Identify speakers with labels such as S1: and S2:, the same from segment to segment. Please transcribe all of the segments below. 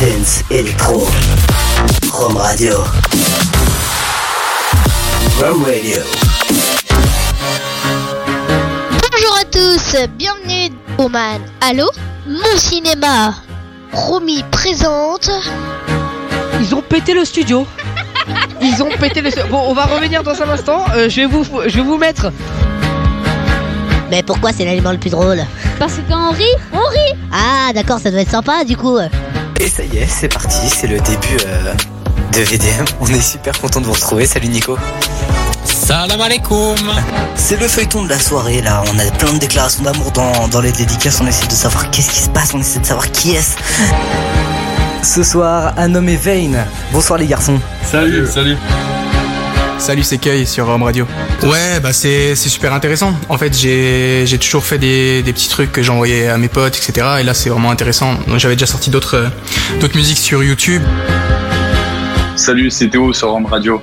S1: Dance Electro. Rome Radio. Rome Radio.
S2: Bonjour à tous, bienvenue au Man. Allô Mon cinéma. Romy présente.
S3: Ils ont pété le studio. Ils ont pété le studio. Bon, on va revenir dans un instant. Euh, je, vais vous, je vais vous mettre.
S4: Mais pourquoi c'est l'aliment le plus drôle
S5: Parce que quand on rit, on rit
S4: Ah d'accord, ça doit être sympa du coup.
S1: Et ça y est, c'est parti, c'est le début euh, de VDM. On est super content de vous retrouver. Salut Nico.
S6: Salam alaikum
S1: C'est le feuilleton de la soirée là, on a plein de déclarations d'amour dans, dans les dédicaces, on essaie de savoir qu'est-ce qui se passe, on essaie de savoir qui est-ce. Ce soir, Ah, un homme est Vane. Bonsoir les garçons.
S7: Salut, salut.
S8: Salut, c'est Kay sur Rome Radio. Ouais, bah c'est c'est super intéressant. En fait, j'ai j'ai toujours fait des, des petits trucs que j'envoyais à mes potes, etc. Et là, c'est vraiment intéressant. Donc, J'avais déjà sorti d'autres euh, d'autres musiques sur YouTube.
S7: Salut, c'est Théo sur Rome Radio.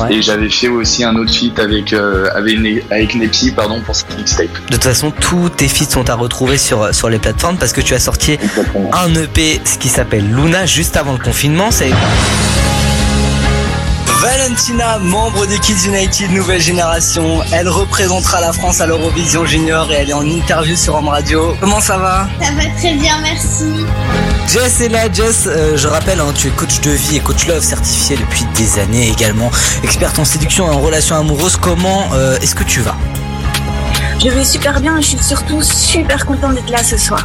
S1: Ouais.
S7: Et j'avais fait aussi un autre feat avec, euh, avec, Ne- avec Nepsi pardon, pour cette mixtape.
S1: De toute façon, tous tes fils sont à retrouver sur, sur les plateformes parce que tu as sorti
S7: Exactement.
S1: un EP, ce qui s'appelle Luna, juste avant le confinement. C'est. Valentina, membre des Kids United Nouvelle Génération, elle représentera la France à l'Eurovision Junior et elle est en interview sur Home Radio. Comment ça va
S2: Ça va très bien, merci.
S9: Euh,
S1: Jess est là, Jess, euh, je rappelle, hein, tu es coach de vie et coach love certifié depuis des années également, experte en séduction et en relations amoureuses. Comment euh, est-ce que tu vas
S10: Je vais super bien et je suis surtout super contente d'être là ce soir.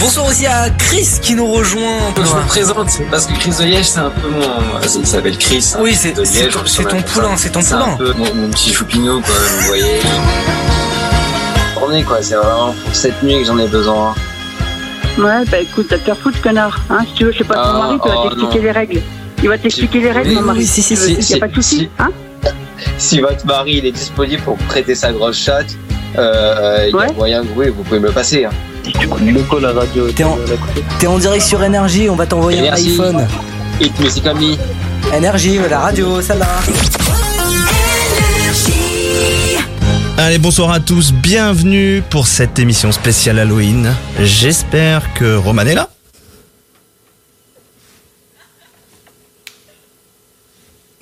S1: Bonsoir aussi à Chris qui nous rejoint.
S11: Je me présente parce que Chris de Liège, c'est un peu mon. euh, Il s'appelle Chris. hein,
S1: Oui, c'est
S11: de
S1: c'est
S11: Liège,
S1: ton,
S11: on
S1: c'est ton
S11: l'appelle
S1: poulain, c'est ton
S11: ça. C'est un
S1: poulain.
S11: peu mon, mon petit choupignot, quoi, vous voyez. Journée, quoi, c'est vraiment pour cette nuit que j'en ai besoin.
S12: Ouais, bah écoute, t'as de faire foutre, connard. Hein, si tu veux, je sais pas, ton
S11: Ah,
S12: mari, tu vas
S11: oh,
S12: t'expliquer
S11: non.
S12: les règles. Il va t'expliquer les règles,
S11: Oui,
S12: mon
S11: oui,
S12: mari.
S11: oui, si, si,
S12: Tu veux-
S11: si,
S12: y a pas de souci,
S11: si.
S12: hein
S11: Si votre mari il est disponible pour prêter sa grosse chatte, euh, il y
S12: Ouais.
S11: a moyen que oui, vous pouvez me le passer. Hein. Tu connais le la radio.
S1: T'es en- T'es en direct sur Énergie, on va t'envoyer un
S11: Énergie.
S1: iPhone.
S11: Hit Music Only.
S1: Énergie, la radio, celle-là.
S13: Allez, bonsoir à tous, bienvenue pour cette émission spéciale Halloween. J'espère que Roman est là.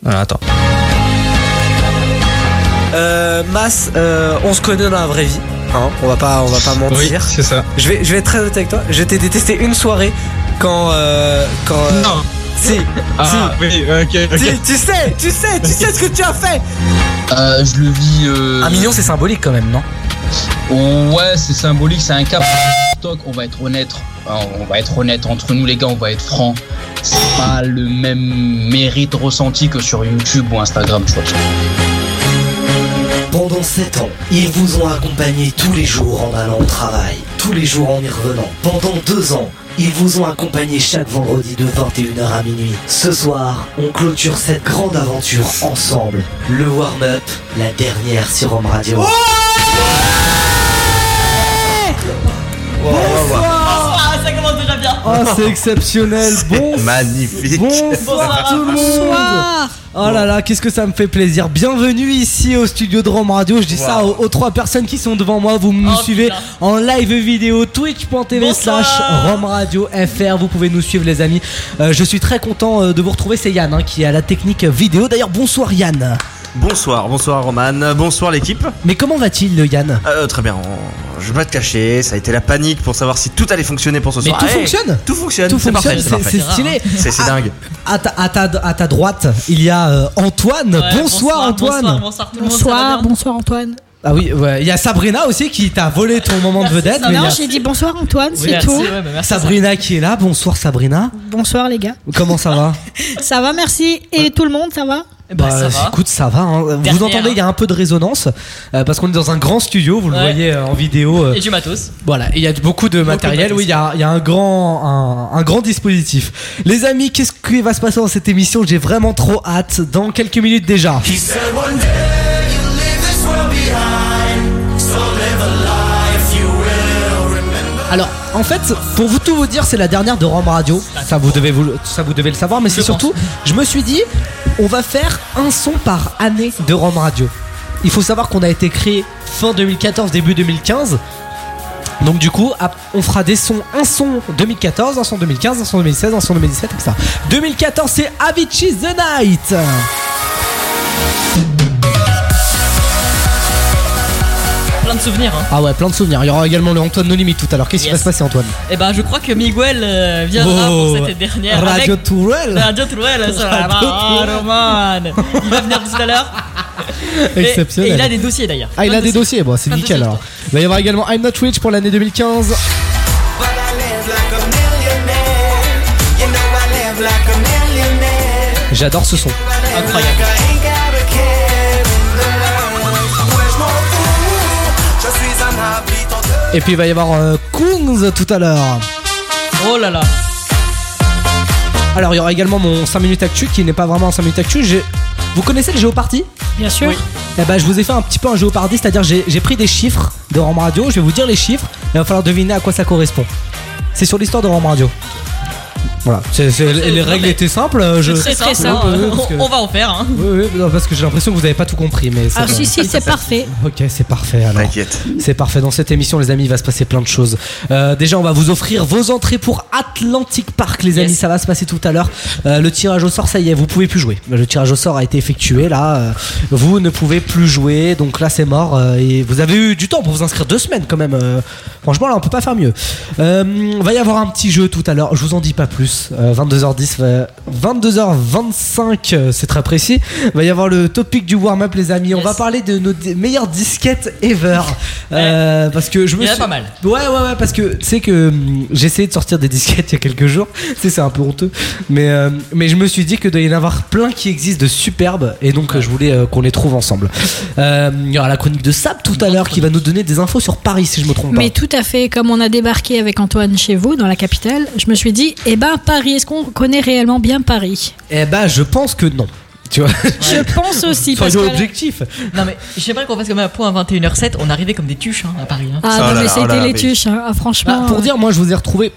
S13: Ah, attends.
S1: Euh, Mas, euh, on se connaît dans la vraie vie. Hein, on va pas, on va pas
S8: Oui,
S1: mentir.
S8: c'est ça.
S1: Je vais, je vais être très honnête avec toi. Je t'ai détesté une soirée quand, euh, quand. euh,
S8: Non.
S1: Si,
S8: Ah oui, ok.
S1: si, tu sais, tu sais, tu sais ce que tu as fait.
S6: je le vis. euh,
S1: Un million, c'est symbolique quand même, non
S6: Ouais, c'est symbolique, c'est un cap. Stock, on va être honnête. Enfin, On va être honnête entre nous, les gars, on va être franc. C'est pas le même mérite ressenti que sur YouTube ou Instagram, tu vois.
S1: Pendant 7 ans, ils vous ont accompagné tous les jours en allant au travail, tous les jours en y revenant. Pendant 2 ans, ils vous ont accompagné chaque vendredi de 21h à minuit. Ce soir, on clôture cette grande aventure ensemble. Le warm-up, la dernière sur Home Radio.
S13: Oh
S9: Ah, c'est exceptionnel. Bon,
S13: Magnifique.
S9: bonsoir tout le
S14: Ah
S9: monde. Oh là là, qu'est-ce que ça me fait plaisir. Bienvenue ici au studio de Rome Radio. Je dis ça aux, aux trois personnes qui sont devant moi. Vous
S3: Oh,
S9: me suivez en live vidéo twitch.tv slash Rome Radio FR. Vous pouvez nous suivre, les amis. Euh, je suis très content euh, de vous retrouver. C'est Yann hein, qui est à la technique vidéo. D'ailleurs, bonsoir Yann.
S13: Bonsoir, bonsoir Roman, bonsoir l'équipe.
S9: Mais comment va-t-il, le Yann
S13: Euh, très bien, on- je vais pas te cacher, ça a été la panique pour savoir si tout allait fonctionner pour ce
S9: Mais
S13: soir.
S9: tout
S13: Eh,
S9: fonctionne
S13: Tout fonctionne,
S9: Tout
S13: c'est
S9: fonctionne,
S13: parfait,
S9: c'est-
S13: c'est
S9: c'est
S13: parfait.
S9: stylé.
S13: C'est c'est
S9: Ah,
S13: dingue.
S9: À ta, à ta- à ta droite, il y a euh, Antoine. bonsoir,
S3: bonsoir
S9: Antoine.
S3: tout le monde, ça va
S5: Bonsoir,
S3: bien
S5: bonsoir Antoine.
S9: Ah oui, ouais. il y a Sabrina aussi qui t'a volé ton moment de vedette. mais il y a
S5: non, j'ai dit bonsoir Antoine,
S3: Oui,
S5: c'est
S3: merci,
S5: tout.
S3: ouais, bah, merci,
S9: Sabrina qui est là. Bonsoir Sabrina.
S5: Bonsoir les gars.
S9: Comment ça va
S5: Ça va, merci. Et tout le monde, ça va
S3: ça- Bah, ça va.
S9: écoute, ça va. hein. Vous
S3: Dernière.
S9: entendez, il y a un peu de résonance euh, parce qu'on est dans un grand studio. Vous le
S3: Ouais.
S9: voyez euh, en vidéo. euh,
S3: Et du matos.
S9: Voilà, et il y a beaucoup de matériel,
S3: matériel.
S9: oui, il y a, il y a un, grand, un, un grand dispositif. Les amis, qu'est-ce qui va se passer dans cette émission J'ai vraiment trop hâte, dans quelques minutes déjà. Alors, en fait, pour vous tout vous dire, c'est la dernière de Rome Radio, ça vous devez, vous, le- ça vous devez le savoir, mais c'est
S3: Je pense.
S9: surtout, je me suis dit, on va faire un son par année de Rome Radio. Il faut savoir qu'on a été créé fin 2014, début 2015. Donc du coup, ap- on fera des sons, un son 2014, un son 2015, un son 2016, un son 2017, etc. 2014, c'est Avicii The Night.
S14: Plein de souvenirs. hein.
S9: Ah ouais, plein de souvenirs. Il y aura également le Antoine No Limit tout à l'heure. Qu'est-ce qui va
S14: Yes.
S9: se passer, Antoine
S14: Et ben, je crois que Miguel euh, viendra
S9: Oh,
S14: pour cette dernière.
S9: Radio
S14: avec-
S9: Tourelle.
S14: Radio Tourelle, ça va,
S9: Radio
S14: ah,
S9: Tourelle.
S14: Roman. Il va venir tout à l'heure. Et-
S9: Exceptionnel.
S14: Et il a des dossiers d'ailleurs.
S9: Ah, il a des dossiers, bon, c'est
S14: Plein de
S9: nickel alors. Il va y avoir également I'm Not Rich pour l'année 2015. J'adore ce son.
S14: Incroyable.
S9: Et puis il va y avoir euh, Kungs tout à l'heure.
S14: Oh là là.
S9: Alors il y aura également mon 5 minutes actu qui n'est pas vraiment un 5 minutes actu. J'ai- Vous connaissez le géoparty
S5: Bien sûr.
S9: Eh ben, je vous ai fait un petit peu un géoparty, c'est-à-dire j'ai j'ai pris des chiffres de Rome Radio, je vais vous dire les chiffres, et il va falloir deviner à quoi ça correspond. C'est sur l'histoire de Rome Radio. Voilà, C'est- c'est- les, les règles étaient simples. euh, Je...
S14: C'est très très simple.
S9: Oui, oui,
S14: On-
S9: parce que-
S14: On va en faire. hein.
S9: oui, oui, non, parce que j'ai l'impression que vous n'avez pas tout compris, mais c'est
S5: Ah
S9: bon.
S5: si si, c'est parfait.
S9: Ok, c'est parfait alors.
S13: T'inquiète.
S9: C'est parfait. Dans cette émission, les amis, il va se passer plein de choses. Euh, déjà, on va vous offrir vos entrées pour Atlantic Park, les amis. Ça va se passer tout à l'heure. Euh, le tirage au sort, ça y est, vous pouvez plus jouer. Le tirage au sort a été effectué là. Euh, vous ne pouvez plus jouer, donc là c'est mort. Euh, et vous avez eu du temps pour vous inscrire deux semaines quand même. Euh, franchement, là on peut pas faire mieux. Euh, va y avoir un petit jeu tout à l'heure. Je vous en dis pas plus. Euh, 22h10, euh, 22h25, euh, c'est très précis. Va y avoir le topic du warm-up, les amis. On va parler de nos d- meilleures disquettes ever. Euh, parce que je me
S14: Il y en a
S9: suis-
S14: pas mal.
S9: Ouais, ouais, ouais, parce que tu sais que hum, j'ai essayé de sortir des disquettes il y a quelques jours. Tu sais, c'est un peu honteux. Mais, euh, mais je me suis dit que doit y en avoir plein qui existent de superbes. Et donc, euh, je voulais euh, qu'on les trouve ensemble. Euh, Il y aura la chronique de Sab tout à l'heure qui va nous donner des infos sur Paris, si je me trompe
S5: Mais tout à fait, comme on a débarqué avec Antoine chez vous, dans la capitale, je me suis dit, eh ben Paris, est-ce qu'on connaît réellement bien Paris
S9: pas. Eh bah, je pense que non. Tu vois
S5: Je pense aussi, parce
S9: Soyons
S5: que-
S9: objectifs.
S14: Non mais j'aimerais qu'on fasse comme un point à 21h07. On arrivait comme des tuches hein, à Paris. hein.
S5: Ah non, mais c'était les tuches, hein. Ah, franchement.
S9: Bah, pour dire, moi, je vous ai retrouvé.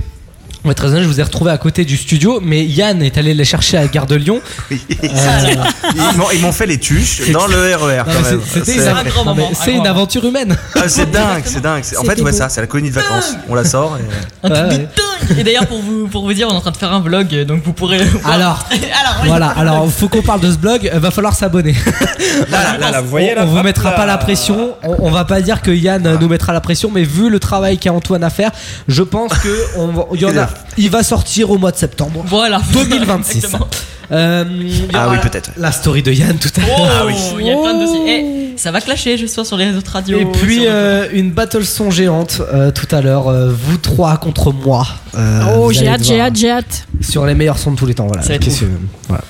S9: on va être très honnête, je vous ai retrouvé à côté du studio, mais Yann est allé les chercher à Gare de Lyon. Euh,
S13: Ils m'ont- ils m'ont fait les tuches dans le RER
S9: Non,
S13: quand
S9: mais
S13: même.
S9: c'est- c'était
S13: C'est-
S9: une- non, mais c'est une aventure humaine.
S13: Ah, c'est dingue, c'est dingue. En fait,
S9: C'était
S13: ouais,
S9: beau.
S13: ça, c'est la colonie de vacances. On la sort. Et... euh.
S9: Ah,
S14: Et d'ailleurs pour vous pour vous dire, on est en train de faire un vlog, euh, donc vous pourrez. le voir.
S9: Alors.
S14: alors oui.
S9: Voilà, alors faut qu'on parle de ce blog, euh, va falloir s'abonner.
S13: Là, là, là, vous voyez
S9: on,
S13: là
S9: on vous
S13: hop
S9: mettra
S13: là.
S9: pas la pression, on, on va pas dire que Yann euh, nous mettra la pression, mais vu le travail qu'a Antoine à faire, je pense que on va- il y en a, il va sortir au mois de septembre.
S14: Voilà.
S9: 2026. Euh, il y
S13: Ah
S9: aura
S13: oui,
S9: la-
S13: peut-être. Ah
S9: La story de Yann tout à
S14: Oh,
S9: l'heure.
S14: il y a plein de
S5: Oh.
S14: dossiers. Eh, ça va clasher je sois sur les réseaux de radio.
S9: Et puis euh, une battle son géante euh, tout à l'heure, euh, vous trois contre moi. Euh,
S5: Oh,
S9: vous
S5: j'ai
S9: allez
S5: hâte, j'ai
S9: devoir-
S5: hâte, j'ai hâte.
S9: Sur les meilleurs sons de tous les temps, voilà.
S14: Ça va être
S9: Qu'est-ce
S14: ouf.
S9: que- voilà.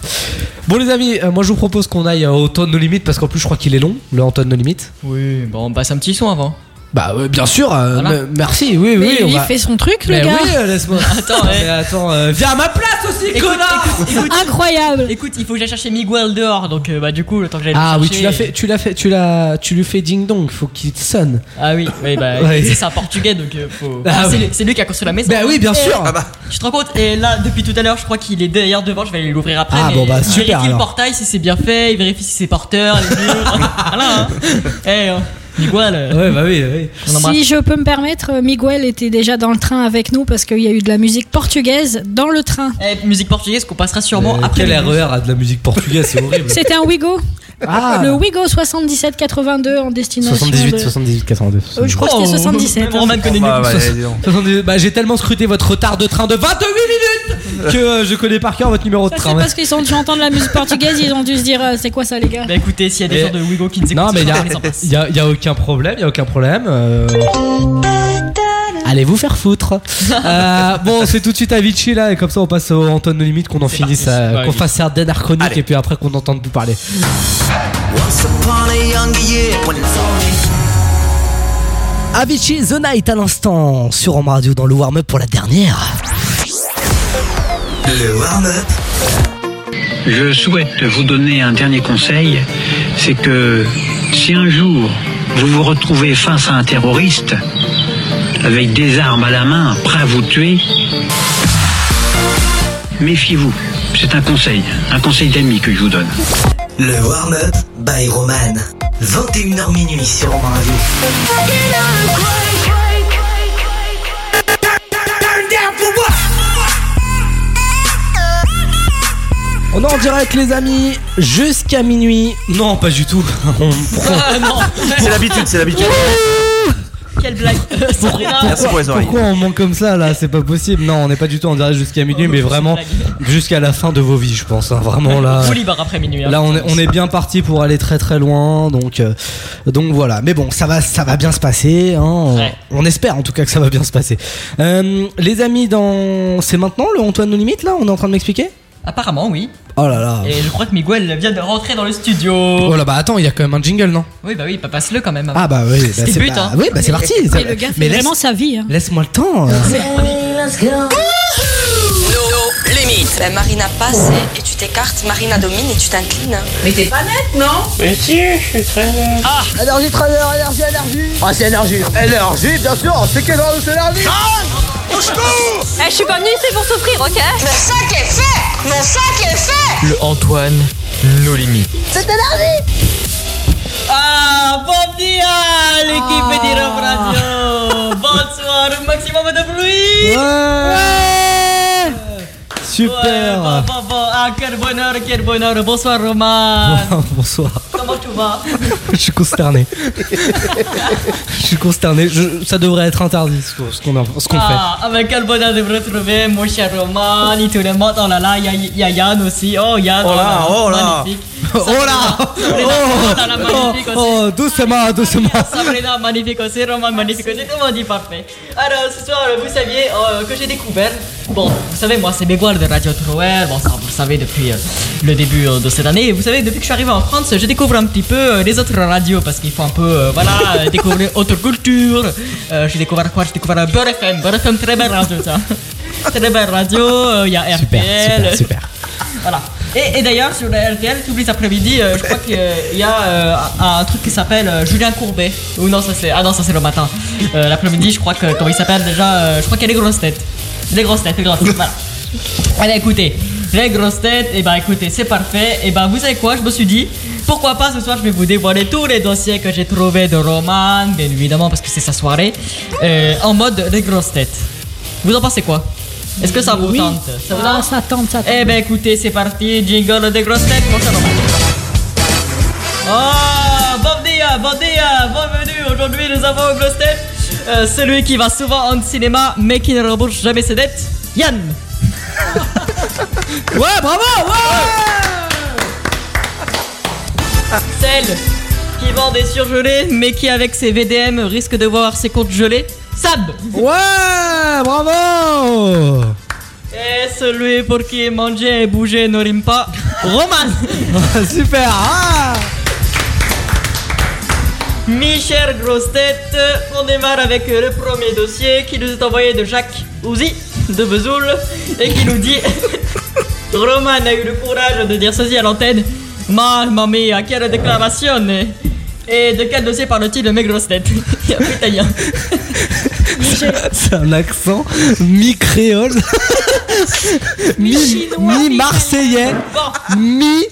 S9: Bon les amis, euh, moi je vous propose qu'on aille euh, au Antoine No Limit parce qu'en plus je crois qu'il est long, le Antoine No Limit.
S14: Oui, bon, on passe un petit son avant.
S9: Bah ouais, bien sûr, euh,
S14: Voilà.
S9: me- merci, oui,
S5: Mais
S9: oui.
S5: lui,
S9: on
S5: il
S9: va-
S5: fait son truc, le
S9: Mais
S5: gars.
S9: oui, euh, laisse-moi.
S14: Attends,
S9: Mais attends, euh, viens à ma place aussi, connard
S5: Incroyable.
S14: Écoute, il faut que j'aille chercher Miguel dehors, donc euh, bah du coup le temps que j'aille le
S9: Ah oui,
S14: chercher-
S9: tu l'as fait, tu l'as fait, tu l'as, tu lui fais ding dong, faut qu'il te sonne.
S14: Ah oui, oui bah
S9: Ouais.
S14: c'est c'est un portugais donc euh, faut.
S9: Ah
S14: Ah, c'est
S9: oui.
S14: lui- c'est lui, qui a construit la maison.
S9: Bah oui, bien
S14: Et-
S9: sûr. Ah bah.
S14: Tu te rends compte Et là, depuis tout à l'heure, je crois qu'il est derrière devant. Je vais aller l'ouvrir après.
S9: Ah
S14: mais
S9: bon, bah,
S14: il
S9: super,
S14: Vérifie le
S9: alors.
S14: portail si c'est bien fait. Il vérifie si c'est porteur. Les murs. voilà. Hein. Eh, euh, Miguel. euh,
S9: Ouais, bah oui, oui.
S14: on embrasse.
S5: Si je peux me permettre, euh, Miguel était déjà dans le train avec nous parce qu'il y a eu de la musique portugaise dans le train.
S14: Eh, musique portugaise qu'on passera sûrement
S9: Euh,
S14: après.
S9: quel
S14: les news.
S9: RER a de la musique portugaise, c'est horrible.
S5: C'était un Wigo.
S9: Ah.
S5: Le Wigo 77-82 en destination.
S9: 78,
S5: de-
S9: 78, 82.
S5: Euh, je crois que c'était
S14: Oh,
S5: 77.
S14: même Roman connaît mieux que nous.
S9: 72, bah, j'ai tellement scruté votre retard de train de 28 minutes que euh, je connais par cœur votre numéro de
S5: Ça,
S9: train.
S5: c'est parce qu'ils ont dû entendre la musique portugaise, ils ont dû se dire euh, c'est quoi ça les gars
S14: Bah écoutez, s'il y a des
S9: Et-
S14: gens de Wigo qui nous écoutent,
S9: Non, mais il y a,
S14: on les embrasse.
S9: y a- y a aucun problème, il y a aucun problème. euh. Allez vous faire foutre. Euh, bon, c'est tout de suite à Vichy là, et comme ça on passe au Antoine de Limite, qu'on en finisse, euh,
S14: Ouais,
S13: Bah,
S9: qu'on
S14: oui.
S9: fasse certaines chroniques et puis après qu'on entende plus parler. Avicii The Night à l'instant sur Home Radio dans le warm-up pour la dernière.
S15: Le warm-up. Je souhaite vous donner un dernier conseil, c'est que si un jour vous vous retrouvez face à un terroriste avec des armes à la main, prêt à vous tuer, méfiez-vous. C'est un conseil, un conseil d'ami que je vous donne.
S1: Le warm-up by Roman. 21h minuit sur Home Radio.
S9: On est en direct les amis jusqu'à minuit. Non, pas du tout. On prend-
S14: Ah, non.
S13: C'est l'habitude, c'est l'habitude.
S14: Quelle blague Sabrina
S13: Merci pour les oreilles.
S9: Pourquoi on manque comme ça là C'est pas possible. Non, on n'est pas du tout en direct jusqu'à
S14: Oh,
S9: minuit, mais vraiment jusqu'à la fin de vos vies, je pense. hein. Vraiment là.
S14: Vous libre après minuit. hein.
S9: Là, on est, on est bien parti pour aller très très loin, donc euh, donc voilà. Mais bon, ça va ça va bien se passer. hein. On, on espère en tout cas que ça va bien se passer. Euh, les amis, dans c'est maintenant le Antoine nous limite là. On est en train de m'expliquer
S14: Apparemment, oui.
S9: Oh là là.
S14: Et je crois que Miguel vient de rentrer dans le studio.
S9: Oh là bah attends, il y a quand même un jingle non
S14: Oui, bah oui, bah passe-le quand même.
S9: Ah bah oui. bah,
S14: c'est le but,
S9: pas-
S14: hein.
S9: Oui, bah c'est parti. ça-
S5: Mais le gars fait vraiment
S9: laisse-
S5: sa vie. hein.
S9: laisse-moi le temps. euh.
S16: No limite. Ben, Marina passe et, tu t'écartes, Marina domine et tu t'inclines. Mais t'es pas nette, non
S12: Mais si, je suis très bien.
S16: Ah
S12: Énergie, trader, énergie, énergie Ah, c'est énergie Énergie, bien sûr C'est quelle heure c'est énergie Au secours
S17: Eh,
S16: Je suis pas venue ici pour souffrir, ok Mon sac est fait Mon sac est fait
S13: Le Antoine, nos limites.
S16: C'est énergie
S14: Ah, bon dia, l'équipe
S9: Ah.
S14: d'Irob Radio. Bonsoir, maximum de bruit. Ouais, bon,
S9: Super.
S14: bon, bon. Ah, quel bonheur, quel bonheur. Bonsoir, Roman.
S9: Bonsoir.
S14: Comment tu vas
S9: je suis consterné. je suis consterné. Je- ça devrait être interdit ce qu'on- ce qu'on en- ce qu'on
S14: Ah, ah, mais quel bonheur de vous retrouver, mon cher Roman, et tout le monde. Oh là là, il y a- il y, a Yann aussi. Oh, Yann.
S13: Oh là, oh là.
S14: Magnifique.
S9: Oh là
S14: Sabrina, oh là là, magnifique
S9: Oh, oh, doucement, doucement.
S14: Sabrina, magnifique aussi, Roman, magnifique aussi, tout le monde dit parfait. Alors ce soir, vous saviez euh, que j'ai découvert. Bon, vous savez, moi c'est Bégoire de Radio Trouer. Bon, ça vous le savez depuis euh, le début euh, de cette année. Et vous savez, depuis que je suis arrivé en France, je découvre un petit peu euh, les autres radios parce qu'il faut un peu, euh, voilà, euh, découvrir autre culture. Euh, j'ai découvert quoi J'ai découvert euh, Beurre FM. Beurre FM, très belle radio ça. Très belle radio, euh, il y a
S9: Super,
S14: RPL.
S9: super, super.
S14: Voilà. Et, et d'ailleurs, sur la RTL, tous les après-midi, euh, je crois qu'il y a euh, un, un truc qui s'appelle euh, Julien Courbet. Ou non, ça c'est. Ah non, ça c'est le matin. Euh, L'après-midi, je crois que. Comment il s'appelle déjà euh, Je crois qu'il y a les grosses têtes. Les grosses têtes, les grosses têtes. Voilà. Allez, écoutez. Les grosses têtes, et bah écoutez, c'est parfait. Et bah vous savez quoi Je me suis dit, pourquoi pas ce soir, je vais vous dévoiler tous les dossiers que j'ai trouvés de Roman, bien évidemment, parce que c'est sa soirée, euh, en mode les grosses têtes. Vous en pensez quoi Est-ce que ça vous
S5: Oui.
S14: tente Ça vous
S5: Ah,
S14: tente
S5: ça tente, ça tente.
S14: eh ben écoutez, c'est parti, jingle des grosses têtes, mon cher Romain. Oh, bon dia, bon dia, bienvenue. Aujourd'hui, nous avons aux grosses têtes euh, celui qui va souvent en cinéma, mais qui ne rembourse jamais ses dettes, Yann. ouais, bravo, ouais Celle qui vend des surgelés, mais qui avec ses VDM risque de voir ses comptes gelés, Sab.
S9: Ouais, bravo.
S14: Et celui pour qui manger et bouger ne rime pas, Roman
S9: Super ah
S14: Mes chères grosses têtes, on démarre avec le premier dossier qui nous est envoyé de Jacques Ouzi de Vesoul et qui nous dit Roman a eu le courage de dire ceci à l'antenne Mamma mia, quelle déclaration Et de quel dossier parle-t-il de mes grosses têtes Putain,
S9: C'est un accent mi-créole, mi- mi-marseillais, mi-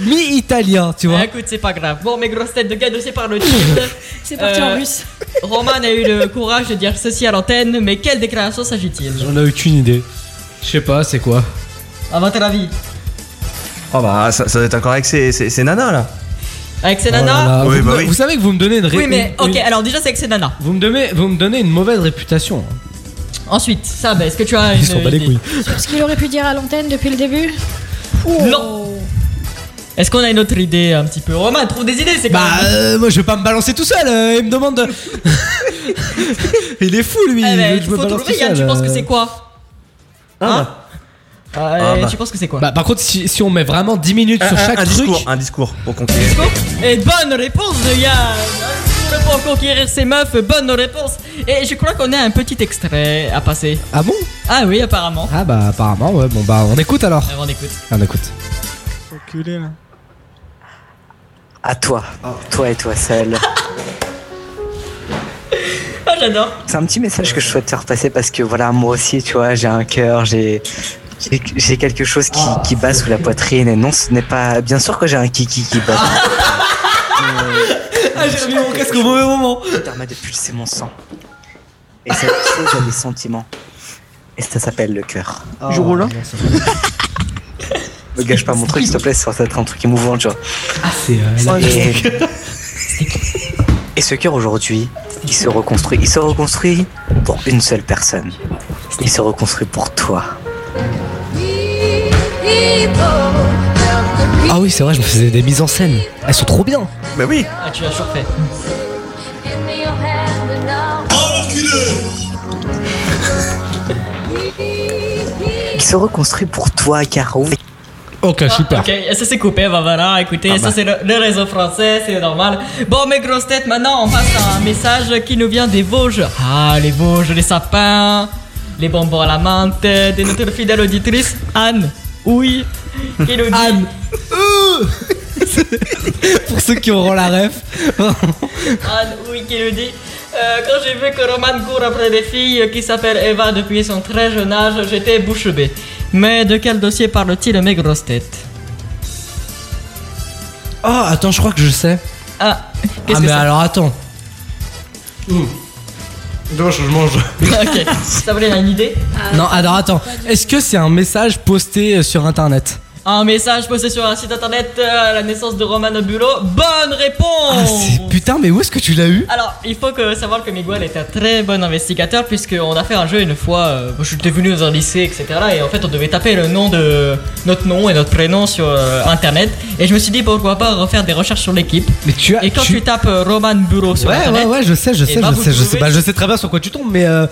S9: mi-italien, tu vois.
S14: Eh, écoute, c'est pas grave. Bon, mes grosses têtes de gars, c'est par le titre.
S5: C'est parti en russe.
S14: Roman a eu le courage de dire ceci à l'antenne, mais quelle déclaration s'agit-il
S9: J'en ai aucune idée. Je sais pas, Ah, c'est quoi
S14: À votre avis
S13: Oh bah, ça, ça doit être encore avec ses, ses- ses nanas là.
S14: Avec ses
S13: Oh là
S14: nanas
S13: là, Oui,
S9: vous,
S13: bah
S9: me-
S13: oui.
S9: vous savez que vous me donnez une ré-
S14: Oui, mais
S9: une-
S14: ok,
S9: une-
S14: alors déjà, c'est avec ses nanas.
S9: vous me donnez, vous me donnez une mauvaise réputation.
S14: Ensuite, ça, bah, est-ce que tu as une.
S9: Ils sont pas les
S14: idée
S9: couilles.
S5: Ce qu'il aurait pu dire à l'antenne depuis le début. Oh.
S14: Non Est-ce qu'on a une autre idée un petit peu Roman, trouve des idées, c'est quand
S9: Bah,
S14: même-
S9: euh, moi je vais pas me balancer tout seul. euh, il me demande. de- il est fou lui.
S14: Eh
S9: il
S14: ben,
S9: veut que je me
S14: faut
S9: balance
S14: trouver,
S9: tout
S14: Yann,
S9: seul,
S14: tu penses
S9: euh.
S14: que c'est quoi
S9: Hein
S14: Ah,
S13: Ah,
S14: eh,
S13: bah.
S14: Tu penses que c'est quoi
S9: Bah, par contre, si, si on met vraiment 10 minutes sur chaque truc.
S13: discours, un discours pour conclure.
S14: Et Eh, bonne réponse de Yann Un discours Pour conquérir ces meufs, bonne réponse Et je crois qu'on a un petit extrait à passer.
S9: Ah bon
S14: Ah oui, apparemment.
S9: Ah bah, apparemment, ouais. Bon, bah, on écoute alors.
S14: on écoute.
S9: Ah, On écoute.
S18: À toi, toi et toi seul.
S14: Ah, j'adore.
S18: C'est un petit message que je souhaite faire passer parce que voilà, moi aussi, tu vois, j'ai un cœur, j'ai. j'ai- J'ai quelque chose qui,
S9: Ah.
S18: qui bat sous la poitrine et non, ce n'est pas. Bien sûr que j'ai un kiki qui bat.
S9: Ah, j'ai remis mon casque au mauvais moment.
S18: Qui permet de pulser mon sang. Et cette chose a des
S9: Oh.
S18: sentiments. Et ça s'appelle le cœur.
S9: Je roule, hein
S18: me gâche pas mon truc, s'il te plaît, ça va être un truc émouvant, genre.
S9: Ah, c'est euh, la-
S18: Et, et ce cœur aujourd'hui, il se reconstruit. Il se reconstruit pour une seule personne. Il se reconstruit pour toi.
S9: Ah oui, c'est vrai, je me faisais des mises en scène. Elles sont trop bien.
S13: Bah oui.
S14: Ah, tu l'as toujours fait.
S18: Il se reconstruit pour toi, Caro.
S9: Ok,
S14: Ok, et ça s'est coupé, bah voilà, écoutez,
S18: Ah
S14: ça
S18: bah.
S14: c'est le, le réseau français, c'est normal. Bon, mes grosses têtes, maintenant on passe à un message qui nous vient des Vosges. Ah, les Vosges, les sapins, les bonbons à la menthe, de notre fidèle auditrice Anne. Oui, qui nous dit. Anne.
S9: Pour ceux qui auront la ref.
S14: Anne, oui, qui nous dit euh, Quand j'ai vu que Roman court après des filles qui s'appellent Eva depuis son très jeune âge, j'étais bouche bée. Mais de quel dossier parle-t-il, mes grosses têtes
S9: Oh, attends, je crois que je sais.
S14: Ah,
S9: Ah,
S14: qu'est-ce que
S9: mais
S14: c'est
S9: alors attends. Dommage que je mange.
S14: Ok, ça voulait une idée
S9: Non, alors attends. Est-ce que c'est un message posté euh, sur internet
S14: Un message posté sur un site internet euh, à la naissance de Roman Bulot. Bonne
S9: Ah,
S14: réponse
S9: Putain, mais où est-ce que tu l'as eu
S14: Alors, il faut que savoir que Miguel est un très bon investigateur puisqu'on a fait un jeu une fois, euh, je suis venu dans un lycée, etc. Et en fait, on devait taper le nom de notre nom et notre prénom sur euh, internet. Et je me suis dit pourquoi pas refaire des recherches sur l'équipe.
S9: Mais tu as.
S14: Et quand tu, tapes euh, Roman Bureau sur
S9: Ouais,
S14: internet,
S9: ouais, ouais, je sais, je
S14: eh
S9: sais,
S14: ben,
S9: je
S14: vous
S9: sais, je sais.
S14: pouvez-
S9: Bah, je sais très bien sur quoi tu tombes, mais euh,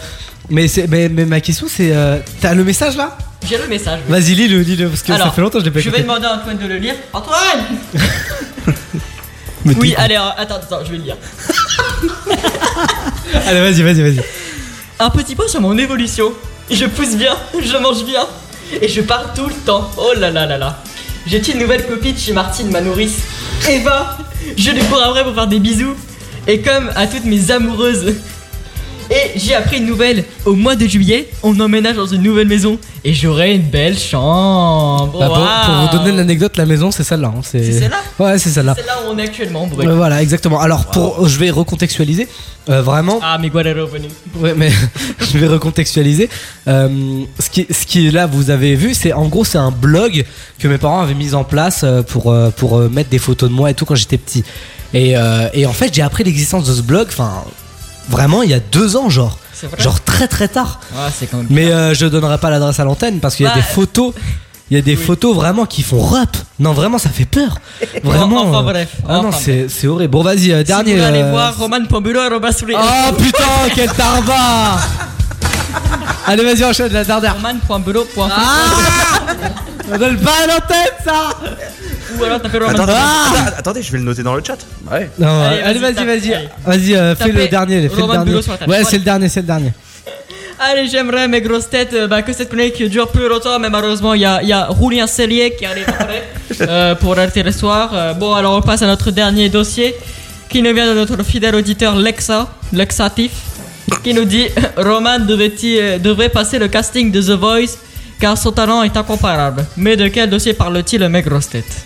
S9: mais c'est mais, mais ma question c'est, euh, t'as le message là
S14: J'ai le message. oui.
S9: Vas-y, lis-le, lis-le, parce que ça
S14: Alors,
S9: fait longtemps que je l'ai pas
S14: Je
S9: écouté.
S14: vais demander à Antoine de le lire. Antoine
S9: Mais
S14: Oui,
S9: t'es-
S14: allez, euh, attends, attends, je vais le lire.
S9: Allez, vas-y, vas-y, vas-y.
S14: Un petit point sur mon évolution. Je pousse bien, je mange bien, et je parle tout le temps. Oh là là là là. J'ai une nouvelle copine chez Martine, ma nourrice. Eva, je lui cours après pour faire des bisous. Et comme à toutes mes amoureuses. Et j'ai appris une nouvelle. Au mois de juillet, on emménage dans une nouvelle maison. Et j'aurai une belle chambre.
S9: Bah, pour,
S14: Oh,
S9: pour
S14: Waouh.
S9: vous donner l'anecdote, la maison c'est celle-là. hein, C'est
S14: celle-là
S9: Ouais, c'est celle-là.
S14: C'est là où on est actuellement. Bon, bah,
S9: Ouais, Voilà, exactement. Alors, pour, je vais recontextualiser. euh, vraiment.
S14: Ah, mais Guadalajara est revenu.
S9: Ouais, mais je vais recontextualiser. Euh, ce, qui, ce qui là, vous avez vu, c'est en gros, c'est un blog que mes parents avaient mis en place euh, pour, euh, pour euh, mettre des photos de moi et tout quand j'étais petit. Et, euh, et en fait, j'ai appris l'existence de ce blog, enfin, vraiment, il y a deux ans, genre.
S14: C'est vrai
S9: Genre très très tard.
S14: Ah, c'est quand même.
S9: Mais euh, je donnerai pas l'adresse à l'antenne parce qu'il y a
S14: Bah,
S9: des photos. Il y a des photos vraiment qui font rap. Non, vraiment, ça fait peur. Vraiment.
S14: Bon, enfin,
S9: euh,
S14: bref,
S9: Ah non,
S14: enfin,
S9: c'est c'est horrible. Bon, vas-y, euh, dernier.
S14: Si vous voulez aller
S9: euh,
S14: voir Roman Pombulo et Robin Soulier.
S9: Oh putain, quel tarba Ah. Allez, vas-y, enchaîne la dernière.
S14: Roman.belot.fr
S9: On donne pas à l'antenne, ça
S14: Ou alors t'as fait Roman
S13: Attendez,
S14: Belot.
S13: attendez, attendez, je vais le noter dans le chat. Ouais.
S9: Non, Ah. Allez, allez, vas-y, vas-y. Vas-y, euh, fais
S14: Tapez
S9: le dernier. Fais le
S14: Roman
S9: dernier.
S14: Bulot sur la table.
S9: Ouais, c'est le dernier, c'est le dernier.
S14: Allez, j'aimerais mes grosses têtes euh, bah, que cette chronique dure plus longtemps, mais malheureusement, il y a, il y a Roulien Cellier qui arrive après euh, pour arrêter le soir. Euh, bon, alors on passe à notre dernier dossier qui nous vient de notre fidèle auditeur Lexa, Lexatif, qui nous dit Roman devait, euh, devrait passer le casting de The Voice car son talent est incomparable. Mais de quel dossier parle-t-il, mes grosses têtes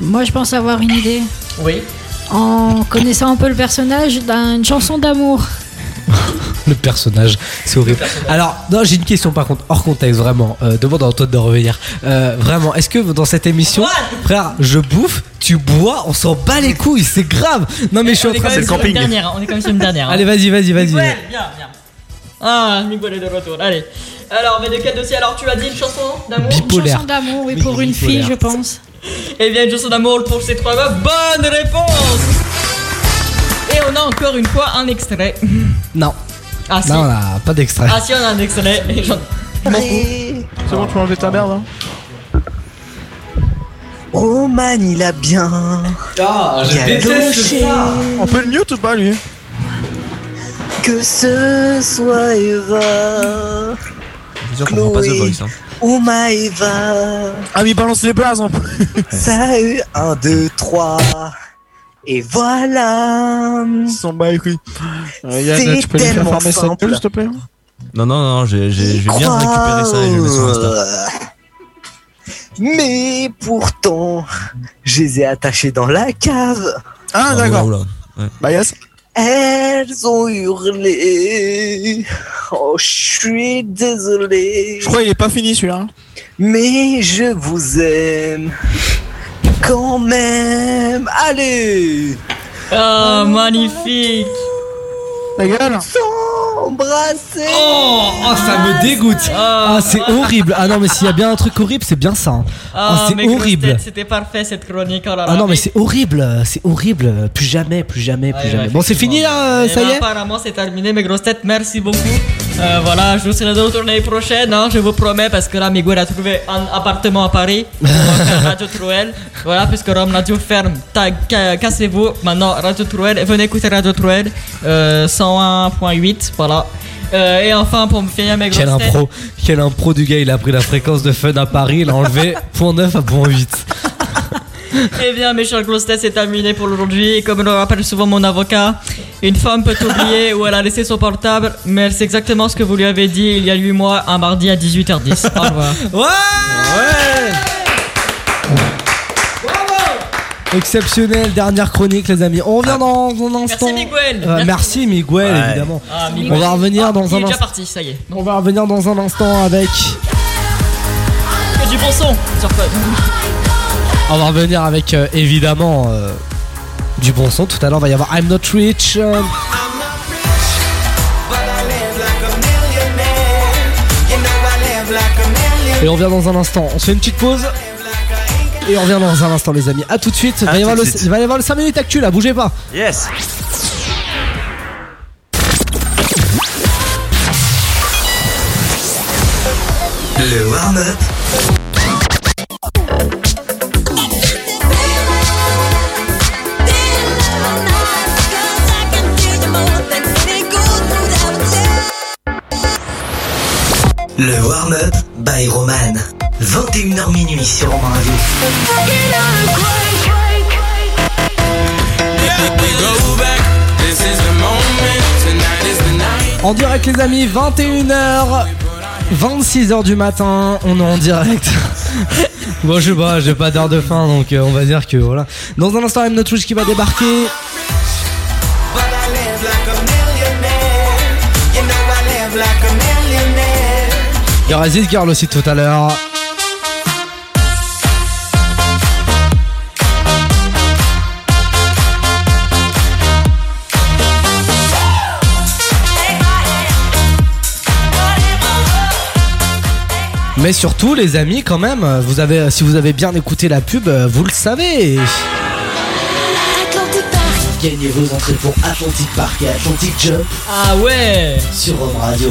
S5: Moi, je pense avoir une idée.
S14: Oui.
S5: En connaissant un peu le personnage d'une chanson d'amour.
S9: Le personnage, c'est horrible. Alors, non, j'ai une question par contre, hors contexte, vraiment. Euh, demande à Antoine de revenir. Euh, vraiment, est-ce que dans cette émission, frère, je bouffe, tu bois, on s'en bat les couilles, c'est grave. Non, mais je suis
S14: On
S9: en
S14: est quand
S9: train
S14: même sur une dernière, hein, on est quand même sur une dernière. hein.
S9: Allez, vas-y, vas-y, vas-y.
S14: Miguel, viens, viens. Ah, Miguel est de retour. Allez. Alors, mais de quel dossier Alors, tu as dit une chanson d'amour
S9: Bipolaire.
S5: Chanson d'amour, oui, pour une fille, je pense.
S14: Eh bien, une chanson d'amour pour ces trois meufs. Bonne réponse Et on a encore une fois un extrait.
S9: Non.
S14: Ah, si.
S9: Non, on a pas d'extrait.
S14: Ah, si, on a un extrait. J'en-
S12: C'est bon, tu peux enlever ta merde. Hein.
S18: Roman, il a bien.
S12: Ah, je
S18: bien
S12: déteste
S18: gauché
S12: ça. On peut le mute ou pas, lui
S18: Que ce soit Eva.
S13: C'est sûr qu'on prend pas The
S18: Chloé.
S13: Voice. Hein.
S18: Ou Maëva.
S12: Ah, mais il balance les blazes en plus.
S18: Ça a eu 1, 2, 3. Et voilà.
S12: Ils sont bas les couilles. Euh, Yann,
S18: C'est
S12: tu peux lui faire
S18: tellement
S12: farmer sa
S18: simple.
S12: gueule, s'il te plaît
S13: Non, non, non, j'ai- j'ai- je vais bien
S18: Crois-
S13: récupérer ça et je le mets sur Insta.
S18: Mais pourtant, je les ai attachés dans la cave.
S12: Ah,
S13: Ah,
S12: d'accord.
S13: oula, oula. Ouais.
S12: Bah, yes.
S18: Elles ont hurlé. Oh, je suis désolé.
S19: Je crois qu'il est pas fini celui-là. hein.
S18: Mais je vous aime quand même. Allez.
S14: Oh, magnifique
S19: Ta gueule
S18: Embrasser.
S9: Oh, oh, ça me dégoûte. Ah, c'est horrible. Ah non, mais s'il y a bien un truc horrible, c'est bien ça. hein.
S14: mes
S9: Ah, c'est
S14: grosses
S9: horrible.
S14: têtes, C'était parfait cette chronique. oh là là.
S9: Ah non, mais c'est horrible. C'est horrible. Plus jamais, plus jamais, plus jamais. Bon, c'est fini là, euh,
S14: Eh
S9: ça
S14: ben,
S9: y est.
S14: Apparemment, c'est terminé, mes grosses têtes. Merci beaucoup. Euh, voilà, je vous serai de retour l'année prochaine, hein, je vous promets, parce que là, Miguel a trouvé un appartement à Paris pour faire Radio Trouel. Voilà, puisque Rome Radio ferme, tag, ca- cassez-vous. Maintenant, Radio Trouel, venez écouter Radio Trouel euh, 101.8. Voilà. Euh, et enfin, pour me finir mes grosses
S9: Quel
S14: têtes.
S9: impro, quel impro du gars, il a pris la fréquence de fun à Paris, il a enlevé point 9 à point 8.
S14: Eh bien, mes chers grosses têtes, c'est terminé pour aujourd'hui. Et comme le rappelle souvent mon avocat, une femme peut oublier où elle a laissé son portable, mais elle sait exactement ce que vous lui avez dit il y a 8 mois, un mardi à 18h10. Au revoir.
S9: Exceptionnel, dernière chronique, les amis. On revient dans un instant.
S14: Miguel.
S9: Euh,
S14: Merci.
S9: merci Miguel,
S14: Ouais.
S9: évidemment.
S14: Ah, Miguel.
S9: On va revenir dans
S14: Il
S9: un
S14: est déjà
S9: instant.
S14: parti, ça y est.
S9: On va revenir dans un instant avec.
S14: Que du bon son sur Fun.
S9: On va revenir avec euh, évidemment euh, du bon son. Tout à l'heure, on va y avoir I'm Not Rich. euh, et on revient dans un instant. On se fait une petite pause. Et on revient dans un instant, les amis. À tout de suite. Il va y avoir le- il va y avoir le 5 minutes actu là, bougez pas.
S13: Yes.
S1: Le warm-up. Le warm-up by Roman. 21h minuit sur Romain Radio.
S9: En direct les amis, 21h 26h du matin, on est en direct. bon je sais pas, j'ai pas d'heure de fin donc euh, on va dire que voilà. Dans un instant M notre qui va débarquer. Il y aura Zid Girl aussi tout à l'heure. Mais surtout, les amis, quand même, vous avez, si vous avez bien écouté la pub, euh, vous le savez.
S1: Gagnez vos entrées pour Atlantic Park et Atlantic Jump
S14: Ah ouais
S1: sur Rome Radio.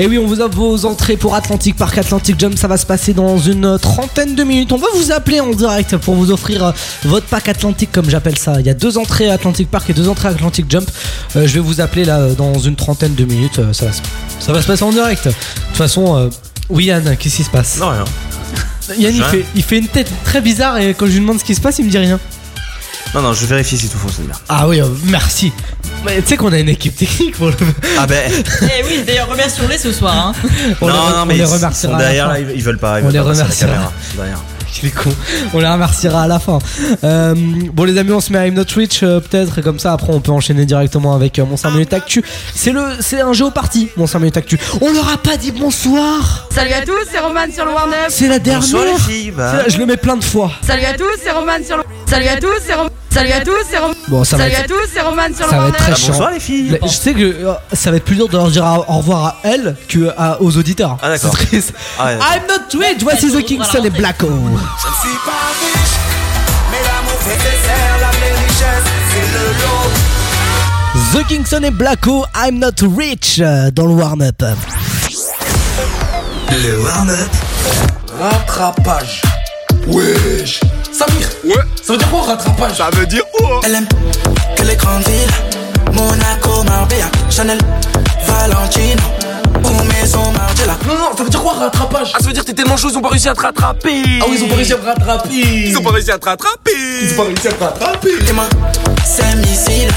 S9: Et Eh oui, on vous offre vos entrées pour Atlantic Park, Atlantic Jump. Ça va se passer dans une trentaine de minutes. On va vous appeler en direct pour vous offrir euh, votre pack Atlantique, comme j'appelle ça. Il y a deux entrées Atlantic Park et deux entrées Atlantic Jump. Euh, je vais vous appeler là euh, dans une trentaine de minutes. Euh, ça, va se, ça va se passer en direct. De toute façon, euh, oui, Yann, qu'est-ce qui se passe
S13: Non, rien.
S9: Yann, il
S13: Rien.
S9: fait, il fait une tête très bizarre et quand je lui demande ce qui se passe, il me dit rien.
S13: Non, non, je vérifie si tout fonctionne bien.
S9: Ah oui, euh, merci. Mais Bah, tu sais qu'on a une équipe technique pour le.
S13: Ah ben.
S14: Eh oui, d'ailleurs, remercions-les ce soir. Hein.
S9: On
S13: non,
S9: les- on
S13: non, mais
S9: les
S13: ils sont
S9: remerciera à la
S13: derrière
S9: fin.
S13: là, ils ils veulent pas. Ils
S9: On
S13: veulent
S9: les
S13: pas passer la
S9: remerciera.
S13: caméra, Derrière.
S9: Il est con. On les remerciera à la fin. Euh, bon, les amis, on se met à I'm Not Rich euh, peut-être, et comme ça, après, on peut enchaîner directement avec euh, mon 5
S17: Ah.
S9: minutes actu. C'est le, c'est un jeu au parti, mon 5 minutes actu. On leur a pas dit bonsoir.
S17: Salut à tous, c'est Roman sur le Warm Up.
S9: C'est la dernière.
S17: Bonsoir, les hein.
S13: bah.
S9: C'est la- je le mets plein de fois.
S17: Salut à tous, c'est Roman sur le. Salut à tous, c'est Roman. Salut à tous, c'est Roman.
S9: Bon, ça va
S17: Salut
S9: être-
S17: à tous, c'est Roman sur le
S9: Ça va
S17: Warm
S9: être très
S17: Up.
S9: chiant. Mais Je sais que euh, ça va être plus dur de leur dire à- au revoir à elles que à- aux auditeurs. Ah,
S13: d'accord.
S9: C'est triste.
S17: Euh.
S13: Ah, ouais, d'accord.
S9: I'm Not Rich, voici The Kingston et Blacko.
S12: Je ne suis pas riche, mais l'amour c'est nécessaire, la vraie richesse c'est le lot.
S9: The Kingston et Blacko, I'm Not Rich euh, dans le warm-up.
S1: Le warm-up.
S12: Rattrapage. Wesh. Samir. Ouais. Ça veut dire quoi rattrapage Ça veut dire hein? quoi Elle aime que les grandes villes. Monaco, Marbella, Chanel, Valentino. Ou Maison Margiela. Non, non, ça veut dire quoi rattrapage Ah, ça veut dire que t'es tellement chaud, ils ont pas réussi à te rattraper. Ah oui, ils ont pas réussi à te rattraper. Ils ont pas réussi à te rattraper. Ils ont pas réussi à te rattraper. Et moi, c'est missile.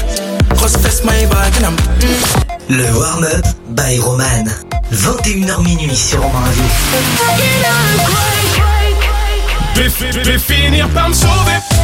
S12: Grosse fesse, my bagnum.
S1: Le warm-up by Roman. 21h minuit sur Romain Radio.
S20: Je vais, fi- je vais finir par me sauver,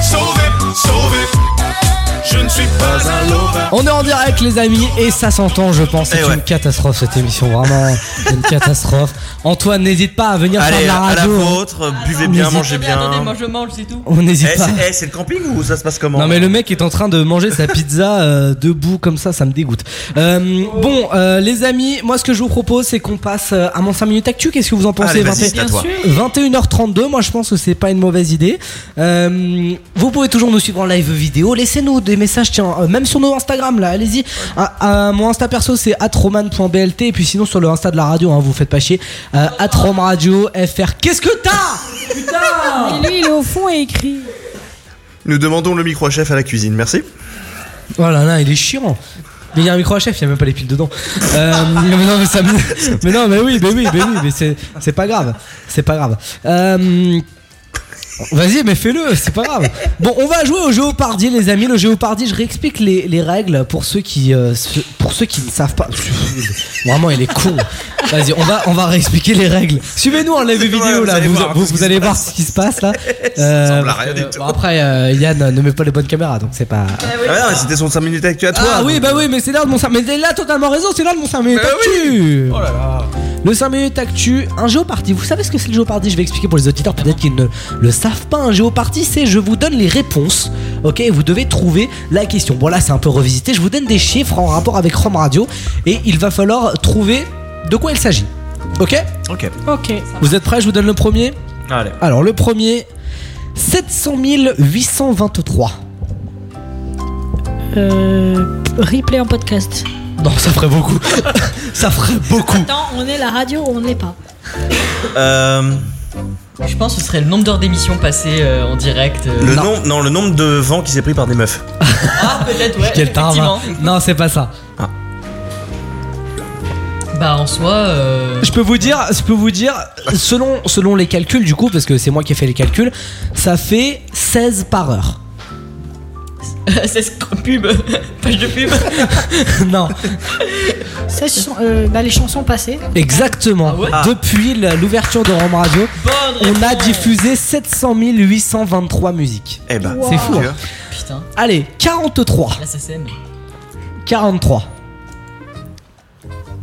S20: sauver, sauver.
S12: suis pas un lover.
S9: On est en direct les amis et ça s'entend je pense.
S13: Eh
S9: C'est une catastrophe cette émission vraiment une catastrophe. Antoine n'hésite pas à venir
S13: Allez,
S9: faire de la
S13: à la
S9: radio.
S14: Ah,
S9: Ah,
S13: vôtre, buvez bien,
S9: N'hésite-
S13: mangez bien.
S14: Attendez, moi je mange, c'est tout.
S9: On n'hésite
S13: Eh,
S9: pas.
S13: c'est- eh, c'est le camping ou ça se passe comment euh,
S9: Non mais le mec est en train de manger sa pizza euh, debout comme ça, ça me dégoûte. Euh, bon euh, les amis, moi ce que je vous propose c'est qu'on passe euh, à mon 5 minutes actu. Qu'est-ce que vous en pensez
S13: Allez, vas-y,
S9: 21
S13: c'est à toi. Bien
S9: 21h32, moi je pense que c'est pas une mauvaise idée. Euh, vous pouvez toujours nous suivre en live vidéo, laissez-nous des messages tiens euh, même sur nos Instagram là, allez-y. Ah, ah, mon Insta perso c'est @roman.blt et puis sinon sur le Insta de la radio hein, vous faites pas chier euh, @romradio fr. Qu'est-ce que
S5: Ah,
S9: t'as Putain
S5: Mais lui, il est au fond et écrit.
S13: Nous demandons le micro chef à la cuisine, merci.
S9: Oh là là, il est chiant. Mais il y a un micro à chef, il y a même pas les piles dedans. Euh, mais non, mais ça me- mais non, mais oui, mais oui, mais oui, mais c'est, c'est pas grave, c'est pas grave. Euh, Vas-y, mais fais-le, c'est pas grave. Bon, on va jouer au Géopardier, les amis. Le Géopardier, je réexplique les, les règles pour ceux qui, euh, ce- pour ceux qui ne savent pas. Vraiment, il est con. Vas-y, on va, on va réexpliquer les règles. Suivez-nous en live vidéo là.
S13: allez
S9: Vous,
S13: voir
S9: vous- vous allez voir ce qui se passe là. Euh,
S13: ressemble à rien
S9: parce que,
S13: du tout.
S9: bon, après, euh, Yann ne met pas les bonnes caméras, donc c'est pas.
S13: Ah ouais, non, mais c'était son 5 minutes actu à toi.
S9: Ah oui,
S13: donc.
S9: bah oui, mais c'est là de mon 5 Mais t'as là, totalement raison, c'est là de mon 5 minutes actu.
S13: Bah Oh là là.
S9: Le 5 minutes actu, un géoparty. Vous savez ce que c'est le géoparty Je vais expliquer pour les auditeurs, peut-être qu'ils ne le savent pas. Un géoparty, c'est je vous donne les réponses, ok et Vous devez trouver la question. Bon, là, c'est un peu revisité. Je vous donne des chiffres en rapport avec Rome Radio et il va falloir trouver de quoi il s'agit. Ok
S13: Ok.
S5: Ok.
S9: Vous êtes prêts Je vous donne le premier
S13: Allez.
S9: Alors, le premier 700 823.
S5: Euh, replay en podcast.
S9: Non, ça ferait beaucoup. ça ferait beaucoup.
S5: Attends, on est la radio ou on ne l'est pas
S13: Euh,
S14: Je pense que ce serait le nombre d'heures d'émission passées euh, en direct. euh,
S13: Le nombre, non, le nombre de vents qui s'est pris par des meufs.
S14: Ah, peut-être, ouais.
S9: Quel tard,
S14: effectivement.
S9: Non, c'est pas ça.
S14: Ah. Bah, en soi. euh,
S9: Je peux vous dire, je peux vous dire, selon, selon les calculs du coup, parce que c'est moi qui ai fait les calculs, ça fait 16 par heure.
S14: c'est ce qu'on pub. Page de pub.
S9: non,
S5: Ça, ce sont, euh, bah, les chansons passées.
S14: Ah
S9: exactement. Depuis la- l'ouverture de Rome Radio, on a diffusé 700 823 musiques.
S13: Eh ben,
S9: c'est fou. hein.
S14: Putain.
S9: Allez, 43.
S14: La SSM.
S9: 43.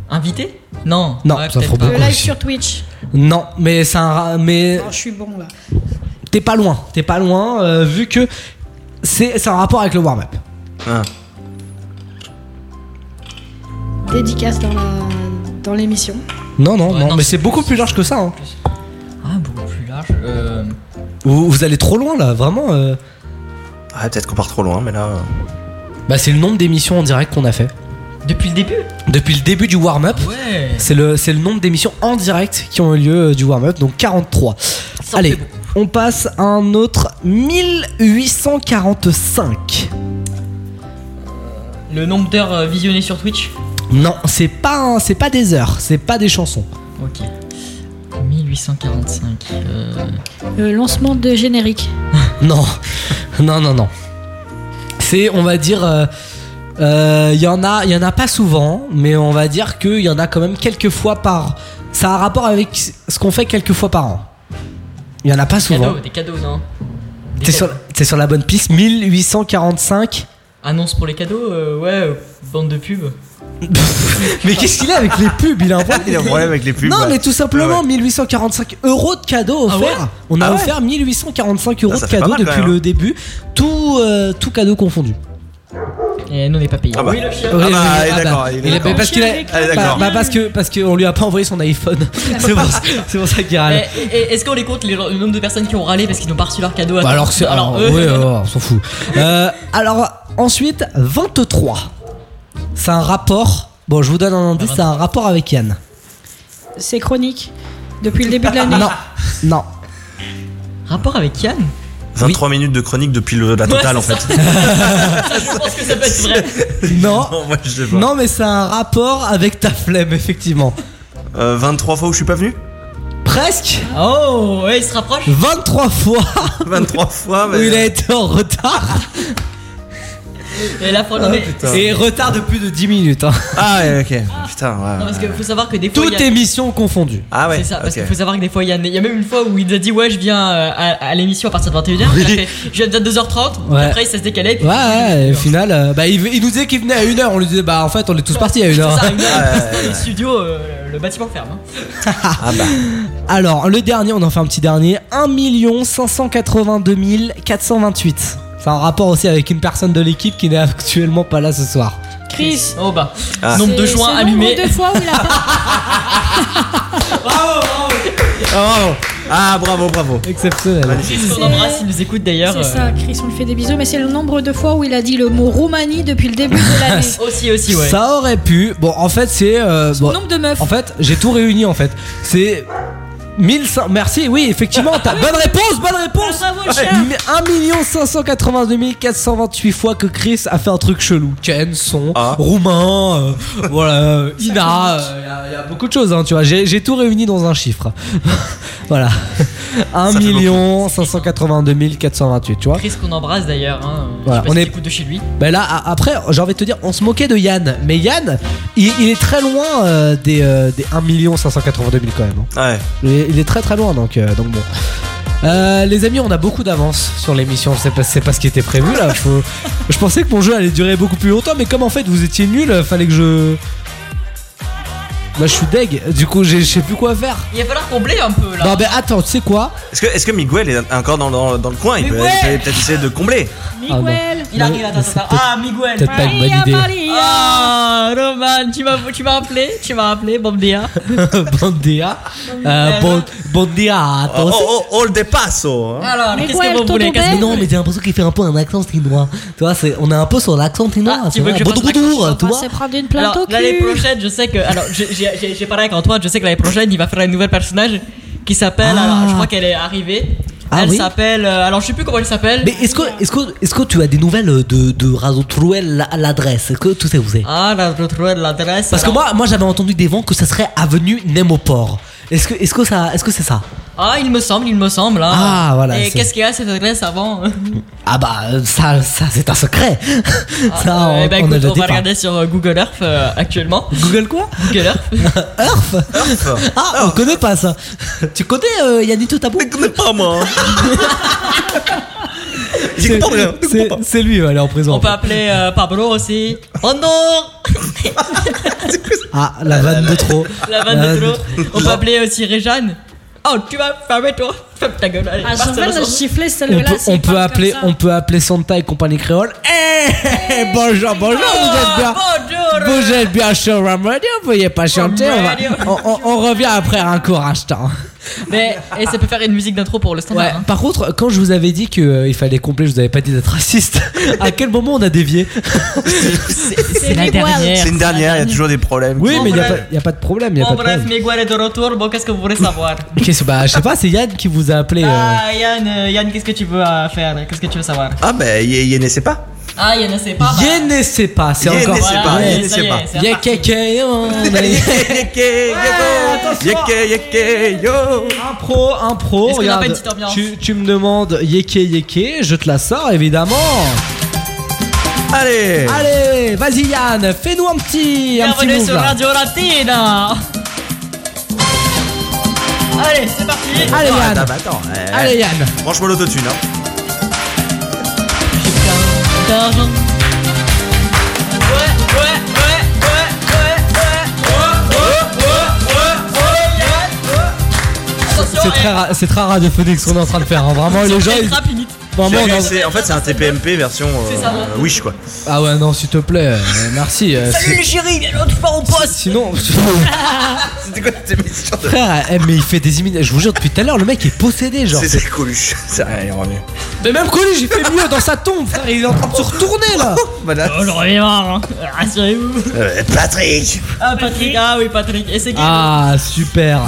S14: Invité Non.
S9: Non,
S14: Ouais,
S9: ça
S14: peut-être
S9: fera
S14: pas.
S9: beaucoup.
S5: Le live sur Twitch.
S9: Non, mais c'est un, ra- mais
S5: Non, je suis bon là.
S9: t'es pas loin, t'es pas loin, euh, vu que c'est c'est un rapport avec le warm-up.
S13: Ah.
S5: Dédicace dans la dans l'émission.
S9: Non, non, non, mais c'est beaucoup plus large que ça. hein.
S14: Ah, beaucoup plus large. euh,
S9: Vous, vous allez trop loin là, vraiment. euh.
S13: Ah, peut-être qu'on part trop loin, mais là. euh.
S9: Bah, c'est le nombre d'émissions en direct qu'on a fait.
S14: Depuis le début
S9: Depuis le début du warm-up.
S14: Ouais.
S9: C'est le, c'est le nombre d'émissions en direct qui ont eu lieu euh, du warm-up, donc 43. Allez, on passe à un autre 1845.
S14: Le nombre d'heures euh, visionnées sur Twitch
S9: Non, c'est pas, un- c'est pas des heures, c'est pas des chansons.
S14: Ok. 1845. euh,
S5: Le lancement de générique.
S9: Non, non, non, non. C'est, on va dire, euh, euh, il y en a, il y en a pas souvent, mais on va dire qu'il y en a quand même quelques fois par. Ça a rapport avec ce qu'on fait quelques fois par an. Il y en
S13: Ah,
S9: a pas souvent.
S14: Cadeaux, des cadeaux, non
S9: T'es sur, t'es sur la bonne piste, 1845.
S14: Annonce pour les cadeaux euh, Ouais, euh, bande de pub.
S9: Mais qu'est-ce qu'il a avec les pubs Il a un problème.
S13: Il a un problème avec les pubs,
S9: Non,
S13: ouais.
S9: mais tout simplement, 1845 euros de cadeaux
S14: Ah
S9: offerts.
S14: ouais
S9: On a
S14: Ah ouais
S9: offert 1845 euros
S13: Ah, ça
S9: de
S13: fait pas
S9: cadeaux
S13: mal, quand
S9: depuis
S13: même, hein.
S9: le début. Tout, euh, tout cadeau confondu.
S14: Et nous, on n'est pas payé.
S13: Ah bah.
S14: Oui, le chien.
S13: Ah bah,
S9: oui,
S13: il est
S9: ah
S13: d'accord,
S9: bah,
S13: il est
S9: il est-
S13: d'accord.
S9: mais parce qu'il a-
S13: Ah, il est d'accord.
S9: bah, bah, parce que parce qu'on lui a pas envoyé son iPhone. c'est pour, ça- c'est pour ça qu'il râle.
S14: Eh, eh, Est-ce qu'on les compte les- le nombre de personnes qui ont râlé parce qu'ils n'ont pas reçu leur cadeau à
S9: Bah,
S14: temps
S9: alors c'est alors,
S14: eux-
S9: ouais, ouais, on s'en fout. Euh, alors ensuite 23. C'est un rapport. Bon, je vous donne un
S14: Ah,
S9: indice, c'est un rapport avec Yann.
S5: C'est chronique. Depuis le début de l'année.
S9: Non, non.
S14: Rapport avec Yann
S13: 23 minutes de chronique depuis le- la
S14: Ouais,
S13: totale, en
S14: c'est
S13: fait.
S14: Je pense que ça peut être vrai.
S9: Non.
S13: non, moi, je sais pas.
S9: Non, mais c'est un rapport avec ta flemme, effectivement.
S13: Euh, 23 fois où je suis pas venu
S9: Presque
S14: Oh, ouais, il se rapproche
S9: 23 fois
S13: 23 fois,
S9: où il a été en retard.
S14: Et là, franchement, Oh, mais-
S9: Et retard de plus de 10 minutes. hein.
S13: Ah, ouais, ok. Putain, ouais.
S14: Non, parce qu'il faut savoir que des fois.
S9: Toute
S14: il y a-
S9: émission confondue.
S13: Ah ouais.
S14: C'est ça, parce
S13: ok.
S14: qu'il faut savoir que des fois, il y, a- il y a même une fois où il a dit Ouais, je viens euh, à, à l'émission à partir de 21h.
S9: Oui.
S14: Il a fait, Je viens de 2h30.
S9: Ouais.
S14: Après, ça se décalait. puis-
S9: Ouais, ouais, et au final, euh, bah, il, il nous disait qu'il venait à 1h. On lui disait, bah en fait, on est tous partis à 1h.
S14: Ça, une heure, il passe dans les studios, euh, le bâtiment ferme. hein.
S13: Ah bah.
S9: Alors, le dernier, on en fait un petit dernier 1 582 428. C'est un rapport aussi avec une personne de l'équipe qui n'est actuellement pas là ce soir.
S5: Chris.
S14: Oh bah.
S9: Ah.
S14: Nombre
S9: C'est-
S14: de joints
S5: c'est le nombre
S14: allumés.
S5: de fois où il a pas-
S14: Bravo, bravo.
S13: Oh, ah, bravo, bravo.
S9: Exceptionnel.
S14: Chris, on embrasse, il nous écoute d'ailleurs. euh,
S5: C'est ça, Ah, Chris, on lui fait des bisous, mais c'est le nombre de fois où il a dit le mot Roumanie depuis le début de l'année.
S14: aussi, aussi, ouais.
S9: Ça aurait pu. Bon, en fait, c'est. euh, bon,
S5: nombre de meufs.
S9: En fait, j'ai tout réuni en fait. C'est. 1500. Merci, oui, effectivement, t'as. Bonne réponse, bonne réponse
S5: Ah, bravo, cher.
S9: Mais 1 582 428 fois que Chris a fait un truc chelou. Ken, son, roumain, euh, voilà, euh, Ina, il y, a beaucoup de choses, hein, tu vois. J'ai j'ai tout réuni dans un chiffre. voilà. 1 582 428, tu vois.
S14: Chris qu'on embrasse d'ailleurs. Hein. Je sais
S9: Voilà,
S14: pas
S9: on
S14: si
S9: est-
S14: t'écoutes de chez lui.
S9: Bah là, a- après, j'ai envie de te dire, on se moquait de Yann, mais Yann, il, il est très loin euh, des, euh, des 1 582 000 quand même. hein. Il, est- il est très très loin, donc, euh, donc bon. Euh, les amis, on a beaucoup d'avance sur l'émission. C'est pas, c'est pas ce qui était prévu là. Faut- Je pensais que mon jeu allait durer beaucoup plus longtemps, mais comme en fait vous étiez nuls, fallait que je. Là, je suis deg. Du coup, j'ai- je sais plus quoi faire.
S14: Il va falloir combler un peu là.
S9: Non, mais attends, tu sais quoi
S13: Est-ce que, est-ce que Miguel est encore dans, dans, dans le coin il peut,
S14: Miguel
S13: il peut peut-être essayer de combler.
S9: Ah, non.
S14: Il arrive, attends,
S9: c'est
S14: attends.
S9: peut-être-
S14: Ah, Miguel.
S9: peut-être pas une bonne
S14: Maria,
S9: idée.
S14: Maria. Ah, Roman, tu m'as, tu m'as appelé, tu m'as appelé, hein. bon dia.
S9: bon dia. Euh, bon, bon dia.
S13: Oh, oh, oh, le dépasso. hein.
S14: Alors,
S9: Mais
S14: qu'est-ce
S9: quoi,
S14: que
S9: elle
S14: vous voulez
S9: t'entend
S14: qu'est-ce que
S9: bien
S14: vous
S9: Non, mais
S14: voulez
S9: j'ai l'impression qu'il fait un peu un accent tinois. Tu vois, c'est- on est un peu sur l'accent tinois.
S14: Ah, tu veux que je fasse l'accent
S9: tu vois.
S5: C'est prendre une
S14: alors,
S5: plainte au cul.
S14: l'année prochaine, je sais que. Alors, j'ai- j'ai j'ai- j'ai parlé avec Antoine, je sais que l'année prochaine, il va faire un nouvel personnage qui s'appelle.
S9: Ah.
S14: Alors, je crois qu'elle est arrivée.
S9: Ah
S14: elle
S9: oui.
S14: s'appelle. euh, alors, je sais plus comment elle s'appelle.
S9: Mais est-ce que, est-ce que, est-ce que tu as des nouvelles de, de Razo Trouel à l'adresse Est-ce que tu sais où c'est
S14: Ah, la retrouver l'adresse.
S9: Parce que
S14: alors-
S9: moi, moi j'avais entendu des vents que ça serait avenue Nemoport. Est-ce que, est-ce que ça, est-ce que c'est ça
S14: Ah, il me semble, il me semble. hein.
S9: Ah, voilà,
S14: Et
S9: c'est-
S14: qu'est-ce qu'il y a à cette adresse avant
S9: Ah bah euh, ça, ça c'est un secret.
S14: Ah,
S9: ça, on,
S14: eh ben,
S9: on
S14: écoute,
S9: ne
S14: on
S9: le dit
S14: va
S9: pas.
S14: regarder sur euh, Google Earth euh, actuellement.
S9: Google quoi
S14: Google Earth.
S9: Ah, on connaît pas ça. tu connais euh, Yannick Totabou Je connais pas moi.
S13: J'y comprends rien, je comprends pas.
S9: C'est lui, il va aller en prison.
S14: On peut appeler euh, Pablo aussi. Oh non
S9: Ah, la vanne de trop.
S14: La
S9: Ah,
S14: vanne de trop. On peut appeler aussi Réjeanne. Oh, tu vas fermer toi. Ferme ta gueule. Allez,
S5: Ah,
S14: pars,
S5: j'en
S14: Sébastien.
S5: le sifflet,
S9: On
S5: celle-là.
S9: peut,
S5: s'il
S9: on peut
S5: parle comme
S9: appeler,
S5: ça.
S9: on peut appeler Santa et compagnie créole. Eh, bonjour, bonjour, vous êtes bien, vous êtes bien sur Ram Radio, vous voyez pas chanter, on, va- on- on- on revient après un court instant.
S14: Mais et ça peut faire une musique d'intro pour le standard.
S9: Ouais.
S14: hein.
S9: Par contre, quand je vous avais dit qu'il fallait compléter, je vous avais pas dit d'être raciste. à quel moment on a dévié
S14: C'est la Miguel. dernière.
S13: C'est une dernière, il y a toujours des problèmes.
S9: Oui,
S14: Bon,
S9: mais il y a
S14: bref.
S9: pas- il y a pas de problème, il y a
S14: Bon,
S9: pas de
S14: bref,
S9: problème.
S14: Miguel est de retour. Bon, qu'est-ce que vous voulez savoir
S9: Qu'est-ce- bah, je sais pas, c'est Yann qui vous a appelé. euh.
S14: Ah, Yann, euh, Yann qu'est-ce que tu veux euh, faire Qu'est-ce que tu veux savoir
S13: Ah, bah, il y, y en sait pas.
S14: Ah, Yann, c'est pas. bah,
S9: Yen ne sait pas, c'est
S13: Yen
S9: encore.
S13: ne sait pas,
S9: Ouais,
S13: Yen ne
S9: ça
S13: sait
S9: y est,
S13: pas.
S9: c'est reparti. Yeke, yeke, on est-
S13: Yeke, yeke, yo.
S9: Impro, impro,
S13: Est-ce qu'on a
S9: regarde,
S13: pas une petite ambiance
S9: tu, tu me demandes yeke yeke, je te la sors évidemment.
S13: Allez
S9: Allez, vas-y Yann, fais-nous un petit, un petit
S14: Bienvenue
S9: move
S14: sur
S9: là.
S14: Radio Latina Allez, c'est parti
S9: Allez,
S13: Attends,
S9: Yann.
S13: Ah, attends, attends, eh.
S9: Allez, Yann.
S13: Franchement, l'autotune. Hein.
S14: D'argent. Ouais, ouais, ouais, ouais, ouais, ouais, ouais, ouais, ouais, ouais, ouais, yeah. Attention,
S9: C'est très, ra- c'est très radiophonique ce qu'on est en train de faire. hein. Vraiment, les gens.
S14: elle
S9: ils-
S14: frappe limite.
S9: Vraiment,
S13: C'est-
S9: on est en-
S13: c'est- En fait, c'est un TPMP version euh,
S14: C'est ça.
S13: euh, Wish, quoi.
S9: Ah ouais, non, s'il te plaît, euh, merci. euh,
S14: Salut les
S9: c'est-
S14: chéris, viens l'autre fois au poste
S9: Sinon,
S13: C'était quoi cette émission de...
S9: frère, eh, mais il fait des imitations. Je vous jure, depuis tout à l'heure, le mec est possédé, genre.
S13: C'est c'est Coluche. C'est rien, il revient.
S9: Mais même Coluche, j'ai fait mieux dans sa tombe, frère. Il est en train de se retourner là.
S13: Voilà.
S14: Oh, j'en ai marre, hein. rassurez-vous
S13: Euh, Patrick
S14: Ah, Patrick, ah oui, Patrick, et c'est qui
S9: Ah, super.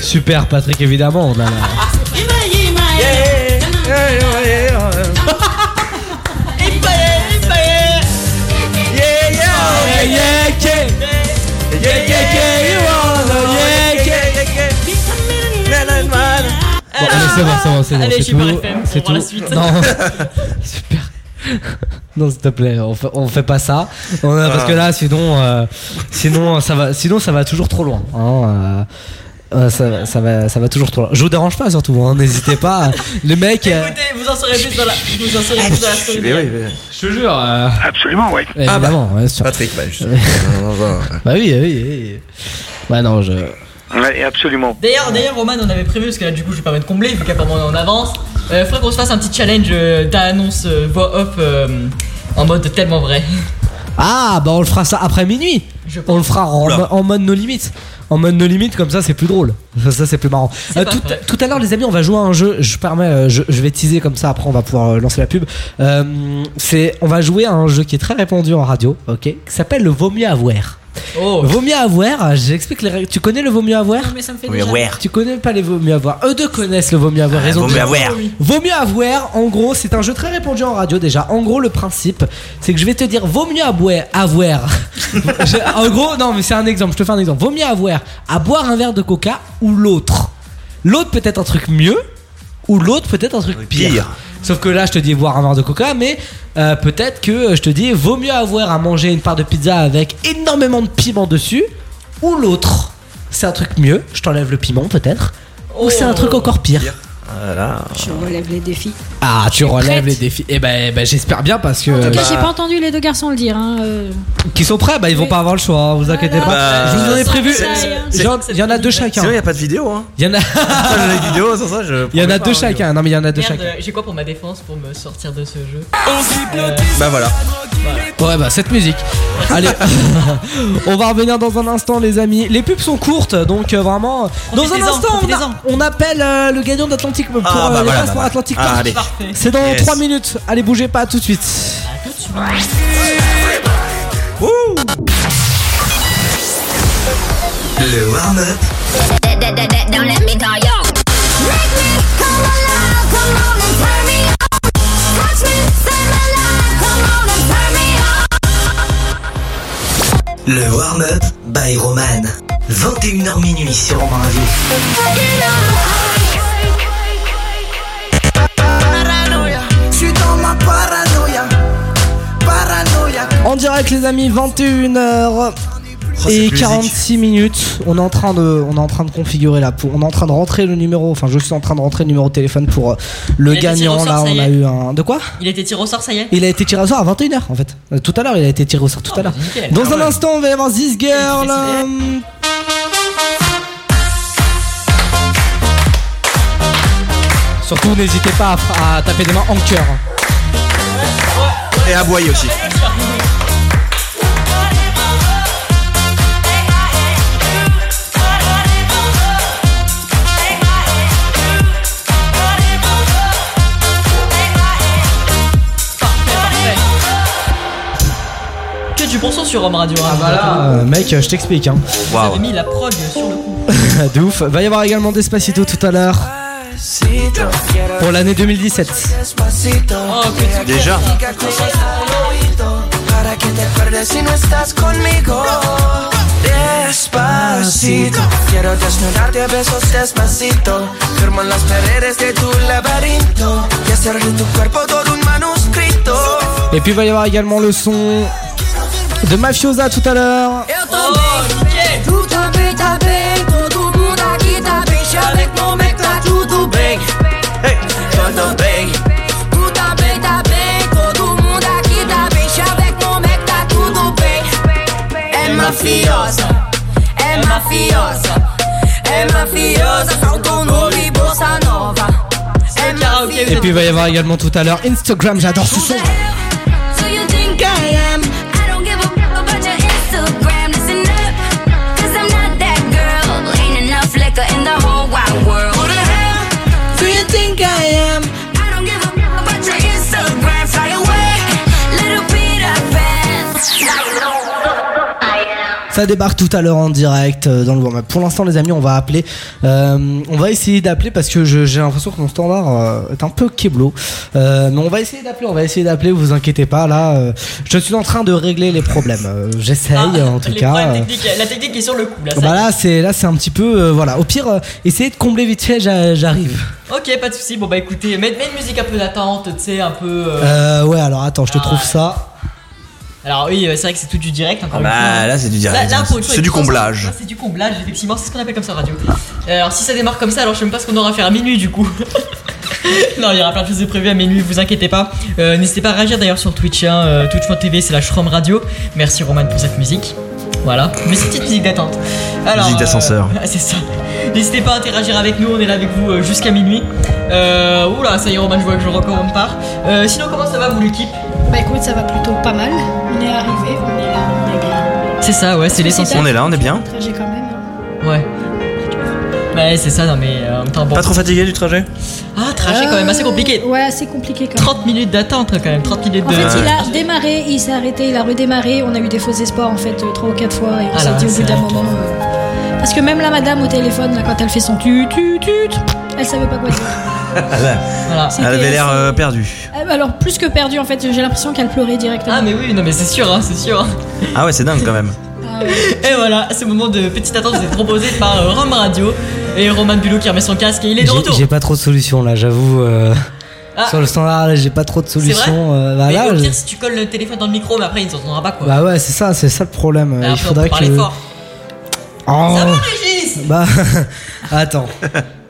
S9: super, Patrick, évidemment. Oh On a la-
S14: Il fallait, il fallait.
S13: Yeah,
S9: yeah, yeah.
S13: Yeah, yeah, yeah, you are the- yeah, yeah, yeah, yeah. Na, na, na, na.
S9: Bon, allez, c'est bon, c'est bon, c'est bon.
S14: Allez,
S9: c'est
S14: Super
S9: tout,
S14: FM, on
S9: c'est
S14: voit la
S9: tout.
S14: suite.
S9: Non. Non, s'il te plaît, on fait, on fait pas ça. On a- Parce
S12: Ah.
S9: que là, sinon, euh, sinon, ça va, sinon, ça va toujours trop loin. hein, euh, euh, ça, va- ça va, ça va toujours trop loin. Je vous dérange pas, surtout. hein, N'hésitez pas. Le mec. euh,
S14: Écoutez, vous en saurez plus dans la. Vous en saurez plus dans la story.
S9: Je te jure. euh, Absolument, ouais.
S13: Ah bah,
S9: Évidemment, ouais, sûr.
S13: Patrick, bah, je-
S9: Bah oui, oui, oui. Bah non, je.
S15: Ouais, absolument.
S14: D'ailleurs, d'ailleurs, Roman, on avait prévu, parce que là, du coup, je vais pas mettre combler, vu qu'apparemment on est en avance. Euh, faudrait qu'on se fasse un petit challenge euh, d'annonce euh, voix off euh, en mode tellement vrai.
S9: Ah, bah on le fera ça après minuit. On le fera en, en mode nos limites. En mode nos limites, comme ça, c'est plus drôle. Ça, ça, c'est plus marrant. Euh,
S14: pas
S9: tout,
S14: vrai.
S9: tout à l'heure, les amis, on va jouer à un jeu. Je permets, euh, je, je vais teaser comme ça. Après, on va pouvoir euh, lancer la pub. Euh, c'est, on va jouer à un jeu qui est très répandu en radio, ok, qui s'appelle le Vaut mieux avouer.
S13: Oh.
S9: Vaut mieux avoir, j'explique les règles. Tu connais le vaut mieux avoir
S5: mais ça me fait Vaut mieux déjà- avoir.
S9: Tu connais pas les vaut mieux avoir. Eux deux connaissent le vaut mieux avoir.
S13: Ah,
S9: raison
S13: vaut
S9: de-
S13: mieux avoir.
S9: Vaut mieux avoir, en gros, c'est un jeu très répandu en radio déjà. En gros, le principe, c'est que je vais te dire vaut mieux abouer, avoir. Je- en gros, non, mais c'est un exemple, je te fais un exemple. Vaut mieux avoir à boire un verre de coca ou l'autre. L'autre peut-être un truc mieux ou l'autre peut-être un truc pire. Sauf que là, je te dis boire un verre de coca, mais euh, peut-être que euh, je te dis vaut mieux avoir à manger une part de pizza avec énormément de piment dessus ou l'autre. C'est un truc mieux, je t'enlève le piment peut-être. Ou c'est un truc encore pire.
S5: Oh. Je relève les défis.
S9: Ah, tu relèves les défis. Eh ben, eh ben, j'espère bien parce que.
S5: En
S14: Euh,
S5: tout cas, j'ai
S9: Bah,
S5: pas entendu les deux garçons le dire. hein, euh.
S9: Qui sont prêts, bah ils vont pas avoir le choix, hein, vous inquiétez pas.
S3: Euh,
S13: Bah,
S9: je vous en ai
S13: c'est-
S9: prévu.
S13: c'est- c'est-
S9: Il y en- il y en a deux chacun.
S13: Sinon, il n'y a pas de vidéo, hein.
S9: Il y en a.
S13: Pas de vidéo, sans ça, je.
S9: Il y en a
S13: pas,
S9: deux
S13: hein,
S9: chacun. Non, mais il y en a deux
S14: Merde,
S9: chacun.
S14: euh, j'ai quoi pour ma défense pour me sortir de ce jeu
S13: Bah voilà.
S9: Ouais, bah cette musique. Allez, on va revenir dans un instant, les amis. Les pubs sont courtes, donc euh, vraiment. Dans un
S14: Profitez-en,
S9: instant, on, a- on appelle euh, le gagnant d'Atlantique pour
S13: Ah,
S9: euh,
S13: bah
S9: les
S13: voilà,
S9: passes pour
S13: bah, bah.
S9: Atlantique
S13: Ah,
S9: Park.
S13: allez.
S9: C'est dans
S13: Yes.
S9: 3 minutes. Allez, bougez pas, à tout de suite.
S12: Le warm-up.
S4: Don't let me down, yo.
S1: Le warm-up by Roman. 21h minuit sur Romain Radio.
S12: Je suis dans ma paranoïa. Paranoïa.
S9: En direct les amis, 21h
S13: Oh,
S9: et 46 minutes. On est en train de on est en train de configurer là pour on est en train de rentrer le numéro enfin je suis en train de rentrer le numéro de téléphone pour euh, le
S14: Il a été tiré au
S9: gagnant
S14: sort,
S9: là,
S14: ça
S9: on
S14: y
S9: a
S14: est.
S9: eu un de quoi
S14: Il était tiré au sort, ça y est
S9: il a été tiré au sort à 21h en fait. Euh, Tout à l'heure, il a été tiré au sort tout à l'heure.
S14: nickel.
S9: Dans
S14: Ah
S9: un
S14: ouais.
S9: instant, on va y avoir This Girl. euh, Surtout, n'hésitez pas à, à taper des mains en cœur.
S13: Et aboyer aussi.
S14: Que du bon son sur Home Radio. Ah
S9: Euh, mec, je t'explique. Hein.
S14: J'avais mis la prog sur le coup.
S9: de ouf. Va y avoir également Despacito tout à l'heure. Pour l'année 2017.
S12: Déjà. Para que te acuerdes si no estás conmigo. Despacito. Quiero desnudarte a besos despacito. Firmo en las paredes de tu laberinto. Y hacer de tu cuerpo todo un manuscrito.
S9: Et puis va y avoir également le son de Mafiosa tout à l'heure.
S12: Eu também. Tu também tá bem. Todo mundo aqui tá bem. Chame como é que tá tudo bem. Tudo bem. Tu também tá bem. Todo mundo aqui tá bem. Chame como é que tá tudo bem. É mafiosa. É mafiosa. É mafiosa. Faltou nome e bolsa nova. É mafiosa.
S9: Et puis va y avoir également tout à l'heure Instagram, j'adore ce son.
S12: So you think I am? I don't give a f- about your Instagram. Listen up, cause I'm not that girl. Ain't enough liquor in the whole wide world. Who the hell do you think I am? I don't give a f- about your Instagram. Fly away, little Peter Pan. I know who I am.
S9: Ça débarque tout à l'heure en direct euh, dans le warm-up. Pour l'instant, les amis, on va appeler. Euh, on va essayer d'appeler parce que je- j'ai l'impression que mon standard euh, est un peu keblo. Euh, mais on va essayer d'appeler, on va essayer d'appeler, vous inquiétez pas. Là, euh, je suis en train de régler les problèmes. Euh, J'essaye en tout
S14: Ah, Les
S9: cas.
S14: problèmes
S9: euh,
S14: techniques, la technique est sur le coup là. ça
S9: bah
S14: y est.
S9: là, c'est là, c'est un petit peu euh, voilà. Au pire, euh, essayez de combler vite fait. j'a- J'arrive.
S14: Ok, pas de soucis. Bon bah écoutez, mets, mets une musique un peu d'attente, tu sais, un peu. euh,
S9: Euh, ouais, alors attends, je te trouve ça.
S14: Alors oui, euh, c'est vrai que c'est tout du direct encore
S9: Ah
S14: une
S9: bah,
S14: fois. hein.
S9: là, c'est du direct. hein.
S14: Là, là, pour une fois,
S9: C'est du
S14: écoute, ça,
S9: comblage.
S14: ça, C'est du comblage, effectivement, c'est ce qu'on appelle comme ça radio. Euh, Alors si ça démarre comme ça, alors je sais même pas ce qu'on aura à faire à minuit du coup. non, il y aura plein de choses de prévues à minuit, vous inquiétez pas. Euh, N'hésitez pas à réagir d'ailleurs sur Twitch, hein, euh, twitch.tv c'est la Shrom Radio. Merci Roman pour cette musique. Voilà, mais c'est une petite musique d'attente. Alors,
S13: Musique d'ascenseur.
S14: euh, c'est ça. N'hésitez pas à interagir avec nous, on est là avec vous euh, jusqu'à minuit. Euh, oula, ça y est, Roman, je vois que je record, on part. Euh, sinon, comment ça va, vous, l'équipe
S5: Bah écoute, ça va plutôt pas mal. On est arrivé, on est là, on est bien.
S14: C'est ça, ouais, c'est l'essentiel.
S13: On est là, on est bien.
S5: Trajet quand même. hein.
S14: Ouais. Ouais, c'est ça, non mais euh, en même temps bon.
S13: Pas trop fatigué du trajet
S14: Ah, trajet quand même assez compliqué.
S5: Euh, Ouais, c'est compliqué quand même.
S14: 30 minutes d'attente hein, quand même, 30 minutes
S5: En
S14: de.
S5: fait, il a démarré, il s'est arrêté, il a redémarré. On a eu des faux espoirs en fait euh, trois ou quatre fois et on
S14: Ah
S5: s'est
S14: là,
S5: dit au
S14: c'est
S5: bout d'un
S14: vrai que-
S5: moment. euh, Parce que même la madame au téléphone, là, quand elle fait son tu tu tu, tu, elle savait pas quoi dire.
S13: Voilà. Elle
S5: C'était
S13: avait l'air
S5: assez-
S13: euh, perdue.
S5: Ah, bah, Alors plus que perdu en fait, j'ai l'impression qu'elle pleurait directement.
S14: Ah mais oui, non mais c'est sûr, hein, c'est sûr. hein.
S13: Ah ouais, c'est dingue quand même.
S5: Ah
S14: Et voilà, ce moment de petite attente vous est proposé par euh, Rome Radio et Roman Bulot qui remet son casque et il est de
S9: J'ai-
S14: retour.
S9: J'ai pas trop de solution là, j'avoue. euh,
S14: Ah.
S9: Sur le standard, là, j'ai pas trop de solution. euh, bah,
S14: mais
S9: là,
S14: au
S9: je-
S14: pire, si tu colles le téléphone dans le micro, mais après il ne s'entendra pas quoi.
S9: bah ouais, c'est ça, c'est ça le problème. euh,
S14: Bah,
S9: Il
S14: après, on
S9: faudrait
S14: peut parler
S9: que.
S14: fort.
S9: Oh.
S14: Ça va, Régis
S9: Bah attends,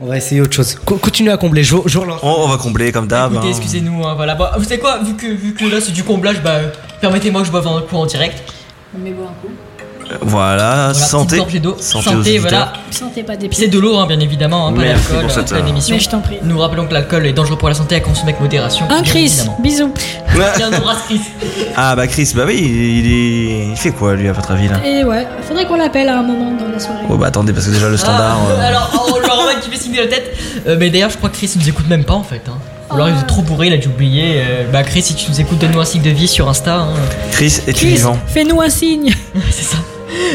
S9: on va essayer autre chose. Co- continue à combler. Je, je relance.
S13: On, on va combler comme d'hab.
S14: Écoutez,
S13: hein.
S14: excusez-nous, hein, voilà. Bah, vous savez quoi, vu que, vu que là c'est du comblage, bah euh, permettez-moi que je boive un coup en direct.
S5: Mais bon, un coup.
S13: Euh, Voilà,
S14: Voilà,
S13: santé.
S14: petite gorgée d'eau.
S13: Santé, aux
S14: Ah, Santé,
S13: auditeurs.
S14: voilà.
S5: Sentez pas des
S14: C'est de l'eau, hein, bien évidemment, hein, pas
S13: Merci
S14: d'alcool.
S13: pour
S14: euh,
S13: cette,
S14: pas
S13: euh,
S14: d'émission.
S5: Mais je t'en prie.
S14: Nous rappelons que l'alcool est dangereux pour la santé à consommer avec modération.
S5: Un
S14: bien
S5: Chris,
S14: évidemment.
S5: bisous.
S14: Tiens, on embrasse Chris.
S13: Ah bah Chris, bah oui, il, est- il fait quoi lui à votre avis là
S5: Et ouais, faudrait qu'on l'appelle à un moment dans la soirée.
S13: Oh bah attendez, parce que déjà le standard.
S14: Ah,
S13: euh,
S14: Alors, oh, le Roman qui fait signer la tête. Euh, mais d'ailleurs, je crois que Chris nous écoute même pas en fait. hein. Ou alors il est trop bourré, il a dû oublier. Euh, bah, Chris, si tu nous écoutes, donne-nous un signe de vie sur Insta. hein.
S13: Chris, es-tu
S14: Chris.
S13: vivant
S5: Fais-nous un signe.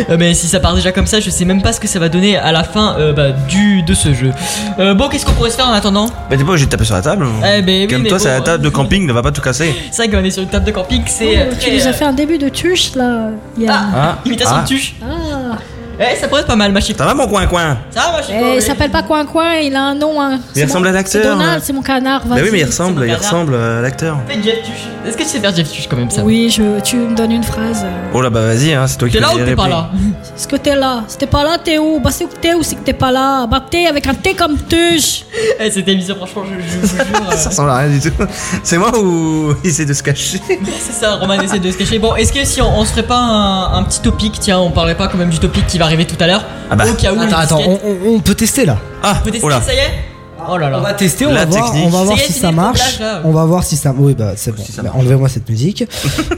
S14: Euh, mais si ça part déjà comme ça, je sais même pas ce que ça va donner à la fin euh, bah, du, de ce jeu. Euh, bon, qu'est-ce qu'on pourrait se faire en attendant
S13: Bah t'es pas obligé de taper sur la table.
S14: Eh, mais oui,
S13: Comme
S14: mais
S13: toi,
S14: bon,
S13: c'est la
S14: euh,
S13: table de camping, ne va pas tout casser.
S14: C'est vrai qu'on est sur une table de camping, c'est. euh,
S5: Oh, tu
S14: très,
S5: nous
S14: euh,
S5: as fait un début de tuche là. Il y a-
S13: Ah,
S14: Imitation
S13: ah.
S14: de tuche.
S5: Ah.
S14: Eh, ça pourrait être pas mal, ma
S13: Ça va mon coin coin
S14: Ça va, ma
S5: Eh, il s'appelle pas Coin Coin, il a un nom. Hein.
S13: Il
S5: C'est
S13: ressemble
S5: mon-
S13: à l'acteur,
S5: C'est
S13: hein.
S5: Donald, c'est mon
S9: Ah,
S5: canard.
S13: Bah oui,
S5: vas-y.
S13: mais il ressemble, il
S14: canard.
S13: ressemble euh, à l'acteur.
S14: Fais Jeff Tuche. Est-ce que tu sais faire Jeff Tuche quand même ça
S5: Oui, je, tu me donnes une phrase. euh.
S13: Oh là bah vas-y, hein, c'est toi qui
S14: T'es
S13: fais
S14: là ou
S13: les
S14: t'es pas
S13: répliques.
S14: là
S5: Est-ce que t'es là Si t'es pas là, t'es où Bah c'est que t'es où c'est que t'es pas là Bah t'es avec un T comme tuche.
S14: Eh, c'était bizarre, franchement, je, je vous jure. euh,
S13: Ça ressemble à rien du tout. C'est moi ou il essaie de se cacher
S14: C'est ça, Roman essaie de se cacher. Bon, est-ce que si on, on se ferait pas un, un petit topic Tiens, on parlerait pas quand même du topic qui va arriver tout à l'heure
S13: Ah bah.
S14: Au cas où.
S9: Attends, attends, on, on- on peut tester là.
S13: Ah,
S14: peut tester, ça y est Oh là là.
S9: On va tester, on va voir, on va voir si ça marche. On va voir si ça. Oui, bah c'est bon. Bah, Enlevez-moi cette musique.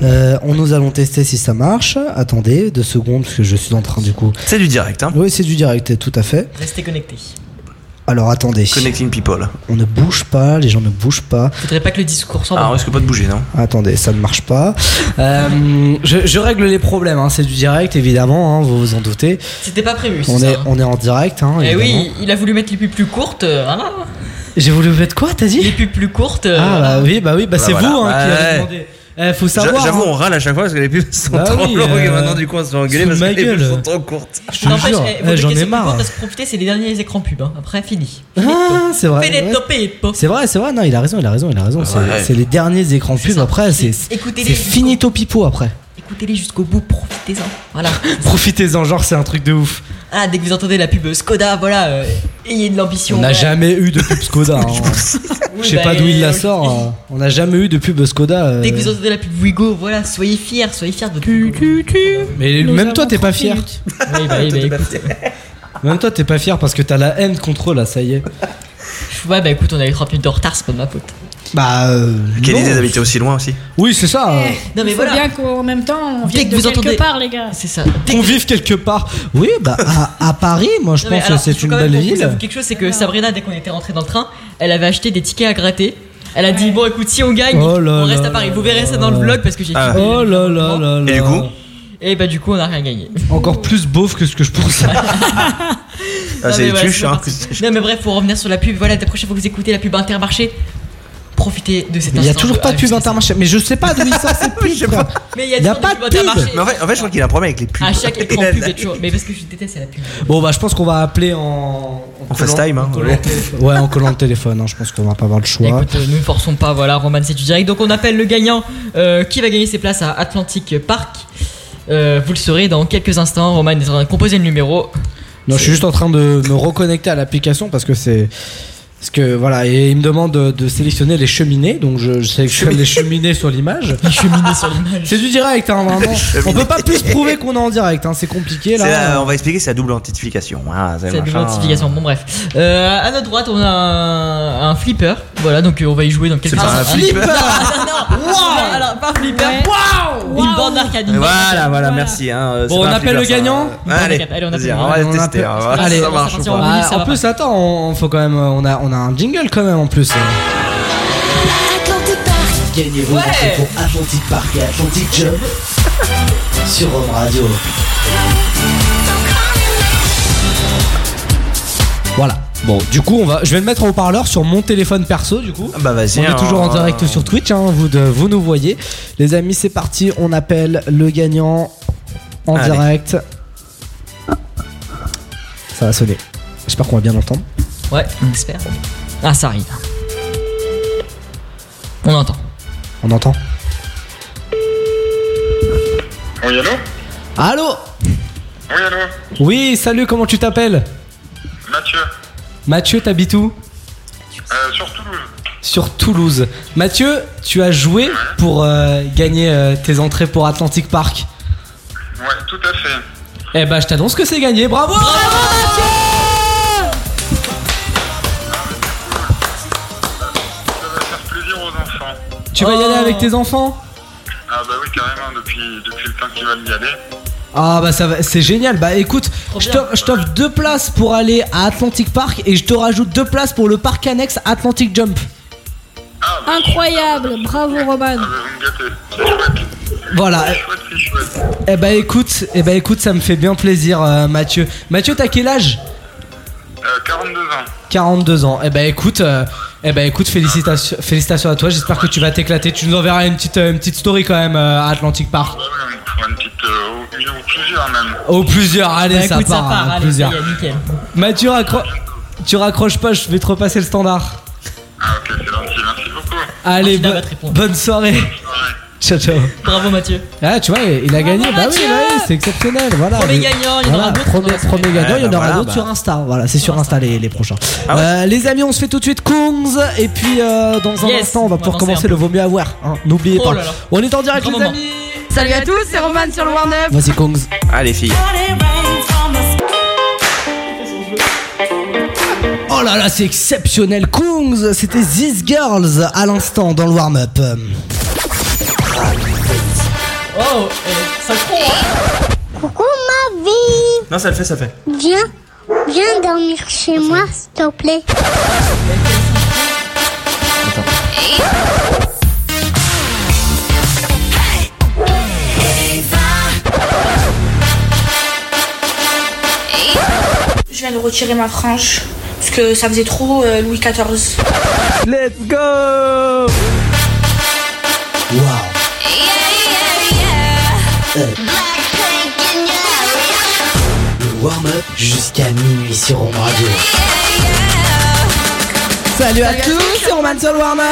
S9: Euh, on nous allons tester si ça marche. Attendez deux secondes parce que je suis en train du coup.
S13: C'est du direct, hein.
S9: Oui, c'est du direct, tout à fait.
S14: Restez connectés.
S9: Alors attendez.
S13: Connecting people.
S9: On ne bouge pas, les gens ne bougent pas.
S14: Faudrait pas que le discours s'en
S13: Ah, on risque pas de bouger, non
S9: Attendez, ça ne marche pas. Euh, je, je règle les problèmes, hein. c'est du direct évidemment, hein, vous vous en doutez.
S14: C'était pas prévu, c'est
S9: On
S14: ça,
S9: est,
S14: hein.
S9: on est en direct. Hein,
S14: Eh
S9: évidemment.
S14: oui, il a voulu mettre les pubs plus courtes. euh, voilà.
S9: J'ai voulu mettre quoi, t'as dit
S14: Les pubs plus courtes. euh,
S9: Ah bah
S14: voilà.
S9: oui, bah oui, bah,
S13: Bah
S9: c'est
S13: voilà.
S9: vous hein, qui
S13: Ouais.
S9: avez demandé. Eh, faut
S13: J'a-
S9: savoir.
S13: J'avoue,
S9: hein.
S13: on râle à chaque fois parce que les pubs sont
S9: Bah
S13: trop
S9: oui,
S13: longues et
S9: euh,
S13: maintenant du coup on se fait engueuler
S9: sous
S13: parce que
S9: ma
S13: les pubs
S9: gueule.
S13: sont trop courtes.
S9: Je te jure,
S14: eh,
S9: eh,
S14: vos deux
S9: j'en
S14: questions
S9: ai
S14: plus
S9: marre.
S14: courtes, Parce que profitez, c'est les derniers écrans pub. hein. Après, fini.
S9: Ah, c'est vrai.
S14: Fenetto
S9: ouais.
S14: Peppo.
S9: C'est vrai, c'est vrai, non, il a raison, il a raison, il a raison. C'est
S13: ouais.
S9: c'est les derniers écrans pubs après, c'est c'est
S14: Écoutez-les jusqu'au-
S9: finito pipo après.
S14: Écoutez-les jusqu'au bout, profitez-en. Voilà.
S9: Profitez-en, genre, c'est un truc de ouf.
S14: Ah, dès que vous entendez la pub Skoda, voilà, euh, ayez de l'ambition.
S9: On n'a
S14: voilà.
S9: jamais eu de pub Skoda. hein. Je
S14: Oui,
S9: sais
S14: bah,
S9: pas d'où il la
S14: euh,
S9: sort. hein. On n'a jamais eu de pub Skoda. euh.
S14: Dès que vous entendez la pub Wigo, voilà, soyez fiers, soyez fiers de tu,
S9: Mais même toi, t'es pas fier.
S14: Oui, bah, oui, bah, écoute,
S9: Même toi, t'es pas fier parce que t'as la haine contre eux, là, ça y est.
S14: ouais, bah écoute, on a eu 30 minutes de retard, c'est pas de ma faute.
S9: Bah. euh,
S13: Quelle
S9: non.
S13: idée d'habiter aussi loin aussi
S9: Oui, c'est ça. euh.
S14: Eh. Non, mais
S5: il faut
S14: voilà.
S5: bien qu'en même temps, on
S14: Dès
S5: vienne
S14: que
S5: de
S14: vous
S5: quelque
S14: entendez-
S5: part, les gars.
S14: C'est ça.
S9: Qu'on vive quelque part. Oui, bah, à, à Paris, moi, je
S14: Non, mais
S9: pense que
S14: alors, il
S9: c'est
S14: faut
S9: une
S14: quand même
S9: belle
S14: qu'on vous avoue
S9: ville.
S14: quelque chose, c'est que Sabrina, dès qu'on était rentré dans le train, elle avait acheté des tickets à gratter. Elle a dit, bon, écoute, si on gagne,
S9: Oh là
S14: on reste
S9: là
S14: à Paris. Vous verrez ça dans le vlog parce que j'ai
S9: Ah.
S14: filmé.
S9: Oh là là là là.
S13: Et du coup
S14: Et bah, du coup, on a rien gagné.
S9: Encore plus beauf que ce que je pensais. Ah,
S14: Non,
S13: c'est
S14: mais
S13: les
S14: voilà,
S13: tuches,
S14: c'est
S13: hein.
S14: parti. Non, mais bref, pour revenir sur la pub, voilà, la prochaine fois que vous écoutez la pub Intermarché, profitez de cette
S9: Il y a toujours pas de pub intermarché, mais je sais pas d'où il sort cette pub. quoi.
S14: Mais il y a,
S9: Il y a
S14: toujours
S9: pas
S14: des pubs
S9: de pub.
S14: Intermarché.
S13: Mais en fait, en fait, je crois qu'il a un problème avec les pubs.
S14: À chaque écran pub, il y a toujours. Mais parce que je déteste la pub.
S9: Bon bah je pense qu'on va appeler en en collant-
S13: FaceTime, hein,
S9: en collant
S13: ouais.
S9: le téléphone. Ouais, en collant le téléphone, hein, je pense qu'on va pas avoir le choix.
S14: Écoute, euh, ne nous forçons pas, voilà, Roman, c'est du direct. Donc on appelle le gagnant euh, qui va gagner ses places à Atlantic Park. Euh, vous le saurez dans quelques instants. Roman est en train de composer le numéro.
S9: Non, je suis juste en train de me reconnecter à l'application parce que c'est parce que voilà, et il me demande de, de sélectionner les cheminées, donc je, je sélectionne les cheminées sur l'image.
S14: Les cheminées sur l'image.
S9: C'est du direct, hein, vraiment.
S13: Les
S9: On peut pas
S13: cheminées.
S9: plus prouver qu'on est en direct, hein, c'est compliqué
S13: C'est
S9: là.
S13: la- on va expliquer, c'est la double identification. hein,
S14: C'est la
S13: machin.
S14: notification. Bon, bref. Euh, à notre droite, on a un, un flipper. Voilà, donc euh, on va y jouer dans quelques
S13: C'est pas un
S14: instants.
S13: flipper.
S14: Non, non, non. Non, alors, pas flipper. Une bande d'arcade. une bande
S13: Voilà,
S14: d'arcade.
S13: voilà, merci. hein, euh,
S9: Bon,
S13: c'est
S9: on
S13: pas un
S9: appelle
S13: flipper,
S9: le
S13: ça. hein.
S9: gagnant
S13: Allez,
S14: Allez, on
S13: vas-y,
S14: appelle-
S13: on va
S14: allez,
S13: le
S14: on
S13: tester.
S14: appelle-
S13: on va voir
S14: Allez,
S13: si ça
S14: on
S13: marche
S14: va
S13: ou
S14: sortir
S13: pas.
S14: en
S9: Ah,
S14: Oui, ça
S9: en
S14: va
S9: plus, attends, on, on faut quand même, on a, on a un jingle quand même en plus.
S1: Gagnez vos
S9: Ouais.
S1: entrées pour Atlantic Park et Atlantic Job sur Rome Radio.
S9: Voilà. Bon, du coup, on va, je vais le mettre en haut-parleur sur mon téléphone perso, du coup.
S13: Bah vas-y.
S9: On est
S13: hein.
S9: toujours en direct sur Twitch, hein, vous, de- vous nous voyez. Les amis, c'est parti, on appelle le gagnant en
S13: Allez.
S9: direct. Ça va sonner. J'espère qu'on va bien l'entendre.
S14: Ouais,
S13: Hmm.
S14: j'espère. Ah, ça arrive. On entend.
S9: On entend
S20: Oui, allô
S9: Allô
S20: Oui, allô
S9: Oui, salut, comment tu t'appelles
S20: Mathieu,
S9: Mathieu, t'habites où
S20: euh, sur Toulouse.
S9: Sur Toulouse. Mathieu, tu as joué pour euh, gagner euh, tes entrées pour Atlantic Park.
S20: Ouais, tout à fait.
S9: Eh bah, je t'annonce que c'est gagné, bravo
S20: Plaisir aux enfants.
S9: Tu vas y aller avec tes enfants
S20: Ah bah oui, carrément, depuis, depuis le temps qu'ils veulent y aller.
S9: Ah bah ça va, c'est génial. Bah écoute, je t'offre- je t'offre deux places pour aller à Atlantic Park et je te rajoute deux places pour le parc annexe Atlantic Jump.
S5: Incroyable, bravo Roman.
S9: Voilà. Eh bah écoute, eh bah écoute, ça me fait bien plaisir euh, Mathieu. Mathieu, t'as quel âge
S20: Euh, 42 ans.
S9: 42 ans. Eh bah écoute, euh, eh bah écoute, félicitations, félicitations à toi. J'espère que tu vas t'éclater. Tu nous enverras une petite euh, une petite story quand même euh, à Atlantic Park.
S20: Ouais, ouais, on fera une petite... euh, ou une ou plusieurs même.
S9: Au plusieurs, allez,
S20: Bah,
S9: ça,
S20: écoute, ça
S9: part,
S20: part,
S9: hein,
S20: allez,
S9: plusieurs.
S20: ça y est, nickel.
S9: Mathieu, raccro- tu raccroches pas, je vais te repasser le standard.
S20: Ah ok, c'est gentil, merci beaucoup.
S9: Allez, bo- bonne soirée. Ciao, ciao.
S14: Bravo Mathieu.
S9: Ah, tu vois, il a gagné. Bah oui,
S14: Mathieu
S9: bah oui, c'est exceptionnel. Voilà.
S14: Premier
S9: Mais-
S14: gagnant, il y en aura
S9: voilà,
S14: d'autres
S9: Premier, premier gagnant,
S13: Ouais,
S9: il y en
S13: bah
S9: aura
S13: voilà,
S9: d'autres
S13: bah. Ah
S9: sur Insta. Voilà, c'est sur Insta les, les prochains. Euh, les amis, on se fait tout de suite Kongs. Et puis, euh, dans un
S17: Yes,
S9: instant, on
S17: on
S9: va
S17: va
S9: pouvoir
S17: danser
S9: commencer
S17: un
S9: le vaut mieux avoir. hein, N'oubliez
S17: Oh
S9: pas.
S17: là là.
S9: On est en direct,
S17: Grand
S9: les
S17: moment.
S9: amis.
S17: Salut à tous, c'est Roman sur le One Up.
S9: Vas-y, Kongs.
S13: Allez, filles.
S9: Oh là là, c'est exceptionnel. Kongs, c'était These Girls à l'instant dans le warm-up.
S14: Oh, eh, ça se prend, hein.
S21: Coucou ma vie
S13: Non, ça le fait, ça le fait.
S21: Viens, viens dormir chez moi, s'il te plaît.
S22: Je viens de retirer ma frange parce que ça faisait trop euh, Louis XIV.
S9: Let's go
S1: Le warm-up jusqu'à minuit sur Rome Radio.
S9: Salut à tous, c'est Roman sur le warm-up.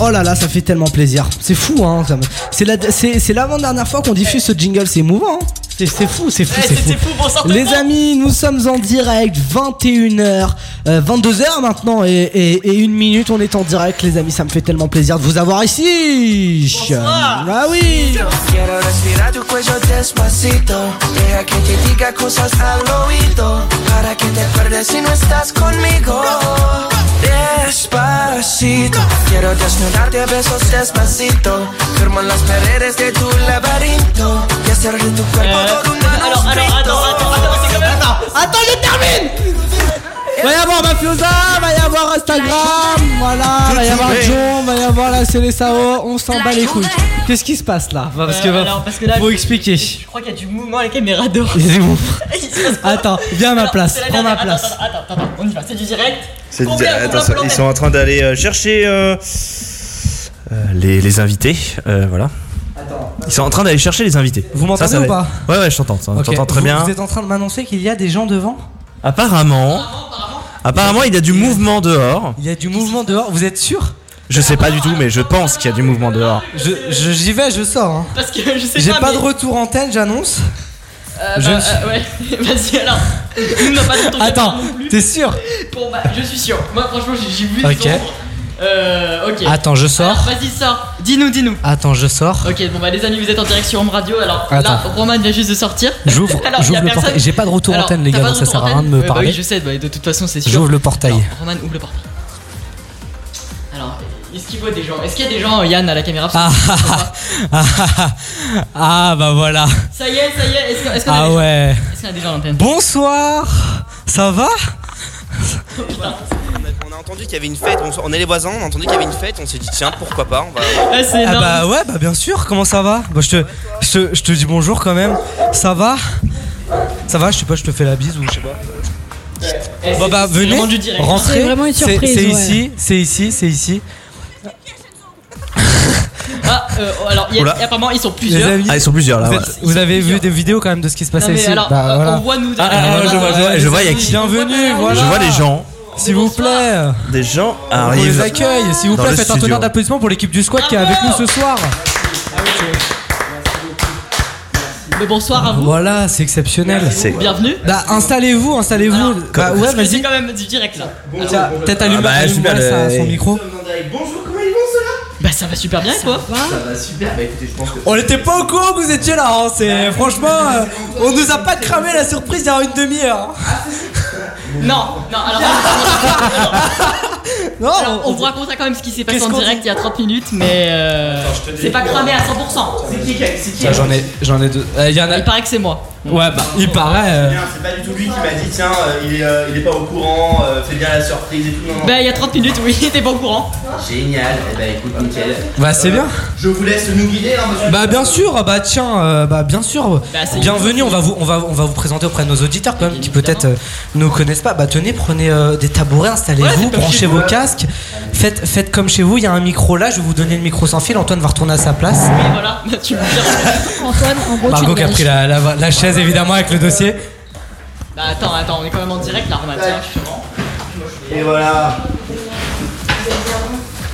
S9: Oh là là, ça fait tellement plaisir. C'est fou, hein. ça me- C'est la- c'est- c'est l'avant-dernière fois qu'on diffuse ce jingle, c'est émouvant. hein. C'est c'est fou, c'est fou,
S14: Ouais,
S9: c'est
S14: c'est-
S9: fou.
S14: c'est fou, bon sang, c'est
S9: Les
S14: fou.
S9: amis, nous sommes en direct, 21h, 22h euh, maintenant et, et- et une minute, on est en direct. Les amis, ça me fait tellement plaisir de vous avoir ici. Ah oui.
S12: Quiero respirar tu cuello despacito. Deja que te diga cosas al oído. Para que te acuerdes si no estás conmigo. Despacito. Quiero desnudarte a besos despacito. Firmo en las paredes de tu laberinto. Y hacer de tu cuerpo
S14: Eh.
S12: todo un
S20: Ah,
S12: manuscrito.
S9: Attends, je termine Va y avoir Mafiosa, va y avoir Instagram, Voilà,
S14: Je
S9: va y
S14: te
S9: avoir
S14: mets.
S9: John, va y avoir la Célessao, on s'en bat les couilles. Qu'est-ce qui se passe là Bah, Parce que,
S14: Euh, alors, parce que là,
S9: faut
S14: je-
S9: expliquer.
S14: Je crois qu'il y a du mouvement à la caméra dehors.
S9: Il est ouf. Attends, viens à ma
S14: Alors,
S9: place,
S14: c'est la
S9: prends ma
S14: dernière.
S9: place.
S14: Attends, attends, attends, attends, on y va, c'est du direct.
S13: C'est
S14: Combien-
S13: bizarre.
S14: combien
S13: Attends,
S14: plan
S13: ils
S14: net
S13: sont en train d'aller euh, chercher euh, euh, les, les invités. euh, voilà. Ils sont en train d'aller chercher les invités.
S9: Vous
S13: Ça,
S9: m'entendez
S13: ça
S9: ou
S13: va-
S9: pas
S13: Ouais, ouais, je t'entends. Je
S9: Ok,
S13: t'entends très
S9: vous-
S13: bien.
S9: Vous êtes en train de m'annoncer qu'il y a des gens devant
S13: Apparemment, apparemment, il y a du mouvement dehors.
S9: Il y a du mouvement dehors, vous êtes sûr
S13: Je sais pas du tout, mais je pense qu'il y a du mouvement dehors.
S9: Je, je- j'y vais, je sors. hein.
S14: Parce que je sais
S9: J'ai pas,
S14: mais-
S9: de retour antenne, j'annonce.
S14: Euh,
S9: Je
S14: bah,
S9: ne suis-
S14: euh, ouais, vas-y alors. Nous, on n'a pas de ton
S9: Attends,
S14: caméra non plus.
S9: t'es sûr
S14: Bon bah, je suis sûr. Moi, franchement, j'ai- j'ai vu. les
S9: Ok.
S14: ombres. Euh, ok.
S9: Attends, je sors.
S14: Alors, Vas-y, sors. Dis-nous, dis-nous.
S9: Attends, je sors.
S14: Ok, bon bah les amis, vous êtes en direct sur Home Radio. Alors là,
S9: Attends.
S14: Roman vient juste de sortir.
S9: J'ouvre-
S14: Alors,
S9: j'ouvre
S14: y a
S9: le
S14: personne.
S9: portail. J'ai pas de retour
S14: Alors,
S9: antenne, les
S14: t'as
S9: gars,
S14: pas
S9: donc ça
S14: retour
S9: sert à rien de
S14: antenne
S9: me
S14: Ouais, bah
S9: parler.
S14: oui, je sais, bah, de toute façon, c'est sûr.
S9: J'ouvre le portail.
S14: Alors, Roman ouvre le portail. Alors, est-ce qu'il voit des gens Est-ce qu'il y a des gens, euh, Yann, à la caméra
S9: ah, ah, ah, ah, bah voilà.
S14: Ça y est, ça y est. Est-ce que- est-ce qu'on a
S9: Ah
S14: des gens
S9: ouais.
S14: Est-ce qu'on a des gens à l'antenne
S9: Bonsoir. Ça va
S6: On a entendu qu'il y avait une fête, on, on est les voisins, on a entendu qu'il y avait une fête, on s'est dit tiens pourquoi pas, on va.
S14: c'est
S9: Ah
S6: énorme.
S9: bah ouais, bah bien sûr. Comment ça va Bah je te, je te, je te dis bonjour quand même. Ça va Ça va Je sais pas, je te fais la bise ou je sais pas.
S14: Eh,
S9: Bon bah venez, rentrez.
S5: C'est vraiment une
S9: C'est-
S5: surprise,
S9: C'est
S5: ouais.
S9: ici, c'est ici, c'est ici.
S14: Ah, euh, alors, il y a-
S9: Oula.
S14: apparemment, ils sont
S9: Les
S14: plusieurs.
S9: amis,
S13: Ah, ils sont plusieurs, là,
S9: Vous,
S13: ouais.
S9: êtes- vous avez vu des vidéos quand même de ce qui se passait
S14: Non, mais
S9: ici
S14: alors, euh, on voit, nous,
S9: Ah,
S14: derrière
S9: ah,
S14: la
S9: ah, je vois, je vois,
S13: Ouais,
S9: je vois,
S13: il y a qui
S9: Bienvenue, voilà.
S13: Je vois les gens.
S9: S'il vous plaît.
S13: Des gens
S9: On
S13: arrivent.
S9: les accueille. S'il vous
S13: dans
S9: plaît,
S13: le
S9: faites un
S13: studio.
S9: tonnerre d'applaudissements pour l'équipe du squad qui est avec nous ce soir. ah.
S14: Mais bonsoir à vous.
S9: Voilà, c'est exceptionnel.
S14: C'est- Bienvenue.
S9: Bah, installez-vous, installez-vous. Bah, ouais,
S14: Parce que C'est
S9: vas-y.
S14: quand même du direct là. Alors, euh,
S9: Tiens, Peut-être allume
S13: bah,
S9: allume-
S13: super,
S9: ouais,
S13: le-
S9: ça- son micro.
S6: Bonjour, comment ils vont ceux-là
S14: Bah ça va super bien quoi.
S6: Ça va super, bah écoutez, je pense que.
S9: On n'était pas au courant que vous étiez là, hein, c'est franchement, euh, on nous a pas cramé la surprise il y a une demi-heure. hein.
S14: Non, non, alors. non, Alors, on,
S9: on-
S14: vous racontera quand même ce qui s'est passé
S9: Qu'est-ce
S14: en
S9: qu'on
S14: direct il y a 30 minutes, mais. euh, c'est pas cramé à 100%. C'est qui C'est qui
S9: Ah, J'en ai, j'en ai deux. Eh,
S14: Il paraît que c'est moi.
S9: Ouais, bah, il paraît. euh,
S6: C'est pas du tout lui qui m'a dit tiens, euh, il, est, euh, il est pas au courant, euh, fais bien la surprise et tout. Non, non.
S14: Bah il y a 30 minutes, oui, t'es pas au courant.
S6: Génial, et bah écoute, nickel. Euh,
S9: Bah, c'est bien.
S6: Je vous laisse nous guider, hein, monsieur.
S9: Bah bien sûr, bah tiens, euh, bah bien sûr.
S6: c'est-
S9: Bienvenue, on va vous on va on va vous présenter auprès de nos auditeurs quand même qui peut-être euh, nous connaissent pas. Bah tenez, prenez euh, des tabourets, installez-vous,
S6: Ouais, c'est
S9: branchez
S6: chez
S9: vos
S6: vous.
S9: casques. Faites faites comme chez vous, il y a un micro là, je vais vous donner le micro sans fil, Antoine va retourner à sa place.
S14: Voilà, tu me diras.
S5: Antoine, en gros, tu
S9: Margot qui a
S5: dégages.
S9: pris la, la, la chaise évidemment avec le dossier.
S14: Bah attends, attends, on est quand même en direct là, Romain, tiens, justement.
S6: Et voilà.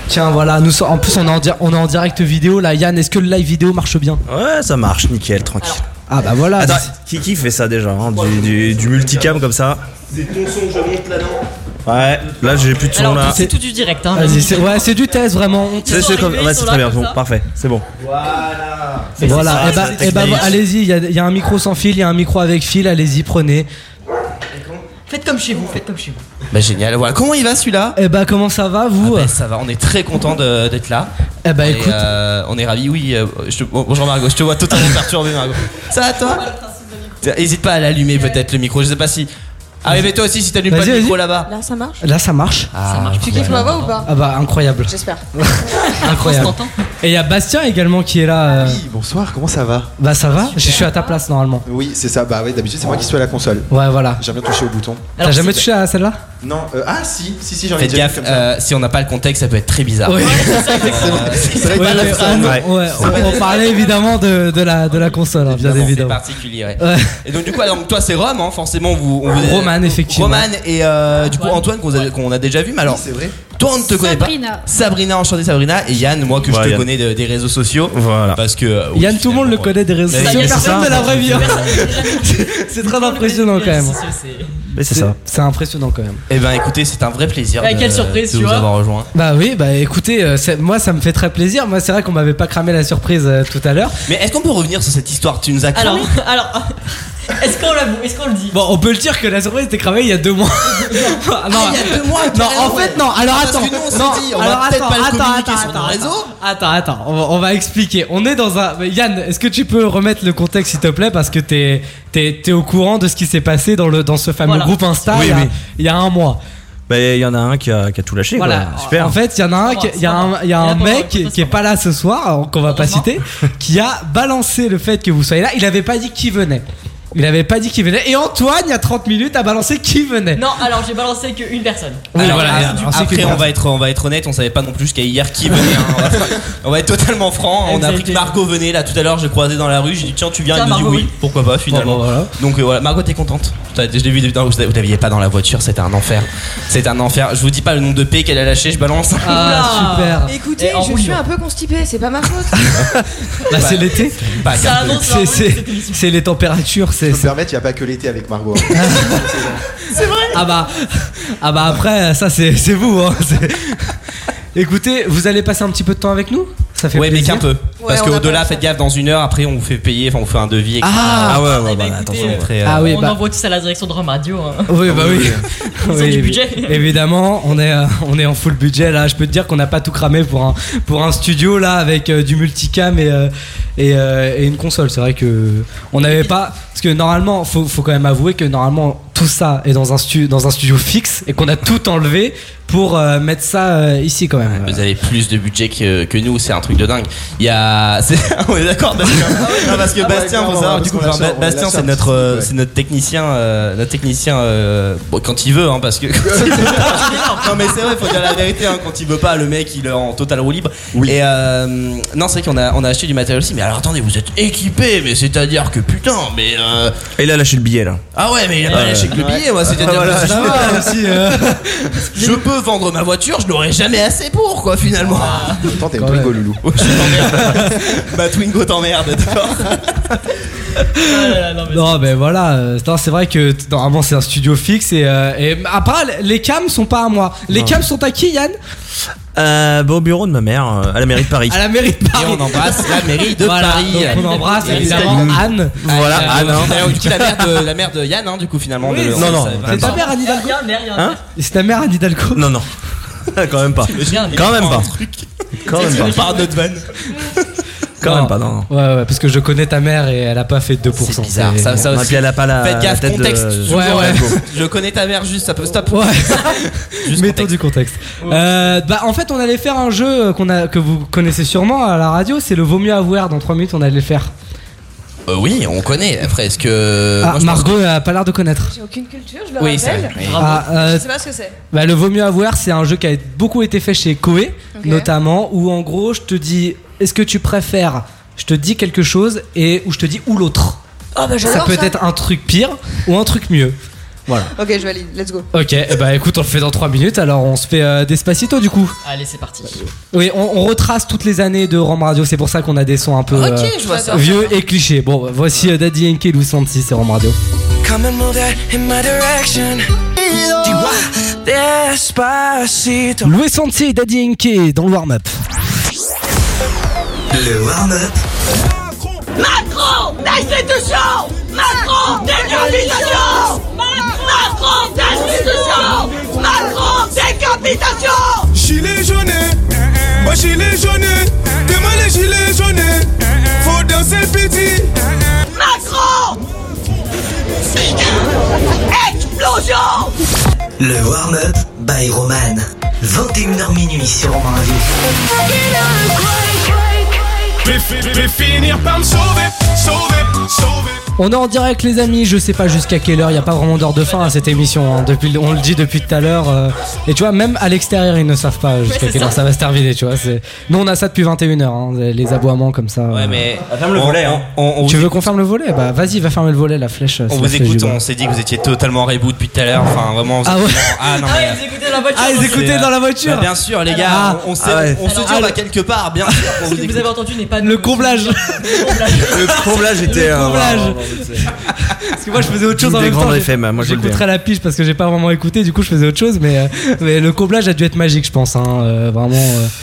S9: Tiens voilà, nous sommes- en plus on est en, di- on est en direct vidéo là, Yann, est-ce que le live vidéo marche bien
S13: Ouais, ça marche, nickel, tranquille.
S9: Ah bah voilà.
S13: Attends, qui, qui fait ça déjà hein, du, du, du multicam comme ça
S6: C'est ton son, je monte là-dedans.
S13: Ouais, là j'ai plus de son
S14: Alors,
S13: là.
S14: c'est tout du direct, hein.
S9: Vas-y, c'est ouais, c'est du test vraiment. on-
S13: C'est c'est comme.
S14: arrivés,
S13: Ouais,
S14: ils
S13: c'est
S14: sont
S13: très
S14: là
S13: bien,
S14: comme
S13: bon,
S14: ça.
S13: parfait, c'est bon.
S6: Voilà.
S9: Voilà, et
S13: ça,
S9: bah,
S13: c'est
S9: eh bah,
S13: technique.
S9: allez-y, il y, a- il y a un micro sans fil, il y a un micro avec fil, allez-y, prenez.
S14: Faites comme chez vous, faites comme chez vous.
S6: Bah génial, voilà. Comment il va celui-là
S9: Eh bah comment ça va vous
S6: Ça va, on est très content de- d'être là.
S9: Eh bah
S6: on
S9: écoute.
S6: Est, euh, on est ravis, oui. euh, je te- bon, bonjour Margot, je te vois totalement perturbé Margot. Ça va toi Tiens, Hésite pas à l'allumer peut-être le micro, je sais pas si. Allez, mais toi aussi si t'allumes pas
S9: Vas-y,
S6: le
S9: vas-y.
S6: micro là-bas.
S19: Là, ça marche
S9: Là ça marche.
S6: Ça marche.
S19: Tu kiffes ma voix ou pas
S9: Ah bah incroyable.
S19: J'espère.
S9: Incroyable. Et il y a Bastien également qui est là. euh.
S8: Bonsoir, comment ça va
S9: Bah ça va, je suis à ta place normalement.
S8: Oui, c'est ça. Bah oui, d'habitude c'est moi qui suis à la console.
S9: Ouais, voilà.
S8: J'aime bien toucher au bouton.
S9: T'as jamais touché à celle-là
S8: Non. euh, ah si, si, si, j'en ai
S6: Faites
S8: déjà
S6: gaffe,
S8: vu comme ça.
S6: euh, si on n'a pas le contexte, ça peut être très bizarre.
S9: Ouais.
S6: C'est
S9: Ouais, mais on, ouais, on- on parlait évidemment de, de la, de la console, hein, bien
S6: C'est
S9: évidemment.
S6: particulier. ouais.
S9: Ouais.
S6: Et donc du coup, alors, toi c'est Rome, hein, forcément vous. on vous-
S9: Roman, effectivement.
S6: Roman et euh, du coup Antoine qu'on a, qu'on a déjà vu, mais alors. c'est vrai. Toi on ne te connaît pas.
S5: Sabrina.
S6: Sabrina, enchantée Sabrina, et Yann, moi que
S13: Ouais,
S6: je te
S13: Yann.
S6: connais de- des réseaux sociaux. Voilà. Parce que. euh, oui,
S9: Yann, tout le monde le connaît des réseaux
S6: Mais
S9: sociaux,
S6: c'est
S9: personne
S6: ça.
S9: de la vraie vie. hein. C'est très impressionnant quand même.
S13: Mais c'est ça.
S9: C'est impressionnant quand même.
S6: Eh ben écoutez, c'est un vrai plaisir.
S9: Eh,
S6: de-
S9: quelle surprise,
S6: de
S9: tu
S6: vous
S9: vois.
S6: avoir rejoint.
S9: Bah oui, bah écoutez, euh, c'est- moi ça me fait très plaisir. Moi c'est vrai qu'on m'avait pas cramé la surprise euh, tout à l'heure.
S6: Mais est-ce qu'on peut revenir sur cette histoire Tu nous as
S9: Alors,
S6: cramé.
S14: Alors, est-ce qu'on l'avoue Est-ce qu'on le dit
S9: Bon, on peut le dire que la surprise était cramée il y a deux mois. Ah, non,
S6: il y a deux mois,
S9: Non, en
S6: carrément,
S9: fait
S6: ouais.
S9: non. Alors
S6: Parce
S9: attends,
S6: que nous, on s'est
S9: non.
S6: dit, on va
S9: alors
S6: peut-être
S9: attends,
S6: pas le
S9: attends,
S6: communiquer
S9: attends,
S6: sur nos
S9: attends,
S6: réseaux.
S9: attends, attends. On va, on va expliquer. On est dans un. mais Yann, est-ce que tu peux remettre le contexte s'il te plaît parce que t'es t'es t'es au courant de ce qui s'est passé dans le dans ce fameux
S14: Voilà.
S9: groupe Insta
S14: Oui,
S9: il, y a,
S14: oui.
S9: il y a un mois.
S13: Mais Bah, il y en a un qui a, qui a tout lâché.
S9: Voilà.
S13: quoi. Super.
S9: En fait, il y en a un, qui- il y a un, il y a un mec qui est pas là ce soir, alors qu'on va pas citer, qui a balancé le fait que vous soyez là. Il avait pas dit qui venait. Il avait pas dit qui venait. Et Antoine, il y a 30 minutes, a balancé qui venait.
S14: Non, alors j'ai balancé qu'une personne. ah,
S6: Alors,
S9: voilà,
S6: voilà,
S9: alors, c'est
S6: après,
S9: que-
S6: on va, être, on va être honnête, on savait pas non plus jusqu'à hier qui venait. hein. On, va, on va être totalement franc. hein. On a appris que Margot venait là tout à l'heure. J'ai croisé dans la rue, j'ai dit tiens, tu viens
S14: Tiens,
S6: Il m'a dit
S14: Margot,
S6: oui,
S14: oui.
S6: pourquoi pas finalement. Donc euh, voilà, Margot, t'es contente T'as- Je l'ai vu, depuis- non, vous vous l'aviez pas dans la voiture, c'était un enfer. C'était un enfer. Je vous dis pas le nombre de P qu'elle a lâché, je balance.
S9: Ah.
S10: Ah.
S9: super.
S17: Écoutez,
S9: Et en
S17: je
S9: rouille.
S17: suis un peu constipée, c'est pas ma faute.
S9: Là, c'est l'été.
S6: Bah,
S17: Ça annonce
S9: C'est-
S17: vraiment
S9: c'est- C'est les températures. C'est.
S8: Je peux me permettre, il n'y a pas que l'été avec Margot. hein.
S9: C'est vrai Ah bah, ah bah après, ça c'est c'est vous. hein, c'est- Écoutez, vous allez passer un petit peu de temps avec nous Ça fait
S6: Ouais, mais
S9: plaisir
S6: qu'un peu. Parce
S9: on a
S6: qu'au-delà, faites gaffe, dans une heure, après, on vous fait payer, enfin, on vous fait un devis. etc.
S9: Ah. Ah ouais,
S6: ouais, bah, attention.
S9: Ah oui,
S14: euh, on
S9: bah-
S14: envoie tous à la direction de Rome Radio. hein.
S9: Oui, bah oui.
S14: Ils ont
S9: Oui,
S14: du
S9: évi-
S14: budget.
S9: Évidemment, on est, euh, on est en full budget là. Je peux te dire qu'on n'a pas tout cramé pour un, pour un studio là avec euh, du multicam et, euh, et, euh, et une console. C'est vrai que on n'avait pas. Parce que normalement, faut, faut quand même avouer que normalement tout ça est dans un, stu, dans un studio fixe et qu'on a tout enlevé pour euh, mettre ça euh, ici quand même.
S6: Vous avez plus de budget que, que nous, c'est un truc de dingue. Il y a. c'est- on est d'accord, Bastien Non, Parce que
S8: Ah ouais,
S6: Bastien,
S8: clairement,
S6: faut savoir,
S8: parce
S6: du coup,
S8: qu'on l'a
S6: enfin,
S8: sort, on l'a
S6: Bastien,
S8: sort
S6: c'est
S8: un
S6: notre,
S8: petit
S6: euh,
S8: peu, ouais.
S6: c'est notre technicien, euh, notre technicien euh, bon, quand il veut, hein, parce que. non, mais c'est vrai, faut dire la vérité, hein, quand il veut pas, le mec, il est en total roue libre. Et euh, non, c'est vrai qu'on a, on a acheté du matériel aussi, mais alors attendez, vous êtes équipés, mais c'est à dire que putain, mais. euh,
S13: Et il a lâché le billet là.
S6: ah ouais, mais il a
S13: Ah
S6: pas
S13: ouais.
S6: lâché que le billet,
S13: Ouais.
S6: moi, c'est-à-dire
S13: Ah voilà,
S6: que
S13: ça va aussi, euh.
S6: je peux vendre ma voiture, je n'aurai jamais assez pour, quoi, finalement.
S13: Ah.
S8: Attends, t'es Twingo, loulou.
S6: bah, Twingo t'emmerde, d'accord
S14: Ah
S9: Non, mais voilà, euh, non, c'est vrai que t- normalement c'est un studio fixe et, euh, et après les cams sont pas à moi. Les
S13: Non.
S9: cams sont à qui, Yann
S13: Euh, bah, au bureau de ma mère, euh, à la mairie de Paris.
S9: À la mairie de Paris.
S6: on embrasse la mairie de
S9: Voilà,
S6: Paris.
S9: donc on embrasse évidemment
S6: Salut.
S9: Anne. Ah,
S13: Voilà,
S6: Euh,
S13: Anne, hein.
S6: D'ailleurs, du coup, la mère de, la mère de Yann, hein, du coup, finalement.
S13: Oui,
S6: de-
S13: c'est- Non, non,
S6: ça-
S13: c'est ta
S9: mère, Anne Hidalgo
S13: Hein
S9: C'est ta mère, Anne Hidalgo
S13: Non, non. Quand même pas. Quand même pas. Quand même pas.
S6: Par notre van.
S13: Quand même pas, non.
S9: Ouais, ouais, parce que je connais ta mère et elle a pas fait 2%.
S6: C'est bizarre, ça, ça aussi. Faites gaffe, contexte. toujours,
S9: Ouais, ouais.
S6: hein. Je connais ta mère, juste, ça peut stop.
S9: Mettons du contexte. Euh, bah, en fait, on allait faire un jeu qu'on a, que vous connaissez sûrement à la radio, c'est le vaut mieux avoir. Dans 3 minutes, on allait le faire.
S6: Euh, oui, on connaît. Après, est-ce que.
S9: Ah,
S6: Euh, Moi, je pense
S9: Margot a pas l'air de connaître.
S17: J'ai aucune culture, je le
S6: Oui, c'est
S17: rappelle.
S6: vrai, oui.
S9: Ah, euh,
S17: Je sais pas ce que c'est.
S9: Bah, le vaut mieux avoir, c'est un jeu qui a beaucoup été fait chez Koei, notamment, où en gros, je te dis, est-ce que tu préfères, je te dis quelque chose, et où je te dis ou l'autre.
S17: Ah, bah, j'adore
S9: ça peut
S17: ça.
S9: être un truc pire ou un truc mieux. Voilà.
S17: Ok, je valide, let's go.
S9: Ok, eh bah écoute, on le fait dans 3 minutes, alors on se fait euh, Despacito du coup.
S14: Allez, c'est parti.
S9: Oui, on, on retrace toutes les années de Ram Radio, c'est pour ça qu'on a des sons un peu
S14: Ok,
S9: euh,
S14: je vois ça.
S9: vieux et clichés. Bon, bah, voici euh, Daddy Yankee et Lou Santi, c'est Ram Radio.
S12: Come and move that in my direction. Despacito.
S9: Louis Santi et Daddy Yankee dans le warm-up.
S12: Le warm-up.
S23: Macron, d'institution Macron, décapitation Macron, d'institution Macron, décapitation
S11: Gilet jaune, moi gilet jaune, demain les gilets jaunes, faut danser le petit.
S23: Macron Explosion
S1: Le warm-up by Roman. 21h minuit sur Romain
S11: Je vais fi- je vais finir par me sauver, sauver, sauver.
S9: On est en direct les amis, je sais pas jusqu'à quelle heure, il y a pas vraiment d'heure de fin à cette émission, hein. depuis, on le dit depuis tout à l'heure, euh, et tu vois, même à l'extérieur ils ne savent pas jusqu'à
S6: c'est
S9: quelle heure
S6: ça.
S9: ça va se terminer, tu vois, c'est- nous on a ça depuis 21h, hein, les aboiements comme ça.
S6: Ouais,
S9: euh.
S6: mais.
S13: le
S6: on-
S13: volet, hein.
S6: on- on-
S9: tu veux qu'on ferme le volet Bah vas-y, va fermer le volet, la flèche. euh,
S6: On
S9: sur
S6: vous
S9: la flèche
S6: écoute,
S9: du bas.
S6: on s'est dit que vous étiez totalement reboot depuis tout à l'heure. Enfin, vraiment. vous
S9: Ah
S6: étiez-
S9: ouais.
S6: Ah non,
S9: Ah,
S6: mais.
S9: ils
S14: écoutaient dans la voiture.
S9: Ah, ils écoutaient dans la voiture.
S6: Bah, bien sûr, les gars,
S9: Ah.
S6: on, on s'est-
S9: Ah ouais.
S6: on se dit,
S9: Alors,
S6: on va
S9: le-
S6: quelque part, bien sûr. qu'on vous
S14: Ce que vous
S6: écoute.
S14: avez entendu n'est pas
S9: Le comblage
S13: euh, Le comblage était.
S9: Le
S13: euh,
S9: comblage.
S13: ouais, ouais, ouais, ouais, c'est-
S9: Parce que moi je faisais autre chose
S13: Double
S9: en
S13: des
S9: même temps.
S13: grandes
S9: j'ai-
S13: FM, moi, je le dis. hein.
S9: J'écouterais la pige parce que j'ai pas vraiment écouté, du coup je faisais autre chose, mais, euh, mais le comblage a dû être magique, je pense, hein, euh, vraiment.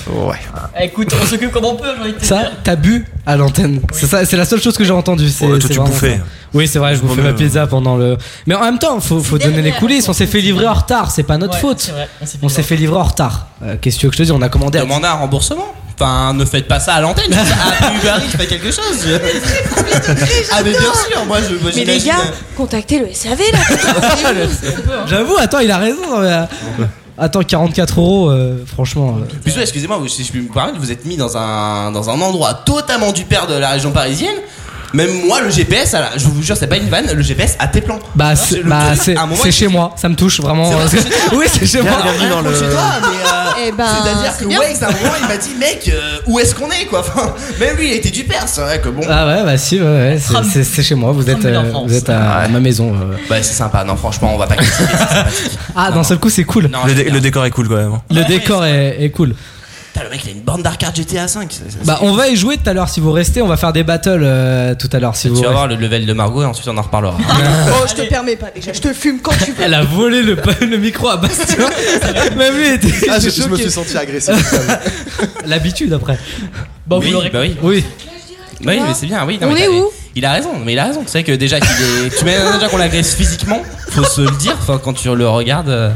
S13: Ouais.
S14: Eh, Écoute, on s'occupe comme on peut, j'ai envie de te
S9: Ça,
S14: dire.
S9: t'as bu à l'antenne. C'est ça, c'est la seule chose que j'ai entendue. C'est,
S13: Ouais, toi,
S9: c'est
S13: tu
S9: vraiment
S13: bouffais.
S9: ça. Oui, c'est vrai, je
S13: Je
S9: bouffais ma
S13: remets,
S9: pizza pendant le. Mais en même temps, faut, faut donner les coulisses. On s'est fait livrer en retard, c'est pas notre
S14: Ouais,
S9: faute.
S14: c'est vrai, on s'est fait
S9: on s'est fait livrer en retard. Euh, Qu'est-ce que tu veux que je te dise On a commandé. à-
S6: Demande un remboursement. Enfin, ne faites pas ça Ah, à l'antenne. Appelez Uber Eats, faites quelque chose. ah, mais bien sûr, moi je. moi,
S22: Mais les
S6: j'imagine,
S22: gars, contactez le SAV là
S14: hein.
S9: J'avoue, attends, il a raison. non, mais, euh, Attends, 44 euros, euh, franchement. euh,
S6: Puis surtout, excusez-moi, vous- si je puis me permettre, vous êtes mis dans un, dans un endroit totalement du père de la région parisienne. Même moi, le GPS, à la- je vous jure, c'est pas une vanne, le GPS à tes plans.
S9: Bah, c'est
S6: le
S9: bah,
S6: truc,
S9: c'est-
S6: à un moment,
S9: c'est
S6: il-
S9: chez moi, ça me touche vraiment.
S6: C'est vrai, c'est-
S9: oui, c'est chez moi.
S6: Bienvenue dans le- Chez toi, mais, euh,
S10: Eh ben,
S6: C'est-à-dire
S10: c'est
S6: que
S10: bien.
S6: Waze, à un moment, il m'a dit, mec, euh, où est-ce qu'on est, quoi Enfin, Même lui, il était du père, c'est vrai que bon.
S9: Ah ouais, bah si, ouais, ouais, c'est-
S6: Tram-
S9: c'est c'est chez moi, vous êtes,
S6: Tram de
S9: euh,
S6: l'enfance.
S9: vous êtes à, à ma maison. euh.
S6: Bah, c'est sympa, non, franchement, on va pas critiquer.
S9: Ah, d'un seul coup, c'est cool.
S13: le, dé- le décor est cool quand même. hein.
S9: Le décor est, est cool.
S6: Putain, le mec, il a une bande d'arcade GTA 5.
S9: Bah, on va y jouer tout à l'heure si vous restez, on va faire des battles euh, tout à l'heure si vous
S6: Tu vas
S9: restez.
S6: voir le level de Margot et ensuite on en reparlera.
S10: Oh, je te permets pas déjà, je te fume quand tu veux.
S9: Elle a volé le, le micro à Bastien. Même lui était.
S8: Ah, je,
S9: était
S8: je me
S9: choqué.
S8: suis senti agressif. tout seul.
S9: L'habitude après.
S6: Bah, oui, bah oui.
S9: Oui.
S6: Bah oui, mais c'est bien, oui. non,
S10: On
S6: mais
S10: est
S6: t'as-
S10: où
S6: Il a raison, mais il a raison. C'est vrai que déjà, qu'il est... tu mets déjà qu'on l'agresse physiquement, faut se le dire. Enfin, quand tu le regardes. euh.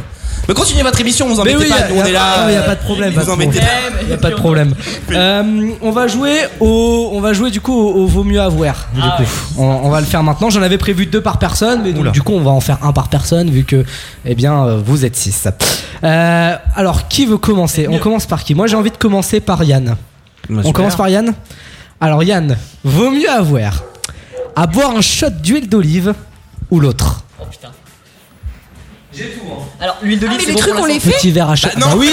S6: Mais continuez votre émission, vous
S9: Mais
S6: embêtez
S9: oui, y
S6: pas,
S9: a-
S6: nous,
S9: y a
S6: on est là.
S9: pas- y a pas de problème, pas
S6: Vous
S9: de
S6: embêtez
S9: problème.
S6: pas.
S9: Y a pas de problème. Euh, on va jouer au, on va jouer du coup au, au vaut mieux avoir. du
S6: Ah
S9: coup. on, on va le faire maintenant. J'en avais prévu deux par personne, mais donc, du coup on va en faire un par personne vu que, eh bien, euh, vous êtes six. Euh, alors qui veut
S6: Eh
S9: commencer On commence par qui Moi j'ai envie de commencer par Yann. on
S13: super.
S9: commence par Yann. Alors Yann, vaut mieux avoir à boire un shot d'huile d'olive ou l'autre.
S14: Oh,
S9: hein.
S14: Alors, l'huile d'olive,
S10: Ah, mais
S14: c'est
S10: les
S14: bon
S10: trucs,
S14: pour
S10: on
S14: la
S10: les
S14: santé.
S9: Petit verre à shot. Bah oui.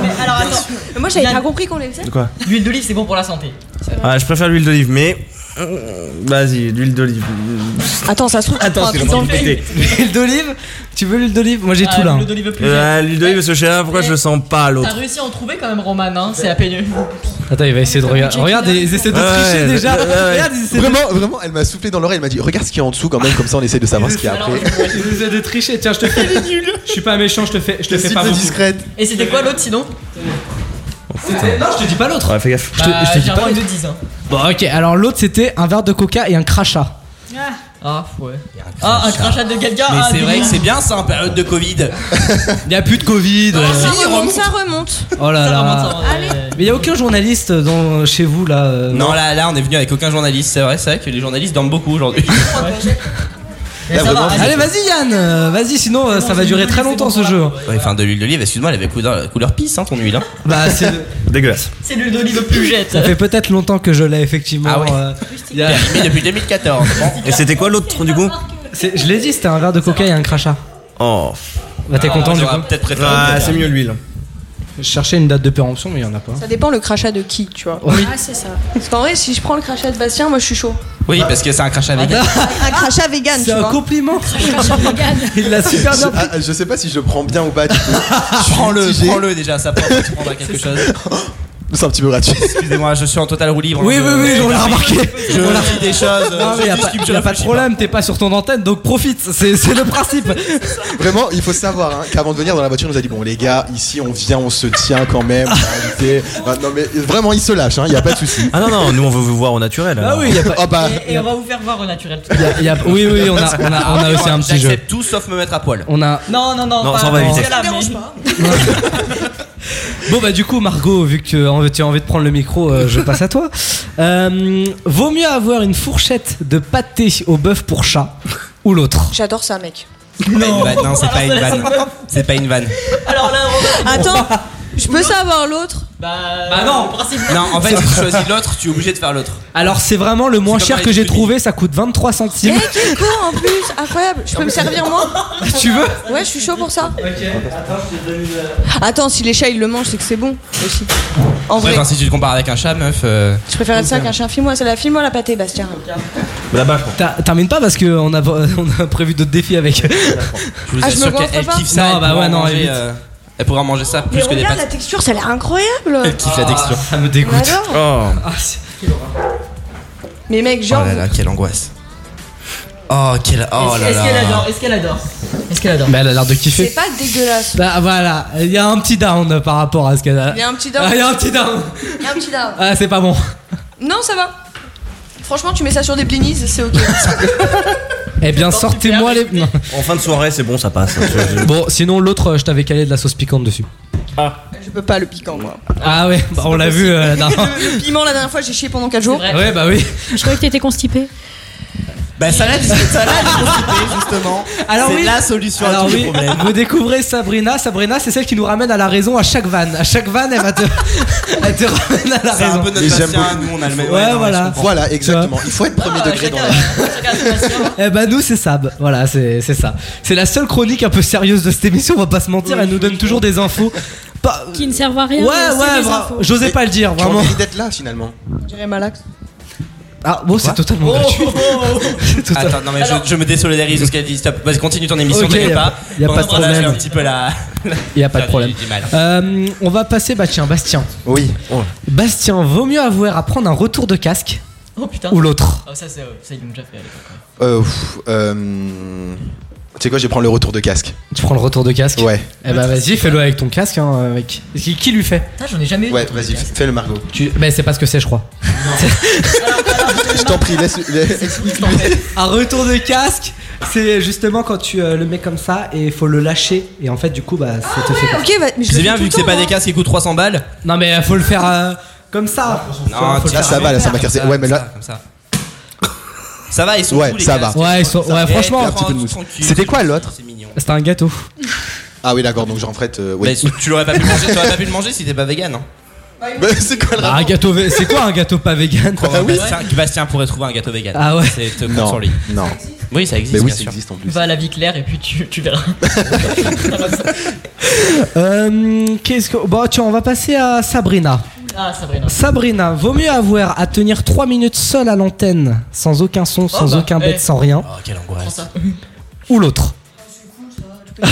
S14: Mais alors, attends.
S10: Moi j'avais
S14: Yann,
S10: pas compris qu'on les faisait.
S13: De quoi
S14: L'huile d'olive, c'est bon pour la santé.
S13: Ah, Je préfère l'huile d'olive, mais. euh, Vas-y, l'huile d'olive.
S10: Attends, ça se trouve, tu
S13: Attends,
S10: prends
S13: c'est
S10: un
S13: le
S10: petit
S13: moment de
S10: enfant.
S13: péter.
S9: L'huile d'olive Tu veux l'huile d'olive Moi j'ai
S14: Ah,
S9: tout là.
S14: l'huile d'olive plus.
S13: Euh, L'huile d'olive, parce que je sais pas pourquoi je le sens pas à
S14: T'as
S13: l'autre.
S14: réussi à en trouver quand même, Roman, hein C'est la peigneux.
S9: Attends, il va essayer de regarder. Regarde, ils essaient de tricher déjà. Regarde, ils essaient de-
S8: Vraiment, vraiment, elle m'a soufflé dans l'oreille. Elle m'a dit Regarde ce qu'il y a en dessous quand même, comme ça on essaie de savoir ce qu'il y a après.
S9: Ils essaient de tricher. Tiens, je te fais. Je suis pas méchant, je te fais, je te fais pas beaucoup.
S8: discrète.
S14: Et c'était quoi l'autre sinon
S9: C'était- Non, je te dis pas l'autre. Bah,
S13: Ouais, fais gaffe.
S9: Je te-
S14: Bah,
S9: je te dis pas.
S14: de 10 hein.
S9: Bon, ok. Alors l'autre c'était un verre de coca et un crachat.
S14: Ah, ouais. Ah, un crachat de quelqu'un.
S6: Mais
S14: ah,
S6: c'est
S14: des
S6: vrai que
S14: millions.
S6: c'est bien ça en période de Covid.
S9: Il y a plus de Covid.
S10: Ça
S6: Si,
S10: remonte,
S6: remonte.
S10: ça remonte.
S9: Oh là là.
S10: Allez.
S9: Mais il y a aucun journaliste dans chez vous là. euh,
S6: Non, là, là, on est venu avec aucun journaliste. C'est vrai, c'est vrai que les journalistes dorment beaucoup aujourd'hui.
S9: Là,
S6: ça va,
S9: Allez, vas-y Yann. euh, Vas-y, sinon euh, ça va durer très longtemps ce jeu.
S6: Ouais, enfin, de l'huile d'olive, excuse-moi, elle avait couleur, couleur pisse, hein, ton huile. Hein.
S9: Bah, c'est
S13: dégueulasse.
S14: C'est l'huile d'olive plus jette.
S9: Ça fait peut-être longtemps que je l'ai effectivement.
S6: Ah ouais.
S9: euh, il y a-
S6: Mais depuis 2014. bon.
S13: Et c'était quoi l'autre du coup
S9: c'est- Je l'ai dit, c'était un verre de coca et un crachat.
S13: Oh.
S9: Bah t'es
S6: Ah,
S9: content du
S6: j'aurais
S9: coup.
S6: peut-être préféré.
S13: Ah,
S6: peut-être.
S13: c'est mieux l'huile.
S9: Je cherchais une date de péremption, mais il y en a pas.
S10: Ça dépend le crachat de qui, tu vois.
S9: Oui.
S10: Ah, c'est ça. Parce qu'en vrai, si je prends le crachat de Bastien, moi je suis chaud. Ah,
S6: Oui, parce que c'est un crachat
S9: Ah,
S6: avec.
S10: Un crachat vegan, tu
S9: C'est un
S10: vois.
S9: compliment. Il l'a
S8: Je,
S9: super bien pris.
S8: ah, je sais pas si je le prends bien ou pas du coup.
S6: Prends-le,
S8: mitigé.
S6: prends-le déjà, ça prend tu prendras quelque chose.
S8: C'est un petit peu gratuit.
S6: Excusez-moi, je suis en total roue libre.
S9: Oui,
S6: hein,
S9: oui,
S6: je-
S9: oui, on l'a remarqué.
S6: Je
S9: On l'a-
S6: lis des choses.
S9: Non, mais y a pas, y a pas de problème, t'es pas sur ton antenne, donc profite, c'est c'est le principe.
S8: Vraiment, il faut savoir hein, qu'avant de venir dans la voiture, il nous a dit Bon, les gars, ici on vient, on se tient quand même. on est invités. Ah, non, mais vraiment, il se lâche, hein, il n'y a pas de souci.
S13: Ah non, non, nous on veut vous voir au naturel.
S9: Ah oui, y a pas.
S8: Ah bah,
S14: Et, et on va vous faire voir au naturel. tout à
S9: y
S14: l'heure.
S9: a- y a- oui, oui, on a, on a, on a aussi un petit
S6: Ah,
S9: jeu.
S6: J'accepte tout sauf me mettre à poil.
S9: On a.
S14: Non, non, non,
S9: Non,
S14: pas,
S9: ça, on va
S14: pas
S9: éviter.
S14: jusque-là,
S10: Ça me
S14: mais-
S10: dérange pas.
S9: Bon, bah, du coup, Margot, vu que euh, tu as envie de prendre le micro, euh, je passe à toi. Euh, vaut mieux avoir une fourchette de pâté au bœuf pour chat ou l'autre
S10: J'adore ça, mec.
S6: Non, non c'est pas une vanne. C'est pas une vanne.
S14: Alors là, on va-
S10: Attends, je peux savoir l'autre
S14: Bah,
S9: Bah non.
S14: en principe.
S6: Non, en fait, si tu choisis l'autre, tu es obligé de faire l'autre.
S9: Alors, c'est vraiment le moins
S6: comme
S9: cher
S6: dans
S9: que
S6: les
S9: j'ai
S6: tuiles.
S9: trouvé, ça coûte 23
S10: Eh,
S9: centimes.
S10: qui court en plus Incroyable, je peux me servir moi
S9: tu veux
S10: Ouais, je suis chaud pour ça.
S12: euh,
S10: Attends, si les chats ils le mangent, c'est que c'est bon aussi. En
S6: Ouais,
S10: vrai,
S6: enfin, si tu te compares avec un chat, meuf. euh,
S10: je préfère être ça qu'un chien. File-moi, c'est la file-moi la pâté, Bastien.
S13: Là-bas,
S9: T'as- Termine pas parce qu'on a, on a prévu d'autres défis avec.
S6: Je vous
S10: Ah, je me
S6: assure
S10: goinfre
S6: qu'elle elle
S10: pas
S6: kiffe ça.
S9: Non,
S6: elle
S9: bah
S6: pourra
S9: ouais, non,
S6: manger,
S9: évite.
S6: euh, Elle pourra manger ça
S10: Mais
S6: plus que des
S10: regarde la
S6: pâtes.
S10: texture, ça a l'air incroyable.
S6: Elle kiffe la texture.
S9: Ça Ah, me dégoûte.
S10: J'adore.
S13: Oh.
S9: Ah, c'est-
S10: Mais mec,
S6: Oh
S10: genre,
S6: là là, quelle angoisse. Oh, quelle. Oh
S14: Est-ce
S6: là
S14: est-ce qu'elle
S6: là.
S14: adore Est-ce qu'elle adore Est-ce qu'elle adore
S9: Bah, elle a l'air de kiffer.
S10: c'est pas dégueulasse.
S9: Bah voilà, il y a un petit down euh, par rapport à ce qu'elle a.
S10: Il y a un petit down.
S9: Ah, il y a un petit down.
S10: Il y a un petit down.
S9: Ah, c'est pas bon.
S10: Non, ça va. Franchement, tu mets ça sur des blinis, c'est ok.
S9: Eh bien, sortez-moi les. Non.
S13: En fin de soirée, c'est bon, ça passe.
S9: Bon, sinon, l'autre, euh, je t'avais calé de la sauce piquante dessus.
S17: Je peux pas le piquant, moi.
S9: Ah ouais, bah, on l'a vu euh, la dernière fois.
S17: Le piment, la dernière fois, j'ai chié pendant 4 jours.
S9: Ouais, bah oui.
S5: Je croyais que t'étais constipé.
S6: Bah ça l'aide, ça l'aide constipé justement. c'est la solution
S9: Alors
S6: à tous
S9: oui,
S6: les problèmes.
S9: Vous découvrez Sabrina. Sabrina, c'est celle qui nous ramène à la raison à chaque vanne. À chaque vanne, elle va te, elle te ramène à la
S6: C'est
S9: raison.
S6: un peu notre patient, nous on a le même.
S9: Ouais,
S6: non, je
S9: voilà.
S6: comprends. Ah,
S8: Voilà, exactement. Il faut être premier degré dans la.
S9: Eh ben nous c'est Sab, voilà c'est c'est ça. C'est la seule chronique un peu sérieuse de cette émission, on va pas se mentir, elle nous donne toujours des infos. Pas-
S5: Qui ne servent à
S9: Ouais
S5: rien. mais c'est
S9: ouais,
S5: des
S9: vra-
S5: infos.
S9: j'osais pas le dire
S8: J'ai
S9: vraiment.
S8: envie d'être là finalement.
S17: J'irais malax.
S9: Ah bon c'est totalement
S6: Oh
S9: gratuit.
S6: Attends, non mais je, je me désolidarise de ce qu'elle dit. Stop, vas-y, continue ton émission,
S9: Ok,
S6: t'inquiète
S9: y a
S6: pas.
S9: pas- y a pas de
S6: Pendant ce temps-là,
S9: problème.
S6: j'ai un petit peu la.
S9: Il y a pas de problème.
S6: du mal.
S9: Euh, on va passer bah tiens Bastien.
S8: Oui.
S9: Bastien, vaut mieux avouer à prendre un retour de casque.
S14: Oh putain.
S9: Ou l'autre.
S14: Ah, ça, c'est, euh, ça, ils l'ont déjà fait à l'époque.
S8: Euh, pff, euh, Tu sais quoi, je vais prendre le retour de casque.
S9: Tu prends le retour de casque
S8: Ouais.
S9: Eh bah vas-y, fais-le avec ton casque hein, avec. Qui, qui lui fait
S14: Putain, j'en ai jamais eu.
S8: Ouais, vas-y, fais le Margot.
S9: Tu... Bah c'est pas ce que c'est je crois.
S8: Je t'en prie, laisse. laisse-
S9: Un retour de casque, c'est justement quand tu euh, le mets comme ça et il faut le lâcher. Et en fait, du coup, bah, ça te fait.
S17: Ok, bah, mais je
S6: C'est
S17: le
S6: bien
S17: fais
S6: vu que
S17: tout
S6: c'est
S17: le
S9: hein.
S17: temps,
S6: pas
S17: moi.
S6: des casques qui coûtent 300 balles.
S9: Non, mais faut le faire euh, comme ça.
S6: Non,
S9: Faut le
S8: Là,
S9: faire
S8: ça va, là, ça m'a
S6: comme
S8: cassé.
S6: ça,
S8: Ouais, mais là.
S6: Comme ça. Ça va, ils sont
S8: Ouais,
S6: cool, les
S8: ça
S6: casques.
S8: va.
S9: Ouais, ils sont- ouais, Ah, franchement,
S8: un petit peu de mousse. C'était quoi l'autre
S9: C'était un gâteau.
S8: Ah oui, d'accord, donc j'en prête. euh,
S6: Bah,
S8: oui.
S6: tu l'aurais pas pu manger, tu aurais pas pu le manger si t'es pas vegan. hein.
S8: c'est quoi Ah
S9: Bah, un gâteau, vé- c'est quoi un gâteau pas vegan quoi
S6: Bah, Bastien, Bastien pourrait trouver un gâteau vegan.
S9: Ah ouais.
S6: C'est te compte sur lui.
S8: Non.
S6: Oui, ça existe.
S8: Mais oui,
S6: bien
S8: ça
S6: sûr.
S8: existe
S10: Ah,
S8: en plus.
S14: Va à la vie claire et puis tu, tu verras.
S9: Euh, Qu'est-ce que. Bon, tiens, on va passer à Sabrina.
S14: ah, Sabrina.
S9: Sabrina, vaut mieux avoir à tenir 3 minutes seule à l'antenne, sans aucun son, sans
S14: bah,
S9: aucun bête,
S14: eh.
S9: sans rien,
S6: Oh, quelle angoisse.
S9: ou l'autre.
S5: Oui,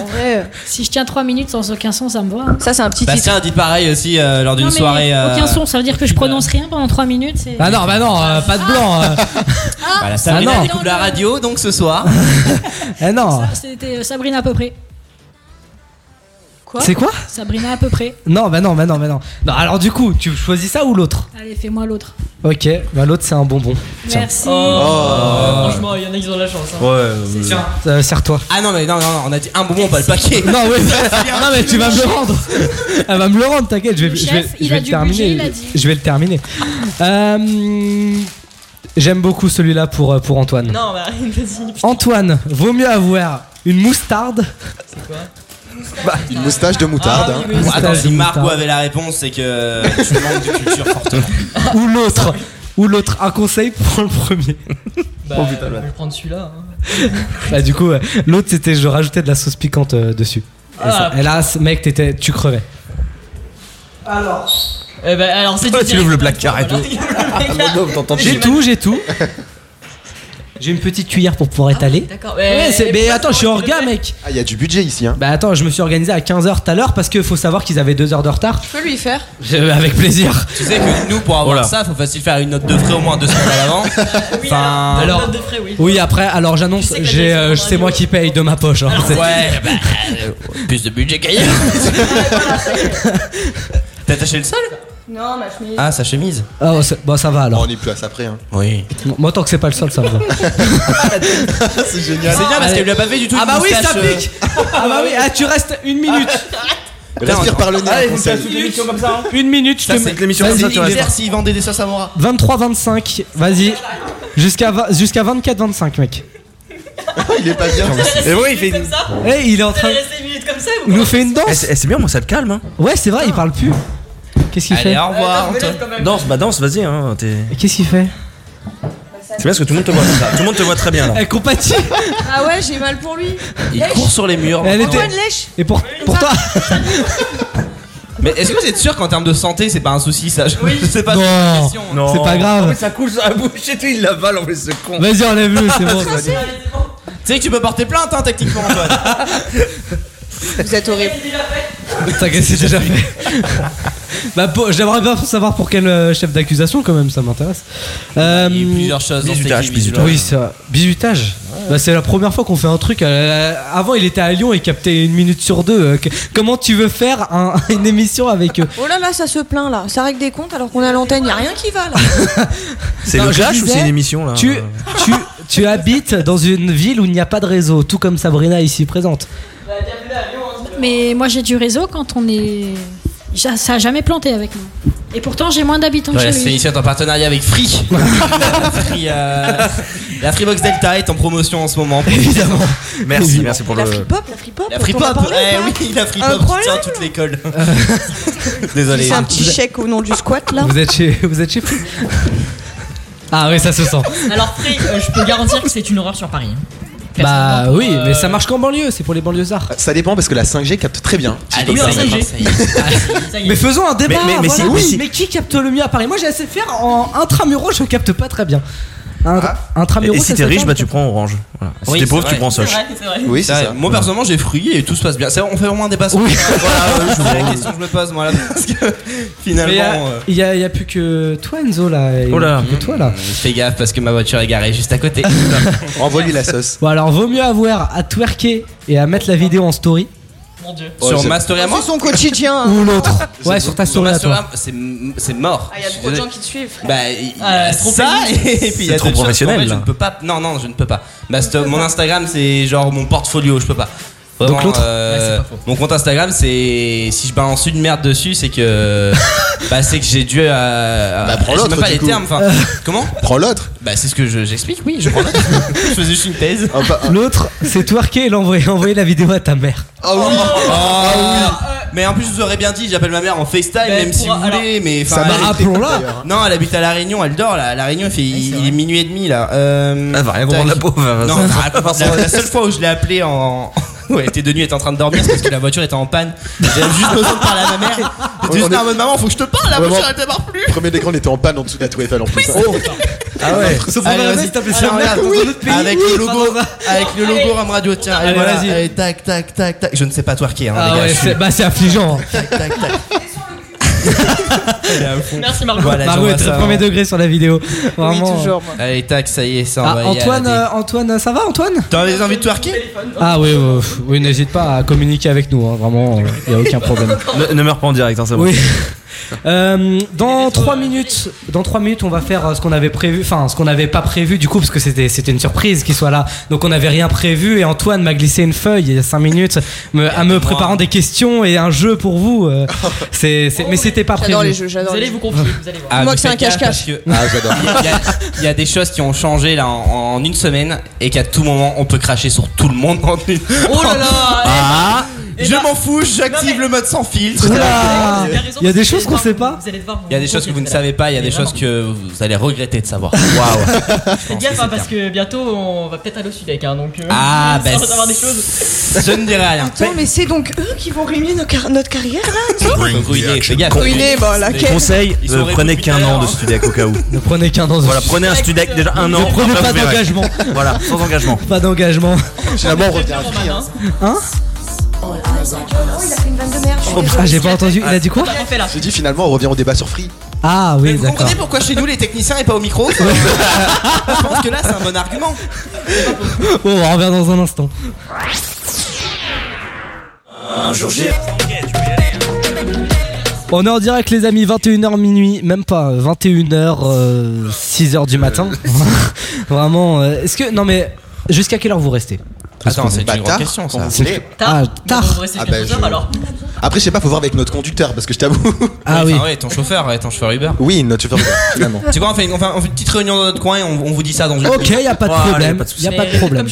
S5: en vrai, euh, si je tiens 3 minutes sans aucun son, ça me va.
S17: Ça, c'est un petit titre.
S6: Bastien dit pareil aussi euh, lors d'une
S5: Non, mais
S6: soirée. euh,
S5: Aucun son, ça veut dire que je prononce rien pendant 3 minutes. c'est- Ah,
S9: Ah non, bah non, euh, pas de blanc. euh.
S6: Voilà, Sabrina
S9: non.
S6: découvre Bah, la radio donc ce soir.
S9: Eh non.
S6: Ah.
S5: C'était euh, Sabrina à peu près. Quoi
S9: C'est quoi
S5: Sabrina à peu près.
S9: Non, bah non, bah non, bah non. Non, alors du coup, tu choisis ça ou l'autre
S5: Allez, fais-moi l'autre.
S9: Ok, bah l'autre c'est un bonbon. Tiens.
S5: Merci.
S14: Oh. Franchement, il y en a qui ont de la chance. hein.
S6: Tiens.
S9: Euh, Serre-toi.
S6: Ah non mais non non non, on a dit un bonbon pas le paquet.
S9: Non, oui.
S5: hein.
S9: non, mais tu vas me le rendre. Elle va me le rendre, t'inquiète, je vais,
S5: Le
S9: je
S5: chef,
S9: vais,
S5: il
S9: je vais
S5: a
S9: le
S5: du
S9: terminer.
S5: budget, il a dit.
S9: Je vais le terminer. Euh, J'aime beaucoup celui-là pour, euh, pour Antoine.
S14: Non, bah, vas-y.
S9: Antoine, vaut mieux avoir une moustarde.
S8: Bah, une moustache de moutarde. hein.
S6: Bon, attends,
S9: Ah Moustache
S6: si
S9: de
S6: Marco
S9: moutarde.
S6: avait la réponse, Euh, c'est que tu manques de culture fortement.
S9: ou l'autre. Ou l'autre, un conseil pour le premier.
S14: Bah,
S9: Oh, putain,
S14: je
S9: là.
S14: vais prendre celui-là. hein.
S9: Bah, du coup, ouais. l'autre c'était je rajoutais de la sauce piquante euh, dessus. Et
S14: Ah,
S9: ça-
S14: putain.
S9: hélas, mec, t'étais, tu crevais.
S14: Eh ben, alors, c'est
S13: Toi,
S14: du hein.
S13: tu ouvres le placard et tout.
S9: J'ai Ah, tout, j'ai tout. J'ai une petite cuillère pour pouvoir étaler.
S14: D'accord,
S9: Ouais, c'est-
S14: mais-
S9: mais attends, je suis orga, mec.
S8: Ah, il y a du budget ici. Hein.
S9: Bah attends, je me suis organisé à 15h tout à l'heure parce que faut savoir qu'ils avaient 2 heures de retard.
S17: Je peux lui faire.
S9: Euh, Avec plaisir.
S6: Tu sais que nous pour avoir
S9: Voilà.
S6: ça, faut facile faire une note de frais au moins deux semaines à l'avance. Enfin,
S9: alors-
S14: Note de frais, oui.
S9: Oui, après, alors
S14: Tu
S9: j'annonce,
S14: sais que la
S9: j'ai,
S14: direction
S9: euh,
S14: de
S9: c'est moi
S14: radio-
S9: qui paye de ma poche. hein. C'est-
S6: ouais, bah, euh, plus de budget qu'ailleurs. Ah, T'as attaché le sol
S17: Non, ma chemise.
S6: Ah, sa chemise.
S9: Ah, ouais, c'est- bon, ça va
S8: Oh,
S9: alors.
S8: on est plus à ça près. Hein.
S6: Oui.
S9: Moi, tant que c'est pas le sol, ça me va.
S12: Ah,
S8: c'est génial.
S6: C'est bien parce
S9: allez.
S6: qu'elle lui a pas fait du tout.
S9: Ah
S6: une
S9: bah oui, ça
S6: moustache, euh,
S9: pique Ah bah oui, ah, tu restes une minute.
S8: Respire par le nez. un conseil.
S9: comme ça. Une minute, je te mets. Vas-y,
S6: Vas-y,
S9: il est
S6: hiver s'il vendait des sauces à Mora.
S9: 23-25, vas-y. Jusqu'à va- jusqu'à 24-25, mec.
S8: il est pas bien.
S13: Mais bon, il fait. une-
S9: Eh, il est en train.
S14: Vous allez rester une minute comme ça ou
S9: Il nous fait une
S13: Eh,
S9: danse.
S13: C'est eh, c'est bien, moi ça le calme. Hein.
S9: Ouais, c'est vrai, il parle plus. Qu'est-ce qu'il fait
S6: Allez, au revoir.
S14: quoi
S6: Antoine.
S14: quand même.
S13: Danse, bah danse, vas-y. Hein, t'es-
S9: Qu'est-ce qu'il fait
S13: c'est bien parce que tout le monde te voit. comme ça. Tout le monde te voit très bien là.
S9: Eh, compatie
S17: Ah ouais, j'ai mal pour lui.
S6: Il court sur les murs.
S9: Elle était-
S17: Antoine lèche.
S9: Et pour, pour toi
S6: Mais est-ce que vous êtes sûr qu'en termes de santé, c'est pas un souci ça Je je sais pas. c'est une
S9: Non,
S6: question, hein.
S13: Non.
S9: c'est pas
S13: Ah ouais,
S9: grave.
S13: ça coule sur la bouche et tout, il l'avale en plus ce con.
S9: Vas-y, enlève-le, c'est bon.
S6: Tu sais que tu peux porter plainte, hein, techniquement, Antoine.
S17: Vous êtes horrible.
S9: T'inquiète, c'est déjà fait. bah, pour- j'aimerais bien savoir pour quel euh, chef d'accusation, quand même, ça m'intéresse. Euh,
S6: Il y a eu plusieurs choses dans
S13: Bisutage,
S6: cette
S13: bisutage.
S9: oui, ça. Bisutage bah, C'est la première fois qu'on fait un truc. euh, avant, il était à Lyon et captait une minute sur deux. euh, que- comment tu veux faire un- une émission avec. euh, eux
S17: Oh là là, ça se plaint là. Ça règle des comptes alors qu'on est à l'antenne, y a rien qui va là.
S13: C'est
S9: Non,
S13: le
S9: je
S13: clash ou
S9: disais,
S13: c'est une émission là Euh.
S9: tu, tu, tu habites dans une ville où il n'y a pas de réseau, tout comme Sabrina ici présente.
S14: Bah, bienvenue à Lyon, hein,
S5: mais moi j'ai du réseau quand on est. Ja- Ça a jamais planté avec moi. Et pourtant j'ai moins d'habitants
S6: Ouais,
S5: que
S6: c'est
S5: chez lui.
S6: initié en partenariat avec Free. la, Free euh, la Freebox Delta est en promotion en ce moment. Évidemment.
S13: Merci, merci pour le.
S6: Pop,
S3: la Free Pop.
S6: La Free
S3: dont on a
S6: Pop,
S3: parlé
S6: eh
S3: ou pas
S6: oui, la Free
S3: Un
S6: Pop
S3: problème.
S6: tient toute l'école. Désolé.
S3: C'est un petit chèque au nom du squat là.
S9: Vous êtes chez, vous êtes chez Free Ah oui, ça se sent.
S14: Alors, Free, euh, je peux garantir que c'est une horreur sur Paris. hein.
S9: Bah oui, mais ça marche qu'en banlieue, c'est pour les banlieusards.
S8: Ah, Ça dépend parce que la 5G capte très bien.
S9: Allez, Ah, oui, la 5G. Mais faisons un débat.
S8: Mais- mais- mais
S9: voilà.
S8: si- mais
S9: Oui,
S8: si-
S9: mais qui capte le mieux à Paris Moi, j'ai assez faire en intramuraux, je capte pas très bien. Un,
S6: Ah.
S9: intramuraux,
S13: Et
S9: Ah, ça
S13: si
S9: se
S13: t'es riche,
S9: fait
S13: bah tu prends Orange. Voilà. Si
S6: Oui,
S13: t'es
S6: c'est
S13: pauvre,
S6: vrai.
S13: tu prends Soch.
S6: Oui, c'est ça. Moi personnellement, j'ai fruit et tout se passe bien. Ça, on fait au moins des passes. Voilà, euh, c'est la question que je me pose moi là. Euh, Parce que
S9: Mais y a-
S6: finalement. euh,
S9: Il y, a- il y a plus que toi, Enzo, là. Il y a
S6: Oh là.
S9: plus que toi, là.
S6: Fais gaffe parce que ma voiture est garée juste à côté.
S8: Envoie-lui la sauce.
S9: Bon, alors, vaut mieux avoir à twerker et à mettre la vidéo en story.
S14: Mon dieu.
S6: Sur ma story à moi
S3: Ah, C'est son quotidien. hein.
S9: Ou l'autre. Ouais, sur ta
S6: Sur
S9: story
S6: ma
S9: à
S6: story
S9: toi.
S6: à moi, c'est c'est mort.
S10: Ah, y a
S6: Je suis
S10: trop de
S6: désolé.
S10: gens qui te suivent, frère.
S6: Bah, il y
S14: Ah,
S9: Euh,
S6: a
S14: trop
S6: ça
S14: pénible.
S6: et puis il y
S13: C'est
S6: a d'autres
S13: trop
S6: choses.
S13: professionnel,
S6: En fait, je
S13: là.
S6: ne peux pas. Non, non, je ne peux pas. Ma sto- mon Instagram, c'est genre mon portfolio, je peux pas. Vraiment,
S9: Donc l'autre
S6: euh, mon compte Instagram, c'est si je balance une merde dessus, c'est que bah c'est que j'ai dû à.
S8: Bah, prends
S6: je sais
S8: l'autre,
S6: même pas
S8: du
S6: les
S8: coup.
S6: termes. Enfin, comment
S8: Prends l'autre.
S6: Bah c'est ce que je- j'explique. oui, je prends l'autre. je faisais juste une thèse.
S9: L'autre, c'est twerker et l'envoyer envoyer la vidéo à ta mère.
S6: Ah oui. Mais en plus, je vous aurais bien dit, j'appelle ma mère en FaceTime, même si vous voulez, mais
S9: Ça
S6: elle-
S9: m'a- rappelons-la.
S6: hein. Non, elle habite à La Réunion, elle dort là. À La Réunion, il, fait, il, il est minuit et demi là. elle va rien
S13: comprendre, la pauvre.
S6: Non,
S13: Ça-
S6: elle comprend- la, la seule fois où je l'ai appelée en. Ouais, elle était de nuit, elle était en train de dormir c'est parce que la voiture était en panne. J'avais
S9: Ah,
S6: juste besoin
S12: Ah,
S6: de parler à ma mère. J'étais juste là en mode maman, faut que je te parle, la
S8: Vraiment.
S6: voiture elle démarre plus.
S8: Premier écran, on était en panne en dessous de la Tour Eiffel en plus. Oh.
S6: Ah ouais.
S8: Sauf qu'on va rester appeler sa mère dans un autre pays.
S6: Avec
S8: Oui.
S6: le logo, avec le logo Ram Radio. Tiens, allez,
S9: Allez,
S6: voilà,
S9: vas-y.
S6: allez, tac, tac, tac, tac. Je ne sais pas twerker. Hein,
S9: Ah
S6: les gars,
S9: ouais,
S6: je suis-
S9: c'est- bah c'est affligeant. hein.
S6: Elle est à fond.
S14: Merci Margot.
S6: Voilà,
S9: Margot est
S6: j'envoie
S9: très
S6: ça. hein.
S9: premier degré sur la vidéo. Vraiment.
S6: Allez, tac, ça y est, ça
S9: Ah,
S6: envoyé à la
S9: Antoine,
S6: dé-
S9: euh, Antoine, ça va Antoine
S6: T'as des envies de twerker
S9: Ah oui, oui, oui, n'hésite pas à communiquer avec nous, hein, vraiment, il a aucun problème.
S13: Ne, ne meurs pas en direct, hein, c'est bon.
S9: Oui. Euh, dans 3 minutes, dans trois minutes, on va faire euh, ce qu'on avait prévu, enfin ce qu'on n'avait pas prévu du coup parce que c'était c'était une surprise qu'il soit là. Donc on n'avait rien prévu et Antoine m'a glissé une feuille il y a 5 minutes me, à me préparant des questions et un jeu pour vous. euh, c'est c'est- mais c'était pas prévu.
S3: J'adore les jeux, j'adore.
S14: Vous
S3: les jeux.
S14: allez vous confier, vous allez voir.
S6: Ah,
S3: Moi
S6: mais
S3: que c'est un
S6: faites gaffe,
S3: cache-cache.
S6: parce que Il y a- il y, a des choses qui ont changé là en, en une semaine et qu'à tout moment on peut cracher sur tout le monde en une.
S14: Oh là eh, ben, là
S12: eh.
S6: Ah Je m'en fous, j'active le mode sans filtre.
S9: Oula Il y a des choses qu'on sait pas.
S14: Vous allez devoir vous
S6: Il y a des choses que vous ne savez pas, il y a des choses que vous allez regretter de savoir.
S9: Ah,
S14: Faites gaffe hein, parce que bientôt on va peut-être aller au Sudec hein, donc. euh,
S6: Ah,
S14: ça
S9: ben,
S6: bah,
S14: va savoir des choses.
S6: Je ne dirai rien.
S3: Attends, mais c'est donc eux qui vont ruiner nos car- notre carrière là
S6: Ruiné, fais gaffe.
S3: Ruiné, bah, la quête.
S13: Conseil,
S6: Ils
S13: euh,
S6: sont
S13: prenez qu'un an de
S6: hein.
S13: Studec au cas où.
S9: Ne prenez qu'un dans
S13: Voilà, prenez un Studec déjà un
S9: Ne
S13: an.
S9: prenez
S13: après,
S9: pas
S13: vous verrez.
S9: d'engagement.
S13: Voilà, sans engagement.
S9: Pas d'engagement.
S8: Finalement, on revient à Free. hein.
S9: Hein Ah j'ai pas entendu. Il a dit quoi
S8: J'ai dit finalement, on revient au débat sur Free.
S9: Ah oui
S6: Vous
S9: d'accord.
S6: comprenez pourquoi chez nous les techniciens et pas au micro Je pense que là c'est un bon argument.
S9: Bon, on revient dans un instant.
S23: Un jour j'ai.
S9: On est en direct les amis, 21h minuit, même pas 21h 6h euh, du matin. Vraiment euh, est-ce que non mais jusqu'à quelle heure vous restez
S6: Attends, c'est une
S8: Bâtard,
S6: grande question ça.
S8: quand vous voulez.
S9: Ah, tard.
S14: restez
S8: Ah bah,
S14: quelques heures,
S8: je-
S14: alors.
S8: Après, je sais pas, faut voir avec notre conducteur parce que je t'avoue.
S9: Ah
S6: oui. ouais, ton chauffeur, ouais, ton chauffeur Uber.
S8: Oui, notre chauffeur Uber, finalement.
S6: Tu sais quoi, on fait, une, on fait- on fait une petite réunion dans notre coin et on, on vous dit ça dans une.
S9: OK, y a pas de
S6: Voilà,
S9: problème.
S6: y a pas de
S9: y
S6: souci.
S9: a pas de problème.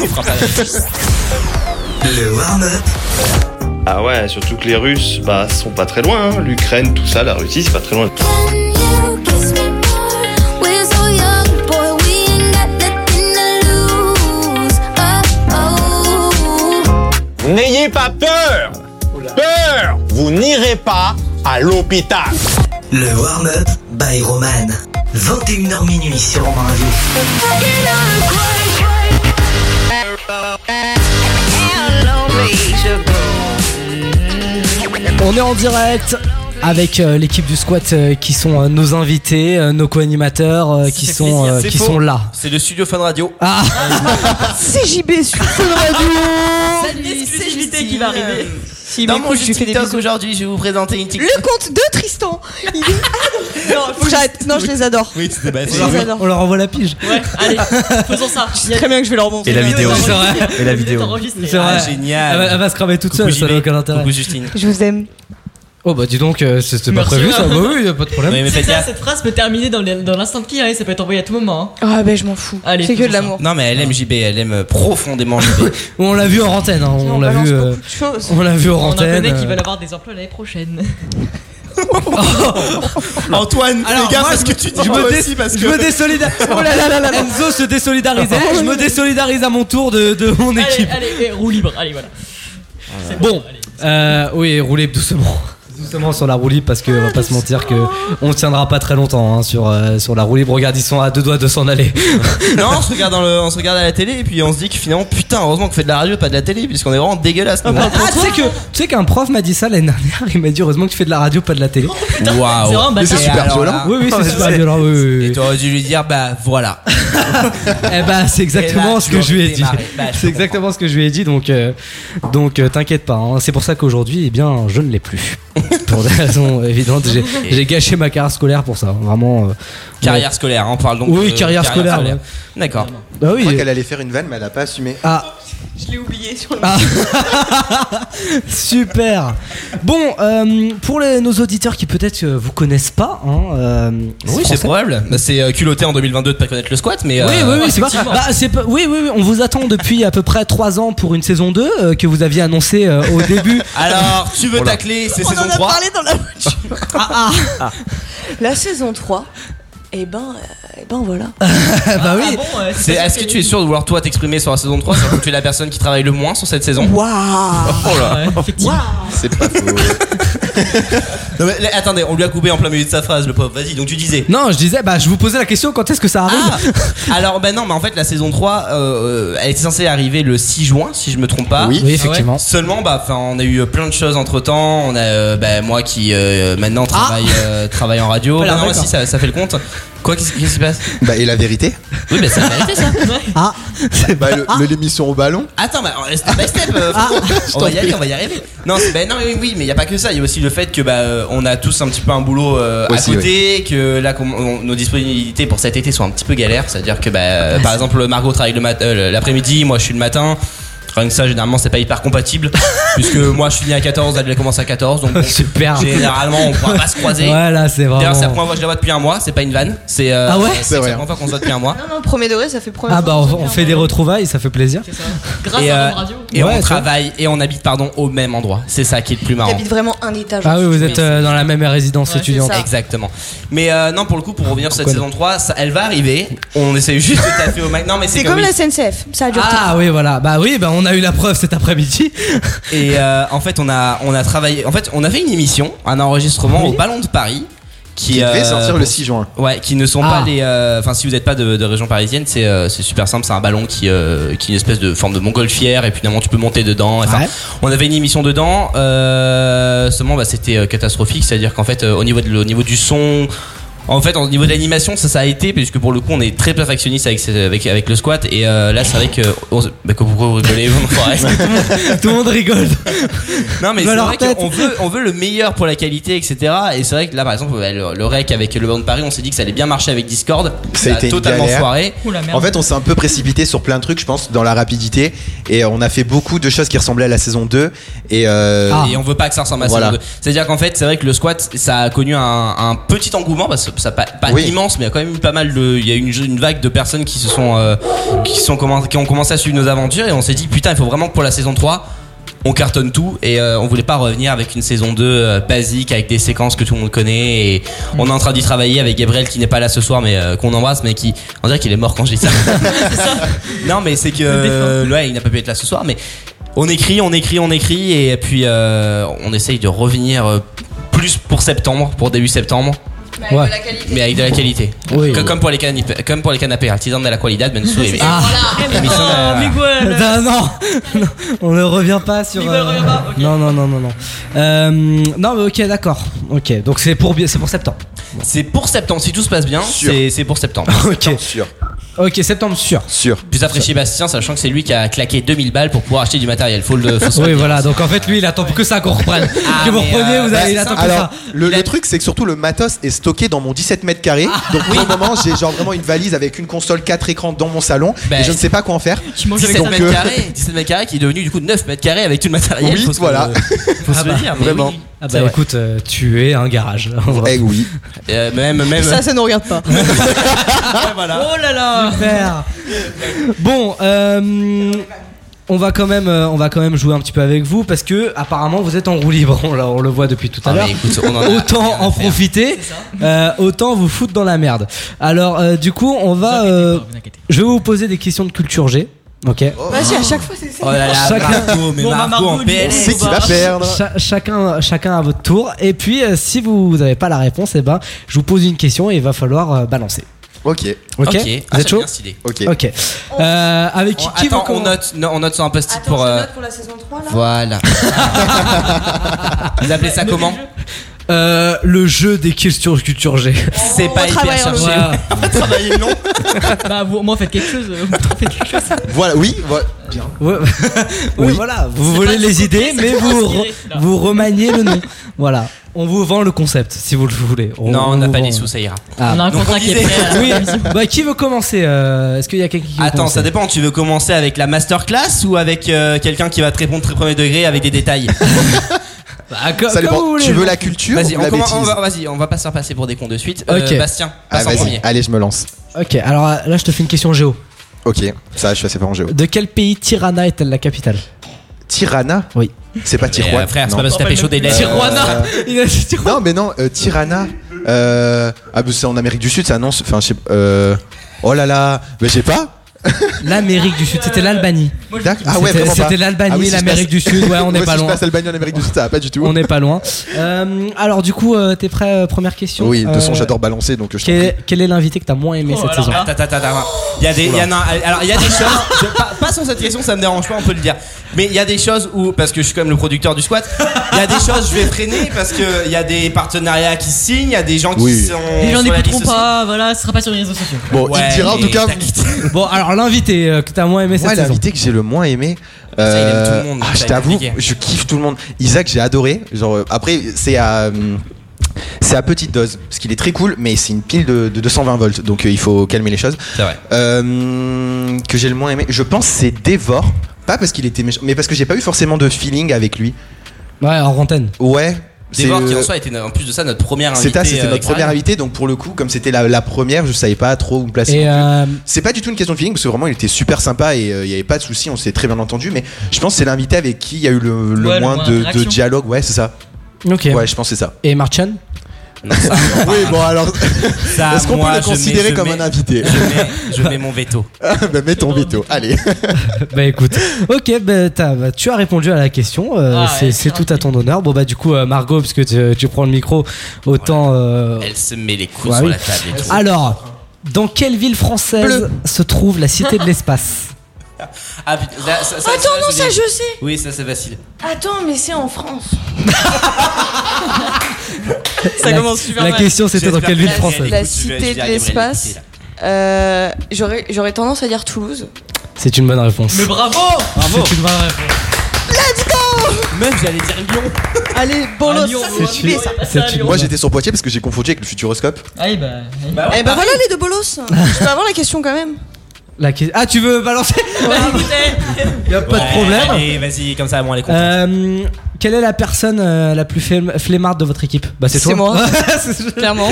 S6: On fera
S12: Ah,
S6: pas
S24: Le warm-up. Ah ouais, surtout que les Russes, bah, sont pas très loin. hein. L'Ukraine, tout ça, la Russie, c'est pas très loin.
S23: We're so young, boy, we ain't got nothing to lose. Oh, oh.
S25: N'ayez pas peur Peur Vous n'irez pas à l'hôpital
S1: Le warm-up by Roman. 21h minuit sur Romain Radio.
S9: On est en direct avec euh, l'équipe du squat euh, qui sont euh, nos invités, euh, nos co-animateurs euh, qui sont euh, qui sont là.
S6: C'est le studio Fun Radio.
S9: Ah
S3: CJB sur Fun Radio
S14: C'est une exclusivité qui va arriver.
S3: Si,
S6: Dans
S3: mais
S6: mon
S3: écoute, je
S6: juste
S3: fais des
S6: TikTok
S3: bisous.
S6: aujourd'hui, je vais vous présenter une TikTok.
S3: Le compte de Tristan Il est Non, faut que j'arrête. Non, je les adore.
S6: Oui, c'était
S8: bah,
S6: bête.
S3: Je les adore.
S9: On leur envoie la pige.
S14: Ouais, allez, faisons ça.
S3: Je sais très bien que je vais leur montrer.
S13: Et la vidéo.
S9: C'est vrai.
S13: Et la vidéo.
S9: C'est vrai.
S6: Ah, génial.
S9: Elle va, elle va se cramer toute seule, ça n'a aucun intérêt.
S6: Coucou Justine.
S3: Je vous aime.
S9: Oh bah dis donc, euh, c'était pas
S14: Merci.
S9: prévu
S6: hein.
S9: ça. Bah oui, y a pas de problème.
S6: Oui, mais
S14: C'est
S6: faites
S14: ça,
S6: gaffe.
S14: cette phrase peut terminer dans le- dans l'instant qui, hein, ça peut être envoyé à tout moment. hein.
S3: Ah, ben je m'en fous.
S14: Allez,
S3: C'est que de
S14: faisons ça.
S3: l'amour.
S6: Non, mais elle aime JB, elle aime euh, profondément JB.
S9: On l'a vu en antenne, hein, on l'a vu. euh,
S3: choses.
S9: On l'a vu en
S14: On en
S9: antenne.
S14: connaît qui
S9: euh,
S14: veulent avoir des emplois l'année prochaine.
S6: Antoine,
S9: Alors,
S6: fais gaffe
S9: moi,
S6: à ce que tu dis.
S9: je
S6: toi
S9: me, dé-
S6: aussi, parce que...
S9: je me désolidarise. Oh là là là là là. Enzo se désolidarise. Je me désolidarise à mon tour de, de mon
S14: Allez,
S9: équipe.
S14: allez, eh, roue libre, allez, voilà.
S9: Bon, euh, oui, roulez doucement. Doucement sur la roue libre parce que on va pas se mentir que on tiendra pas très longtemps hein, sur, euh, sur la roue libre. Regarde, ils sont à deux doigts de s'en aller.
S6: Non, on se, regarde dans le- on se regarde à la télé et puis on se dit que finalement, putain, heureusement qu'on fait de la radio et pas de la télé, puisqu'on est vraiment dégueulasse. nous. hein.
S9: Ah, tu sais que tu sais qu'un prof m'a dit ça l'année dernière, il m'a dit heureusement que tu fais de la radio pas de la télé.
S6: Waouh.
S14: C'est vraiment Mais c'est
S9: bâtard. super
S6: Et alors
S9: violent.
S6: là-
S9: Oui, oui, c'est super violent, oui, oui, oui.
S6: Et t'aurais dû lui dire, bah voilà.
S9: Eh bah c'est exactement
S6: Et là,
S9: ce
S6: tu
S9: que je lui ai
S6: aurais
S9: dit.
S6: démarré. Bah, je
S9: c'est exactement ce que je lui ai dit donc euh, donc euh, t'inquiète pas. hein. C'est pour ça qu'aujourd'hui eh bien je ne l'ai plus. pour des raisons évidentes, j'ai, j'ai gâché ma carrière scolaire pour ça. Vraiment. euh,
S6: Carrière
S9: ouais.
S6: scolaire, hein, on parle donc.
S9: Oui,
S6: de
S9: carrière scolaire,
S6: D'accord.
S9: Bah oui.
S8: Je crois qu'elle allait faire une vanne, mais elle a pas assumé.
S9: Ah.
S3: Je l'ai oublié sur le.
S9: Super. Bon, euh, pour les- nos auditeurs qui peut-être euh, vous connaissent pas, hein, euh,
S6: Oui, c'est
S9: français.
S6: probable. Bah, c'est euh, culotté en 2022 de pas connaître le squat, mais.
S9: Oui,
S6: euh,
S9: oui, oui, c'est pas,
S6: effectivement.
S9: bah, c'est pas- oui, oui, oui, on vous attend depuis à peu près 3 ans pour une saison 2 euh, que vous aviez annoncé euh, au début.
S6: Alors, tu
S9: Oh
S6: veux tacler, c'est
S3: On
S6: saison Ah,
S3: en a
S6: 3.
S3: parlé dans la voiture. Ah. La saison 3. Eh ben, euh, eh ben voilà.
S9: bah oui.
S6: euh, C'est- Est-ce que tu es sûr de vouloir toi t'exprimer sur la saison 3 sachant que tu es la personne qui travaille le moins sur cette saison
S3: Waouh
S6: Oh là
S8: C'est pas faux.
S6: Non, mais, là, Attendez, on lui a coupé en plein milieu de sa phrase, le pauvre. Vas-y, donc tu disais.
S9: Non, je disais, bah, je vous posais la question quand est-ce que ça arrive
S6: Alors, ben non, mais en fait, la saison 3, euh, elle était censée arriver le 6 juin, si je me trompe pas. Ah
S9: Oui, Oui, effectivement.
S6: Seulement, bah, 'fin, on a eu plein de choses entre temps. On a, euh, bah, moi qui euh, maintenant
S8: Ah.
S6: travaille, euh, travaille en radio.
S9: Voilà,
S6: Bah, non,
S9: d'accord.
S6: si, ça, ça fait le compte. Quoi, qu'est-ce qu'est-ce qui se passe
S8: Bah, et la vérité
S6: Oui, mais ça va.
S9: Ah
S8: Bah, le- le- l'émission au ballon
S6: Attends, bah, step by step, euh,
S9: Ah.
S6: Franco. on va y aller, on va y arriver. Non, c'est- bah, non, oui, oui, mais il y a pas que ça. Il y a aussi le fait que bah, euh, on a tous un petit peu un boulot euh,
S8: Aussi,
S6: à côté, que là, qu'on- on- nos disponibilités pour cet été sont un petit peu galères. C'est-à-dire que, bah, euh, par exemple, Margot travaille le mat- euh, l'après-midi, moi je suis le matin. Rien que ça, généralement, c'est pas hyper compatible, puisque moi je finis à 14, elle elle commence à 14, donc bon,
S9: Super.
S6: Ah, généralement on pourra pas se croiser.
S9: Ah, Voilà, c'est
S6: D'ailleurs, c'est la
S9: vraiment.
S6: première fois que je la vois depuis un mois, c'est pas une vanne. C'est euh,
S9: Ah ouais
S6: c'est- c'est la première fois qu'on se voit depuis un mois.
S3: Non, non, premier degré, ça fait premier.
S9: Ah bah, on, on fait des retrouvailles, ça fait plaisir.
S14: Grâce
S6: et,
S14: à
S6: euh,
S14: Rome Radio.
S6: et
S9: Ouais,
S6: on
S9: ça.
S6: travaille et on habite pardon au même endroit. C'est ça qui est le plus marrant.
S3: J'habite vraiment un étage.
S9: Ah oui, vous êtes euh, dans la même résidence étudiante.
S6: Exactement. Mais euh, non, pour le coup, pour revenir sur cette
S9: connaît.
S6: saison 3, ça- elle va arriver. On essaye juste de taper au max. Non, mais c'est
S3: C'est comme
S6: oui.
S3: la SNCF. Ça dure
S9: Ah oui, voilà. Bah oui, bah on a eu la preuve cet après-midi.
S6: Et euh, en fait, on a, on a travaillé. En fait, on a fait une émission, un enregistrement
S9: Oui.
S6: au Ballon de Paris. Qui,
S8: Qui devait
S6: euh,
S8: sortir le
S6: pour-
S8: 6 juin.
S6: Ouais, qui ne sont
S9: Ah.
S6: pas les. euh, Enfin, si vous n'êtes pas de, de région parisienne, c'est euh, c'est super simple. C'est un ballon qui, euh, qui est une espèce de forme de montgolfière et puis finalement tu peux monter dedans. Enfin,
S9: Ouais.
S6: On avait une émission dedans. Euh, seulement, bah, c'était euh, catastrophique. C'est-à-dire qu'en fait, euh, au niveau de, au niveau du son. En fait, au niveau de l'animation, ça, ça a été, puisque pour le coup, on est très perfectionniste avec, ce- avec, avec le squat. Et euh, là, c'est vrai que. on se- bah, pourquoi vous rigolez, vous, enfoirés
S9: Tout le monde rigole.
S6: non mais
S9: Dans
S6: c'est
S9: leur
S6: vrai
S9: tête.
S6: qu'on veut, on veut le meilleur pour la qualité, etc. Et c'est vrai que là, par exemple, bah, le, le rec avec le Ballon de Paris, on s'est dit que ça allait bien marcher avec Discord.
S8: Ça a été une
S6: totalement
S8: galère.
S6: foiré.
S8: En fait, on s'est un peu précipité sur plein de trucs, je pense, dans la rapidité. Et euh, on a fait beaucoup de choses qui ressemblaient à la saison 2. Et, euh,
S9: Ah.
S6: Et on veut pas que ça ressemble à
S8: Voilà.
S6: ça. C'est-à-dire qu'en fait, c'est vrai que le squat, ça a connu un, un petit engouement, parce que ça a pas, pas
S8: Oui.
S6: immense, mais il y a quand même eu pas mal de, il y a eu une, une vague de personnes qui se sont, euh, qui sont commen- qui ont commencé à suivre nos aventures et on s'est dit putain, il faut vraiment que pour la saison 3 on cartonne tout et euh, on voulait pas revenir avec une saison 2 euh, basique avec des séquences que tout le monde connaît et on est en train d'y travailler avec Gabriel qui n'est pas là ce soir mais euh, qu'on embrasse mais qui on dirait qu'il est mort quand je dis ça non mais c'est que euh, ouais, il n'a pas pu être là ce soir mais on écrit, on écrit, on écrit et puis euh, on essaye de revenir euh, plus pour septembre, pour début septembre.
S9: Ouais.
S6: Mais avec de la qualité.
S9: Oui.
S6: Que- comme, pour les canapés, comme pour les canapés, artisan de la qualité, ben sous les-
S9: Ah.
S6: Émission de-
S9: Non, non, non, on ne revient pas sur. euh, Non, non, non, non, non. Euh, non, mais ok, d'accord. Ok, donc c'est pour, bi- c'est pour septembre.
S6: C'est pour septembre, si tout se passe bien,
S8: Sûr.
S6: c'est c'est pour septembre.
S9: Ok.
S8: Sûr.
S9: Ok, septembre sûr.
S6: Sûr. Plus apprécié Bastien, sachant que c'est lui qui a claqué 2000 balles pour pouvoir acheter du matériel. Faut le faut se le
S9: Oui,
S6: dire.
S9: voilà. Donc en fait, lui, il attend que ça qu'on reprenne.
S6: Ah,
S9: que vous
S6: mais,
S9: repreniez,
S6: euh,
S9: vous allez
S6: bah,
S9: attendre que
S8: Alors,
S9: ça.
S8: le, le truc, c'est que surtout le matos est stocké dans mon 17 mètres carrés.
S6: Ah,
S8: Donc, pour le moment, j'ai genre vraiment une valise avec une console 4 écrans dans mon salon.
S6: Ben,
S8: et je ne sais pas quoi en faire.
S6: Tu manges 17
S8: Donc,
S6: mètres
S8: euh,
S6: carrés, 17 mètres carrés qui est devenu du coup 9 mètres carrés avec tout le matériel.
S8: Oui,
S6: faut se-
S8: voilà.
S6: Faut se le dire, mais
S9: Vraiment.
S6: oui.
S9: Ah
S6: C'est
S9: bah
S6: vrai.
S9: écoute, euh, tu es un garage.
S8: Eh oui.
S6: Euh, même, même.
S3: Ça, ça nous regarde pas.
S14: Oh là là
S9: Super. Bon, euh, on va quand même, euh, on va quand même jouer un petit peu avec vous parce que apparemment vous êtes en roue libre. On, l'a- on le voit depuis tout à
S6: Ah, mais
S9: l'heure.
S6: écoute, on en a rien
S9: Autant
S6: à
S9: en
S6: faire.
S9: profiter, euh, autant vous foutre dans la merde. Alors euh, du coup, on va, euh, je vais vous poser des questions de culture G. Ok.
S3: Vas-y, à chaque fois, c'est ça.
S6: Oh là là, Marco, mais
S10: bah,
S6: Marco en PLS.
S9: sait Cha- chacun, chacun à votre tour. Et puis, euh, si vous n'avez pas la réponse, eh ben, je vous pose une question et il va falloir euh, balancer.
S8: Ok.
S9: Ok.
S6: Ok. Ah,
S9: Vous êtes
S6: j'aime
S9: chaud
S6: bien cette idée.
S8: Ok.
S9: Ok. Euh, avec qui,
S6: On-
S9: qui
S6: attends,
S9: veut
S6: on
S9: qu'on-
S6: note, non, on note sur un post-it pour. euh,
S3: pour la saison 3 là
S6: Voilà. Vous appelez ça comment
S9: Euh, le jeu des questions culture G.
S14: Oh,
S6: C'est pas hyper
S14: travailler en
S6: cherché.
S14: logique.
S9: Voilà.
S14: Bah, vous, au moins, faites quelque chose. euh, vous faites quelque chose.
S8: Voilà, oui. voilà. Bien.
S9: Ouais. Ouais, voilà, vous volez les idées, mais vous, re- vous remaniez le nom. Voilà, on vous vend le concept si vous le voulez.
S6: Non, on n'a
S9: vous
S6: pas
S9: vend.
S6: les sous, ça ira.
S9: Ah.
S14: On a un
S6: Donc,
S14: contrat
S6: on
S14: qui est prêt. hein. à la
S9: Oui,
S14: commission.
S9: bah qui veut commencer euh, Est-ce qu'il y a quelqu'un qui veut
S6: Attends,
S9: commencer
S6: ça dépend. Tu veux commencer avec la masterclass ou avec euh, quelqu'un qui va te répondre très premier degré avec des détails
S14: Bah,
S9: co- Ça dépend. comme vous voulez. Tu veux la
S8: culture
S6: Vas-y,
S8: ou
S6: on,
S8: la
S6: commence-
S8: bêtise
S6: on va, vas-y, on va pas se faire passer pour des cons de suite.
S9: Ok.
S6: Euh, Bastien,
S8: Ah,
S6: passe en
S8: vas-y.
S6: premier.
S8: Allez, je me lance.
S9: Ok, alors euh, là je te fais une question géo.
S8: Ok. Ça, je suis assez fort en géo.
S9: De quel pays Tirana est-elle la capitale
S8: Tirana
S9: Oui.
S8: C'est pas
S6: Mais,
S8: Tijuana.
S6: euh, frère, c'est
S8: non.
S6: pas parce que t'as pécho des lettres.
S9: Tijuana. Il a dit Tijuana.
S8: Non, mais non, euh, Tirana. euh, ah, bah, c'est en Amérique du Sud, ça annonce. Enfin, je sais euh, Oh là là, mais je sais pas.
S9: L'Amérique du Sud, c'était l'Albanie.
S8: D'accord. Ah ouais,
S9: C'était-
S8: vraiment pas.
S9: C'était l'Albanie,
S8: Ah oui, si je
S9: l'Amérique
S8: passe-
S9: du Sud, ouais, on n'est
S8: Moi,
S9: pas
S8: si
S9: loin.
S8: Je passe Albanie en Amérique du Sud, ça va pas du tout.
S9: On n'est pas loin. Euh, alors du coup, euh, t'es prêt euh, Première question.
S8: Oui, de toute façon,
S9: Euh,
S8: j'adore balancer, donc je t'en
S9: Quel, quel est l'invité que t'as moins
S14: Oh
S6: Oh
S9: aimé cette saison
S6: Attends, attends, attends, attends. Il y a des, il y en a, alors il y a des choses. je- pas, pas sur cette question, ça me dérange pas, on peut le dire. Mais il y a des choses où, parce que je suis quand même le producteur du squat, il y a des choses je vais freiner parce que il y a des partenariats qui signent, il y a des gens qui
S8: Oui.
S6: sont.
S14: Les gens
S6: sur la liste
S14: n'écouteront
S6: aussi.
S14: pas, voilà, ce sera pas sur les réseaux sociaux.
S8: Bon, il
S6: Ouais,
S8: dira en
S6: mais
S8: tout cas.
S6: t'inquiète.
S9: Bon, alors l'invité euh, que t'as moins aimé
S8: Moi,
S9: cette saison.
S8: l'invité que j'ai le moins aimé.
S6: Ça, il aime tout le
S8: euh,
S6: monde,
S8: ah,
S6: ça,
S8: je
S6: il
S8: t'avoue,
S6: est compliqué.
S8: je kiffe tout le monde. Isaac, j'ai adoré. Genre, euh, après, c'est à. hum, C'est à petite dose, parce qu'il est très cool, mais c'est une pile de, de 220 volts, donc euh, il faut calmer les choses.
S6: C'est vrai.
S8: Euh, que j'ai le moins aimé, je pense, c'est Dévor. Pas parce qu'il était méchant, mais parce que j'ai pas eu forcément de feeling avec lui.
S9: Ouais, en rantaine.
S8: Ouais. c'est,
S6: Dévor qui en
S8: euh,
S6: soi était en plus de ça notre première invitée.
S8: c'est ça, c'était
S6: euh,
S8: notre
S6: extérieure.
S8: première invité, donc pour le coup, comme c'était la, la première, je savais pas trop où me placer.
S9: Et
S8: non plus.
S9: euh,
S8: C'est pas du tout une question de feeling parce que vraiment il était super sympa et euh, il y avait pas de souci, on s'est très bien entendu. Mais je pense que c'est l'invité avec qui il y a eu le, le
S14: Ouais, le
S8: moins
S14: moins
S8: de, de
S14: d'interaction.
S8: dialogue. Ouais, c'est ça.
S9: ok.
S8: Ouais, je pense que c'est ça.
S9: Et Marchan
S8: oui, bon alors,
S6: Ça,
S8: est-ce qu'on peut
S6: moi,
S8: le
S6: je mets-
S8: considérer
S6: je
S8: comme
S6: mets-
S8: un invité
S6: je mets, je mets mon veto.
S8: bah, Mets ton veto. Allez.
S9: Bah écoute, ok, bah, t'as- bah, tu as répondu à la question, euh,
S6: Ah,
S9: c'est,
S6: ouais,
S9: c'est tout à ton honneur. Bon bah du coup, euh, Margot, puisque tu, tu prends le micro, autant... euh,
S6: Elle se met les coups
S9: ouais,
S6: sur
S9: oui.
S6: la table. et tout.
S9: Alors, dans quelle ville française se trouve la cité de l'espace
S6: Ah, putain, là, ça- ça-
S3: Attends, non, ça,
S6: c'est-
S3: je sais.
S6: Oui, ça c'est facile.
S3: Attends, mais c'est en France.
S6: Ça
S9: La-
S6: commence super
S9: La
S6: mal.
S9: question c'était dans
S6: J'espère
S9: quelle
S6: que
S9: ville
S6: la-
S9: française
S6: Écoute,
S3: La
S6: je vais- je vais
S3: cité de
S6: aller me
S3: l'espace.
S6: réaliser,
S3: euh, J'aurais j'aurais tendance à dire Toulouse.
S9: C'est une bonne réponse.
S14: Mais bravo
S6: Bravo.
S9: C'est une bonne réponse.
S3: Let's go
S6: Meuf, j'allais dire Lyon.
S3: Allez, bon lot,
S14: Lyon,
S3: ça
S14: ouais.
S3: c'est fait, ça.
S14: C'est à Lyon.
S8: Moi j'étais sur Poitiers parce que j'ai confondu avec le futuroscope.
S14: Ah, bah.
S6: Bah ouais,
S3: Eh ben
S6: pareil.
S3: voilà les deux bolos. Je peux avoir la question quand même.
S9: La que- Ah, tu veux balancer Y a pas de
S6: Ouais,
S9: problème.
S6: Allez, vas-y, comme ça, moi, les comptes.
S9: Euh, quelle est la personne euh, la plus flem- flemmarde de votre équipe Bah c'est toi.
S3: C'est moi. Clairement.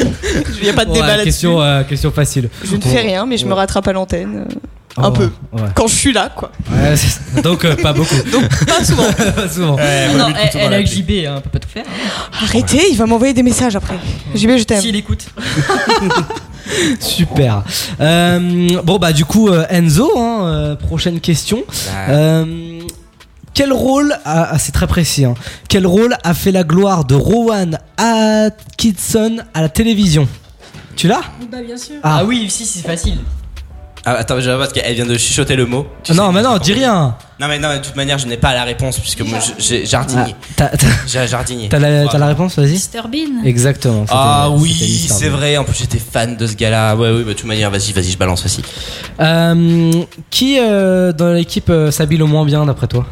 S3: Il n'y a pas de
S9: Ouais,
S3: débat là-dessus.
S9: question, euh, question facile.
S3: Je ne fais rien, mais je me rattrape à l'antenne. euh,
S9: Oh,
S3: Un peu.
S9: ouais.
S3: Quand je suis là, quoi.
S9: Ouais, c'est- donc euh, pas beaucoup. donc
S3: Pas souvent.
S9: pas souvent.
S14: Non, elle, elle est avec JB, hein, on peut pas tout faire.
S3: Arrêtez, il va m'envoyer des messages après. JB, je t'aime.
S14: S'il écoute.
S9: Super. Euh, bon bah du coup euh, Enzo, hein, euh, prochaine question. Euh, quel rôle a- ah, c'est très précis. hein. Quel rôle a fait la gloire de Rowan Atkinson à la télévision Tu l'as
S14: Bah, bien sûr.
S9: Ah.
S14: Ah, oui, si, c'est facile.
S6: Ah, attends, je vois parce qu'elle vient de chuchoter le mot.
S9: Ah non, mais non, dis rien.
S6: Non, mais non, mais de toute manière, je n'ai pas la réponse puisque moi, je- j'ai jardinier.
S9: Ah, T'as
S6: J'ai jardinier.
S9: t'as la, t'as la réponse, vas-y
S5: Mr. Bean.
S9: Exactement. c'était-
S6: Ah
S9: c'était
S6: oui,
S9: Mr. Bean.
S6: c'est vrai. En plus, j'étais fan de ce gars-là. Ouais, oui, bah, de toute manière, vas-y, vas-y, je balance, vas-y.
S9: Euh, qui euh, dans l'équipe euh, s'habille le moins bien d'après toi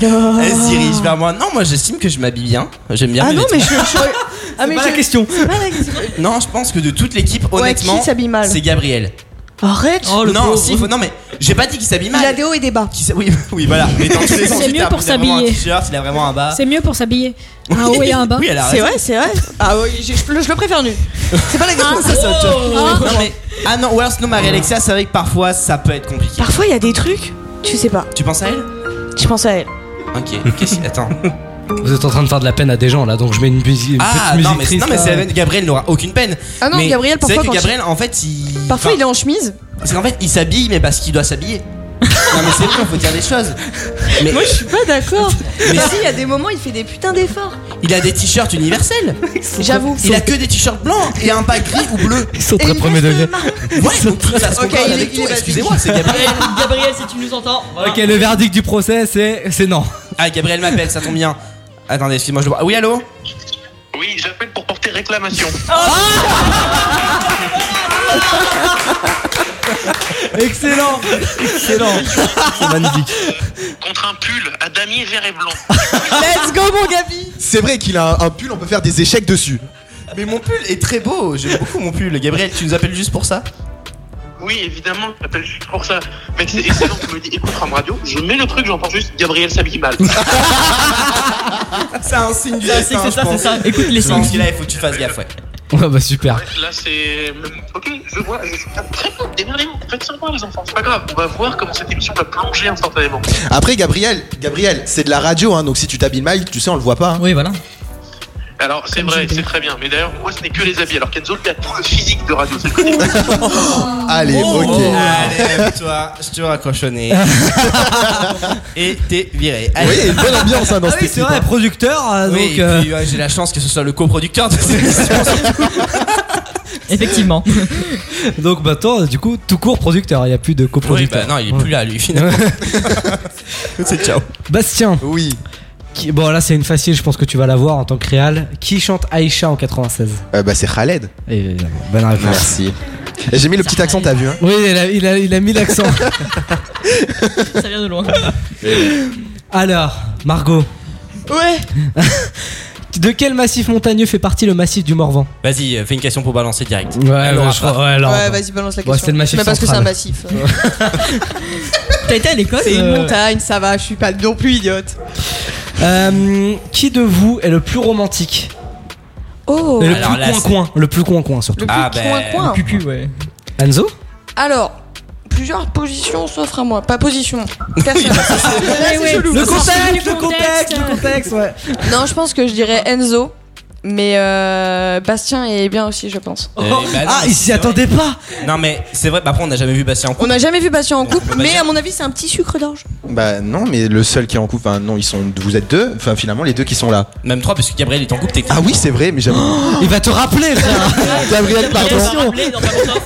S6: Alors. Elle se dirige vers moi. Non, moi, j'estime que je m'habille bien. J'aime bien.
S10: Oh. Ah
S6: mes
S10: non, mais je.
S6: vêtements.
S10: je... Ah, mais
S6: pas
S10: je-
S6: la question.
S10: C'est pas la question.
S6: Non, je pense que de toute l'équipe,
S10: Ouais,
S6: honnêtement,
S10: qui s'habille mal
S6: c'est Gabriel.
S10: Arrête
S6: non, si, faut- non, mais j'ai pas dit qu'il s'habille mal.
S10: Il a des hauts et des bas.
S6: Oui, oui, voilà. Mais dans tous les sens,
S5: C'est
S6: il
S5: mieux
S6: a-
S5: pour
S6: il a vraiment un
S5: s'habiller.
S6: t-shirt, il a vraiment un bas.
S5: C'est mieux pour s'habiller. Un haut et un bas.
S6: Oui, elle a
S10: C'est
S6: raison.
S10: vrai, c'est vrai. Ah oui, je, je le- je le préfère nu. C'est pas la question.
S6: Ah, ça, c'est autre chose.
S10: Ah.
S6: Non, mais- Ah non, ou alors sinon Marie-Alexia, c'est vrai que parfois ça peut être compliqué.
S10: Parfois, il y a des trucs, tu sais pas.
S6: Tu penses à elle
S10: Je pense à elle.
S6: Ok, qu'est-ce qu'il attend
S9: Vous êtes en train de faire de la peine à des gens là, donc je mets une, musique, une
S6: Ah
S9: petite musique
S6: non, mais,
S9: triste,
S6: non, mais
S9: là.
S6: c'est la peine, Gabriel n'aura aucune peine.
S10: Ah non,
S6: Mais
S10: Gabriel,
S6: C'est
S10: parfois,
S6: vrai que
S10: quand
S6: Gabriel, en fait, il.
S10: Parfois, il est en chemise.
S6: C'est qu'en fait, il s'habille, mais parce qu'il doit s'habiller. non, mais c'est vrai, faut dire des choses. Mais
S10: Moi, je suis pas d'accord.
S6: Mais-
S10: Mais si, il y a des moments, il fait des putains d'efforts.
S6: il a des t-shirts universels.
S10: J'avoue.
S6: Il a que des t-shirts blancs et un pas gris ou bleu.
S9: Ils sont très premiers degrés.
S6: Ouais, donc tout ça se
S14: Ok,
S6: comprend
S14: il est-
S6: avec
S14: il est
S6: tout.
S14: basique.
S6: Excusez-moi, c'est Gabriel.
S14: Gabriel, Gabriel, si tu nous entends. voilà.
S9: Ok, le verdict du procès, c'est c'est non.
S6: Ah, Gabriel m'appelle, ça tombe bien. Attendez, excuse-moi, je le vois. Ah Oui, allô
S9: Oh. Excellent, excellent. C'est magnifique.
S10: Let's go, mon Gabi.
S8: C'est vrai qu'il a un, un pull, on peut faire des échecs dessus.
S6: Mais mon pull est très beau, j'aime beaucoup mon pull. Gabriel, tu nous appelles juste pour ça
S15: Oui, évidemment, je t'appelle juste pour ça. Mec, c'est excellent. Tu me dis, écoute Ram Radio, je mets le truc, j'entends juste Gabriel s'habille mal.
S6: C'est un signe du
S15: C'est un
S6: destin,
S15: signe, c'est
S6: je
S15: ça,
S6: pense.
S15: c'est ça. Écoute les
S6: Je pense
S15: signes.
S6: que là, il faut que tu fasses gaffe, ouais.
S9: Ouais, bah super.
S15: Là, c'est. Ok, je vois, je suis pas très bien. Démerdez-vous, faites sympa, les enfants. C'est pas grave, on va voir comment cette émission va plonger instantanément.
S8: Après, Gabriel, Gabriel, c'est de la radio, hein, donc si tu t'habilles mal, tu sais, on le voit pas. hein.
S9: Oui, voilà.
S15: Alors, c'est vrai, c'est très bien. Mais d'ailleurs, moi, ce n'est que les habits. Alors, Kenzo, lui, a tout le physique de radio. C'est le côté.
S8: Allez,
S9: Oh.
S8: ok.
S6: Allez, toi, je te raccrochonné. Et t'es viré. Ah Allez.
S8: Oui, une bonne ambiance, hein, dans cette équipe, hein.
S9: producteur, euh,
S6: Oui,
S9: donc,
S6: et
S9: euh,
S6: puis, ouais, j'ai la chance que ce soit le coproducteur de cette émission.
S9: Effectivement. Donc bah toi, du coup, tout court producteur, il n'y a plus de
S6: Oui,
S9: coproducteur.
S6: bah non, il est plus là, lui, finalement. C'est ciao.
S9: Bastien.
S8: Oui.
S9: Qui, bon là c'est une facile, je pense que tu vas la voir en tant que réal. Qui chante Aïcha en 96
S8: Euh, bah, c'est Khaled.
S9: bonne réponse.
S8: Merci. Et J'ai mis le petit accent, t'as vu, hein
S9: Oui, il a, il a- il a mis l'accent.
S14: Ça vient de loin.
S9: Alors, Margot,
S10: Ouais.
S9: de quel massif montagneux fait partie le massif du Morvan
S6: Vas-y, euh, fais une question pour balancer direct.
S9: Ouais,
S6: Elle
S9: ouais,
S6: aura
S9: je
S6: pas.
S9: crois- ouais, alors,
S10: ouais, vas-y, balance la
S9: Bon,
S10: question.
S9: c'est le massif
S10: Mais parce que c'est un
S9: central.
S10: massif.
S14: T'as été à l'école
S10: C'est une
S14: euh,
S10: montagne, ça va, je suis pas non plus idiote.
S9: Euh, qui de vous est le plus romantique
S10: Oh.
S9: Et Le
S6: Alors
S9: plus
S6: là,
S9: coin-coin, le plus coin-coin surtout.
S10: Le plus
S6: Ah, ben,
S10: coin-coin.
S6: le
S9: ouais. Anzo
S10: Alors, plusieurs positions s'offrent à moi. Pas position. Personne.
S9: Mais oui. Le contexte, le contexte, le contexte, ouais.
S10: Non, je pense que je dirais Enzo. Mais euh, Bastien est bien aussi, je pense.
S6: Eh, bah, non,
S9: ah,
S6: mais
S9: il
S6: c'est
S9: s'y attendait pas
S6: vrai. Non, mais c'est vrai, bah, après, on n'a jamais vu Bastien en
S10: On
S6: couple.
S10: n'a jamais vu Bastien en couple,
S6: peut pas
S10: mais
S6: dire.
S10: à mon avis, c'est un petit sucre d'orge.
S8: Bah, non, mais le seul qui est en couple, enfin, non, ils sont, vous êtes deux, enfin, finalement, les deux qui sont là.
S6: Même trois, parce que Gabriel est en couple, t'es
S8: Ah oui, c'est vrai, mais j'avoue.
S9: Il va te rappeler, frère
S8: Gabriel, pardon.
S14: Gabriel, rappelé dans pas longtemps.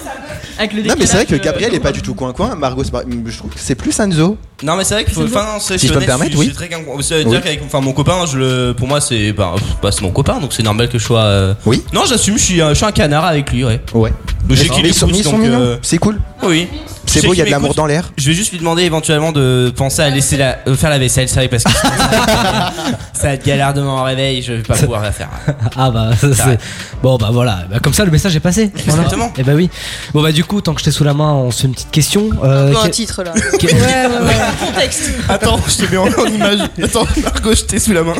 S14: Avec le
S8: Non, mais c'est vrai que
S14: décalage, euh,
S8: Gabriel est pas du tout coin-coin, Margot, c'est pas- je trouve que c'est plus Anzo.
S6: Non mais c'est vrai qu'il faut. Enfin, non, c'est-
S8: Si je peux me
S6: honnête,
S8: permettre,
S6: je suis
S8: oui.
S6: très gamin. Ça veut dire qu'avec enfin, mon copain, je le, pour moi, c'est bah, pff, bah, c'est mon copain, donc c'est normal que je sois. euh,
S8: Oui.
S6: Non, j'assume, je suis, un- je suis un canard avec lui, ouais.
S8: Ouais.
S6: Mais je sais qu'il
S8: Mais ils sont,
S6: écoute,
S8: mais ils sont
S6: donc,
S8: mignons,
S6: euh,
S8: c'est cool.
S6: Oui. Je
S8: C'est
S6: sais
S8: beau, il
S6: qu'il
S8: y a de l'amour
S6: m'écoute.
S8: dans l'air.
S6: Je vais juste lui demander éventuellement de penser à laisser la, euh, faire la vaisselle, c'est vrai, parce que ça va être galère demain en réveil, je vais pas pouvoir la faire.
S9: Ah bah ça, c'est bon bah voilà Bah, comme ça le message est passé Voilà.
S6: Exactement.
S9: Eh bah oui bon bah du coup tant que je t'ai sous la main on se fait une petite question Euh,
S10: Peu un
S9: que-
S10: titre là.
S9: que-
S10: Contexte.
S6: Attends, je te mets en, image. Attends, Margot, je t'ai sous la main.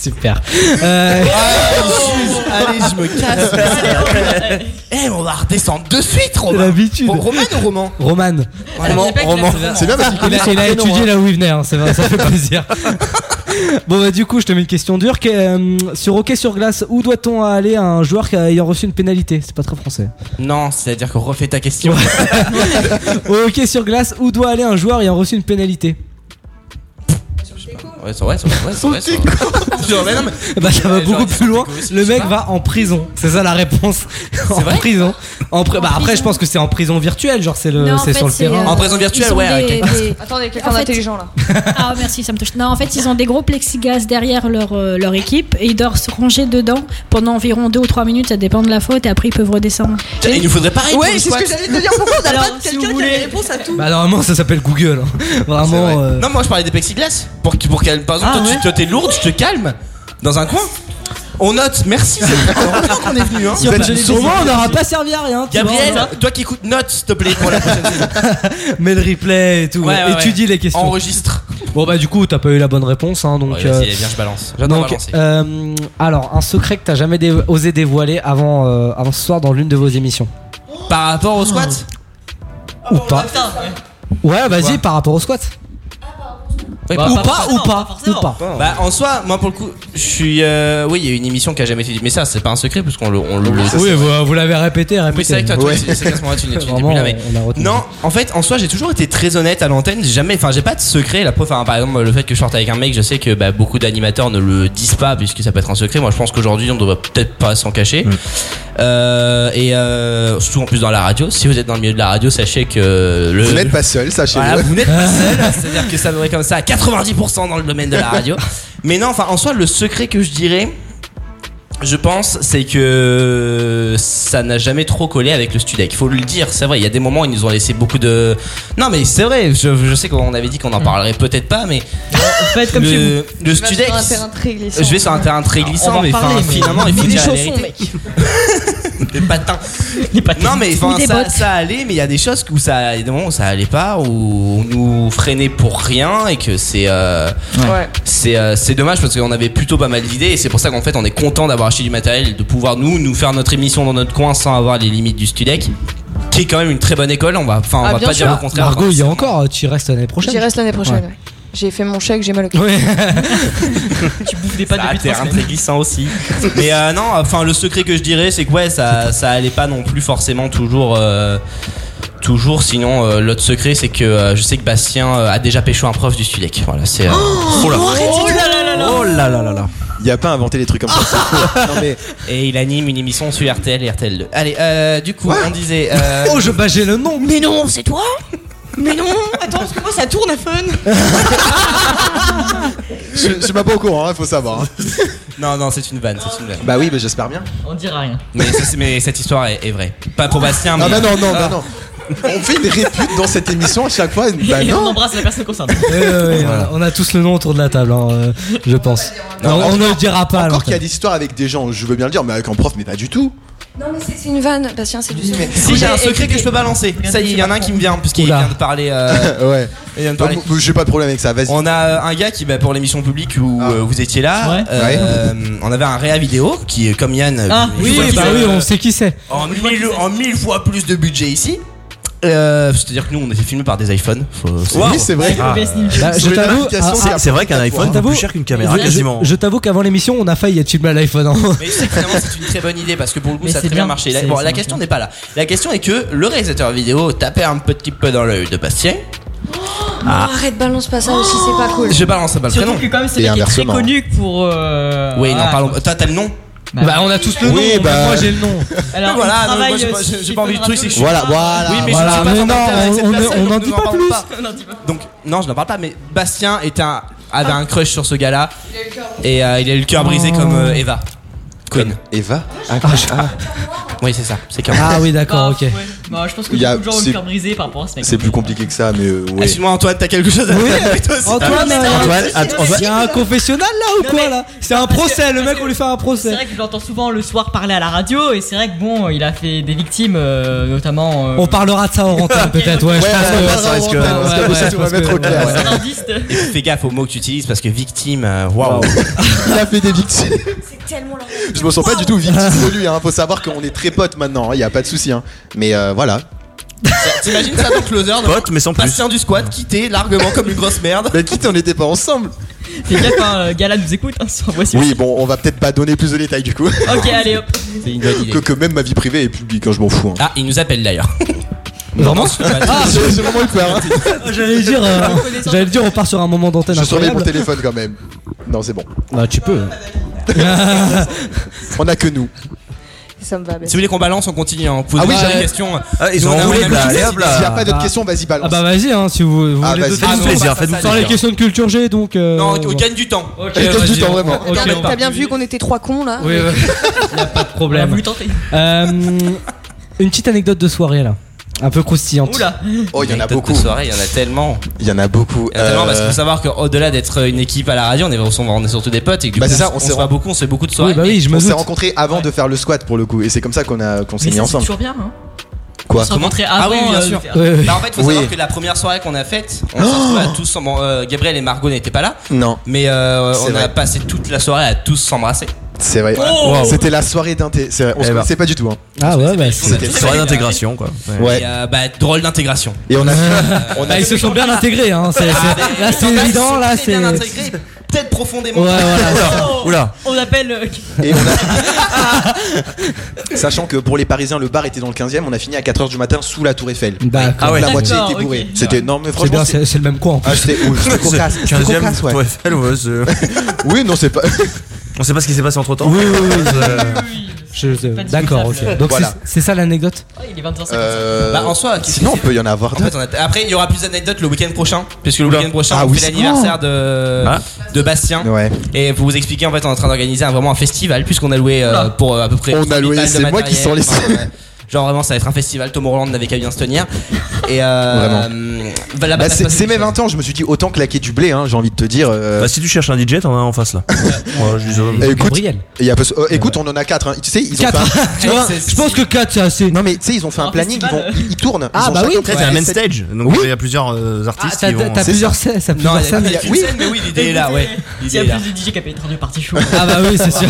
S9: super Euh,
S6: Allez, je me casse. Eh, on va redescendre de suite, Romain.
S9: L'habitude.
S6: Bon, Romain ou Roman
S9: Roman
S6: Roman, Roman.
S8: C'est bien parce qu'il
S9: il
S8: connaît
S9: a,
S8: son
S9: il a
S8: prénom,
S9: étudié
S8: hein.
S9: là où il venait hein, c'est vrai, ça fait plaisir bon bah du coup je te mets une question dure Que- euh, sur hockey sur glace où doit-on aller à un joueur qui a- ayant reçu une pénalité c'est pas très français
S6: Non, c'est-à-dire qu'on refait ta question.
S9: au hockey sur glace où doit aller un joueur ayant reçu une pénalité
S6: Ouais, c'est vrai, c'est vrai, c'est vrai, c'est vrai. Genre, mais non, mais-
S9: Bah ça va
S6: Ouais,
S9: beaucoup
S6: genre,
S9: plus loin.
S6: égoïste,
S9: Le
S6: je sais
S9: mec
S6: pas.
S9: va en prison. C'est ça la réponse. en prison. En pri- bah après je pense que c'est en prison virtuelle, genre c'est le
S5: Non, en
S9: c'est
S5: fait,
S9: sur le
S5: c'est,
S9: terrain.
S5: euh,
S6: En prison virtuelle,
S5: ils ont
S6: ouais,
S5: des-
S6: ok.
S5: des-
S10: Attendez,
S5: En
S10: quelqu'un
S5: fait-
S10: d'intelligent là.
S5: Ah merci, ça me touche. Non, en fait, ils ont des gros plexiglas derrière leur, euh, leur équipe et ils doivent se ranger dedans pendant environ 2 ou 3 minutes, ça dépend de la faute et après ils peuvent redescendre.
S6: Tiens, il nous faudrait pareil. pour
S3: Ouais,
S6: le
S3: c'est ce que
S6: squat.
S3: j'allais te dire. Pourquoi on a pas de
S14: si
S3: quelqu'un
S14: vous
S3: qui a
S14: voulez-
S3: les réponses à tout
S9: Bah normalement ça s'appelle Google. hein. Vraiment euh,
S6: Non, moi je parlais des plexiglas. Pour, que- pour qu'elle. Par exemple,
S9: Ah,
S6: toi, tu-
S9: ouais.
S6: toi, t'es lourde, je te calme. Dans un coin. On note, merci. c'est vrai qu'on est venu, hein.
S9: si on- Sûrement on n'aura pas servi à rien. tu vois.
S6: Gabriel, toi qui écoutes note, s'il te plaît, pour la prochaine saison.
S9: mets le replay et tout,
S6: Ouais, ouais,
S9: étudie
S6: ouais.
S9: les questions.
S6: Enregistre.
S9: Bon bah du coup t'as pas eu la bonne réponse hein, donc.
S6: Ouais, vas-y,
S9: euh,
S6: viens, je balance. J'adore
S9: donc,
S6: balancer.
S9: euh, alors un secret que t'as jamais dé- osé dévoiler avant euh, avant ce soir dans l'une de vos émissions.
S6: Par rapport au squat
S5: Oh,
S9: Ou pas. Oh, Ouais vas-y par rapport au squat.
S6: Ouais,
S9: ou, Bah, pas, ou pas ou pas
S6: Bah en soi, moi pour le coup, je suis. euh, Oui, il y a une émission qui a jamais été dit, mais ça c'est pas un secret parce qu'on le, on le.
S9: Oui vous, vous l'avez répété répété.
S6: Oui, c'est avec toi, toi, c'est c'est qu'à ce moment-là, tu n'es tu n'es plus là, mais-
S9: Vraiment, on- on a retenu.
S6: Non, en fait, en soi, j'ai toujours été très honnête à l'antenne. J'ai Jamais, enfin, j'ai pas de secret. La preuve, enfin, par exemple, le fait que je sorte avec un mec, je sais que bah, beaucoup d'animateurs ne le disent pas puisque ça peut être un secret. Moi, je pense qu'aujourd'hui, on devrait peut-être pas s'en cacher. Euh, et euh, surtout en plus dans la radio. Si vous êtes dans le milieu de la radio, sachez que euh, le.
S8: Vous n'êtes pas seul, sachez-le.
S6: Voilà, vous n'êtes
S14: Ah.
S6: pas seul. hein, C'est-à-dire que ça devrait être comme ça à 90% dans le domaine de la radio. Mais non, enfin, en soi, le secret que je dirais. Je pense, c'est que ça n'a jamais trop collé avec le Studec. Faut le dire, c'est vrai. Il y a des moments où ils nous ont laissé beaucoup de. Non, mais c'est vrai. Je, je sais qu'on avait dit qu'on en parlerait peut-être pas, mais
S14: En fait, Mm. comme
S6: le,
S14: chez vous.
S6: le Studec. Je vais sur un terrain très glissant, mais enfin, finalement, il faut
S14: des
S6: dire la
S14: chaussons,
S6: vérité.
S14: mec.
S6: Des patins. Non, mais enfin,
S14: Ou des
S6: ça,
S14: bottes.
S6: ça allait, mais il y a des choses où ça, il y a des moments où ça allait pas, où on nous freinait pour rien et que c'est. euh, C'est euh, c'est dommage parce qu'on avait plutôt pas mal d'idées et c'est pour ça qu'en fait on est content d'avoir acheté du matériel et de pouvoir nous nous faire notre émission dans notre coin sans avoir les limites du Studec qui est quand même une très bonne école on va enfin on
S10: Ah,
S6: va
S10: bien
S6: pas
S10: sûr.
S6: dire le contraire
S9: Margot il y a encore euh, tu y restes l'année prochaine.
S10: J'y reste l'année prochaine.
S9: Ouais.
S10: ouais. J'ai fait mon chèque, j'ai mal au cul.
S6: Ça, terrain très glissant aussi. Mais euh, non, enfin le secret que je dirais, c'est que ouais, ça, ça allait pas non plus forcément toujours. euh, toujours. Sinon, euh, l'autre secret, c'est que euh, je sais que Bastien euh, a déjà pécho un prof du Studec. Voilà, c'est. euh, oh là. Oh là là là là.
S8: Il a pas inventé des trucs comme ça.
S6: Et il anime une émission sur RTL et RTL2. Allez, euh, du coup, on disait. euh,
S9: Oh je bah j'ai le nom.
S3: Mais non, c'est toi Mais non Attends, parce que moi ça tourne à fun
S8: je, je suis pas au courant, il faut savoir. hein.
S6: Non, non, c'est une vanne, c'est une vanne.
S8: Bah oui, mais j'espère bien.
S14: On dira rien.
S6: Mais, ça, c'est- mais cette histoire est, est vraie. Pas pour Bastien, mais.
S8: Ah bah non, non, bah
S6: Ah.
S8: non. On fait une répute dans cette émission à chaque fois. Bah
S14: et on
S8: non.
S14: embrasse la personne concernée.
S9: Ouais, ouais, ouais, On a tous le nom autour de la table hein, euh, je pense. Non, on ne le dira pas. à
S8: Encore qu'il y a
S9: l'antenne.
S8: des histoires avec des gens, je veux bien le dire, mais avec un prof, mais pas du tout.
S10: Non, mais c'est une vanne, Bastien, c'est du secret.
S6: Si, j'ai un secret que je peux balancer. Ça y est, il y en a un qui me vient, puisqu'il vient de parler. euh,
S8: ouais.
S6: il vient de parler.
S8: Donc, J'ai pas de problème avec ça, vas-y. Ah.
S6: On a un gars qui, bah, pour l'émission publique où euh, vous étiez là,
S8: Ouais.
S6: euh, on avait un réa vidéo qui, est comme Yann, euh,
S9: Ah
S6: une
S9: oui
S6: fois qu'il
S9: bah
S6: a-
S9: oui on sait qui c'est.
S6: en, mille, en mille fois plus de budget ici. Euh, C'est-à-dire que nous, on était filmés par des iPhones. Faut-
S8: Oui, c'est vrai. Ah. Bah, je
S9: t'avoue, ah, ah,
S13: C'est vrai qu'un
S9: je
S13: iPhone coûte
S9: t'avoue,
S13: plus cher qu'une caméra
S9: je- je-
S13: quasiment.
S9: Je, t'avoue qu'avant l'émission on a failli être filmé à l'iPhone. hein.
S6: Mais c'est que vraiment, c'est une très bonne idée parce que pour le coup,
S9: Mais
S6: ça a
S9: c'est
S6: très bien
S9: bien,
S6: marché. La,
S9: c'est-
S6: bon,
S9: ça
S6: la
S9: marche
S6: question n'est pas là. La question est que le réalisateur vidéo tapait un petit peu dans l'œil de Bastien. Ah.
S10: Arrête, balance pas ça aussi, c'est pas Ah, cool.
S6: Je balance ça, pas le
S14: Surtout
S6: prénom.
S14: que quand même, c'est mec qui est très connu pour. euh,
S6: Oui, non,
S14: voilà.
S6: parlons. Toi, t'as le nom
S14: Bah, Bah,
S9: on a tous
S14: le
S9: nom, bah- moi, j'ai le nom.
S14: Alors,
S6: voilà,
S14: il
S6: non,
S14: travaille,
S6: moi, j'ai pas-
S14: euh,
S6: j'ai-
S14: chez
S6: j'ai pas envie de
S14: Fun
S6: truc, c'est que je-
S14: Radio.
S6: Oui, mais
S9: voilà,
S6: je suis pas
S9: mais
S6: dans
S9: non,
S6: le thème avec
S9: on-
S6: cette
S9: on-
S6: personne,
S9: on
S6: donc
S9: en
S6: nous
S9: dit
S6: en
S9: pas
S6: parlons
S9: plus.
S6: Donc, non, je n'en parle pas, mais Bastien était un, avait
S14: Ah.
S6: un crush sur ce gars-là. Et euh, il a eu le cœur brisé
S9: Oh.
S6: comme euh, Eva. Queen.
S8: Eva
S6: Oui, c'est ça. C'est comme
S9: Ah oui d'accord ok.
S14: Bah, je pense que
S8: Il y a-
S14: beaucoup de gens ont
S8: c'est-
S14: le cœur brisé par rapport à ce mec.
S8: C'est plus compliqué que ça, mais euh, ouais.
S6: Excuse-moi, Antoine, t'as quelque chose à
S9: Oui.
S6: dire toi aussi.
S9: Antoine,
S6: Ah,
S9: euh,
S6: Antoine,
S9: il y a un
S14: Ah,
S9: confessionnal là ou quoi là C'est un procès, le mec on lui fait un
S14: C'est
S9: procès.
S14: vrai que je l'entends souvent le soir parler à la radio et c'est vrai que bon, il a fait des victimes, euh, notamment. euh,
S9: On parlera de ça en rentrée peut-être, ouais, je
S14: Ouais,
S9: pense
S14: ouais,
S9: que-
S14: ouais, ça risque-
S9: ouais,
S14: parce que
S9: ouais,
S14: comme ça,
S9: ouais,
S14: tout
S9: je
S14: va
S9: pense
S14: mettre
S9: que-
S14: au clair, ouais.
S6: Écoute, fais gaffe aux mots que tu utilises parce que victime, euh, waouh.
S8: Il a fait des victimes. Je me sens pas du tout victime de lui, hein. faut savoir qu'on est très potes maintenant, il y a pas de souci. Hein. Mais euh, voilà.
S6: T'imagines ça dans Closer
S13: Pote, mais sans plus.
S6: Bastien du squat quitté largement comme une grosse merde.
S8: Mais quitte, on n'était pas ensemble.
S14: Fais gaffe, hein, Gala nous écoute, hein, sur- voici.
S8: Oui, bon, on va peut-être pas donner plus de détails du coup.
S14: Ok, allez hop.
S6: C'est une bonne idée.
S8: Que, que même ma vie privée est publique, hein, je m'en fous. hein.
S6: Ah, il nous appelle d'ailleurs.
S9: Vraiment
S8: Ah, c'est c'est vraiment le père.
S9: J'allais dire, euh, j'allais dire, on part sur un moment d'antenne
S8: Je surveille mon
S9: incroyable.
S8: téléphone quand même. Non, c'est bon.
S9: Bah, tu peux.
S8: On a que nous.
S3: Ça me va bien.
S6: Si vous voulez qu'on balance, on continue. hein. Vous pouvez
S8: Ah oui,
S6: poser des
S8: j'avais-
S6: questions.
S8: Ah, ils ont
S6: Nous, on a
S8: roulé,
S6: un
S8: là,
S6: ami
S8: allez,
S6: qui
S8: hop
S6: dit-
S8: là. S'il y a pas d'autres questions, vas-y, balance.
S9: Ah bah vas-y, hein, si vous, vous
S8: Ah,
S9: voulez.
S8: vas-y.
S9: d'autres
S8: Faites-nous
S9: questions.
S8: plaisir, faites-nous
S9: Sans les
S8: plaisir.
S9: questions de culture G, donc. euh,
S6: Non,
S9: on-
S6: on gagne du temps.
S9: Ok, Gagne du vas-y, temps, on- vraiment. on-
S6: Ok,
S9: on-
S6: on-
S10: T'as bien vu qu'on était trois cons là
S9: Oui, oui. Il n'y a pas de problème. Euh, une petite anecdote de soirée là, un peu croustillante.
S8: Oh, il y en a
S6: Anecdote de
S8: beaucoup.
S6: soirée, il y en a tellement.
S8: Il y en a beaucoup.
S6: Il y en a tellement
S8: Euh,
S6: parce qu'il faut savoir qu'au-delà d'être une équipe à la radio, on est, on est surtout des potes et que du
S8: Bah,
S6: coup,
S8: c'est ça, on
S6: on,
S8: s'est bah
S6: se voit
S8: ren-
S6: beaucoup, on se fait beaucoup de
S14: bah
S6: soirées.
S8: on s'est rencontrés avant de faire le squat pour le coup, et c'est comme ça qu'on a qu'on s'est
S14: Mais
S8: mis
S14: ça, c'est
S8: ensemble.
S14: toujours bien, hein.
S8: Quoi
S14: On s'est rencontrés avant,
S6: Ah oui, bien
S14: euh,
S6: sûr.
S14: de faire- Ouais, ouais.
S6: Bah, en fait, faut
S8: Oui.
S6: savoir que la première soirée qu'on a faite, on s'est retrouvés à tous. en- Bon, euh, Gabriel et Margot n'étaient pas là,
S8: Non,
S6: mais euh,
S8: C'est
S6: on a
S8: vrai.
S6: passé toute la soirée à tous s'embrasser.
S8: c'est vrai.
S6: Oh Wow.
S8: C'était la soirée d'inté. C'est vrai, on
S6: Eh
S8: se
S6: ben.
S8: connaissait pas du tout. hein.
S9: Ah ouais, bah
S6: On a tous fait-
S13: quoi.
S8: Ouais.
S6: Et, euh, bah, drôle d'intégration. Euh,
S8: Et on a.
S9: on a- Ah, ils se sont bien intégrés, hein. c'est- c'est- là c'est
S6: Ah, Ils sont
S9: évident, là
S6: bien
S9: c'est.
S6: intégrés, Peut-être profondément.
S9: Ouais, voilà.
S13: Oula.
S14: On appelle. euh,
S8: Et on a- Sachant que pour les Parisiens, le bar était dans le 15 e on a fini à 4h du matin sous la Tour Eiffel.
S9: D'accord.
S8: Ah ouais. La
S9: D'accord,
S8: moitié était
S9: ok.
S8: bourrée. C'était non mais
S9: C'est
S8: franchement.
S9: bien, c'est c'est le même coin en
S8: Ah,
S9: plus.
S8: c'était ouf, c'était cocasse, c'était
S13: 15 e
S8: cocasse, ouais.
S13: Tour Eiffel, ouais, c'est-
S8: Oui, non, c'est pas.
S13: On sait pas ce qui s'est passé entre temps.
S9: Oui, oui, oui, Je- je- D'accord, ok. Donc
S13: Voilà.
S9: c'est- c'est ça l'anecdote.
S14: Il est 20h50.
S8: Euh,
S6: Bah, en soi, qu'est-ce
S8: sinon
S6: que
S8: on
S6: c'est
S8: peut y en avoir
S6: En fait,
S8: d'autres.
S6: on a- Après, il y aura plus d'anecdotes le week-end prochain, puisque le
S8: Oula.
S6: week-end prochain,
S8: Ah
S6: on
S8: oui,
S6: fait
S8: c'est-
S6: l'anniversaire de,
S8: Ah.
S6: de Bastien.
S8: Ouais.
S6: Et pour vous expliquer, en fait, on est en train d'organiser un, vraiment un festival, puisqu'on a loué euh, pour euh, à peu près.
S8: On a
S6: 3000
S8: loué,
S6: balles de
S8: c'est moi qui
S6: matériel.
S8: s'en laisse.
S6: Enfin, ouais. Genre vraiment, ça va être un festival. Tom Holland n'avait qu'à bien se tenir. Et euh,
S8: Vraiment.
S6: euh, bah,
S8: Bah,
S6: là-bas, ça se
S8: c'est
S6: passe
S8: c'est
S6: des
S8: mes 20 ans, je me suis dit autant claquer du blé, hein, j'ai envie de te dire. euh,
S13: Bah, si tu cherches un DJ, t'en as un en face là. Moi, je dis ça.
S8: Et écoute, il y a pas- euh, écoute, on en a 4 Tu sais, ils ont
S9: Quatre.
S8: fait. un-
S9: Tu vois, je pense que 4 c'est assez.
S8: Non mais tu sais, ils ont fait un planning, ils, vont, ils ils tournent.
S9: Ah,
S8: ils ont
S9: bah oui.
S8: chacun
S9: Après,
S13: C'est un main
S8: sept-
S13: stage, donc il y a plusieurs euh,
S9: Ah,
S13: artistes
S9: t'as
S13: qui vont.
S9: t'as plusieurs scènes, ça
S6: Non,
S9: plusieurs
S6: il y a-
S9: scènes.
S6: il y a une
S9: Oui.
S6: scène, mais oui, l'idée est là, ouais.
S14: Il
S6: L'idée
S14: y
S6: est
S14: a
S6: là.
S14: plus de DJ qui a payé le train du party show.
S9: Ah bah oui, c'est sûr.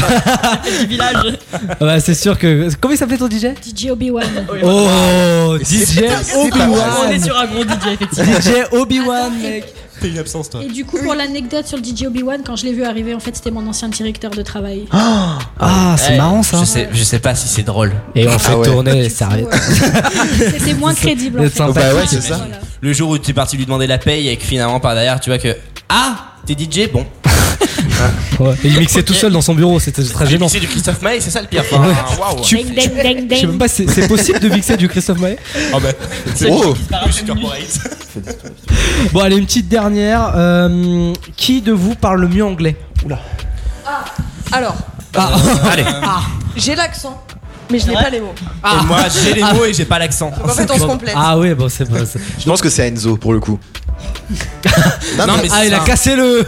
S14: du village.
S9: Ouais, c'est sûr que. Comment il s'appelait ton DJ
S5: DJ Obi-Wan.
S9: Oh, DJ
S14: On est
S9: Obi-Wan.
S14: sur un gros DJ, effectivement.
S9: DJ Obi-Wan,
S5: et-
S9: mec.
S6: T'es une absence, toi.
S5: Et du coup, pour l'anecdote sur le DJ Obi-Wan, quand je l'ai vu arriver, en fait, c'était mon ancien directeur de travail.
S9: Ah, c'est
S6: Eh,
S9: marrant ça.
S6: Je sais, je sais pas si c'est drôle.
S9: Et on fait
S8: Ah ouais.
S9: tourner, sérieux.
S5: C'était moins crédible en
S9: D'être
S5: fait.
S9: sympa.
S8: Bah ouais, c'est ça.
S6: Le jour où tu es parti lui demander la paye et que finalement, par derrière, tu vois que. Ah T'es DJ Bon.
S9: Ouais. Et Il mixait tout seul dans son bureau, c'était très gênant.
S6: C'est du Christophe Maé, c'est ça le pire.
S9: Ouais.
S6: Enfin, Waouh.
S9: Tu-
S5: Ding, ding, ding,
S9: Je sais même
S5: ding.
S9: pas, c'est c'est possible de mixer du Christophe Maé
S6: Ah bah,
S9: C'est
S8: Oh.
S9: Ah. Bon, allez, une petite dernière. Euh, qui de vous parle le mieux anglais Oula.
S10: Alors,
S9: Ah,
S6: Euh,
S9: allez.
S10: j'ai l'accent, mais je n'ai
S14: Ouais.
S10: pas les mots.
S6: Et moi, j'ai les mots et j'ai pas l'accent.
S10: En fait, on se complète.
S9: Ah ouais, bon, c'est bon. c'est-
S8: Je pense que c'est Enzo pour le coup. Non, mais
S9: Ah, il a
S6: ça.
S9: cassé le.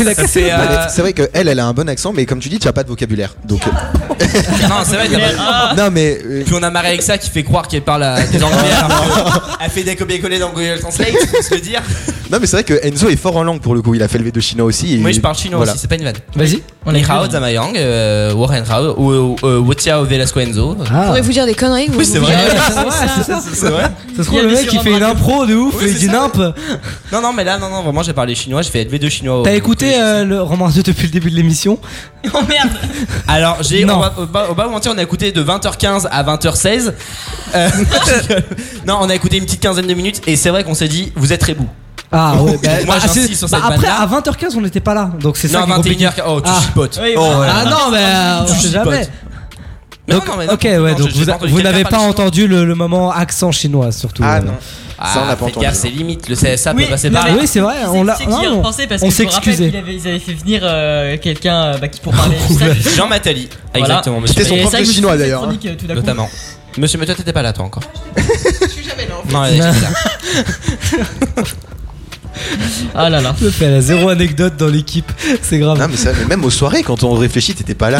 S9: Il a cassé le.
S6: C'est, euh,
S8: Bah, C'est vrai que elle, elle a un bon accent, mais comme tu dis, tu as pas de vocabulaire. Donc euh,
S6: Non, c'est vrai, t'as pas-
S9: Ah.
S8: non mais euh, Ah.
S6: Puis on a Marie Alexa qui fait croire qu'elle parle à des anglais. alors que elle fait des copier-coller dans Google Translate, faut se le dire.
S8: non mais c'est vrai que Enzo est fort en langue pour le coup. Il a fait le V2 chinois aussi. et-
S6: Moi je parle chinois
S8: voilà.
S6: aussi, c'est pas une vanne.
S9: Vas-y.
S6: On est Rao Zamayang, euh, Warren Rao, ou euh, Wotiao Velasco Enzo.
S9: Ah.
S10: Pourrez-vous dire des conneries vous
S6: Oui, c'est
S10: vous
S6: vrai.
S10: direz-
S9: c'est ça.
S6: C'est vrai
S9: Ça se trouve, le mec, il fait une impro de ouf,
S6: Oui,
S9: il
S6: c'est
S9: dit
S6: ça.
S9: nimp.
S6: Non, non, mais là, non, non, vraiment, j'ai parlé chinois, j'ai fait LV2 chinois.
S9: T'as
S6: au-
S9: écouté euh, le roman 2 depuis le début de l'émission
S14: Oh merde.
S6: Alors, j'ai.
S9: Non.
S6: On va, on va- on va vous mentir, on a écouté de 20h15 à 20h16. Euh, non, on a écouté une petite quinzaine de minutes et c'est vrai qu'on s'est dit, vous êtes rebou.
S9: Ah ouais,
S6: Oh. Moi,
S9: ah,
S6: j'insiste
S9: c'est-
S6: sur
S9: bah,
S6: cette
S9: Après,
S6: vanne-là.
S9: à 20h15, on n'était pas là, donc c'est ça
S6: Non,
S9: qui est compliqué.
S6: 21h. Oh, tu
S9: Ah.
S6: chipotes.
S14: Oui,
S6: Oh,
S14: voilà.
S9: Ah non, mais euh,
S6: Tu
S9: on sait
S6: chipotes.
S9: jamais.
S6: Mais
S9: Donc,
S6: non, non, mais non,
S9: ok,
S6: non,
S9: ouais,
S6: je-
S9: donc
S6: j'ai
S9: vous,
S6: pas
S9: a-
S6: entendu
S9: vous
S6: quelqu'un parler
S9: n'avez pas
S6: chinois.
S9: entendu le, le moment accent chinois, surtout.
S8: Ah
S9: euh,
S8: non.
S6: Ah,
S8: Ça, on l'a pas
S6: faites
S8: entendu.
S6: gaffe, c'est limite, le, ça, ça
S14: Oui,
S6: peut passer
S14: non,
S6: par
S14: mais-
S6: là.
S9: Oui, c'est vrai, on
S14: C'est-
S9: l'a.
S14: c'est qui
S9: non,
S14: y
S9: on-
S14: repensait parce
S9: on
S14: que je
S9: s'est
S14: me rappelle
S9: excusé.
S14: qu'il avait- Ils avaient fait venir euh, quelqu'un euh, bah, qui pour parler. du sac.
S6: Jean Mattali.
S14: Voilà.
S6: Exactement, monsieur.
S8: C'était son
S14: Et
S8: prof
S14: ça,
S8: de
S14: je me suis
S8: chinois
S14: fait
S8: d'ailleurs. hein.
S14: chronique,
S9: hein.
S14: euh, tout d'un coup.
S6: Notamment. Monsieur, mais toi, t'étais pas là, toi, encore. Non,
S9: fait.
S6: allez, c'est ça.
S14: Ah là là.
S9: Le fait, elle a zéro anecdote dans l'équipe, c'est grave.
S8: Non mais, ça, mais même aux soirées quand on réfléchit t'étais pas là.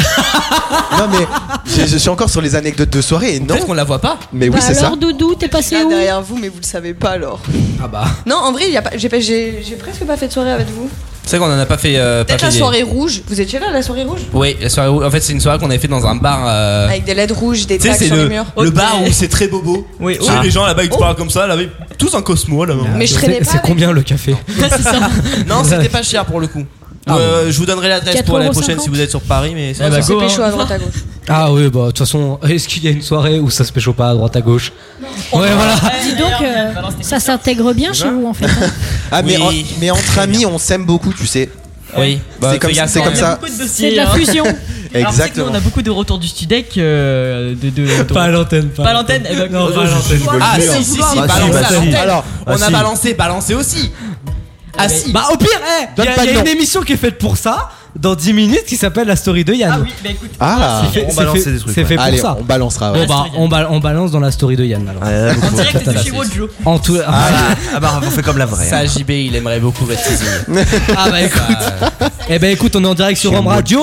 S8: non mais je, je suis encore sur les anecdotes de soirée et non.
S6: Peut-être qu'on la voit pas.
S8: Mais oui
S5: Bah
S8: c'est ça.
S5: alors, Doudou, t'es passé
S10: Là,
S5: où
S10: derrière vous, mais vous le savez pas alors.
S9: Ah bah.
S10: Non, en vrai, il y a pas- j'ai pas- j'ai j'ai presque pas fait de soirée avec vous.
S6: C'est vrai qu'on en a pas fait. euh, pas
S10: Peut-être
S6: fait
S10: la
S6: des-
S10: soirée rouge. Vous étiez là, la soirée rouge
S6: Oui, la soirée. où- En fait, c'est une soirée qu'on avait fait dans un bar. euh,
S10: Avec des LED rouges, des
S6: Tu sais,
S10: tacs
S6: c'est
S10: sur
S6: le,
S10: les murs.
S6: le bar où c'est très bobo.
S14: Oui,
S6: Tu
S14: oh.
S6: sais, les gens là-bas ils te parlent comme ça, là, avec tous un cosmo là.
S10: Mais je
S9: C'est-
S10: traînais pas
S9: C'est
S10: avec-
S9: combien le café
S14: c'est ça.
S6: Non, c'était pas cher pour le coup. Euh, je vous donnerai l'adresse pour l'année prochaine
S5: 4,50.
S6: si vous êtes sur Paris, mais c'est
S14: Ah bah,
S6: pas
S14: go,
S6: cher.
S10: C'est pécho
S14: hein.
S10: à droite à gauche.
S9: Ah oui, bah de toute façon, est-ce qu'il y a une soirée où ça se pécho pas à droite à gauche Ouais, voilà.
S5: Dis donc, euh, ça s'intègre bien chez vous en fait. hein.
S8: Ah, mais, en- mais entre amis, on s'aime beaucoup, tu sais.
S6: Oui, Bah,
S8: c'est Bah, comme, c'est comme ça.
S5: C'est de la fusion.
S14: hein. Alors, tu sais que nous,
S8: Exactement.
S14: on a beaucoup de retours du Studec. euh, de, de, de-
S9: Pas à l'antenne, pas
S14: Pas à l'antenne. eh ben,
S9: Non,
S14: euh,
S9: pas à l'antenne, je
S6: Ah
S9: le
S6: si
S9: jure.
S6: si si,
S9: Bah,
S6: balance
S9: si, bah,
S6: à
S9: si.
S6: l'antenne.
S9: Alors,
S14: Ah,
S8: Ah,
S6: on
S9: bah,
S6: a
S9: si.
S6: balancé, balancé aussi. Ah si.
S9: Bah au pire, il y a, y a une émission qui est faite pour ça dans 10 minutes qui s'appelle La Story de Yann. Ah oui,
S14: bah écoute,
S8: Ah,
S9: c'est fait,
S8: on
S9: c'est
S8: balançait
S9: fait-
S8: des trucs,
S9: c'est fait
S8: ouais.
S9: pour
S8: Allez,
S9: ça.
S8: on balancera, ouais.
S9: Bon, bah, on, ba- on balance dans la story de Yann alors.
S14: En direct de chez Wojo.
S9: En tout. Ah,
S13: bah on fait comme la vraie.
S6: Ça JB, il aimerait beaucoup être saisi.
S9: Ah bah écoute. Eh bah écoute, on est en direct sur Rome Radio.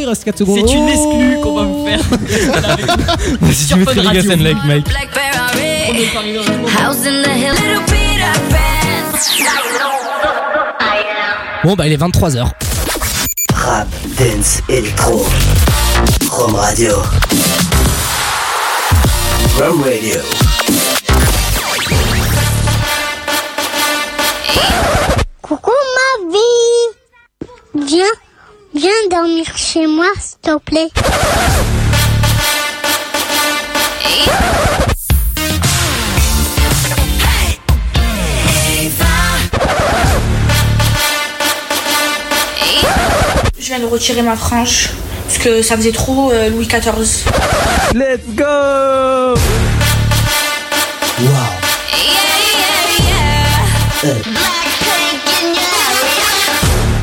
S9: Il reste 4 secondes.
S14: C'est une exclue qu'on va vous faire.
S9: Vas-y, tu mettrais
S14: Fun
S9: les
S14: Radio.
S9: gars, like Mike.
S23: Ferrari, house in the hill, little Peter Pan.
S9: Bon bah il est 23h.
S1: Rap, dance, électro. Rome Radio. Rome Radio.
S21: Coucou ma vie Viens, viens dormir chez moi s'il te plaît.
S22: Je viens de retirer ma frange parce que ça faisait trop euh, Louis XIV. Let's go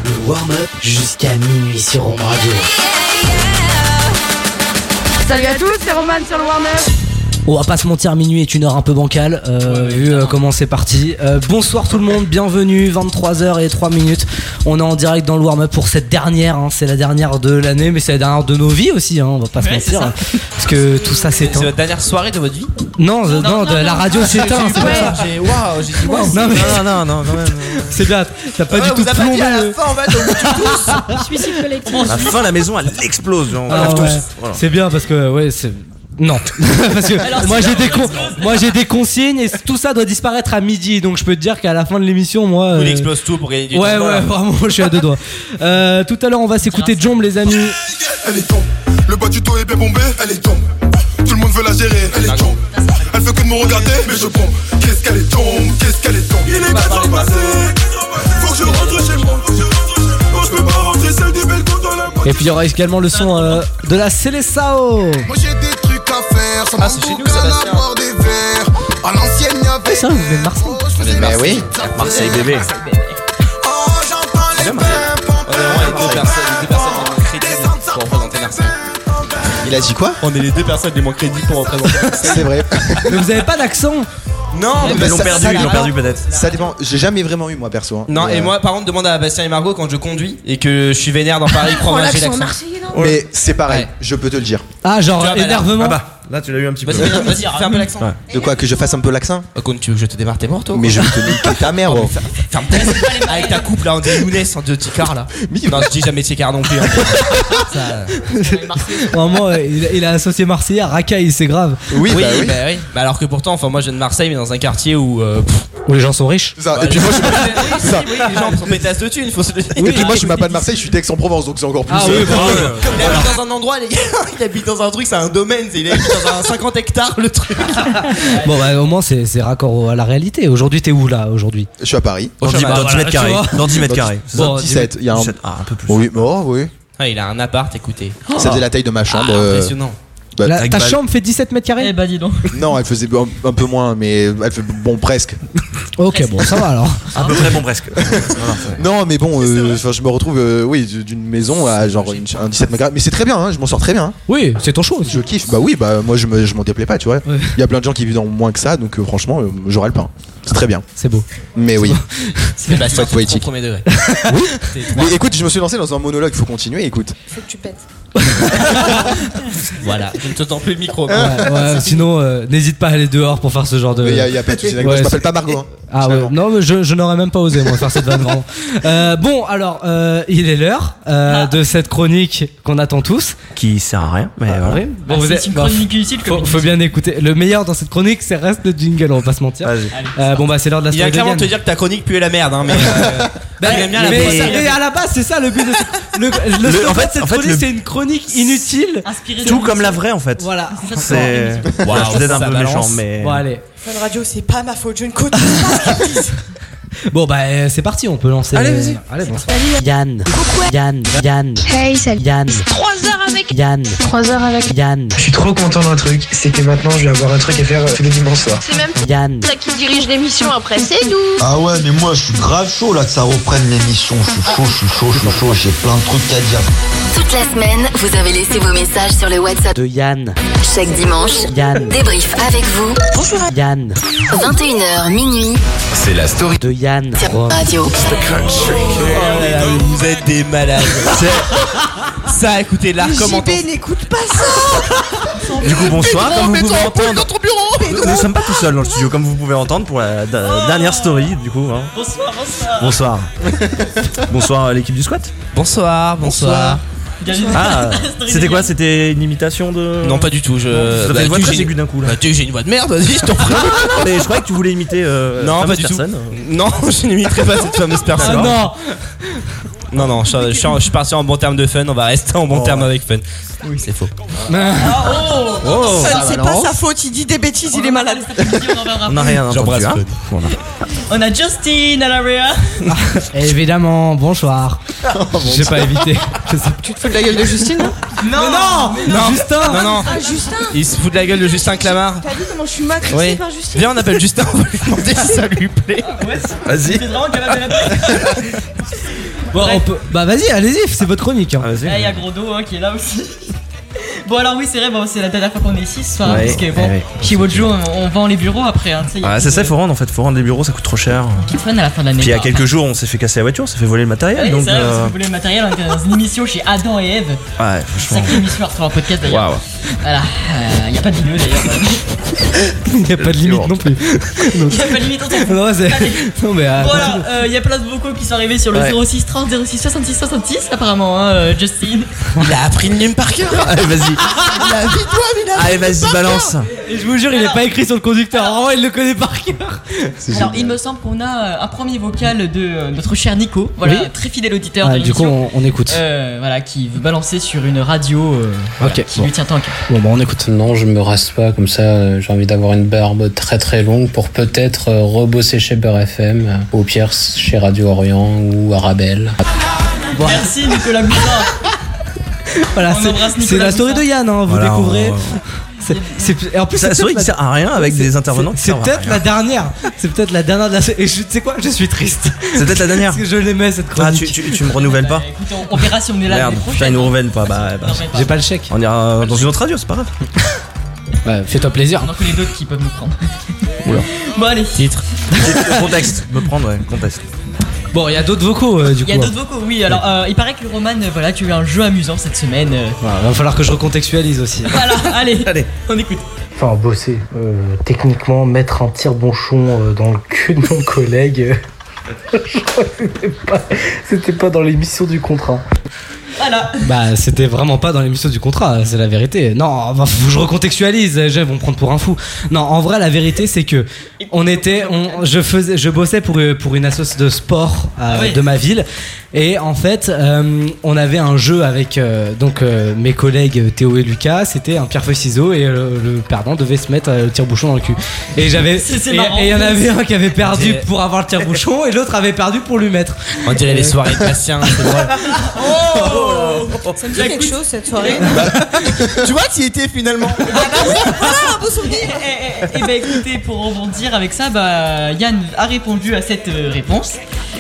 S1: Le warm-up jusqu'à minuit sur Rome Radio.
S17: Salut à tous, c'est Roman sur le Warner.
S9: On va pas se mentir, minuit est une heure un peu bancale, euh, vu euh, comment c'est parti. Euh, bonsoir tout le monde, bienvenue, 23h et 3 minutes. On est en direct dans le warm-up pour cette dernière, hein, c'est la dernière de l'année, mais c'est la dernière de nos vies aussi, hein, on va pas se
S6: Ouais, c'est
S9: mentir.
S6: ça.
S9: Parce que tout ça
S6: C'est
S9: s'éteint.
S6: votre dernière soirée de votre vie
S9: Non, euh, non, de- la radio s'éteint, c'est pour ça.
S6: J'ai waouh, j'ai dit waouh.
S9: Non, mais-
S13: non, non, quand même.
S9: C'est bien, t'as pas
S6: Ouais,
S9: du
S6: on
S9: tout
S6: vous a pas dit euh,
S9: plombé
S6: à la
S9: le-
S6: fin, en fait, on vous tue tous.
S5: Suicide collectif.
S6: Ah,
S13: À la fin, la maison, elle explose. genre, on
S9: Ah
S13: lève tous.
S9: ouais.
S13: Voilà.
S9: C'est bien parce que, ouais, c'est. Non, parce que
S13: Alors,
S9: moi
S13: c'est
S9: j'ai
S13: bien,
S9: des con- moi j'ai des consignes et tout ça doit disparaître à midi donc je peux te dire qu'à la fin de l'émission moi
S6: Il
S9: euh,
S6: explose tout pour gagner du temps.
S9: Ouais, ouais, vraiment, je suis à deux doigts. Euh, tout à l'heure, on va s'écouter Jomb, les amis.
S4: Elle est tombe. Le bas du dos est bien bombé, elle est tombe. Tout le monde veut la gérer, elle est tombe. Elle veut que de me regarder, mais je pompe. Qu'est-ce qu'elle est tombe, qu'est-ce qu'elle est tombe. Il est 4 ans passé, faut que je rentre chez moi. Non, je peux pas rentrer, celle du belgo dans la
S9: Et puis, il y aura également le son euh, de la Célessao.
S4: Moi j'ai des trucs à faire, ça manque à la boire des verres. À l'ancienne, y'avait.
S9: Ça, vous venez de Marseille.
S8: Mais oui.
S13: Marseille bébé.
S6: Euh,
S8: Il a dit quoi
S6: On est les deux personnes les moins crédibles pour représenter.
S8: C'est vrai.
S9: Mais vous avez pas d'accent
S6: Non, mais
S8: ça- ça dépend.
S13: peut-être.
S8: Ça dépend. J'ai jamais vraiment eu, moi, perso. hein.
S6: Non,
S8: Mais,
S6: et moi, par contre, demande à Bastien et Margot quand je conduis et que je suis vénère dans Paris, prends bien j'ai
S8: l'accent
S6: l'accent.
S8: euh, Mais c'est pareil, je peux te le dire. Euh,
S9: Ah, genre,
S6: Tu vois, bah,
S9: énervement.
S6: là- ah
S13: Là, tu l'as eu un petit peu.
S6: Vas-y, vas-y, vas-y, fais un peu l'accent.
S8: De quoi Que je fasse un peu l'accent
S6: Comme tu veux que je te démarre tes morts, toi
S8: Mais je vais te niquer ta mère, oh.
S6: Ferme ta gueule. Avec ta coupe là, on dit Younes en deux ticards là. Non, je dis jamais ticard non plus. hein. Ça-
S9: Vraiment, euh, il, il a associé Marseille à Racaille, c'est grave.
S6: bah oui. Bah, alors que pourtant, enfin, moi je viens de Marseille, mais dans un quartier où. euh, pff,
S9: Où les gens sont riches.
S8: et puis moi, je
S6: suis pas. oui, les gens sont pétasses de thunes, faut se le dire.
S8: Et puis moi, je suis pas de Marseille, je suis d'Aix-en-Provence, donc c'est encore plus.
S6: Ah oui,
S8: euh,
S6: bravo. Il habite dans un endroit, les gars. Il habite dans un truc, c'est un domaine. c'est- Il habite dans un 50 hectares, le truc. Ah,
S9: Bon, bah, au moins, c'est c'est raccord au- à la réalité. Aujourd'hui, t'es où là aujourd'hui Oh,
S8: Je suis à Paris.
S6: Dans dix- dans dix mètres carrés.
S13: Dans dix mètres carrés.
S8: Dans
S9: Bon,
S8: 17, il y a un.
S13: 17, ah, un peu plus.
S8: Oui, mort, oui.
S6: Ah, il a un appart, écoutez.
S8: Ça faisait la taille de ma chambre.
S6: Oh. Ah,
S8: euh,
S6: impressionnant.
S8: bah,
S9: La-
S8: tac,
S9: ta
S8: balle.
S9: chambre fait 17 mètres carrés
S14: Eh bah dis donc.
S8: Non, elle faisait un, un peu moins, mais elle fait bon presque.
S9: Ok, bon, ça va alors.
S13: À peu près, bon, presque.
S8: Non, mais bon, euh, enfin, je me retrouve, euh, oui, d'une maison à genre une- un 17 mètres carrés. Mais c'est très bien, hein, je m'en sors très bien.
S9: Oui, c'est ton choix.
S8: Je kiffe. Bah oui, bah moi je me- je m'en déplais pas, tu vois. Il
S9: Ouais.
S8: y a plein de gens qui vivent dans moins que ça, donc euh, franchement, euh, j'aurais le pain. C'est très bien.
S9: C'est beau.
S8: Mais oui.
S6: C'est
S8: Faut
S6: Bastien,
S8: être poétique.
S6: premier degré.
S8: Mais écoute, je me suis lancé dans un monologue, faut continuer, écoute.
S22: Faut que tu pètes.
S6: Voilà, je ne t'entends plus le micro.
S9: Ouais, ouais, sinon, euh, n'hésite pas à aller dehors pour faire ce genre de.
S8: Mais y a- y a pas de soucis, d'accord, je m'appelle pas Margot, hein.
S9: Ah ouais, non, mais je, je n'aurais même pas osé moi faire cette vanne vraiment. Euh, bon, alors euh, il est l'heure euh, de cette chronique qu'on attend tous. Bah,
S13: Qui sert à rien, mais voilà.
S9: Bon, vous êtes- bah, faut, faut bien écouter. Le meilleur dans cette chronique, c'est reste le jingle. On va pas se mentir. Euh, bon bah c'est l'heure de la
S6: Il vient
S9: story.
S6: clairement
S9: de
S6: te
S9: Yann.
S6: dire que ta chronique pue la merde, hein, mais. euh, il aime bien la
S9: mais,
S6: brosse à
S9: ça-
S6: dents.
S9: mais à la base, c'est ça le but de cette- le, le
S13: Le-
S9: slogan
S13: en fait-
S9: de cette
S13: en fait,
S9: chronique,
S13: le-
S9: c'est une chronique inutile.
S13: Tout comme la vraie en fait.
S9: Voilà.
S13: C'est.
S6: Waouh,
S13: Voilà, je suis peut-être
S6: ça
S13: un peu
S6: balance.
S13: méchant, mais.
S9: Bon allez.
S17: Fun Radio, c'est pas ma faute, je ne connais pas ce qu'ils disent.
S9: Bon bah euh, c'est parti, on peut lancer. euh,
S17: Allez, vas-y.
S9: Allez, bon. Yann. Yann. Yann.
S21: Hey, salut.
S9: Yann.
S21: 3 heures avec.
S9: Yann.
S21: 3 heures avec.
S9: Yann.
S16: Je suis trop content d'un truc, c'est que maintenant je vais avoir un truc à faire euh, tous les dimanches soirs.
S21: C'est même
S9: Yann.
S6: Hmm.
S21: ça qui dirige l'émission après, c'est nous.
S18: Ah ouais, mais moi je suis grave chaud là que ça reprenne l'émission. Je suis chaud, je suis chaud, je suis chaud, j'ai plein de trucs à dire.
S20: Toute la semaine, vous avez laissé vos messages sur le WhatsApp de Yann. Chaque dimanche,
S9: Yann.
S20: débrief avec vous. Bonjour Yann. 21h minuit.
S6: C'est la story de Yann.
S20: Radio.
S6: vous êtes des malades. C'est- euh, ça, écoutez, là, comment
S17: JB n'écoute pas ça
S13: Du coup, bonsoir,
S17: Pétron,
S13: comme vous
S17: pétron,
S13: pouvez entendre.
S17: dans ton bureau
S13: Nous ne sommes pas tout seuls dans le studio, comme vous pouvez entendre pour la d-
S6: Oh.
S13: dernière story, du coup. hein.
S14: Bonsoir, bonsoir.
S13: Bonsoir. bonsoir à l'équipe du squat.
S6: Bonsoir, bonsoir.
S13: Ah, c'était quoi C'était une imitation de.
S6: Non, pas du tout. Je.
S13: Ça fait une voix
S6: tu
S13: très
S6: sais-
S13: aiguë d'un coup là.
S6: Bah, tu sais, j'ai une voix de merde, vas-y, je t'en prie.
S13: Mais je croyais que tu voulais imiter. euh,
S6: Non, pas
S13: fameuse
S6: du tout.
S13: personne.
S6: Non, je n'imiterai pas cette fameuse personne.
S13: Ah non.
S6: Non, non, je, je- je suis parti en bon terme de fun, on va rester en bon
S13: Oh.
S6: terme avec fun. Oui, c'est faux.
S17: Ah, oh,
S6: Oh,
S17: Fun,
S6: ça
S17: C'est pas
S6: balance.
S17: sa faute, il dit des bêtises, il est malade.
S13: On n'a rien entendu.
S6: J'embrasse
S13: hein.
S6: Fun.
S13: Voilà.
S14: On a Justin à l'area.
S9: Évidemment, Oh, bonsoir. J'ai pas évité. Je sais
S17: Tu te fous de la gueule de Justine hein là
S14: Non,
S17: mais non,
S6: Non,
S17: Justin.
S6: non, non.
S17: Ah, Justin.
S6: Il se fout de la gueule de Justin Clamart.
S17: T'as vu comment je suis matrixée
S6: Oui.
S17: par Justine
S6: Viens, on appelle Justin, on va lui demander si ça lui plaît.
S13: Vas-y.
S14: C'est vraiment capable de la paix.
S9: Bon, on peut- Bah vas-y, allez-y, c'est votre chronique. hein.
S14: Là, il y a Gros Dos hein, qui est là aussi. Bon alors oui c'est vrai bon, c'est la dernière fois qu'on est ici ce soir hein,
S13: Ouais, eh
S14: parce que bon
S13: ouais.
S14: chez Wojo on, on vend les bureaux après hein, tu sais, il y a
S13: Ah,
S14: une
S13: c'est ça, il faut rendre en fait. faut rendre les bureaux, ça coûte trop cher.
S14: petite fun à la fin de l'année.
S13: Puis il y a quelques jours, on s'est fait casser la voiture, on s'est fait voler le matériel.
S14: Ouais,
S13: donc,
S14: c'est vrai, parce que
S13: euh,
S14: vous voulez le matériel, on était dans une émission chez Adam et Eve.
S13: ouais, franchement.
S14: Sacrée émission à retrouver en podcast d'ailleurs.
S13: Waouh.
S14: Voilà, il n'y a pas de vidéo d'ailleurs.
S9: Il n'y a pas de limite non plus.
S14: Il n'y a pas de limite en fait.
S9: Non, c'est-
S14: Allez.
S9: non mais euh,
S14: Voilà, il y a plein de vocaux qui sont arrivés sur le
S9: Ouais.
S14: 06 30 06 66 66 apparemment, hein, euh, Justin.
S6: Il a appris une game par cœur.
S13: Allez, vas-y.
S14: La vie
S13: Allez, vas-y, balance.
S9: Et je vous jure, il est pas écrit sur le conducteur. Vraiment, il le connaît par cœur.
S14: Alors, il me semble qu'on a euh, un premier vocal de euh, notre cher Nico, voilà,
S9: Oui.
S14: très fidèle auditeur
S9: Ah,
S14: de
S9: du
S14: l'émission.
S9: coup, on- on écoute.
S14: Euh, voilà, qui veut balancer sur une radio euh, voilà,
S26: Ok,
S14: qui
S26: bon.
S14: lui tient tant qu'à.
S26: Bon bah on écoute. Non, je me rase pas comme ça. euh, J'ai envie d'avoir une barbe très très longue pour peut-être euh, rebosser chez Beurre FM, euh, ou Pierre chez Radio Orient ou Arabelle.
S14: Merci Nicolas Bouzin.
S9: Voilà,
S14: On
S9: c'est-
S14: embrasse
S9: c'est
S14: Nicolas
S9: la story de Yann, hein, vous
S13: Voilà,
S9: découvrez.
S13: on-
S9: C'est- c'est- et en plus,
S13: C'est la story
S9: peut-être
S13: qui sert à rien avec des
S9: c'est-
S13: intervenants qui
S9: C'est
S13: servent à
S9: peut-être
S13: rien.
S9: la dernière. C'est peut-être la dernière de la. Et je- tu sais quoi Je suis triste.
S13: C'est peut-être la dernière.
S9: Parce que je l'aimais cette
S13: Ah,
S9: chronique.
S13: tu, tu, tu me renouvelles pas
S14: Bah, Écoute, on, on verra si on est là hein.
S13: Merde,
S14: l'année
S13: putain,
S14: prochaine.
S13: ils nous renouvellent pas. Bah, bah.
S9: J'ai pas le chèque.
S13: On ira euh, dans une autre radio, c'est pas grave.
S26: Bah, fais-toi plaisir.
S14: On en connaît d'autres qui peuvent nous prendre.
S13: Oula.
S14: Bon, allez.
S13: Titre. Titre, contexte. Me prendre, ouais, contexte.
S9: Bon, il y a d'autres vocaux euh, du
S14: Il
S9: coup.
S14: y a
S9: hein.
S14: d'autres vocaux, oui. Alors, euh, il paraît que Roman, euh, voilà, tu as eu un jeu amusant cette semaine. euh.
S9: Voilà, Ah, va falloir que je recontextualise aussi.
S14: Voilà, allez,
S13: allez,
S14: on écoute.
S26: Enfin, bosser. euh, techniquement, mettre un tire-bonchon euh, dans le cul de mon collègue, euh, je crois que c'était pas- c'était pas dans l'émission du contrat.
S14: Voilà.
S9: Bah, c'était vraiment pas dans l'émission du contrat, c'est la vérité. Non, enfin, faut que je recontextualise, je vont me prendre pour un fou. Non, en vrai, la vérité, c'est que on était, on, je faisais, je bossais pour euh, pour une assoce de sport euh,
S26: Oui.
S9: de ma ville, et en fait, euh, on avait un jeu avec euh, donc euh, mes collègues Théo et Lucas. C'était un pierre feuille ciseau et euh, le perdant devait se mettre euh, le tire-bouchon dans le cul. Et j'avais,
S26: C'est- c'est
S9: et-
S26: marrant.
S9: et il y en avait un qui avait perdu
S26: C'est-
S9: pour avoir le tire-bouchon et l'autre avait perdu pour lui mettre. Euh,
S6: On dirait les soirées de Bastien. c'est drôle.
S12: Bah,
S17: Oh Ça me dit quelque chose cette soirée.
S6: tu vois, tu y étais finalement.
S12: ah
S17: voilà un beau souvenir.
S14: Et bah écoutez, pour rebondir avec ça, bah Yann a répondu à cette euh, réponse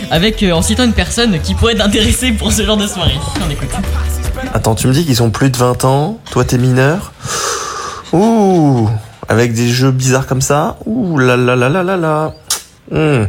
S14: avec euh, en citant une personne qui pourrait être intéressée pour ce genre de soirée. On écoute.
S27: Attends, tu me dis qu'ils ont plus de 20 ans, toi t'es mineur. Ouh, avec des jeux bizarres comme ça. Ouh là là là là là là. Hmm.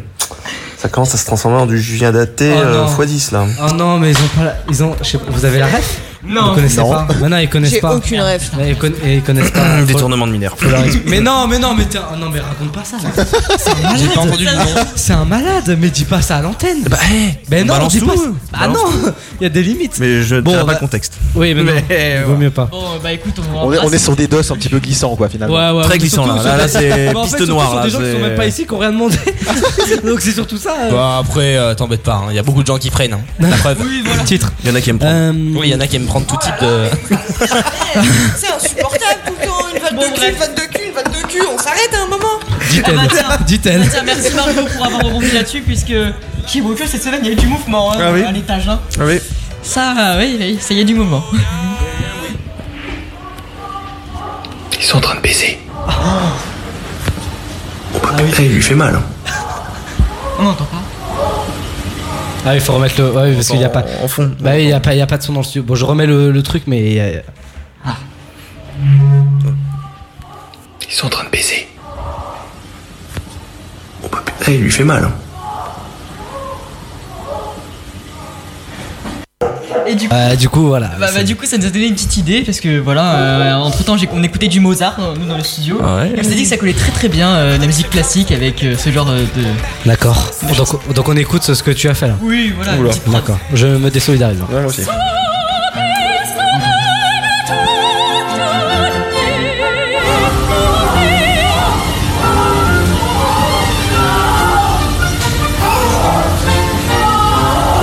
S27: Ça
S13: euh,
S27: commence à se transformer en du Julien daté
S9: Oh non.
S27: x10 là.
S9: Oh non, mais ils ont pas. la- Ils ont. je sais pas, vous avez la ref Ils connaissent pas. Bah non, ils connaissent
S3: J'ai
S9: pas.
S3: aucune rêve.
S9: Ouais, Ils, conna- ils connaissent pas. Faut-
S13: Détournement de mineurs.
S9: faut leur expliquer. mais non, mais non, mais t'es un- non, mais raconte pas ça. là. C'est un malade.
S13: J'ai pas entendu le nom.
S9: C'est un malade, mais dis pas ça à l'antenne. Bah,
S13: Eh ben, on
S9: non,
S13: balance
S9: dis
S13: tout.
S9: pas. ça.
S13: On
S9: Bah
S13: balance
S9: non, il y a des limites.
S13: Mais je ne
S9: Bon,
S13: dirai
S9: bah-
S13: pas le contexte.
S9: Oui, mais, non, Oh. il vaut mieux pas.
S14: Bon, bah écoute, on
S8: On est, on est sur des dos un petit peu glissants, quoi, finalement.
S9: Ouais, ouais,
S13: Très
S9: mais
S13: glissant,
S9: surtout,
S13: là. Là, là,
S9: surtout-
S13: c'est
S9: Mais Bah, en fait,
S13: piste
S9: surtout,
S13: noire,
S9: C'est
S13: là,
S9: des gens qui sont
S13: c'est-
S9: même pas ici, qui ont rien demandé. Donc c'est surtout ça. euh.
S6: Bah, après, euh, t'embête pas, il y a beaucoup de gens qui prennent. hein. La preuve.
S13: Titre. Il y en a qui aiment
S6: prendre.
S9: Oui,
S6: il y en a qui aiment prendre tout type de.
S3: C'est insupportable tout le temps, une vanne de cul, une vanne de cul, une vanne de cul, on s'arrête à un moment
S9: Dit-elle.
S14: Ah bah tiens.
S9: Dit-elle.
S14: Ah tiens, merci Mario pour avoir rebondi là-dessus, puisque
S9: Euh,
S14: Kiboko cette semaine, il y a eu du mouvement hein,
S13: Ah oui.
S14: à l'étage. hein.
S13: Ah oui.
S14: Ça, euh, oui, oui, ça y est, du mouvement.
S18: Ils sont en train de baiser. Bon, bah,
S13: Eh,
S18: purée, il lui fait mal. hein.
S14: On n'entend pas.
S9: Ah, il faut remettre le. Ouais, parce qu'il n'y a pas.
S13: En fond.
S9: Bah, oui, il n'y a, pas- il y a pas de son dans le studio. Bon, je remets le, le truc, mais. euh,
S18: Ils sont en train de baiser. Bon, bah, purée, il lui fait mal. hein.
S14: Et du coup.
S9: euh, du coup, voilà.
S14: Bah, bah, du coup ça nous a donné une petite idée parce que voilà entre temps on écoutait du Mozart euh, nous dans le studio
S9: Ouais.
S14: et on s'est dit que ça collait très très bien euh, la musique classique avec euh, ce genre euh, de
S9: D'accord. Donc, donc on écoute ce ce que tu as fait là.
S14: Oui, voilà, Oula. petite
S9: D'accord. Je me désolidarise. hein. Ouais, moi aussi.
S14: ça,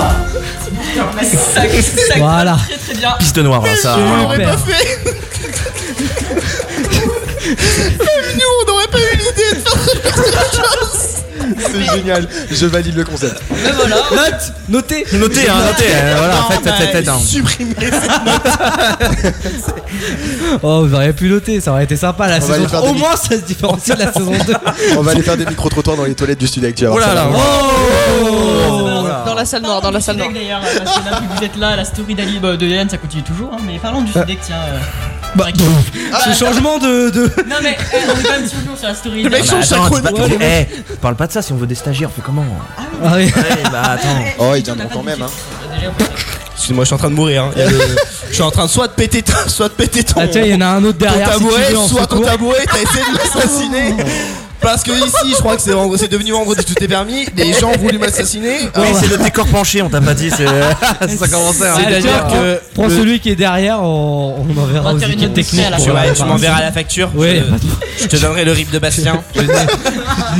S14: ça colle
S9: Voilà.
S14: très très bien
S13: Piste noire,
S12: hein,
S13: là, ça.
S9: Je l'aurais
S13: Super.
S9: pas
S17: fait Mignon, on n'aurait pas eu l'idée de
S8: C'est génial, je valide le concept.
S9: Note, notez,
S13: Notez, hein, notez, hein, voilà,
S8: Non,
S13: faites,
S8: bah,
S13: faites, faites, hein.
S8: supprimer
S9: Oh, vous auriez pu noter, ça aurait été sympa la
S12: Ah,
S8: On va
S9: saison
S8: aller faire
S9: 3. Au
S8: des-
S9: moins, ça se différencie de la saison 2.
S8: On va aller faire des micro-trottoirs dans les toilettes du studio actuel.
S9: Oh là là. Oh
S13: Oh.
S12: Oh.
S6: Ah.
S14: dans la salle noire dans la salle noire d'ailleurs euh, parce que là, vu que vous êtes là la story d'Ali bah, de Yann ça continue toujours hein, mais parlons du Sudec tiens euh, direct.
S9: Ce changement de. de...
S14: non mais eh, on est quand même toujours sur la story
S13: Bah,
S14: d'Ali.
S13: attends, tu vas- Eh, parle pas de ça si on veut des stagiaires, fais comment
S9: Ah oui.
S13: Ouais, bah attends.
S8: Oh, ils viendront quand même, hein.
S6: Excuse-moi, je suis en train de mourir. hein. Il y a le- Je suis en train de soit de péter, ton- soit de péter ton.
S9: Ah, tiens, il y en a un autre
S6: ton
S9: derrière. si tu
S6: tabouret,
S9: veux, en
S6: soit ton
S9: secours.
S6: tabouret, t'as essayé de l'assassiner. Parce que ici, je crois que c'est vendre- c'est devenu vendredi, tout est permis. Les gens ont voulu m'assassiner.
S13: Oui,
S6: Alors,
S13: c'est le décor penché, on t'a pas dit, c'est. ça commençait hein.
S9: Ah, tu vois, prends- Prends
S13: le-
S9: celui qui est derrière, on, on enverra
S14: On
S9: aux
S14: va faire une
S9: équipes
S14: autre
S9: techniques.
S14: série à la
S9: pour-
S14: fin.
S6: Ouais, tu m'enverras la facture.
S9: Ouais.
S6: Je, je te donnerai le rip de Bastien.
S9: Je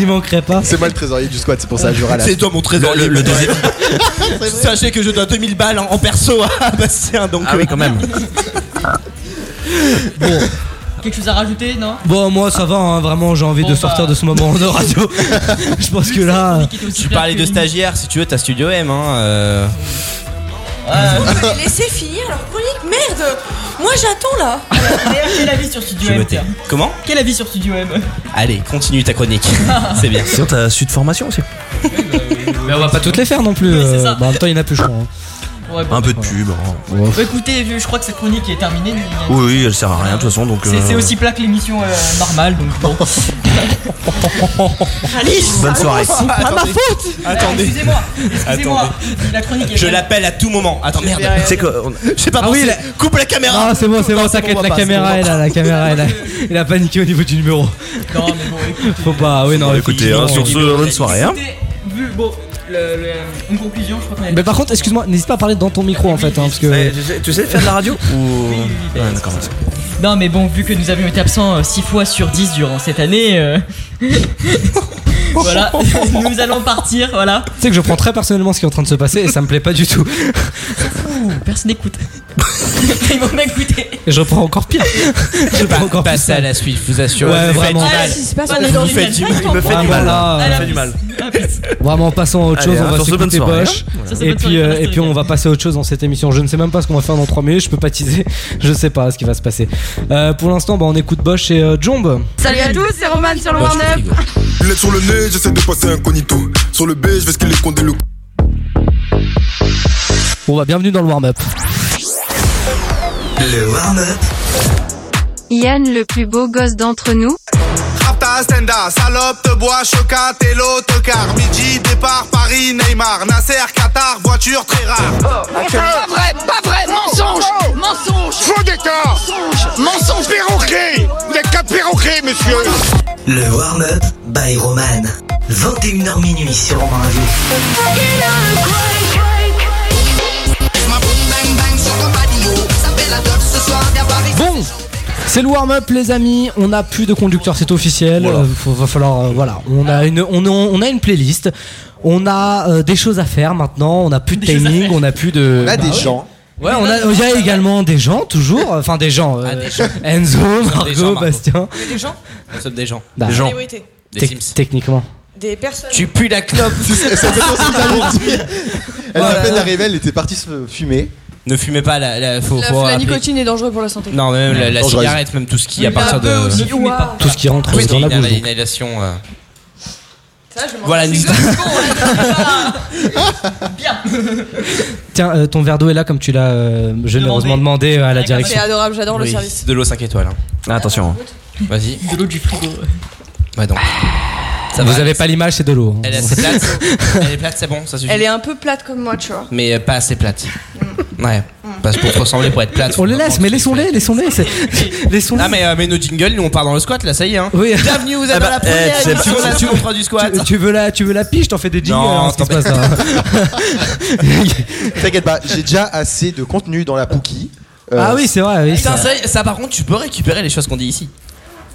S9: n'y manquerai pas.
S8: C'est moi le trésorier du squat, c'est pour ça, Jura.
S6: C'est toi mon trésor.
S13: Le, le- le deuxième.
S6: Sachez que je dois 2000 balles en, en perso à Bastien. Donc euh.
S13: Ah oui, quand même.
S14: quelque chose à rajouter non
S9: Bon, moi ça va, hein, vraiment, j'ai envie
S14: Bon,
S9: de
S14: bah.
S9: sortir de ce moment de radio. Je pense que là.
S6: Tu parlais de stagiaire, si tu veux, t'as Studio M. Hein, euh.
S3: Mais laissez finir leur chronique, merde Moi j'attends là
S14: D'ailleurs, quel avis sur Studio
S6: Je me
S14: M
S6: tais.
S14: tiens
S6: Comment
S14: Quel avis sur Studio M
S6: Allez, continue ta chronique. C'est bien.
S13: Sinon, t'as su de formation aussi.
S9: Mais on va pas toutes les faire non plus. euh, bah, en même temps, il y en a plus, je crois. hein.
S14: Ouais,
S10: bah,
S14: bon.
S13: Un peu de pub. hein.
S14: Bon, Bah, Écoutez, vu- je crois que cette chronique est terminée. mais-
S13: Oui, oui, elle sert à rien de toute façon, donc.
S14: C'est
S13: euh,
S14: c'est aussi plat que l'émission euh, normale, donc bon. Allez,
S13: Bonne soirée.
S14: C'est pas ma faute
S6: Attendez.
S14: Excusez-moi, excusez-moi. La chronique est
S6: Je l'appelle à tout moment. Attends, merde.
S13: Tu sais que. on-
S6: Je sais pas
S9: Ah oui,
S6: penser.
S9: la-
S6: Coupe la caméra.
S9: Ah, c'est bon, c'est
S6: Non,
S9: bon,
S6: c'est
S9: t'inquiète,
S6: bon, on
S9: la
S6: va pas,
S9: caméra
S6: c'est
S9: est
S6: bon, on
S9: là, la caméra est là. Il a paniqué au niveau du numéro.
S14: Non, mais bon, écoute.
S9: Faut pas, oui, non,
S13: Bon, écoutez, hein, sur
S9: effectivement,
S13: ce,
S9: on-
S13: bonne soirée. hein.
S14: C'était- Vu, bon, le- le- une conclusion, je crois qu'on a
S9: Mais par contre, excuse-moi, n'hésite pas à parler dans ton micro en fait, hein, parce que.
S13: Ouais, tu sais- Tu sais faire de la radio Ou. Ouais, d'accord.
S14: Non, mais bon, vu que nous avions été absents 6 fois sur 10 durant cette année, euh, voilà, nous allons partir, voilà.
S9: Tu sais que je prends très personnellement ce qui est en train de se passer et ça me plaît pas du tout.
S14: Ouh, personne n'écoute. Ils vont m'écouter.
S9: Et je reprends encore pire. Je reprends encore pire.
S6: Passez à la suite, je vous assure.
S9: Ouais,
S6: Vous faites
S9: vraiment.
S6: du mal.
S3: Qu'est-ce qui se passe
S14: Pas
S3: On est
S14: de
S3: dans
S13: Il me
S3: une
S13: fait
S3: vanne
S13: du
S3: pas
S13: il me fait
S9: Ah,
S13: du mal.
S9: voilà.
S13: Il me fait du mal. Ah,
S9: Vraiment, passons à autre
S13: Allez,
S9: chose, on
S13: hein,
S9: va
S13: sur ce, bonne
S9: s'écouter
S13: soirée,
S9: Bosch.
S13: hein.
S14: Sur ce,
S9: Et
S14: bonne soirée,
S9: puis, euh,
S14: bonne
S9: et puis on va passer à autre chose dans cette émission. Je ne sais même pas ce qu'on va faire dans 3 minutes, je peux pas teaser, je sais pas ce qui va se passer. Euh, pour l'instant, bah, on écoute Bosch et euh, Jomb.
S17: Salut à tous, c'est Roman sur
S6: Bah,
S17: le Warn Up.
S4: Lettre sur le nez, j'essaie de passer incognito. Sur le B, je vais sceller condé le
S9: Bon, bah, bienvenue dans le warm-up.
S4: Le warm-up.
S24: Yann le plus beau gosse d'entre nous.
S4: Rapta
S24: Stenda, salope, te bois, chocat et l'autocar. Midi, départ, Paris, Neymar, Nasser, Qatar, voiture très rare.
S12: Oh,
S11: Pas vrai, pas vrai, mensonge Mensonge Faux d'état Mensonge Perroquet Vous n'êtes qu'un perroquet, monsieur
S1: Le warm-up by Roman. 21h minuit sur Romain
S9: Bon c'est le warm-up les amis, on n'a plus de conducteur, c'est officiel.
S6: Voilà.
S9: Euh, faut- va falloir euh, voilà, on a une on, a- on a une playlist. On a euh, des choses à faire maintenant, on n'a plus de timing, on n'a plus de
S8: On a
S9: Bah
S8: des
S9: ouais.
S8: gens.
S9: Ouais, on a il y a également des gens toujours, enfin des gens, euh, Enzo,
S6: Nous sommes des gens,
S9: Margot,
S6: Margot.
S9: Bastien.
S3: Des gens
S6: Nous sommes des gens.
S9: Bah.
S6: Des gens.
S3: Priorité.
S6: Des
S9: Tec-
S6: Sims.
S9: Techniquement.
S3: Des personnes.
S6: Tu pues la clope.
S8: Elle
S6: Voilà.
S8: à peine arrivée, elle était partie se fumer.
S6: Ne fumez pas la, la, faut,
S10: La,
S6: faut
S10: la
S6: rappeler.
S10: nicotine est dangereuse pour la santé.
S6: Non, même la, la
S8: Dangereuse.
S6: cigarette, même tout ce qui
S10: Oui,
S6: à partir
S10: bah,
S6: de.
S10: eux aussi, Ne fumez pas.
S9: Tout ce qui rentre
S6: Oui,
S9: dans la
S6: il y a
S9: bouche, donc.
S6: L'inhalation. euh. Voilà, une
S9: Tiens, euh, ton verre d'eau est là comme tu l'as euh, généreusement demandé euh, à la
S10: C'est
S9: direction.
S10: adorable, j'adore le
S6: Oui,
S10: service. Ah,
S6: c'est de l'eau 5 étoiles. hein.
S27: attention.
S6: Vas-y.
S14: De l'eau du frigo.
S6: Bah donc. Ça
S9: Vous
S6: va,
S9: avez pas l'image, c'est de l'eau. hein.
S6: Elle est assez plate. Elle est plate, c'est bon, ça suffit.
S10: Elle est un peu plate comme moi, tu vois.
S6: Mais euh, pas assez plate. Ouais. Parce que pour te ressembler, pour être plate.
S9: On les laisse, mais laissons-les, laissons-les. c'est- Laissons-les.
S6: Ah mais, euh, mais nos jingles, nous on part dans le squat là, ça y est. Hein.
S9: Oui.
S6: Bienvenue, vous êtes
S9: Ah bah,
S6: dans la première
S9: eh, c'est
S6: émission de la
S9: parti.
S6: saison 3 du squat.
S9: Tu, tu veux la, tu veux la piche, t'en fais des jingles.
S6: Non,
S9: hein, ce qui se hein.
S6: t'en
S9: passe, hein.
S8: T'inquiète pas, j'ai déjà assez de contenu dans la Pookie. Euh,
S9: Ah oui, c'est vrai. oui,
S6: Putain,
S9: c'est vrai.
S6: ça, ça, par contre, tu peux récupérer les choses qu'on dit ici.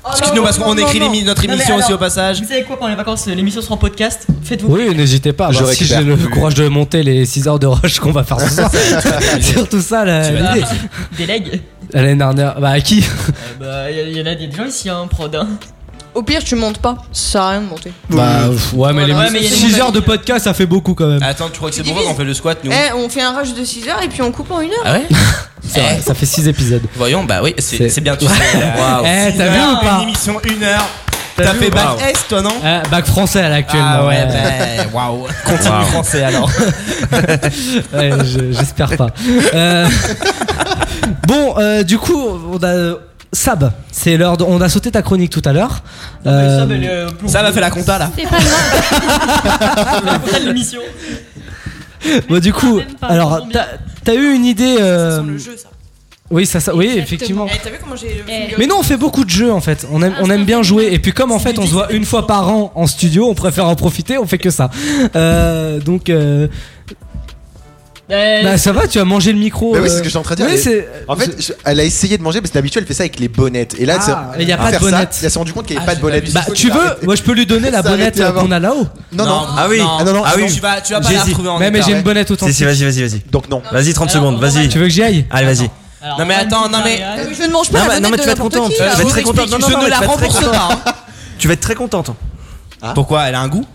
S6: Excuse-nous
S14: Oh non,
S6: parce
S14: non,
S6: qu'on
S14: non,
S6: écrit
S14: non.
S6: l'émi- notre
S14: Non, mais
S6: émission aussi
S14: alors,
S6: au passage.
S14: Vous savez quoi, pendant les vacances, euh, l'émission sera en podcast. Faites-vous.
S9: Oui, n'hésitez pas.
S8: Je
S9: bah, si j'ai
S8: récupère
S9: le
S8: plus.
S9: courage de monter les 6 heures de rush qu'on va faire ce soir, sur tout ça, la-
S14: plaisir.
S9: l'idée.
S14: Délègue.
S9: L'année dernière, bah à qui
S14: Euh, Bah, il y, en a des gens ici, hein, prod. hein.
S10: Au pire, tu montes pas, ça sert à rien de monter.
S9: Bah pff, ouais, mais
S14: Voilà. Ouais, mais il y
S9: les
S14: a des
S9: 6 heures de podcast, ça fait beaucoup quand même.
S6: Attends, tu crois que c'est pour ça qu'on fait le squat nous
S10: Eh, on fait un rush de 6 heures et puis on coupe en une heure.
S6: Ah ouais
S9: C'est vrai, ça fait 6 épisodes.
S6: Voyons, bah oui, c'est
S9: C'est-
S6: c'est bien tout ça. Waouh.
S9: Eh,
S6: Six
S9: t'as vu
S6: heures,
S9: ou pas
S6: Une émission, une heure.
S9: T'as
S6: T'as
S9: vu
S6: fait
S9: ou pas
S6: bac S toi non
S9: Euh, bac français à l'actuel.
S6: Ah ouais, bah waouh. Continue
S9: Waouh.
S6: français alors.
S9: Ouais, je- j'espère pas. Euh, bon, euh, du coup, on a Sab. C'est l'heure. de- On a sauté ta chronique tout à l'heure. Euh,
S14: Ça, mais le- pour-
S6: Ça va faire la compta là.
S5: C'est pas grave.
S14: Après l'émission.
S9: bon, du coup, alors t'as t'as eu une idée. euh, Oui, ça, ça- oui, effectivement.
S3: Eh, T'as vu comment j'ai.
S9: Mais non, on fait beaucoup de jeux en fait. On aime, on aime bien jouer. Et puis comme en fait on se voit une fois par an en studio, on préfère en profiter. On fait que ça. Euh, donc. euh,
S14: Euh,
S9: Bah ça va, tu as mangé le micro.
S8: Bah oui,
S9: euh,
S8: c'est ce que j'étais en train de dire.
S9: oui,
S8: mais-
S9: c'est-
S8: en fait, je- elle a essayé de manger, mais c'est habituel, elle fait ça avec les bonnettes. Et là,
S9: Ah,
S8: c'est-
S9: mais y a
S8: à
S9: pas de
S8: faire ça,
S9: bonnette.
S8: Elle s'est rendue compte qu'il n'y
S6: Ah,
S8: avait pas de bonnette.
S9: Bah tu veux, moi je peux lui donner la
S8: Ça arrêtait
S9: bonnette euh,
S8: avant.
S9: qu'on a là-haut.
S8: Non, non.
S27: Ah oui.
S8: Ah non, non,
S27: Ah oui.
S6: Tu vas, tu vas pas la
S27: J'hésite.
S6: retrouver en
S9: Mais, mais
S6: état.
S9: j'ai une bonnette
S27: Si,
S9: authentique.
S27: si, vas-y, vas-y, vas-y.
S8: Donc non.
S27: Vas-y, 30 secondes, vas-y.
S9: Tu veux que j'y aille
S27: Allez, vas-y.
S14: alors,
S6: Non mais attends, non mais.
S14: Montréal,
S10: Je ne mange pas
S27: Non,
S10: la
S27: mais- non,
S10: bonnette
S27: mais tu
S10: de
S27: vas être
S10: n'importe
S27: contente.
S10: qui,
S27: Tu vas
S10: là.
S6: Je
S27: être
S6: vous
S27: très contente.
S6: explique,
S27: Non, non,
S6: Je
S27: non,
S6: ne
S27: mais
S6: la
S27: tu vas être très
S6: rembourse pas. hein.
S27: Tu vas être très contente.
S8: Ah.
S6: Pourquoi Elle a un goût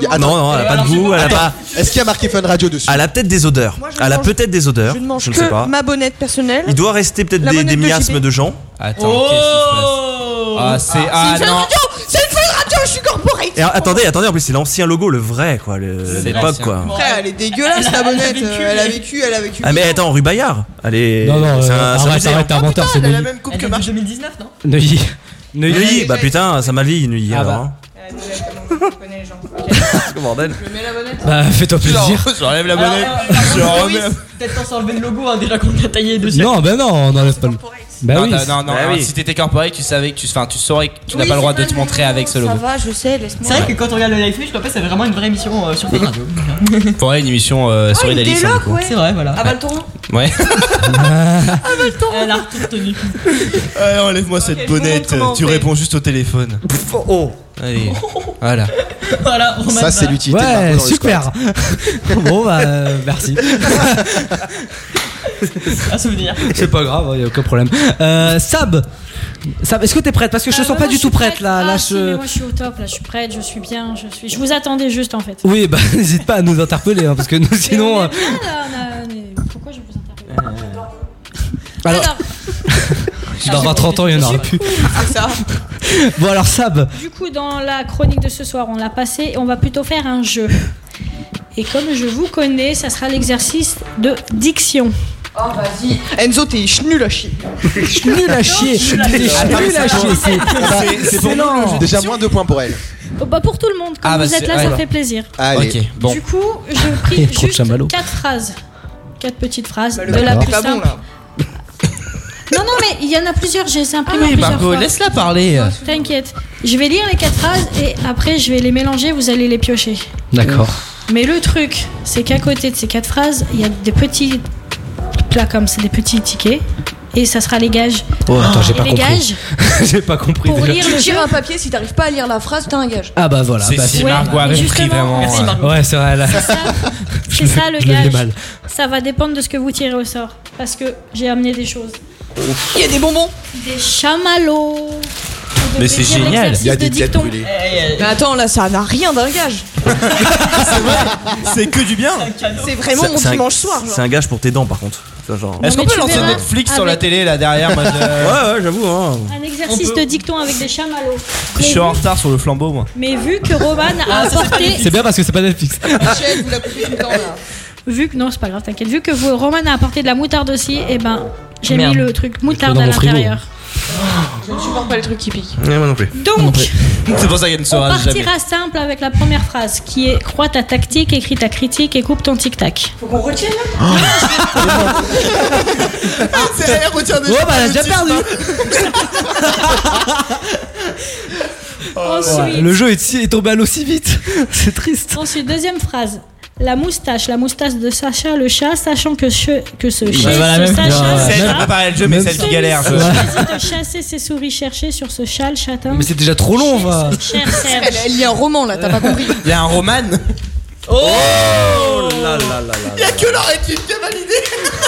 S8: Y a-
S27: Ah non, non, elle a pas de goût, elle a pas.
S8: Est-ce qu'il y a marqué Fun Radio dessus
S27: Elle a peut-être des odeurs.
S10: Moi, je
S27: Elle a
S10: mange-
S27: peut-être des odeurs.
S10: Je ne mange
S27: ne sais
S10: que
S27: pas.
S10: ma bonnette personnelle.
S27: Il doit rester peut-être
S10: La
S27: des,
S10: bonnette
S27: des
S10: de Oh
S27: miasmes
S10: JB.
S27: de gens.
S6: Attends, qu'est-ce qui se passe Ah c'est ah
S10: Oh. C'est une
S6: non.
S10: radio C'est une fun radio, je suis corporate
S27: Et alors, attendez, attendez, en plus c'est l'ancien logo, le vrai quoi, le- l'époque
S6: l'ancien.
S27: quoi.
S10: Après, elle est dégueulasse la bonnette. Euh,
S14: Elle
S10: Elle a
S14: a vécu,
S10: vécu, elle a vécu.
S27: Ah mais attends, rue Bayard Allez,
S9: Non, non,
S27: c'est
S9: euh,
S27: un- c'est un
S9: arrête,
S27: musée,
S9: arrête, t'es un menteur, c'est
S6: Elle a la
S9: Neuilly.
S6: même coupe
S14: Elle
S6: que
S14: est de
S6: Marc.
S14: 2019, non
S9: Neuilly.
S27: Neuilly, bah putain, ça m'a vie Neuilly
S9: Ah,
S27: alors.
S9: bah.
S27: hein.
S10: Je connais les gens.
S27: Parce que bordel.
S10: Je mets la bonnette.
S9: Bah fais-toi plaisir.
S6: Je J'enlève la
S14: Alors,
S6: bonnette.
S14: euh,
S6: Je
S14: Louis,
S6: remets. la-
S14: Peut-être qu'on s'est enlevé le logo hein, déjà qu'on a taillé dessus.
S9: Non,
S6: ben
S9: bah non, on enlève pas le. Bah
S6: non,
S9: oui.
S6: t'as- non, non,
S27: Bah
S6: non,
S27: oui.
S6: si t'étais corporate, tu savais que tu, enfin, tu saurais que tu n'as
S10: Oui,
S6: pas le droit
S10: c'est
S6: de te
S10: vrai,
S6: montrer avec ce
S10: Ça
S6: logo.
S10: va, je sais, laisse-moi.
S14: C'est vrai que quand on regarde le live Twitch, en fait, c'est vraiment une vraie émission euh, sur Fun Radio.
S6: Pour elle, une émission
S14: Ah,
S6: euh,
S10: Oh,
S6: souris
S10: il
S6: d'Alice. hein, du
S10: déloque,
S6: coup.
S10: ouais.
S14: C'est vrai, voilà.
S10: Ah bah le taureau
S6: Ouais.
S14: Elle a tout retenu.
S6: Allez, Eh, enlève-moi
S10: cette je vous montre bonnette, comment on tu fait. réponds
S6: juste au téléphone.
S27: Oh
S6: Allez, voilà.
S14: Voilà, Roman.
S8: Ça, c'est
S14: voilà.
S8: l'utilité de Margot
S9: Ouais,
S8: dans le squat.
S9: super. bon bah euh, merci.
S14: Un souvenir.
S9: C'est pas grave, hein, y a aucun problème. Euh, Sab, Sab est-ce que t'es prête Parce que je te
S5: Ah,
S9: sens
S5: bah,
S9: pas
S5: moi,
S9: du
S5: je
S9: tout
S5: suis
S9: prête là.
S5: Ah,
S9: là
S5: si,
S9: je...
S5: mais moi je suis au top, là je suis prête, je suis bien, je suis. Je vous attendais juste en fait.
S9: Oui, bah n'hésite pas à nous interpeller hein, parce que nous sinon. euh,
S5: Ah, là, on a- on est- Pourquoi je vous interpelle
S9: alors, dans 20 30 ans, il y en aura plus.
S10: C'est ça.
S9: Bon alors Sab,
S5: Du coup, dans la chronique de ce soir, on l'a passé et on va plutôt faire un jeu. Et comme je vous connais, ça sera l'exercice de diction.
S10: Oh Ah, vas-y. Enzo, t'es nul à chier.
S9: Nul à chier.
S10: Nul
S9: T'es nul à chier.
S8: C'est-
S9: c'est-
S8: C'est pour
S9: excellent.
S8: nous, déjà moins de points pour elle.
S5: Oh, bah, pour tout le monde, quand
S8: Ah, bah,
S5: vous êtes
S8: c'est-
S5: là,
S8: ouais,
S5: ça
S8: bah.
S5: fait plaisir.
S8: Allez.
S6: Ok, bon.
S5: Du coup, j'ai pris
S6: Et trop de
S5: juste
S6: chamallows.
S5: quatre phrases. Quatre petites phrases.
S10: Bah, le
S5: de la
S10: Margot
S5: plus
S14: Ah,
S10: est pas bon,
S5: simple. non, non, mais il y en a plusieurs, j'ai essayé
S6: Ah
S5: imprimé
S6: oui,
S5: plusieurs
S6: Margot,
S5: fois.
S6: laisse-la parler.
S5: T'inquiète. Je vais lire les quatre phrases et après, je vais les mélanger, vous allez les piocher.
S9: D'accord.
S5: Mais le truc, c'est qu'à côté de ces quatre phrases, il y a des petits plats comme c'est des petits tickets. Et ça sera les gages.
S9: Oh, attends, j'ai
S5: Et
S9: pas
S5: les
S9: compris.
S5: gages,
S9: j'ai pas compris
S5: Pour
S9: déjà.
S5: lire
S10: Tu tires un papier, si t'arrives pas à lire la phrase, t'as un gage.
S9: Ah bah voilà.
S6: C'est
S9: bah,
S6: si Margot avait
S9: Merci,
S6: compris vraiment, Merci, ouais. Margot.
S9: euh, Ouais, c'est vrai. Là.
S5: c'est ça le
S9: Je l'ai
S5: gage.
S9: mal.
S5: Ça va dépendre de ce que vous tirez au sort. Parce que j'ai amené des choses.
S10: Il y a des bonbons.
S5: Des chamallows.
S6: Mais c'est génial.
S5: Il y a des têtes
S6: brûlées.
S10: Mais attends, là, ça n'a rien d'un gage.
S6: C'est que du bien.
S10: C'est vraiment mon
S27: C'est un-
S10: dimanche soir. genre.
S27: C'est un gage pour tes dents par contre. Ça, genre-
S6: Est-ce qu'on
S5: mais
S6: peut
S5: tu
S6: lancer
S5: verras,
S6: Netflix sur la
S5: avec-
S6: télé là derrière moi, je-
S27: Ouais, ouais, j'avoue. hein.
S5: Un exercice de dicton avec des chamallows.
S6: Je
S5: Mais
S6: suis en
S5: vu-
S6: retard sur le flambeau moi.
S5: Mais vu que Roman
S10: Ah,
S5: a apporté.
S9: C'est Eh bien parce que c'est pas Netflix.
S10: Michel, vous la coupez tout le temps, là.
S5: Vu que non, c'est pas grave, t'inquiète. Vu que vous- Roman a apporté de la moutarde aussi, et ben j'ai
S9: Merde.
S5: mis le truc moutarde
S9: dans
S5: à
S9: mon frigo.
S5: l'intérieur.
S10: Je ne supporte pas les trucs qui piquent.
S27: Ouais, moi non plus.
S5: Donc,
S6: C'est pour ça qu'il y a une
S5: on
S6: soirée jamais.
S5: partira simple avec la première phrase qui est crois ta tactique, écris ta critique et coupe ton tic tac.
S10: Faut qu'on retienne
S6: C'est elle retient
S9: Oh bah elle a déjà perdu.
S14: Oh,
S5: Ensuite,
S9: Le jeu est, si- est tombé à l'eau si vite. C'est triste.
S5: ensuite, deuxième phrase. La moustache, la moustache de Sacha le chat, sachant que ce que
S9: Bah,
S5: ce chat,
S6: voilà,
S5: ce
S6: même-
S5: Sacha,
S6: Non,
S5: ce
S6: celle qui
S5: chat,
S6: préparait le jeu, mais
S5: même
S6: celle qui
S5: celui-
S6: galère.
S5: celui choisit de chasser ses souris cherchées sur ce châle châtain.
S9: Mais c'est déjà trop long, va.
S5: Cher Serge.
S10: Elle, elle lit un roman là, t'as pas compris.
S6: Il y a un roman.
S27: Oh là là là là.
S6: Il y a que leur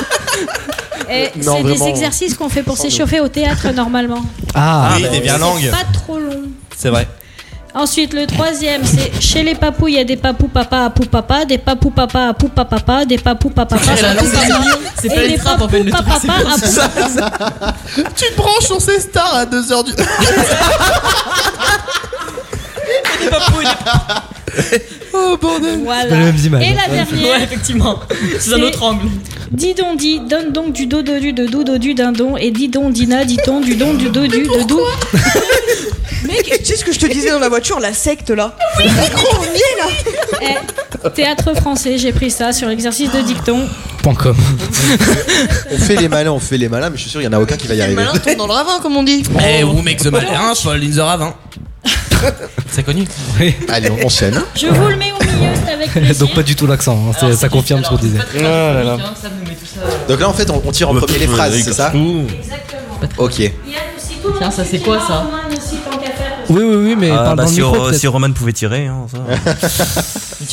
S5: Et
S27: Non,
S5: c'est des
S27: vraiment.
S5: exercices qu'on fait pour s'échauffer au théâtre normalement.
S9: Ah,
S6: bah oui, des bien langues.
S5: Pas trop long.
S6: C'est vrai.
S5: Ensuite, le troisième, c'est chez les papous, il y a des papous papa à pou papa, des papous papa à pou papa, des papous papa papa.
S14: C'est la langue des
S5: papous,
S14: signes. C'est
S5: et
S14: pas
S5: les
S14: une trappe, en fait, le
S5: papous
S14: truc, c'est
S5: papa à pou-
S6: Tu te branches sur ces stars à 2h
S12: Eh ben,
S6: du.
S10: Oh bordel.
S5: Voilà.
S9: pas les mêmes images.
S5: Et la
S14: Ouais,
S5: dernière,
S14: effectivement. C'est un
S5: C'est-
S14: autre angle.
S5: dis don dis, donne donc du do dodu, de do dodu, d'un don, et dis don dina, dit on, du don, du dodu, de dou.
S10: Mec, tu sais ce que je te disais dans la voiture, la secte là Oui, gros, on y est là
S5: Eh, Théâtre français, j'ai pris ça sur l'exercice de dicton.
S9: Point com.
S8: On fait les malins, on fait les malins, mais je suis sûr qu'il y en a aucun qui va y
S9: Eh
S10: Le
S9: ben,
S8: arriver.
S10: malin tombe dans le ravin, comme on dit.
S6: Eh,
S5: Oh.
S6: who makes the malin, Paul in the ravin. C'est connu.
S8: Allez, on enchaîne.
S5: Je vous le mets au milieu, c'est avec plaisir.
S9: Donc pas du tout l'accent. hein. C'est- ça confirme ce qu'on disait.
S27: là là.
S8: Donc là, en fait, on, on tire en premier les phrases, c'est ça
S5: Exactement.
S8: Ok.
S5: Yann aussi, tout le
S14: Tiens,
S5: monde
S14: ça,
S5: qui
S14: c'est
S5: dit
S14: quoi,
S5: non,
S14: ça
S5: Roman aussi, tant qu'à faire, parce que-
S9: Oui, oui, oui, mais
S27: Ah,
S9: parle
S27: bah,
S9: dans le
S27: si,
S9: micro,
S27: Ro-
S9: peut-être.
S27: si Roman pouvait tirer, hein, ça.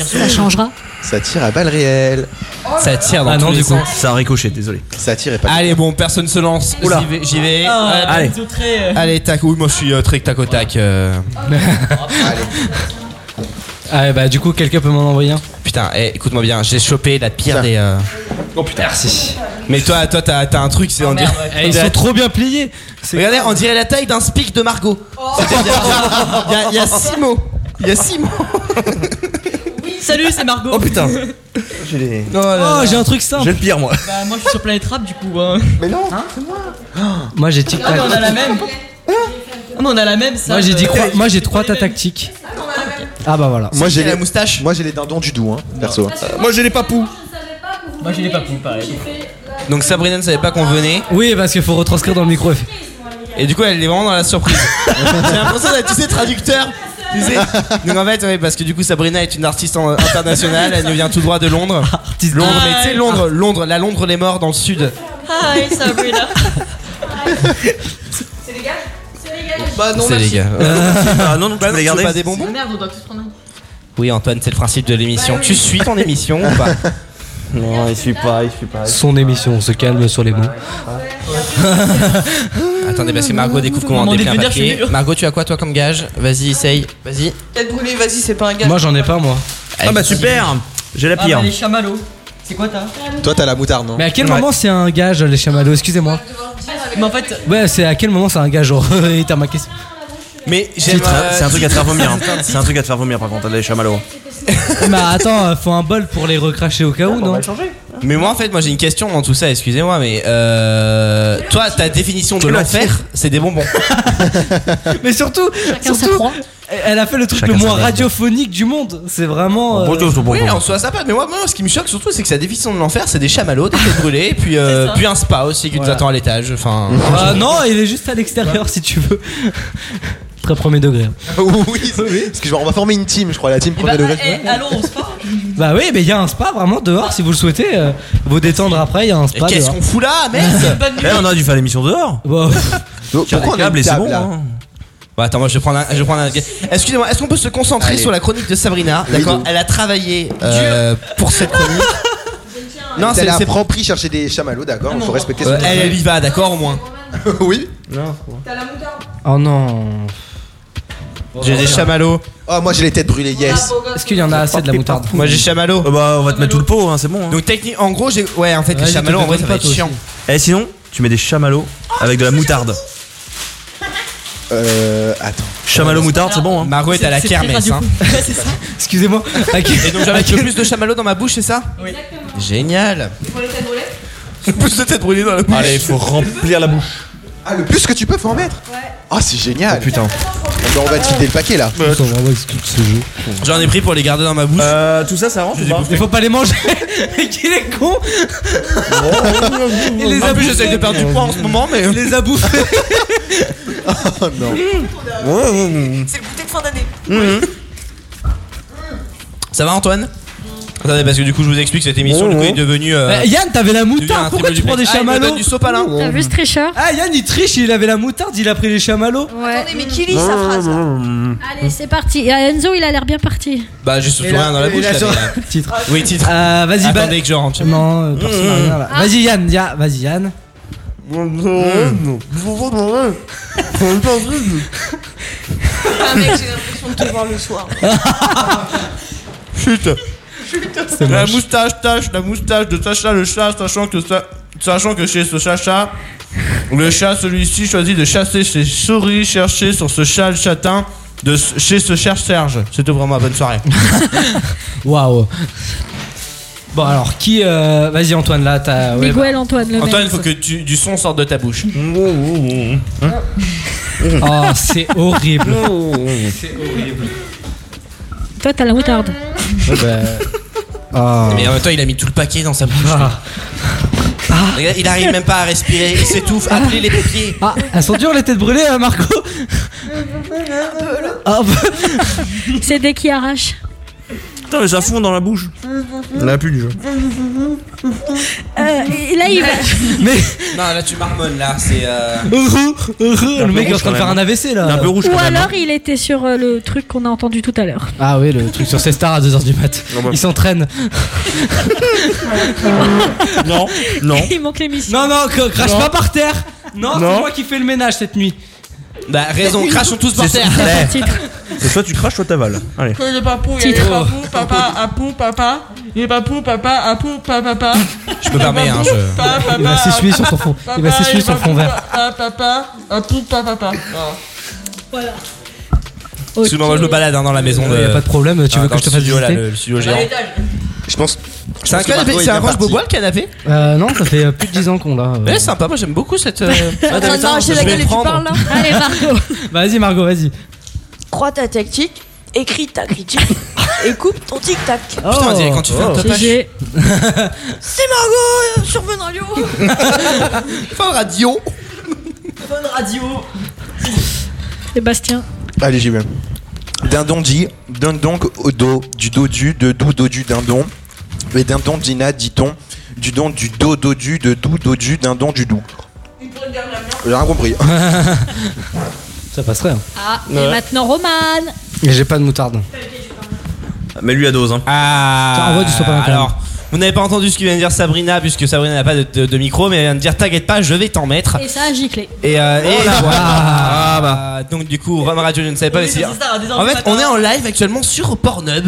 S5: Ça changera.
S8: Ça tire à balles réelles.
S6: Ça tire dans
S9: Ah non,
S6: tous les
S9: du coup.
S6: sens.
S27: Ça a ricoché, désolé.
S8: Ça tire et pas.
S6: Allez, bon, personne se lance. J'y vais. J'y vais.
S14: Ah,
S6: allez.
S14: Enzo très, euh,
S6: Allez, tac. Oui, moi je suis euh, très tac au tac. euh.
S9: Ah ouais, bah du coup quelqu'un peut m'en envoyer un.
S6: Putain, eh, écoute-moi bien, j'ai chopé la pire des. euh,
S9: Oh putain. Merci.
S6: Mais toi, toi, t'as t'as un truc, c'est on
S14: Ah, merde,
S6: dirait-
S9: Eh, ils sont trop bien pliés. C'est-
S6: Regardez, on dirait la taille d'un speak de Margot. C'est-à-dire, Il y a- il y, a six mots. Il y a six mots.
S14: Salut, c'est Margot.
S27: Oh putain J'ai les-
S9: Oh j'ai un truc simple.
S27: J'ai le pire moi.
S14: Bah, moi je suis sur Planète Rap du coup. hein.
S8: Mais non
S9: Moi j'ai tic
S14: Ah, mais on a la même. Ah, mais on a la même, ça.
S9: Moi j'ai dit
S14: euh,
S9: croix- Moi j'ai trois tas tactiques. Ah bah voilà.
S8: Moi j'ai
S6: la
S8: les...
S6: moustache. Euh,
S8: Moi j'ai les dindons du doux, hein, perso.
S27: Moi j'ai les papous.
S14: Moi j'ai les papous, pareil.
S6: Donc Sabrina ne savait pas qu'on venait.
S9: Oui parce qu'il faut retranscrire dans le micro.
S6: Et du coup, elle est vraiment dans la surprise. J'ai l'impression d'être, tu sais, traducteur. Tu sais. Donc en fait, ouais, parce que du coup, Sabrina est une artiste en- internationale. Elle nous vient tout droit de Londres. Londres, mais tu sais, Londres, Londres, la Londres les morts dans le sud.
S14: Hi, Sabrina.
S10: Bah non,
S6: C'est les
S10: merci.
S6: gars.
S13: Euh,
S27: Ah non, non, tu peux les
S6: Bah tu veux
S27: garder.
S6: pas des bonbons
S14: Merde, on doit tous prendre un.
S6: Oui, Antoine, c'est le principe de l'émission. Tu suis ton émission ou pas
S27: Non, il suit pas, il suit pas.
S9: Son émission, on se calme sur les mots.
S6: Attendez, parce que Margot découvre comment on
S14: Demandez
S6: déplie
S14: de
S6: un
S14: venir, je
S6: papier.
S14: suis nul.
S6: Margot, tu as quoi toi comme gage Vas-y, essaye. Vas-y.
S10: Tête brûlée, vas-y, c'est pas un gage.
S9: Moi j'en ai pas moi.
S27: Ah bah super J'ai la
S14: Ah, bah,
S27: pire.
S14: les chamallows. C'est quoi ta
S8: Toi t'as la moutarde, non
S9: Mais à quel moment c'est un gage les chamallows Excusez-moi.
S14: Mais en fait,
S9: Ouais c'est à quel moment c'est un gage genre et t'as ma question.
S6: Mais
S27: C'est
S6: j'aime. euh,
S27: un truc à te faire vomir. hein. C'est un truc à te faire vomir par contre, les chamallows.
S9: Bah, Mais attends euh, faut un bol pour les recracher au cas où non
S6: Mais moi, en fait, moi j'ai une question dans tout ça, excusez-moi, mais euh, toi, ta définition de l'enfer, c'est des bonbons.
S9: Mais surtout, surtout elle a fait le truc
S6: Chacun
S9: le
S6: sa
S9: moins
S6: merde.
S9: radiophonique du monde. C'est vraiment. euh,
S6: Oui, en soi, ça passe. Mais moi, moi, ce qui me choque surtout, c'est que sa définition de l'enfer, c'est des chamallows, des têtes brûlées, et puis, euh, puis un spa aussi qui nous attend à l'étage. Enfin.
S9: Ah non, il est juste à l'extérieur si tu veux. Très premier degré.
S8: oui, parce que genre, on va former une team, je crois, la team
S12: Eh bah,
S8: premier degré.
S14: allons au spa
S9: Bah oui, mais il y a un spa vraiment dehors si vous le souhaitez. euh, vous détendre après, il y a un spa.
S6: Et qu'est-ce
S9: dehors.
S6: qu'on fout
S3: Ah,
S6: là, merde
S13: Eh, on a dû faire l'émission dehors.
S9: Bah,
S13: Tiens, les câbles et c'est bon. hein.
S6: Bah, attends, moi je vais prendre un. Je vais prendre un... Excusez-moi, est-ce qu'on peut se concentrer
S13: Allez.
S6: sur la chronique de Sabrina
S13: Oui,
S6: D'accord
S13: donc.
S6: Elle a travaillé euh, pour cette chronique.
S8: Non, c'est la
S6: c'est-
S8: propre chercher des chamallows, d'accord, il faut respecter
S6: Euh,
S8: son
S6: elle, elle y va, d'accord, au moins.
S8: oui.
S9: Oh non.
S6: J'ai des chamallows. Ah,
S8: Oh, moi j'ai les têtes brûlées, yes.
S9: Est-ce qu'il y en a assez de la moutarde
S6: Moi j'ai chamallow.
S13: bah, on va te mettre tout le pot, hein, c'est bon. hein.
S6: Donc, technique, en gros, j'ai. Ouais, en fait, les
S13: Vas-y,
S6: chamallows,
S13: Ah, te
S6: en vrai,
S13: donne
S6: ça
S13: pas,
S6: va être
S13: toi
S6: chiant.
S13: aussi. Eh, sinon, tu mets des chamallows avec de la moutarde.
S8: Euh. Attends.
S13: Chamallow moutarde, c'est bon. Hein.
S6: Margot est à la kermesse. hein.
S9: Excusez-moi.
S6: Et donc, j'avais le plus de chamallows dans ma bouche, c'est ça Oui. Génial. Le plus de têtes brûlées dans la bouche.
S13: Allez, il faut remplir la bouche. Oh,
S8: Ah, le plus que tu peux, faut en mettre Ah, c'est génial
S13: Putain.
S8: Bah, on va te filer le paquet là.
S6: J'en ai pris pour les garder dans ma bouche.
S13: Euh, tout ça, ça rentre ou pas
S9: Il faut pas les manger. Qu'il est con. Il les
S6: En
S9: a
S6: plus,
S9: bouffés.
S6: j'essaie de perdre du poids en ce moment, mais.
S9: Il les a bouffés.
S8: Oh non.
S3: C'est le goûter de fin d'année.
S6: Ça va, Antoine Attendez, parce que du coup, je vous explique, cette
S9: Oh,
S6: émission du coup, est devenue. euh,
S9: Euh, Yann, t'avais la
S6: devenu un
S9: moutarde. Pourquoi
S6: triple
S9: tu prends des
S6: duplex. Ah, il me
S9: chamallows
S6: donne du sopalin.
S5: T'as vu ce tricheur
S9: Ah, Yann, il triche. Il avait la moutarde. Il a pris les chamallows.
S3: Attendez, mais qui lit sa phrase là
S5: Allez, c'est parti. Et Enzo, il a l'air bien parti.
S6: Bah, j'ai surtout
S9: Et là-
S6: rien dans la
S9: et
S6: bouche.
S9: là,
S6: là,
S9: sur-
S6: mais, euh,
S9: Titre.
S6: Oui, titre.
S9: Euh, vas-y, bah-
S6: Attendez que je rentre.
S9: Non, euh, personne n'a
S6: Mmh.
S9: rien, là. Vas-y, Yann. ya- Vas-y, Yann.
S6: Mmh.
S3: Ah, mec, j'ai l'impression de te voir le soir.
S6: Chut
S9: C'est
S6: La
S9: moche.
S6: moustache tâche, la moustache de Sacha le chat, sachant que, ça- sachant que chez ce Sacha, le chat, celui-ci, choisit de chasser ses souris, chercher sur ce chat le chatin, de, ce- chez ce cher Serge. C'était vraiment bonne soirée.
S9: Waouh. Bon, alors, qui. euh, Vas-y, Antoine, là, t'as. ouais, bah. Mmh,
S5: Miguel Antoine, le
S6: Antoine,
S5: mec.
S6: il faut que tu- du son sorte de ta bouche. Hein
S9: Oh, c'est horrible.
S6: Oh. C'est
S9: horrible.
S5: Toi, t'as la moutarde.
S6: bah.
S9: Oh.
S6: Mais en même temps, il a mis tout le paquet dans sa bouche.
S9: Ah.
S6: Regarde, Il arrive même pas à respirer, il s'étouffe. Appelez les pompiers.
S9: Ah, elles sont dures les têtes brûlées, hein, Marco Ah, bah,
S5: C'est dès qui arrache.
S13: Putain, mais ça fond dans la bouche. La plus du jeu.
S5: Euh, et là, il va.
S9: Mais.
S6: Non, là, tu marmonnes, là, c'est. euh,
S9: heureux, heureux,
S13: un
S9: Le
S13: peu
S9: mec est en
S13: rouge,
S9: train de
S13: quand
S9: faire un
S13: même.
S9: AVC là. Euh.
S13: Il est un peu rouge.
S5: Ou
S13: quand même,
S5: alors, il était sur euh, le truc qu'on a entendu tout à l'heure.
S9: Ah oui, le truc sur ces stars à 2h du mat.
S6: bah.
S9: Il s'entraîne.
S13: Non, non.
S5: il manque l'émission.
S9: Non, non, cr- crache
S13: Non.
S9: pas par terre. Non, c'est
S13: Non.
S9: moi qui fais le ménage cette nuit.
S6: Bah, raison, crachons tous par
S13: C'est-
S6: terre.
S13: Eh, C'est soit tu craches, soit t'avales. Allez.
S14: Que le papou, il est papou, papa, apou, papa. Il est papou, papa, apou, papa, papa.
S6: Je peux permettre, hein, je.
S14: Papa,
S9: Eh, Il va s'essuyer sur son fond.
S6: Eh
S9: Il
S6: ben,
S9: va s'essuyer sur fond vert.
S14: Ah, papa, apou, papa, papa. Ah.
S5: Voilà.
S6: Excuse-moi, moi je me balade hein, dans la maison.
S9: Il y a pas de problème, tu veux que je te fasse
S6: studio, là,
S9: visiter
S6: le, le studio géant.
S8: Je pense.
S6: C'est un
S8: que Marco
S6: canapé,
S8: est
S6: c'est un
S8: bien
S6: roche
S8: parti.
S6: bobois le canapé
S9: Euh, non, ça fait euh, plus de 10 ans qu'on l'a. euh.
S6: Ouais, Eh, sympa, moi j'aime beaucoup cette. euh,
S9: Ah,
S3: En train de m'arracher la
S6: je vais
S3: gueule et
S6: le
S3: tu
S6: prendre.
S3: parles là
S5: Allez, Marco.
S9: Vas-y, Margot, vas-y.
S3: Crois ta tactique, écris ta critique et coupe ton tic-tac.
S6: Putain, on dirait quand tu fais
S10: Oh.
S6: un topage.
S5: GG.
S3: C'est Margot euh, sur Fun Radio
S6: Fin radio
S14: Bonne radio.
S5: Et Bastien.
S8: Allez, j'y vais. Dindon dit, donne donc au dos, du dodu, de doux dodu, dindon. Mais dindon dina, dit-on, du don du do dodu, de doux dodu, dindon du doux. J'ai rien compris.
S9: Ça passerait. hein.
S5: Ah, et
S13: Ouais.
S5: maintenant, Roman.
S9: Mais j'ai pas de moutarde.
S13: Mais lui à dose. Hein.
S6: Ah
S9: Tiens, envoie du sopalin, quand
S6: Alors, vous n'avez pas entendu ce que vient de dire Sabrina, puisque Sabrina n'a pas de, de- de micro, mais elle vient de dire T'inquiète pas, je vais t'en mettre.
S5: Et ça a giclé.
S6: Et, euh, et
S9: là.
S6: voilà.
S9: Ah.
S6: Ah, bah. Donc, du coup, Rome Radio, je ne savais pas.
S14: Oui,
S6: mais c'est-
S14: c'est ça, à 10 heures
S6: en
S14: du
S6: fait,
S14: matin.
S6: on est en live actuellement sur Pornhub.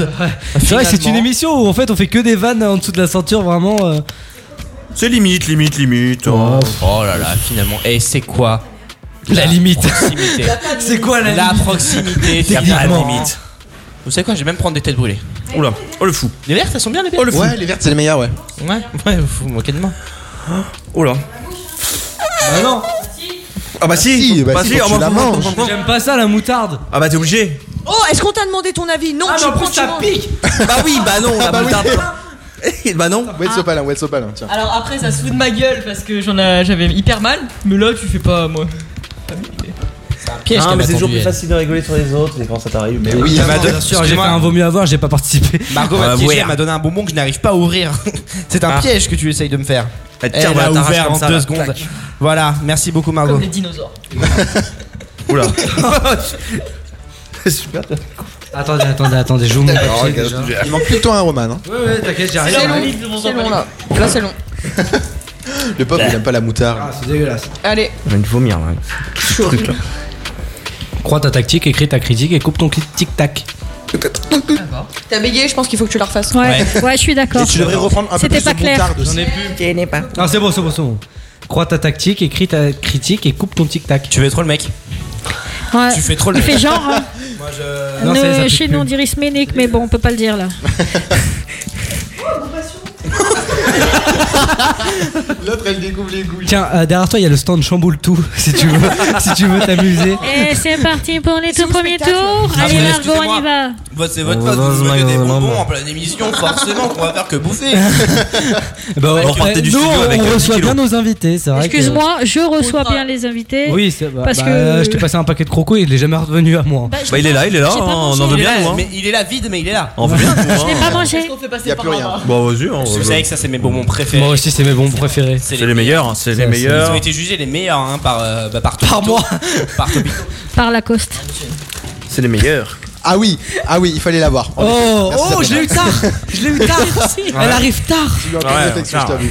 S9: C'est vrai, c'est une
S6: Finalement.
S9: émission où en fait on fait que des vannes en dessous de la ceinture, vraiment. euh.
S13: C'est limite, limite, limite. hein.
S9: Oh.
S6: Oh là là, finalement. Et c'est quoi
S9: La limite.
S6: proximité
S9: C'est quoi la
S6: La
S9: limite
S6: proximité,
S9: Techniquement.
S6: finalement. Vous savez quoi, je vais même prendre des têtes brûlées.
S13: Oula, oh le fou.
S6: Les vertes, elles sont bien les vertes.
S13: Oh, le fou.
S8: Ouais, les vertes, c'est les meilleures, ouais.
S6: Ouais, ouais, vous vous moquez de moi.
S13: Oula.
S9: Ah non
S13: Ah bah si,
S8: bah
S13: bah
S8: si,
S13: si,
S8: quand
S13: ah
S8: tu
S13: bah,
S8: la
S13: bon, bon,
S8: manges.
S13: bon, bon.
S9: J'aime pas ça la moutarde.
S13: Ah bah t'es obligé.
S3: Oh, est-ce qu'on t'a demandé ton avis Non,
S9: Ah,
S3: tu
S9: mais en
S3: prends,
S9: plus,
S3: tu
S9: ça
S3: manges.
S9: pique.
S13: bah oui, bah non,
S8: Ah
S13: la
S8: bah oui.
S13: moutarde.
S9: Eh,
S13: bah non.
S8: Ouais, c'est pas là, ouais, c'est pas là, tiens.
S9: Ah,
S14: Alors après, ça se fout de ma gueule parce que j'en ai- j'avais hyper mal. Mais là, tu fais pas, moi. Pas mieux.
S6: Piège
S27: Ah,
S6: qu'elle
S27: mais
S6: m'a
S27: c'est toujours
S6: tendu,
S27: plus
S6: elle.
S27: facile de rigoler sur les autres, mais quand ça t'arrive. Mais
S13: oui,
S9: Ah, bien sûr, j'ai fait un vaut mieux avoir, j'ai pas participé.
S6: Margot
S13: Ah,
S6: m'a piégé,
S13: ouais.
S6: elle m'a donné un bonbon que je n'arrive pas à ouvrir. C'est un
S13: Ah.
S6: piège que tu essayes de me faire.
S13: Elle te
S6: Elle
S13: tire dans
S6: a
S13: la tarasse
S6: ouvert
S13: comme
S6: en
S13: ça,
S6: deux
S13: là.
S6: secondes.
S13: Clac.
S6: Voilà, merci beaucoup Margot.
S14: Comme les dinosaures.
S13: Oula.
S8: Super,
S9: Attendez, attendez, attendez, je vous
S8: Oh,
S9: montre.
S8: Il manque plus le temps à un Roman. Hein.
S9: Ouais, ouais, t'inquiète, j'arrive.
S10: C'est
S9: j'arrive.
S10: long, c'est long là. Là, c'est long.
S8: Le pauvre, il aime pas la moutarde.
S9: Ah, c'est dégueulasse.
S10: Allez,
S13: J'ai envie de vomir là.
S10: chaud.
S9: Crois ta tactique, écris ta critique et coupe ton clip tic-tac.
S10: T'as bégayé, je pense qu'il faut que tu la refasses.
S5: Ouais, ouais, je suis d'accord.
S8: Et tu devrais reprendre un peu
S5: C'était
S8: plus
S5: pas
S8: de
S5: clair.
S8: moutarde aussi.
S10: pas.
S9: Ah, c'est bon, c'est bon, c'est bon. Crois ta tactique, écris ta critique et coupe ton tic-tac.
S6: Tu fais trop le mec.
S5: Ouais.
S6: Tu fais trop le
S5: Il
S6: mec.
S5: fait genre. hein.
S9: Non, ça- ça
S5: Ne-
S9: pique
S5: Chez
S9: plus.
S5: nous, on dirait Sménic, mais bon, on peut pas le dire là.
S8: L'autre, elle découvre les couilles.
S9: Tiens, euh, derrière toi, il y a le stand Chamboule Tout, si tu veux si tu veux t'amuser.
S5: Et Eh, c'est parti pour les tout premiers tours.
S6: Ah,
S5: Allez,
S6: mais
S5: Margot, on y va.
S9: Ah,
S6: Votre- Bah, C'est votre faute, vous nous mettez des bonbons en pleine émission, forcément qu'on va faire que bouffer.
S9: Bah,
S13: on repartait du
S9: nous,
S13: studio
S9: on,
S13: avec, euh,
S9: on
S13: 10
S9: reçoit
S13: kilos.
S9: bien nos invités, c'est vrai. que-
S5: Excuse-moi, je reçois bien les invités.
S9: Oui, c'est bah,
S5: Parce
S9: bah,
S5: que.
S9: je t'ai passé un paquet de crocos et il est jamais revenu à moi.
S5: Bah, je
S13: Bah il est là, il est là,
S5: J'ai pas
S13: hein, on
S5: pensé.
S13: en veut
S6: Il est
S13: bien
S6: là,
S13: nous. hein.
S6: mais il est là vide, mais il est là.
S13: On veut bien nous.
S5: Je n'ai pas mangé.
S14: On fait passer
S8: Y a
S14: par
S8: plus
S14: là,
S8: rien.
S14: hein.
S13: Bon vas-y, on
S6: Vous
S13: va-
S6: savez que ça, c'est mes bonbons préférés.
S9: Moi aussi, c'est mes bons préférés.
S6: C'est
S13: C'est les meilleurs, hein, c'est les
S6: Ils
S13: meilleurs.
S6: ont été jugés les meilleurs hein, par, euh, bah, par Par
S9: moi
S6: Par Topito.
S5: Par Lacoste.
S13: C'est les meilleurs.
S8: Ah oui, ah oui, il fallait l'avoir.
S9: Oh,
S8: Merci,
S9: oh, je l'ai eu tard. Je l'ai eu tard. Elle arrive tard.
S8: Tu lui as encore
S13: Ouais,
S8: des textes que je
S13: tard.
S8: t'avoue.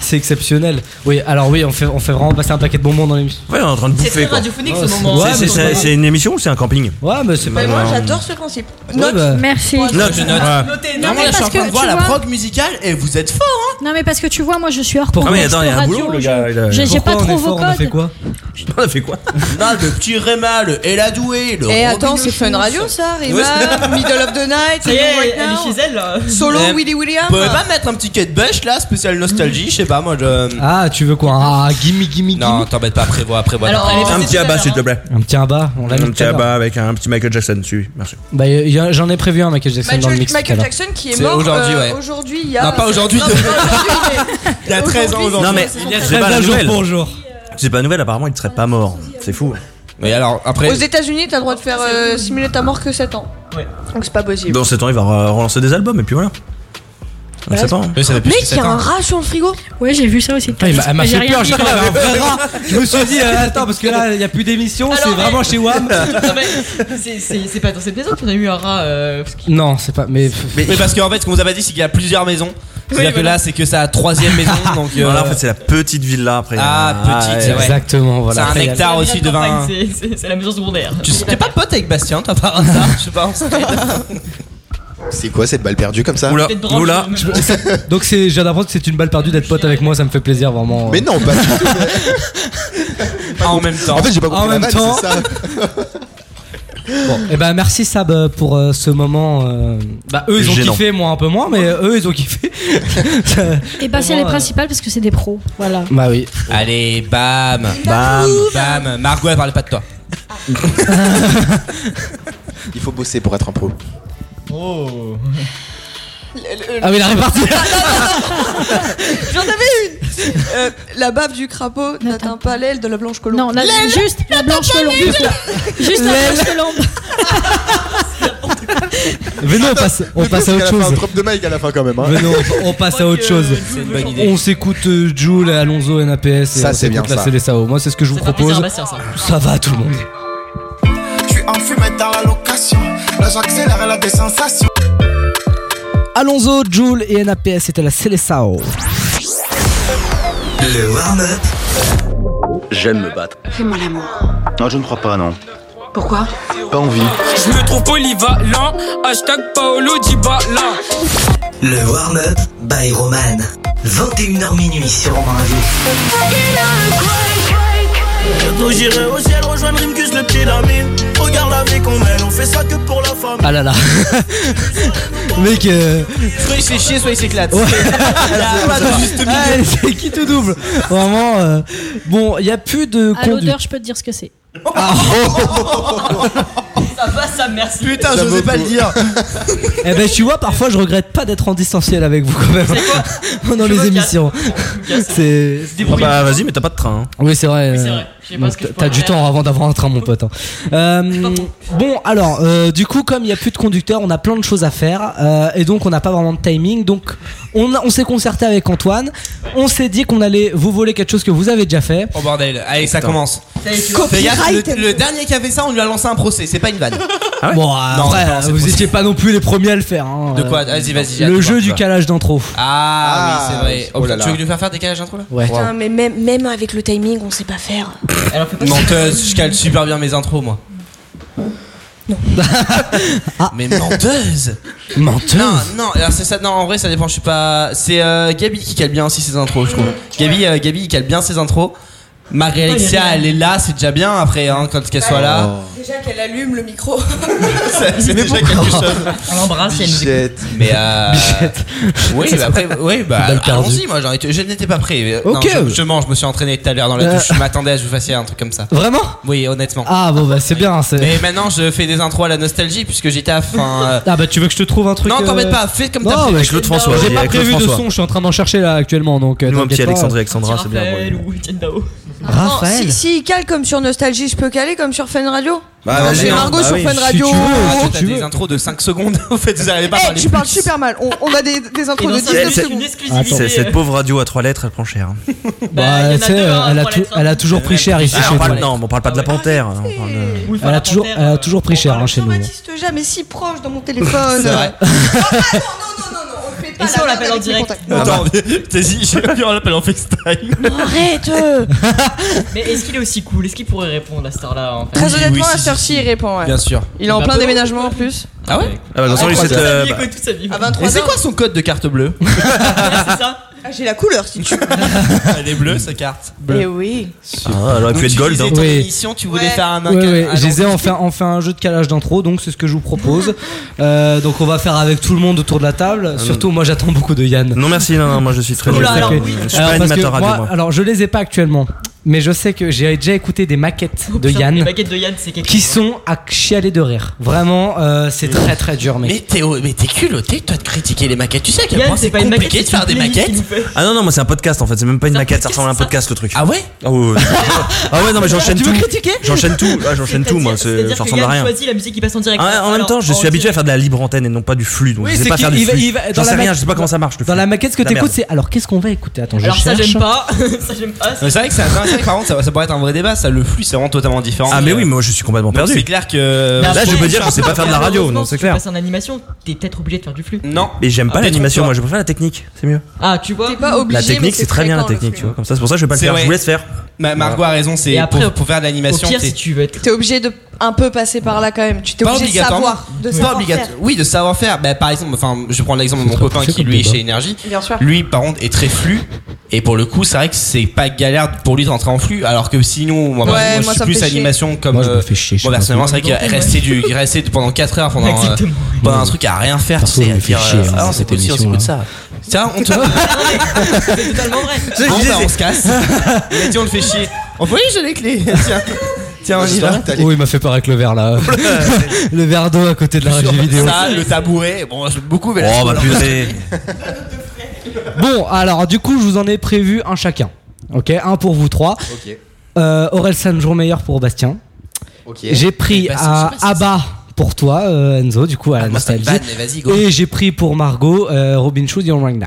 S9: C'est exceptionnel. Oui, alors oui, on fait, on fait vraiment passer un paquet de bonbons dans l'émission.
S13: Ouais, on est en train de
S14: C'est très
S13: bouffer quoi.
S14: radiophonique
S9: Oh,
S14: ce
S9: c'est-
S14: moment.
S9: ouais,
S13: C'est- c'est- C'est c'est une émission ou c'est un camping
S9: Ouais, mais c'est pas
S10: Mais moi,
S9: grave.
S10: j'adore ce principe.
S9: Eh ben, Ouais,
S10: Note.
S9: bah,
S5: Merci.
S13: Note,
S6: je note.
S13: Ouais.
S14: Notez,
S6: Non, mais
S5: mais
S6: là, je suis en
S5: parce
S6: train
S5: que
S6: de voir
S5: tu
S6: la
S5: vois-
S6: prog musicale et vous êtes fort, hein
S5: Non mais parce que tu vois, moi je suis hors
S13: Ah,
S5: pour
S13: mais attends, il y a un
S5: radio,
S13: boulot le gars. il a-
S5: J'ai- j'ai
S9: pourquoi
S5: pas
S9: on
S5: trop
S9: est
S5: vos
S9: fort, On a fait
S5: codes.
S9: quoi
S13: On a fait quoi
S6: Non, Ah, le petit Réma, le Eladoué, le.
S9: Eh,
S10: Et Eh, attends,
S6: Robinouchous.
S10: c'est Fun Radio ça,
S6: Ouais,
S10: Rima, Middle of the Night,
S14: Ça y est,
S10: Even Right
S14: elle est
S10: Now,
S14: chez elle. là.
S10: Solo,
S6: Euh,
S10: Willy William.
S6: Vous pouvez
S14: Ah,
S6: pas mettre un petit quai de bêche là, spécial nostalgie, je sais pas moi je.
S9: Ah, tu veux quoi Ah, gimme, gimme, gimme.
S6: Non, t'embête pas, prévois, prévois.
S14: Alors, elle est
S13: Un
S14: passée
S13: petit
S14: tout à
S13: abat
S14: l'heure,
S13: s'il te
S14: hein.
S13: plaît.
S9: Un petit abat, on l'a mis
S13: Un
S9: tout
S13: petit
S9: à l'heure.
S13: abat avec un petit Michael Jackson dessus. Merci.
S9: Bah, y- y- j'en ai prévu un, Michael
S14: Bah,
S9: Jackson, dans le
S10: Michael,
S9: mix. tout à
S10: Michael
S9: l'heure.
S10: Jackson qui est,
S6: C'est
S10: mort
S6: aujourd'hui,
S10: euh,
S6: ouais.
S10: aujourd'hui, il y a.
S6: Non, pas aujourd'hui,
S10: Non, mais pas aujourd'hui, mais-
S6: Il y a 13 ans aujourd'hui.
S13: Non mais
S10: Il y a
S13: c'est pas la
S9: jour
S13: nouvelle.
S9: pour jour.
S13: C'est pas la nouvelle. Apparemment, il serait pas mort. C'est fou.
S6: Mais alors après.
S10: Aux États-Unis, t'as le droit de faire euh, simuler ta mort que 7 ans.
S14: Ouais.
S10: Donc c'est pas possible.
S13: Dans 7 ans, il va re- relancer des albums et puis voilà. On sait pas. hein.
S6: Oui, ça fait plus
S10: Mec,
S6: que
S10: il y
S6: sept
S10: a un
S6: ans.
S10: rat sur le frigo.
S5: Ouais, j'ai vu ça aussi.
S9: Ah, il m'a- elle m'a
S5: J'ai
S9: fait
S5: rien
S9: peur,
S5: dit,
S9: j'ai cru
S5: moi.
S9: qu'elle avait un vrai rat. Je me suis dit, euh, attends, parce que là, il n'y a plus d'émission, c'est
S14: Alors,
S9: vraiment
S14: mais-
S9: chez WAM.
S14: Non, mais c'est- C'est c'est pas dans cette maison qu'on a eu un rat. euh, parce que-
S9: Non, c'est pas. Mais.
S6: Mais parce qu'en fait, ce qu'on vous a pas dit, c'est qu'il y a plusieurs maisons. C'est-à-dire que
S14: voilà.
S6: là, c'est que sa troisième maison. Donc, euh,
S13: Non, là, en fait, c'est la petite villa après.
S6: Ah,
S13: euh,
S6: petite,
S13: ouais.
S6: ouais.
S9: Exactement,
S6: c'est
S9: voilà.
S6: un hectare
S14: la
S6: aussi
S14: maison
S6: de
S14: campagne,
S6: 20.
S14: c'est- C'est c'est la maison secondaire.
S6: Tu sais, t'es pas pote avec Bastien, t'as pas hasard, je pense.
S8: C'est quoi cette balle perdue comme ça
S13: Oula,
S14: Peut-être branche,
S13: oula.
S14: mais-
S9: Donc, c'est, je viens d'apprendre que c'est une balle perdue d'être pote avec moi, ça me fait plaisir vraiment.
S8: Mais non, pas du tout.
S6: en même temps.
S8: En fait, j'ai pas compris
S9: En
S8: la
S9: même
S8: vanne,
S9: temps.
S8: c'est ça.
S9: Bon, et ben merci Sab euh, pour euh, ce moment. euh, Bah, eux, ils ont
S13: Gênant.
S9: kiffé, moi un peu moins, mais euh, eux, ils ont kiffé.
S5: Et bah c'est les
S9: euh.
S5: principales parce que c'est des pros. Voilà.
S9: Bah oui.
S6: Allez, bam,
S13: Bam.
S6: bam. Margot, elle parlait pas de toi.
S8: Il faut bosser pour être un pro.
S9: Ah, mais la répartie
S10: Ah, J'en avais une. Euh, la bave du crapaud n'atteint pas l'aile de la blanche colombe.
S5: Non, la- juste la blanche colombe. Juste la- Juste la blanche colombe.
S9: Mais non, on passe, on
S8: Mais
S9: passe
S8: parce
S9: à autre
S8: qu'elle a fait
S9: chose.
S8: Un drop de mic à la fin quand même. hein.
S9: Mais non, on passe à autre chose.
S6: C'est une bonne idée.
S9: On s'écoute euh, Jules, Alonso, NAPS.
S8: Ça, c'est bien, ça.
S9: C'est les SAO. Moi, c'est ce que je vous
S14: Ça fait plaisir à
S9: propose.
S14: Bastien, ça.
S9: Ça va, tout le monde.
S4: Je suis en fumée dans la location. Là, j'accélère la des sensations.
S9: Alonso, Jules et NAPS, c'était la Célessao.
S1: Le warm-up
S23: J'aime me battre.
S17: Fais-moi l'amour.
S23: Non, je ne crois pas, non.
S17: Pourquoi
S23: Pas envie.
S25: Je me trouve polyvalent, hashtag Paolo Dybala.
S1: Le warm-up by Roman. 21h minuit sur Romain Radio.
S15: Bientôt j'irai au ciel rejoindre Rimkus le petit lami Regarde dans la vie qu'on mène, on fait ça que pour la femme.
S9: Ah là là. Mec, euh,
S6: Soit il se fait chier, soit il s'éclate.
S9: Ouais.
S6: Il y a pas de juste milieu.
S9: Ah, c'est qui tout double. Vraiment. euh, Bon, il y a plus de
S5: À
S9: conduite.
S5: l'odeur, je peux te dire ce que c'est.
S14: Ça va, ça merci.
S6: Putain, je
S9: pas le dire. eh ben, tu vois, parfois, je regrette pas d'être en distanciel avec vous quand même. Pendant les émissions. C'est.
S13: bah vas-y, mais t'as pas de train. hein.
S9: Oui, c'est vrai.
S13: c'est
S9: euh,
S13: vrai. Je sais pas
S9: donc
S13: ce que je
S9: T'as
S13: pourrais
S9: du
S13: faire.
S9: temps avant d'avoir un train, mon pote. hein. Euh, bon, alors, euh, du coup, comme il n'y a plus de conducteur, on a plein de choses à faire. euh, et donc, on n'a pas vraiment de timing. Donc, on, a- on s'est concerté avec Antoine. On s'est dit qu'on allait vous voler quelque chose que vous avez déjà fait.
S6: Oh bordel, allez, ça commence.
S14: Ça y est, tu vois.
S6: Fais gaffe, le, le dernier qui a fait ça, on lui a lancé un procès, c'est pas une vanne.
S9: Bon, euh, après, vous n'étiez pas non plus les premiers à le faire. hein.
S6: De quoi Vas-y, vas-y, attends,
S9: Le jeu
S6: tu
S9: du
S6: vas.
S9: calage d'intro.
S6: Ah, oui, c'est vrai.
S9: Oh là
S6: tu veux
S9: là.
S6: nous faire faire des calages d'intro là
S9: Ouais.
S3: Putain, mais même, même avec le timing, on sait pas faire.
S6: Menteuse, je cale super bien mes intros moi.
S9: Ah.
S6: Non. Mais menteuse
S9: Menteuse
S6: Non, non, alors c'est ça, non, en vrai ça dépend, je suis pas. C'est euh, Gabi qui cale bien aussi ses intros, je trouve. Gabi, euh, Gabi, il cale bien ses intros. Marie-Alexia, elle est là, c'est déjà bien après, hein, quand qu'elle soit là.
S9: Oh.
S10: Déjà qu'elle allume le micro.
S6: C'est déjà quelque chose.
S14: On l'embrasse et elle nous écoute.
S6: Bichette. Mais euh. Oui, bah après, oui, bah.
S9: Dalle perdue.
S6: Allons-y, moi, j'en étais- je n'étais pas prêt. Euh, Non,
S9: Ok.
S6: je, je mens, je me suis entraîné tout à l'heure dans la
S9: Euh.
S6: douche. Je m'attendais à ce que vous fassiez un truc comme ça.
S9: Vraiment
S6: Oui, honnêtement.
S9: Ah, bon, bah, c'est bien. c'est-
S6: Mais maintenant, je fais des intros à la nostalgie puisque j'étais à fin.
S9: Ah, bah, tu veux que je te trouve un truc
S6: Non, t'embête
S9: euh,
S6: pas, fais comme t'as
S9: Non,
S6: fait.
S9: mais
S6: Avec l'autre François,
S9: J'ai
S6: vas-y,
S9: pas
S6: avec
S9: prévu
S6: l'autre
S9: de
S6: François.
S9: son, je suis en train d'en chercher là actuellement. Donc, euh,
S13: Nous, un
S9: t'inquiète
S13: petit
S9: pas.
S13: Alexandre et Alexandra, c'est bien.
S14: Raphaël ou Étienne Dao.
S9: Raphaël.
S10: Si, si il cale comme sur Nostalgie, je peux caler comme sur Fun Radio Eh,
S9: Bah, vas-y,
S10: J'ai
S9: hein.
S10: Margot
S9: Bah
S10: sur
S9: oui,
S10: Fun
S9: si
S10: Radio.
S9: tu veux,
S10: Oh,
S9: si
S10: oh.
S6: T'as des intros de 5 secondes, en fait, vous arrivez pas à
S10: Eh,
S6: parler.
S10: tu parles super mal. On, on a des, des intros de 19 secondes.
S13: C'est- Cette pauvre radio à trois lettres, elle prend cher. hein.
S9: Bah, tu sais, euh, elle, a tou- elle a toujours pris cher ici
S13: Ah,
S9: chez
S13: on
S9: nous.
S13: parle, non, mais on parle pas de la panthère. hein. on parle de-
S9: Ah. Elle a toujours, elle a toujours pris cher hein, chez nous.
S10: Je suis jamais si proche dans mon téléphone.
S9: C'est vrai.
S10: Oh, ah, non, non, non, non, non, on le fait pas.
S14: Et si
S10: la
S14: on
S10: merde
S14: l'appelle en
S10: avec les
S14: direct
S10: contacts.
S6: Attends, t'as dit, j'ai vu, on l'appelle en FaceTime.
S10: Arrête
S14: Mais est-ce qu'il est aussi cool Est-ce qu'il pourrait répondre à cette heure-là en fait
S10: Très honnêtement, la sœur il répond. ouais.
S6: Bien sûr.
S10: Il est en
S14: Bah,
S10: plein
S14: bon.
S10: déménagement en plus.
S6: Ah ouais
S13: Ah, bah, de toute façon, il s'est, euh, bah,
S10: À
S6: Et
S10: 23
S6: c'est quoi son code de carte bleue
S10: Ah, J'ai la couleur si tu veux.
S6: Elle est bleue, sa carte.
S10: Eh oui.
S13: Ah, elle aurait pu
S6: Donc,
S13: être
S6: tu
S13: gold.
S6: faisais
S13: hein.
S6: ton émission, tu voulais faire un. un-
S9: Ouais,
S6: un-
S9: ouais,
S6: un-
S9: je les ai enfin, enfin un jeu de calage d'intro, donc c'est ce que je vous propose. Euh, donc on va faire avec tout le monde autour de la table. Surtout, moi j'attends beaucoup de Yann.
S13: Euh, Non, merci, non, non, moi je suis très
S9: Oula,
S13: je
S9: alors,
S13: suis
S9: oui.
S13: pas
S9: Alors, parce que
S13: animateur radio,
S9: moi,
S13: moi.
S9: Alors je les ai pas actuellement, mais je sais que j'ai déjà écouté des maquettes
S6: Oh,
S9: de
S14: Putain, Les
S9: Yann
S14: baguettes de Yann, c'est quelque
S9: qui
S14: chose.
S9: sont à chialer de rire. Vraiment, euh, c'est très très dur, mec.
S6: Mais t'es, au- mais t'es culotté, toi, de critiquer les maquettes. Tu sais à quel
S14: Yann,
S6: point
S14: c'est
S6: c'est
S14: pas une
S6: compliqué
S14: maquette,
S6: de faire
S14: c'est
S6: des
S14: une playlist
S6: maquettes
S13: Ah non, non, moi c'est un podcast en fait, c'est même pas une maquette, ça ressemble à un podcast le truc.
S6: Ah ouais
S13: Ah ouais, ouais. Ah ouais, non, mais j'enchaîne
S14: Tu
S13: tout.
S14: veux critiquer
S13: J'enchaîne tout, Ah, j'enchaîne tout, moi, c'est-
S14: C'est-à-dire
S13: ça
S14: que
S13: ressemble à
S14: Yann
S13: rien.
S14: choisit la musique qui passe en direct.
S13: Ah, en même
S14: Alors,
S13: temps, je suis habitué à faire de la libre antenne et non pas du flux, donc
S14: Oui,
S13: je sais
S14: c'est
S13: pas
S14: qu'il-
S13: faire du
S14: il va-
S13: flux.
S14: il va-
S13: J'en
S14: dans
S13: sais
S14: la
S13: rien,
S14: ma-
S13: je sais pas comment ça marche le flux.
S9: Dans la maquette, ce que
S13: La
S9: t'écoutes,
S13: merde.
S9: c'est alors qu'est-ce qu'on va écouter Attends, je
S14: Alors ça,
S9: cherche.
S14: j'aime pas. Ça, j'aime pas.
S6: Mais c'est vrai que c'est intéressant, par contre, ça, ça pourrait être un vrai débat, ça, le flux, c'est vraiment totalement différent. Euh,
S13: Ah, mais oui, moi je suis complètement
S6: Donc,
S13: perdu.
S6: C'est clair que. euh,
S13: Là, je peux dire, je sais pas faire de la radio, non,
S14: Heureusement, si
S13: c'est
S14: tu
S13: clair.
S14: passes en animation, t'es peut-être obligé de faire du flux.
S6: Non.
S13: Mais j'aime pas
S14: Ah,
S13: l'animation,
S14: détrompe-toi.
S13: moi je préfère la technique, c'est mieux.
S14: Ah, tu vois. T'es
S10: pas
S13: La technique, c'est très bien la technique, tu vois, comme ça, c'est pour ça que je vais pas le
S6: C'est
S13: faire,
S6: vrai.
S13: je vous laisse faire.
S6: Ma- Margot a raison, c'est
S14: Et après,
S6: pour, pour faire de l'animation.
S14: au pire,
S6: t'es-
S14: si tu veux être.
S10: T'es obligé de un peu passer par là quand même. Tu t'es
S6: pas
S10: obligé de
S6: obligatoirement.
S10: savoir. De
S6: Pas
S10: savoir
S6: obligato-
S10: faire.
S6: Oui, de savoir faire. Bah, par exemple, enfin, je prends l'exemple de mon copain qui lui est chez Énergie.
S10: Bien sûr.
S6: Lui, par contre, est très flux. Et pour le coup, c'est vrai que c'est pas galère pour lui de rentrer en flux. Alors que sinon, moi,
S10: Ouais,
S6: par exemple,
S10: moi,
S6: moi, je
S10: ça
S6: suis
S10: me
S6: plus
S10: fait chier.
S6: animation comme.
S9: Moi, je me
S6: euh,
S9: fais chier, je
S6: Moi,
S9: sais
S6: personnellement,
S9: pas.
S6: c'est vrai que rester, du, rester pendant 4 heures pendant, euh,
S9: Exactement.
S6: pendant un truc à rien faire, tu
S9: Perso,
S6: sais,
S9: je
S6: à
S9: me fais
S6: dire.
S9: chier,
S6: euh,
S9: hein,
S6: Ah, on
S9: cette
S6: s'écoute ci, on
S9: émission,
S6: s'écoute ça. Tiens, on te-
S14: C'est totalement vrai.
S6: Bon, bah, on se casse. Il a dit, on le fait chier. On peut j'ai les clés. Tiens. Tiens, on y va.
S9: Oh, il m'a fait peur avec le verre là. le verre d'eau à côté de la régie vidéo.
S6: Ça, le tabouret. Bon, j'aime beaucoup, mais
S13: Oh, bah, purée.
S9: Bon, alors du coup, je vous en ai prévu un chacun. Ok, un pour vous trois. Euh, Aurel San, jour meilleur pour Bastien.
S6: Ok.
S9: J'ai pris
S6: Eh ben, c'est-
S9: à Abba pour toi, euh, Enzo, du coup, à la
S6: moi, ça me
S9: nostalgie.
S6: vanne, mais vas-y, go.
S9: Et j'ai pris pour Margot euh, Robin Shoes Young Right Now.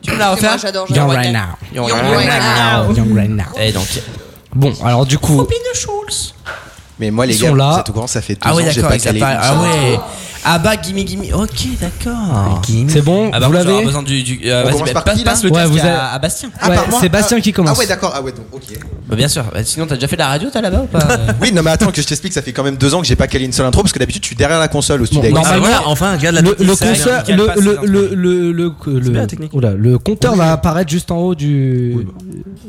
S6: Tu me l'as
S10: Et moi,
S6: refaire
S10: J'adore.
S9: Young
S10: j'adore.
S9: Right Now.
S6: Young Right
S9: Now. Young Right Now.
S6: Et donc.
S9: Bon, alors du coup,
S6: Schultz.
S16: Mais moi, les
S9: Ils
S16: gars,
S9: sont là.
S16: vous êtes au courant, ça fait deux
S6: Ah ouais,
S16: ans que j'ai
S6: d'accord,
S16: pas
S6: ils
S16: calé.
S6: apparaissent. Ah
S16: une seule.
S6: ouais. Ah bah, gimme, gimme. Ok, d'accord.
S9: c'est bon,
S6: Ah bah,
S9: vous
S6: moi, j'aurais
S9: l'avez
S6: besoin du. du euh,
S16: On
S6: vas-y,
S16: commence
S6: bah,
S16: par
S6: passe,
S16: qui, là
S6: passe le
S9: Ouais,
S6: casque
S9: vous
S6: à,
S9: avez-
S6: à Bastien.
S16: Ah,
S9: Ouais,
S16: par moi
S9: c'est Bastien qui commence.
S16: Ah ouais, d'accord. Ah ouais, donc, ok.
S6: Bah, bien sûr. Bah, sinon, t'as déjà fait de la radio, toi, là-bas ou
S9: Ah.
S6: pas
S16: Oui, non, mais attends, que je t'explique, ça fait quand même deux ans que j'ai pas calé une seule intro parce que d'habitude, je suis derrière la console au
S8: Ah, bah
S16: studio.
S6: Ah,
S9: Bon,
S16: avec-
S9: normalement,
S13: enfin, regarde la
S9: le,
S13: technique,
S9: le
S13: ça,
S9: console-
S13: regarde,
S9: le,
S13: regarde
S9: le-
S6: hein.
S13: pas, c'est
S9: le- le- le- le-
S13: bien, la technique.
S9: Oula, le compteur va apparaître juste en haut du,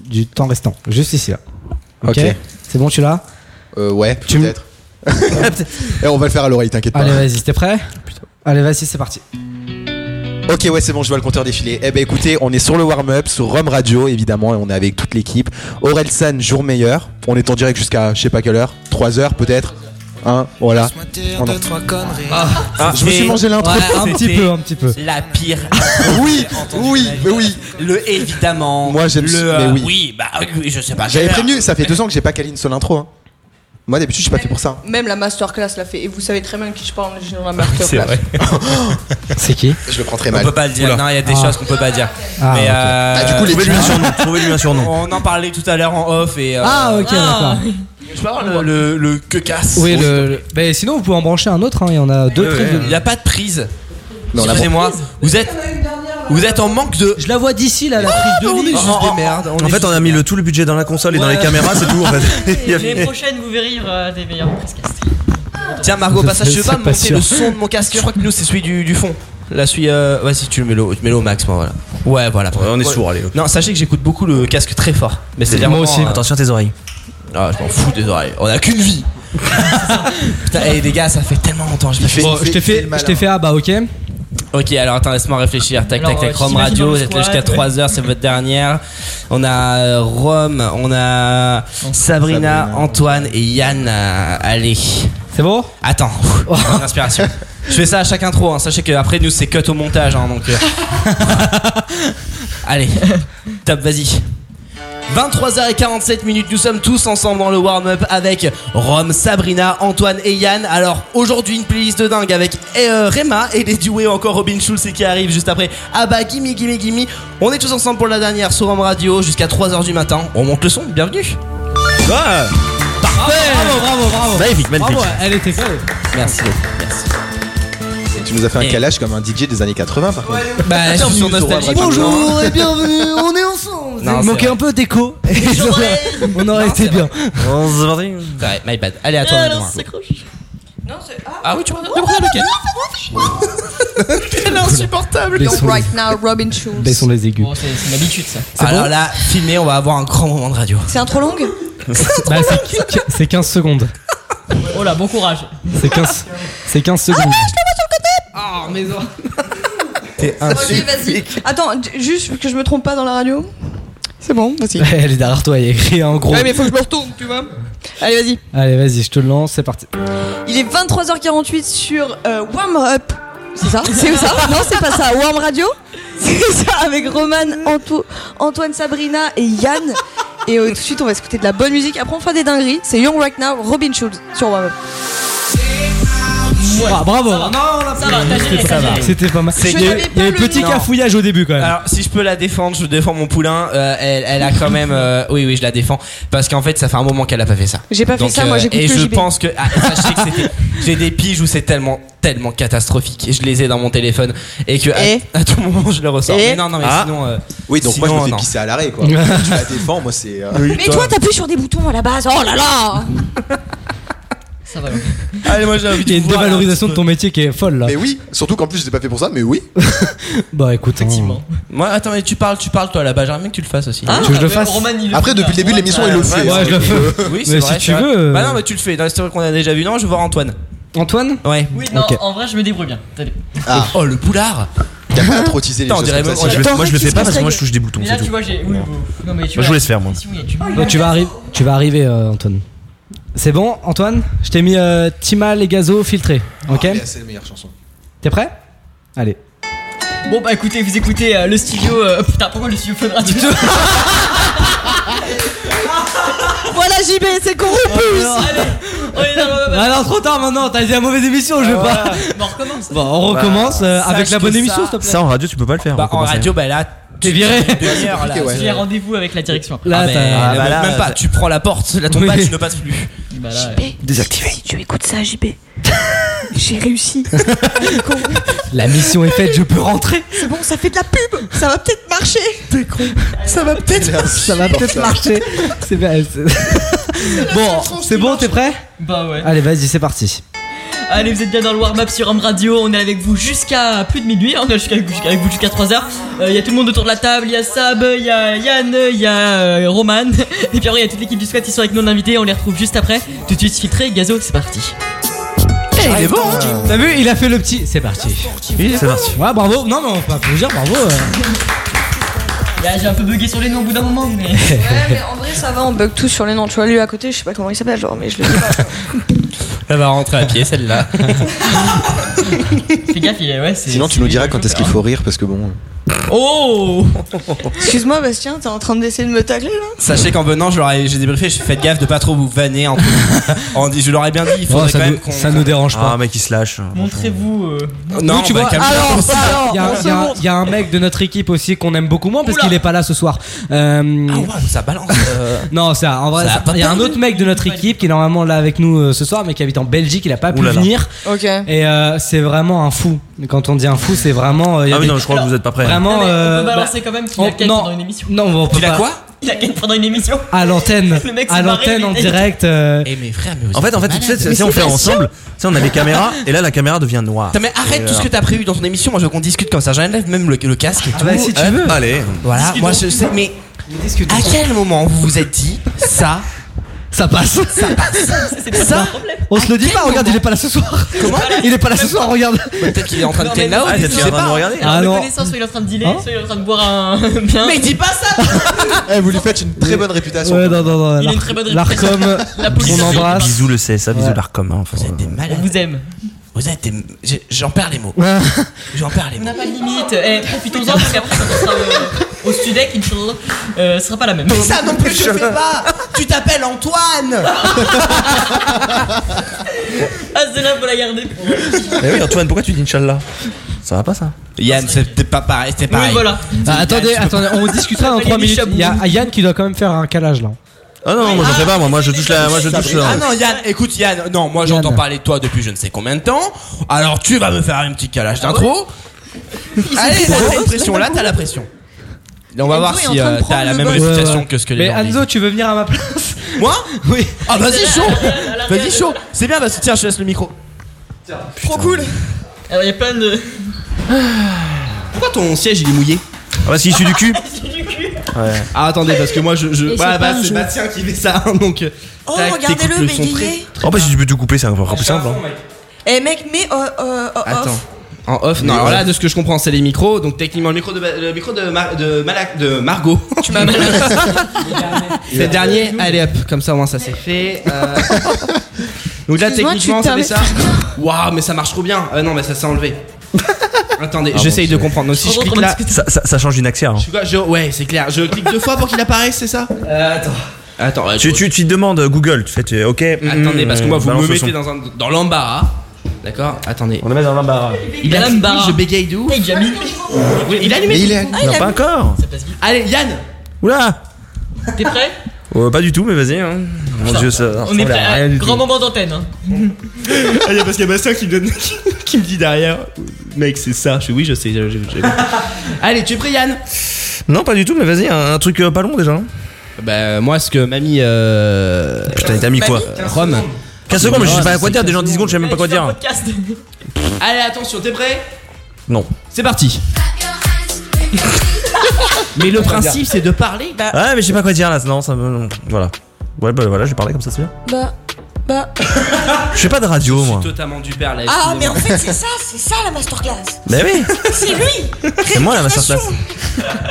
S9: du temps restant, juste ici là. Ok,
S16: Ok.
S9: c'est bon, tu l'as
S16: Euh, ouais,
S9: Tu me-
S16: peut-être. Eh, on va le faire à l'oreille, t'inquiète pas.
S9: Allez, vas-y, t'es prêt Allez, vas-y, c'est parti.
S16: Ok, ouais, c'est bon, je vois le compteur défiler. Eh ben écoutez, on est sur le warm-up, sur Rome Radio, évidemment, et on est avec toute l'équipe. Aurel San, jour meilleur. On est en direct jusqu'à je sais pas quelle heure, 3 heures peut-être. Hein, voilà. On en-
S9: Ah.
S16: je me suis mangé l'intro
S9: un petit peu, un petit peu.
S6: La pire.
S16: oui, oui, mais oui.
S6: Le évidemment.
S16: Moi, j'aime
S6: le.
S16: ce-
S6: euh,
S16: mais oui.
S6: bah oui, je sais pas.
S16: J'avais
S6: quelle heure.
S16: prévenu, ça fait deux ans que j'ai pas câline sur l'intro. hein. Moi d'habitude, je suis pas fait pour ça. hein.
S10: Même la masterclass l'a fait. Et vous savez très bien de qui je parle j'ai dans la masterclass.
S9: C'est qui
S16: Je le prends très
S6: On
S16: mal.
S6: peut pas le dire.
S16: Oula.
S6: Non, il y a des
S16: Ah.
S6: choses qu'on peut pas dire.
S16: Ah,
S6: Mais
S16: ok.
S6: euh,
S16: Ah, du coup, les
S6: trouvez-lui
S16: tiens.
S6: un surnom. Trouvez-lui un surnom. On en parlait tout à l'heure en off et. euh,
S9: Ah, ok, d'accord.
S6: Je peux avoir le, le, le que casse.
S9: Oui, le, le- ben, sinon vous pouvez en brancher un autre, hein, il y en a deux
S6: Ouais,
S9: prises.
S6: Il n'y a pas de prise.
S9: Non, la
S6: Excusez-moi, vous êtes, vous êtes en manque de.
S9: Je la vois d'ici là, la
S6: prise de On est
S14: ligne.
S6: juste
S14: Oh, oh.
S6: des merdes.
S14: En
S6: est
S14: fait,
S6: juste-
S13: On a mis le tout le budget dans la console et dans
S6: Ouais.
S13: les caméras, c'est tout en fait. Il y
S14: Les
S13: avait-
S14: prochaines, Euh, vous verrez euh, des meilleurs podcasts.
S6: Tiens, Margot, au passage, je veux
S13: C'est
S6: pas
S13: pas
S6: monter
S13: sûr.
S6: le son de mon casque. Je crois que nous, c'est celui du, du fond. Là, celui. Euh... Ouais, si tu le mets le, tu mets le au max, moi, voilà. Ouais, voilà.
S13: on est
S6: Ouais.
S13: sourd, allez.
S6: Non, sachez que j'écoute beaucoup le casque très fort. Mais c'est
S13: Moi aussi.
S6: Attention
S13: à tes oreilles.
S6: Ah, je m'en fous des oreilles. On a qu'une vie. Putain, eh, les gars, ça fait tellement longtemps. Je,
S9: Bon, je t'ai fait, je t'ai fait ah bah ok.
S6: Ok, alors attends, laisse-moi réfléchir. Tac,
S9: Alors,
S6: tac, tac.
S9: euh,
S6: Rome
S9: j'imagine dans
S6: Radio,
S9: le
S6: vous êtes là
S9: squat,
S6: jusqu'à 3h, c'est votre dernière. On a euh, Rome, on a Sabrina, Antoine et Yann. euh, allez.
S9: C'est bon
S6: Attends, Une inspiration. Je fais ça à chaque intro, hein. sachez qu'après nous c'est cut au montage. hein, donc, euh, Allez, top, vas-y. 23h47 minutes, nous sommes tous ensemble dans le warm-up avec Rome, Sabrina, Antoine et Yann. Alors aujourd'hui une playlist de dingue avec euh, Rema et des duets encore Robin Schulz qui arrive juste après. Ah bah gimme gimme gimme. On est tous ensemble pour la dernière sur Rome Radio jusqu'à 3h du matin. On monte le son, bienvenue.
S9: Parfait. Bravo, bravo, bravo.
S6: Magnifique, magnifique.
S9: Bravo, elle était folle.
S6: Merci, merci.
S16: Tu nous as fait un calage comme un DJ des années 80 par contre.
S9: Bah,
S16: Attends,
S9: je suis
S16: sur Nostalgie.
S9: Bonjour et bienvenue, on est ensemble.
S6: Non,
S9: Il
S6: c'est
S9: manquait
S6: vrai.
S9: un peu d'écho. on aurait été bien.
S6: C'est vrai, my bad. Allez,
S10: Eh,
S6: à toi,
S9: Alors,
S6: Manon.
S9: c'est
S10: Non, c'est.
S6: Ah oui, tu regardes lequel
S10: Quel insupportable.
S6: Les
S10: You're
S6: sons.
S10: right now, Robin Schulz.
S9: Baissons les aigus.
S14: C'est c'est une habitude ça.
S6: Alors là, filmé, on va avoir un grand moment de radio.
S10: C'est un trop long
S9: Bah, c'est- c'est 15 secondes.
S14: Oh là, bon courage.
S9: C'est 15, c'est 15 secondes.
S14: Oh, maison.
S6: T'es
S10: Ah, Ok, vas-y. Attends, j- juste que je me trompe pas dans la radio.
S9: C'est bon, vas-y. Elle est derrière toi, il y a écrit hein, en gros.
S10: Ouais, mais faut que je me retourne, tu vois. Allez, vas-y.
S9: Allez, vas-y, je te le lance, c'est parti.
S10: Il est 23h48 sur euh, Warm Up. C'est ça C'est ça Non, c'est pas ça. Warm Radio C'est ça, avec Roman, Anto- Antoine, Sabrina et Yann. Et euh, tout de suite, on va écouter de la bonne musique. Après, on fera des dingueries. C'est Young Right Now, Robin Schulz sur Warm Up.
S9: Ah, bravo.
S14: Ça va, t'as géré, t'as géré.
S9: C'était pas mal.
S6: C'est
S9: Il y a
S6: que-
S9: eu- il y a eu petit
S6: Non.
S9: cafouillage au début quand même.
S6: Alors, si je peux la défendre, je défends mon poulain. Euh, elle, elle a quand même. euh, oui, oui, je la défends. Parce qu'en fait, ça fait un moment qu'elle a pas fait ça.
S10: J'ai pas fait
S6: Donc, euh,
S10: ça, moi, j'écoute
S6: Et
S10: que
S6: je
S10: JB.
S6: pense que. ah, sachez que c'était. J'ai des piges où c'est tellement, tellement catastrophique. Et je les ai dans mon téléphone. Et que à-
S10: Et
S6: à, tout moment, je le ressors.
S10: Et
S6: mais non, non, mais
S16: Ah.
S6: sinon. euh,
S16: Oui, donc moi je
S6: sinon,
S16: me fais
S6: non.
S16: pisser à l'arrêt quoi. tu la défends, moi c'est. euh,
S10: Mais toi, t'appuies sur des boutons à la base. Oh là là
S6: Allez, moi j'ai envie
S9: Il y a une dévalorisation de ton métier qui est folle là.
S16: Mais oui, surtout qu'en plus je l'ai pas fait pour ça, mais oui.
S9: Bah écoute, effectivement.
S6: Moi, attends, mais tu parles, tu parles, toi, là-bas. J'aimerais bien que tu le fasses aussi.
S9: Tu veux que je le fasse
S16: Après, depuis le début de l'émission, il le fait.
S9: Ouais, je le fais.
S6: Oui,
S9: Mais
S6: c'est vrai,
S9: si
S6: c'est
S9: tu
S6: vrai.
S9: veux. euh.
S6: Bah non, mais tu le fais. Non, C'est vrai qu'on a déjà vu. Non, je vais voir Antoine.
S9: Antoine
S6: Ouais.
S14: Oui, non,
S6: Ok.
S14: en vrai, je me débrouille bien. Attendez.
S16: Ah.
S6: Oh, le poulard
S9: Ah,
S16: Y'a pas à trottiser les
S6: Putain, on
S16: choses
S6: dirait
S16: comme ça,
S6: même-
S16: c'est-
S6: on dirait-
S13: Moi je le fais pas parce que moi je touche des boutons.
S14: Mais
S13: c'est
S14: là,
S13: tout.
S14: tu vois, j'ai. Oui, bon. Non,
S9: Bah,
S14: mais tu
S13: Moi, je
S14: vois,
S13: laisse faire, moi.
S14: si, oui, tu-
S9: Bon, tu vas arriver, tu vas arriver, euh, Antoine. C'est bon, Antoine. Je t'ai mis euh, Timal et Gazo filtré. Ok.
S16: Ah, mais C'est la meilleure chanson.
S9: T'es prêt Allez.
S14: Bon, bah écoutez, vous écoutez euh, le studio. euh, putain, pourquoi le studio Fun Radio
S10: Voilà, JB, c'est corrompu
S9: Ah non, trop tard maintenant. T'as dit la mauvaise émission, je veux pas.
S14: Bon, on recommence.
S9: Bon, on recommence euh, avec la bonne émission, s'il te plaît.
S13: Ça en radio, tu peux pas le faire.
S6: Bah, en
S13: recommencer.
S6: radio, bah là.
S9: T'es viré.
S6: Demi-heure, là.
S14: J'ai rendez-vous avec la direction. ben,
S9: Là,
S6: Ah, mais
S9: t'as-
S6: ne
S9: Ah, bah
S6: monte
S9: là,
S6: même pas,
S9: t'as-
S6: tu prends la porte, là ton
S9: Oui.
S6: badge ne passe plus.
S14: Bah là,
S13: Désactivé.
S10: Si tu écoutes ça, JB, j'ai réussi.
S9: La mission est faite. Je peux rentrer.
S10: C'est bon, ça fait de la pub. Ça va peut-être marcher. T'es con. Ça va peut-être marcher.
S9: Ça va peut-être marcher. C'est bien, c'est- Bon, c'est bon. T'es prêt
S14: Bah ouais.
S9: Allez, vas-y, c'est parti.
S14: Allez, vous êtes bien dans le warm-up sur Home Radio. On est avec vous jusqu'à plus de minuit. hein. On est jusqu'à- jusqu'à- avec vous jusqu'à 3h. Il y a tout le monde autour de la table. Il y a Sab, il y a Yann, il y a euh, Roman. Et puis après, il y a toute l'équipe du squat qui sont avec nous en invité. On les retrouve juste après. Tout de suite, filtré. Gazo, c'est parti.
S9: Eh, il est bon T'as vu, il a fait le petit. C'est parti. C'est parti. Ouais, bravo. Non, mais on peut applaudir, bravo. euh.
S14: Là, Bah, j'ai un peu bugué sur les noms au bout d'un moment, mais.
S10: mais en vrai, ça va, on bug tous sur les noms. Tu vois, lui à côté, je sais pas comment il s'appelle, genre, mais je le dis pas.
S6: Elle va rentrer à pied celle-là.
S14: Fais gaffe, il est. Ouais, c'est.
S8: Sinon, tu nous diras quand est-ce qu'il faut rire parce que
S16: euh.
S8: bon.
S14: Oh
S10: Excuse-moi, Bastien, t'es en train d'essayer de me tacler là
S6: Sachez qu'en venant, je leur ai- j'ai débriefé, je fais gaffe de pas trop vous vanner. Entre vous. On dit- je leur ai bien dit, il faudrait
S9: Oh, ça
S6: quand
S9: nous-
S6: même qu'on.
S9: ça nous dérange pas.
S6: Ah, mec, il se lâche.
S14: Montrez-vous. euh,
S6: Non,
S9: Nous, tu
S6: bah,
S9: vois,
S6: calme-toi.
S9: alors,
S6: Aussi.
S9: alors, il y a-
S6: on se
S9: il y a-
S6: montre.
S9: il y, a un mec de notre équipe aussi qu'on aime beaucoup moins parce qu'il est pas là ce soir. Euh,
S6: ça balance.
S9: non, ça, en vrai,
S6: Ça
S9: euh. ça-
S6: a pas
S9: il y a un
S6: de-
S9: autre mec de notre équipe qui est normalement là avec nous euh, ce soir, mais qui habite en Belgique, il a pas pu
S27: Ouh là là.
S9: venir.
S10: Ok.
S9: Et euh, c'est vraiment un fou. Quand on dit un fou, c'est vraiment. euh, il y
S27: Ah
S9: a
S27: oui,
S9: des-
S27: non, je crois que vous êtes pas prêts.
S9: Vraiment.
S14: Non, mais on
S9: euh,
S14: peut
S9: bah,
S14: balancer quand même qu'il
S9: on-
S14: a quelqu'un
S9: non.
S14: dans une émission.
S9: Non, on peut
S14: Il a
S9: pas.
S14: quoi Il a quelqu'un pendant une émission.
S9: À l'antenne.
S14: Le mec s'est
S9: À
S14: barré,
S9: l'antenne
S14: mais
S9: en
S14: il a-
S9: direct. euh,
S6: Eh, mais frère, mais vous
S27: En fait,
S6: êtes
S27: en fait,
S6: malades.
S27: tu sais,
S6: Mais
S27: si on
S6: c'est
S27: fait
S6: patient.
S27: ensemble, tu sais, on a des caméras, et là, la caméra devient noire.
S6: Putain, mais
S27: Et
S6: arrête tout ce
S27: alors-
S6: que t'as prévu dans ton émission. Moi, je veux qu'on discute comme ça. J'enlève même le, le casque et tout.
S9: bah, si tu
S6: Hop.
S9: veux.
S27: Allez.
S6: Voilà, moi je sais, mais à quel moment vous vous êtes dit ça
S9: Ça passe.
S6: Ça passe. Ça
S9: On se le dit pas, regarde, il est pas là ce soir. Comment Il est pas là ce soir, regarde.
S6: Peut-être qu'il est en train de
S9: Non,
S6: t'aider
S9: mais-
S6: là
S9: Ah,
S6: ou
S9: peut-être
S6: tu
S9: qu'il est
S6: sais
S9: en train de
S6: pas.
S9: nous regarder. Ah,
S14: le
S9: non.
S14: connaissant, soit il est en train de dealer,
S9: Hein
S14: soit il est en train de boire un. bien.
S6: Mais dis pas ça
S8: Eh, vous lui faites une très bonne réputation.
S9: Ouais, non, non,
S14: Il
S9: non.
S14: a une
S9: l'Ar-
S14: très bonne réputation.
S9: L'ARCOM,
S14: La police.
S9: on embrasse.
S27: Bisous le CSA, bisous
S9: Ouais.
S27: l'ARCOM. hein, enfin,
S6: Des
S14: On
S6: malades.
S14: vous aime.
S6: Vous êtes des. j'ai- J'en perds les mots. J'en perds les
S14: On
S6: mots.
S14: n'a pas de limite. Eh, profitons-en parce qu'après, ça sera euh, au Studec, Inch'Allah. Euh, ce sera pas la même.
S6: Mais ça non plus, je fais pas Tu t'appelles Antoine
S14: Ah, c'est là pour la garder. pour-
S27: Eh oui, Antoine, pourquoi tu dis Inch'Allah Ça va pas ça
S6: Yann, c'était pas pareil, c'était pareil.
S14: voilà.
S9: Ah, attendez, attendez, on discutera dans 3 minutes. Il y a Yann qui doit quand même faire un calage là.
S27: Ah non, moi je sais pas, moi, moi je touche la. Moi je touche la.
S6: Ah non, Yann, écoute Yann, non, moi j'entends parler de toi depuis je ne sais combien de temps. Alors tu vas me faire un petit calage
S9: Ah
S6: d'intro. Allez, là, t'as une pression, là t'as la pression. Là, on va voir
S9: est en
S6: si
S9: train de
S6: euh, t'as
S9: prendre
S6: la
S9: le
S6: même
S9: bol.
S6: réputation
S9: Ouais, ouais.
S6: que ce que les
S9: Mais
S6: gens disent.
S9: Anzo, tu veux venir à ma place
S6: Moi
S9: Oui.
S6: Ah vas-y chaud Vas-y chaud C'est bien parce que tiens je te laisse le micro.
S14: Trop cool.
S6: Eh,
S14: Alors, il y a plein de.
S9: Ah.
S6: Pourquoi ton siège il est mouillé
S27: Ah bah c'est issu du cul
S6: Ouais. Ah attendez parce que moi je. je
S27: Et c'est
S6: bah,
S27: pas
S6: bah,
S27: un
S6: c'est
S27: jeu.
S6: Bastien qui fait ça hein, donc. euh,
S10: Oh,
S6: tac,
S10: regardez-le,
S6: t'écoutes le son
S10: bégayer.
S6: très-
S27: En bah si tu peux tout couper, c'est encore plus simple. hein.
S10: Eh mec, mais euh, euh, euh,
S6: Attends.
S10: off.
S6: En off, non,
S27: Mais
S6: alors
S27: ouais.
S6: là, de ce que je comprends, c'est les micros. Donc, techniquement, le micro de, Ba- le micro de, Mar- de, Malak- de Margot. Tu m'as C'est le dernier. Allez hop, comme ça, au moins, ça c'est fait. Euh, Donc là,
S9: Excuse-moi, tu
S6: techniquement, ça fait
S9: t'arrêtes.
S6: ça. Waouh, mais ça marche trop bien. Ah non, mais ça s'est enlevé. Attendez,
S27: Ah
S6: j'essaye
S27: bon,
S6: de
S27: c'est-
S6: comprendre. Donc, si je clique là.
S27: ça, ça- ça change d'une accès. hein.
S6: Je, quoi, je- ouais, c'est clair. Je clique deux fois pour qu'il apparaisse, c'est ça Euh, Attends. Attends,
S27: Tu, tu, tu demandes euh, Google, tu fais, tu, ok.
S13: Mm-hmm.
S27: hmm,
S6: Attendez, parce que moi, vous me mettez
S27: un.
S6: dans, un- dans l'embarras. D'accord Attendez.
S27: On le met dans l'embarras.
S6: Il a
S14: L'embarras.
S6: je bégaye de ouf.
S14: Il a mis.
S6: Oui, il a allumé.
S27: Mais il est. non, pas encore.
S6: Allez, Yann
S27: Oula
S14: T'es prêt
S27: Euh, Pas du tout, mais vas-y. hein. Mon dieu, ça.
S14: On est
S27: ressemble à
S14: prêt.
S27: rien
S14: à-
S27: du
S14: Grand
S27: tout.
S14: moment d'antenne. hein.
S6: Ah, il y a Pascal Bastien qui me, donne- qui- qui me dit derrière, mec, c'est ça. Je fais, oui, je sais. je- je- je- Allez, tu es prêt, Yann
S27: Non, pas du tout, mais vas-y, un, un truc euh, pas long déjà.
S6: Bah, moi, ce que mamie. Euh...
S27: Putain, t'as mis quoi
S6: Rome.
S27: 15 secondes, mais je sais pas quoi dire. Déjà en 10 secondes, je sais même pas quoi dire.
S14: Podcast.
S6: Allez, attention, t'es prêt
S27: Non.
S6: C'est parti. Mais le principe, c'est de parler. Bah,
S27: Ouais, mais je sais pas quoi dire là. Non, ça me. Voilà. Ouais, bah voilà, je vais parler comme ça, c'est bien.
S10: Bah, bah.
S27: Je fais pas de radio, moi.
S6: totalement du père là.
S10: Ah, mais en
S6: excusez-moi.
S10: fait, c'est ça, c'est ça la masterclass.
S27: Bah oui
S10: C'est lui.
S27: C'est moi la masterclass.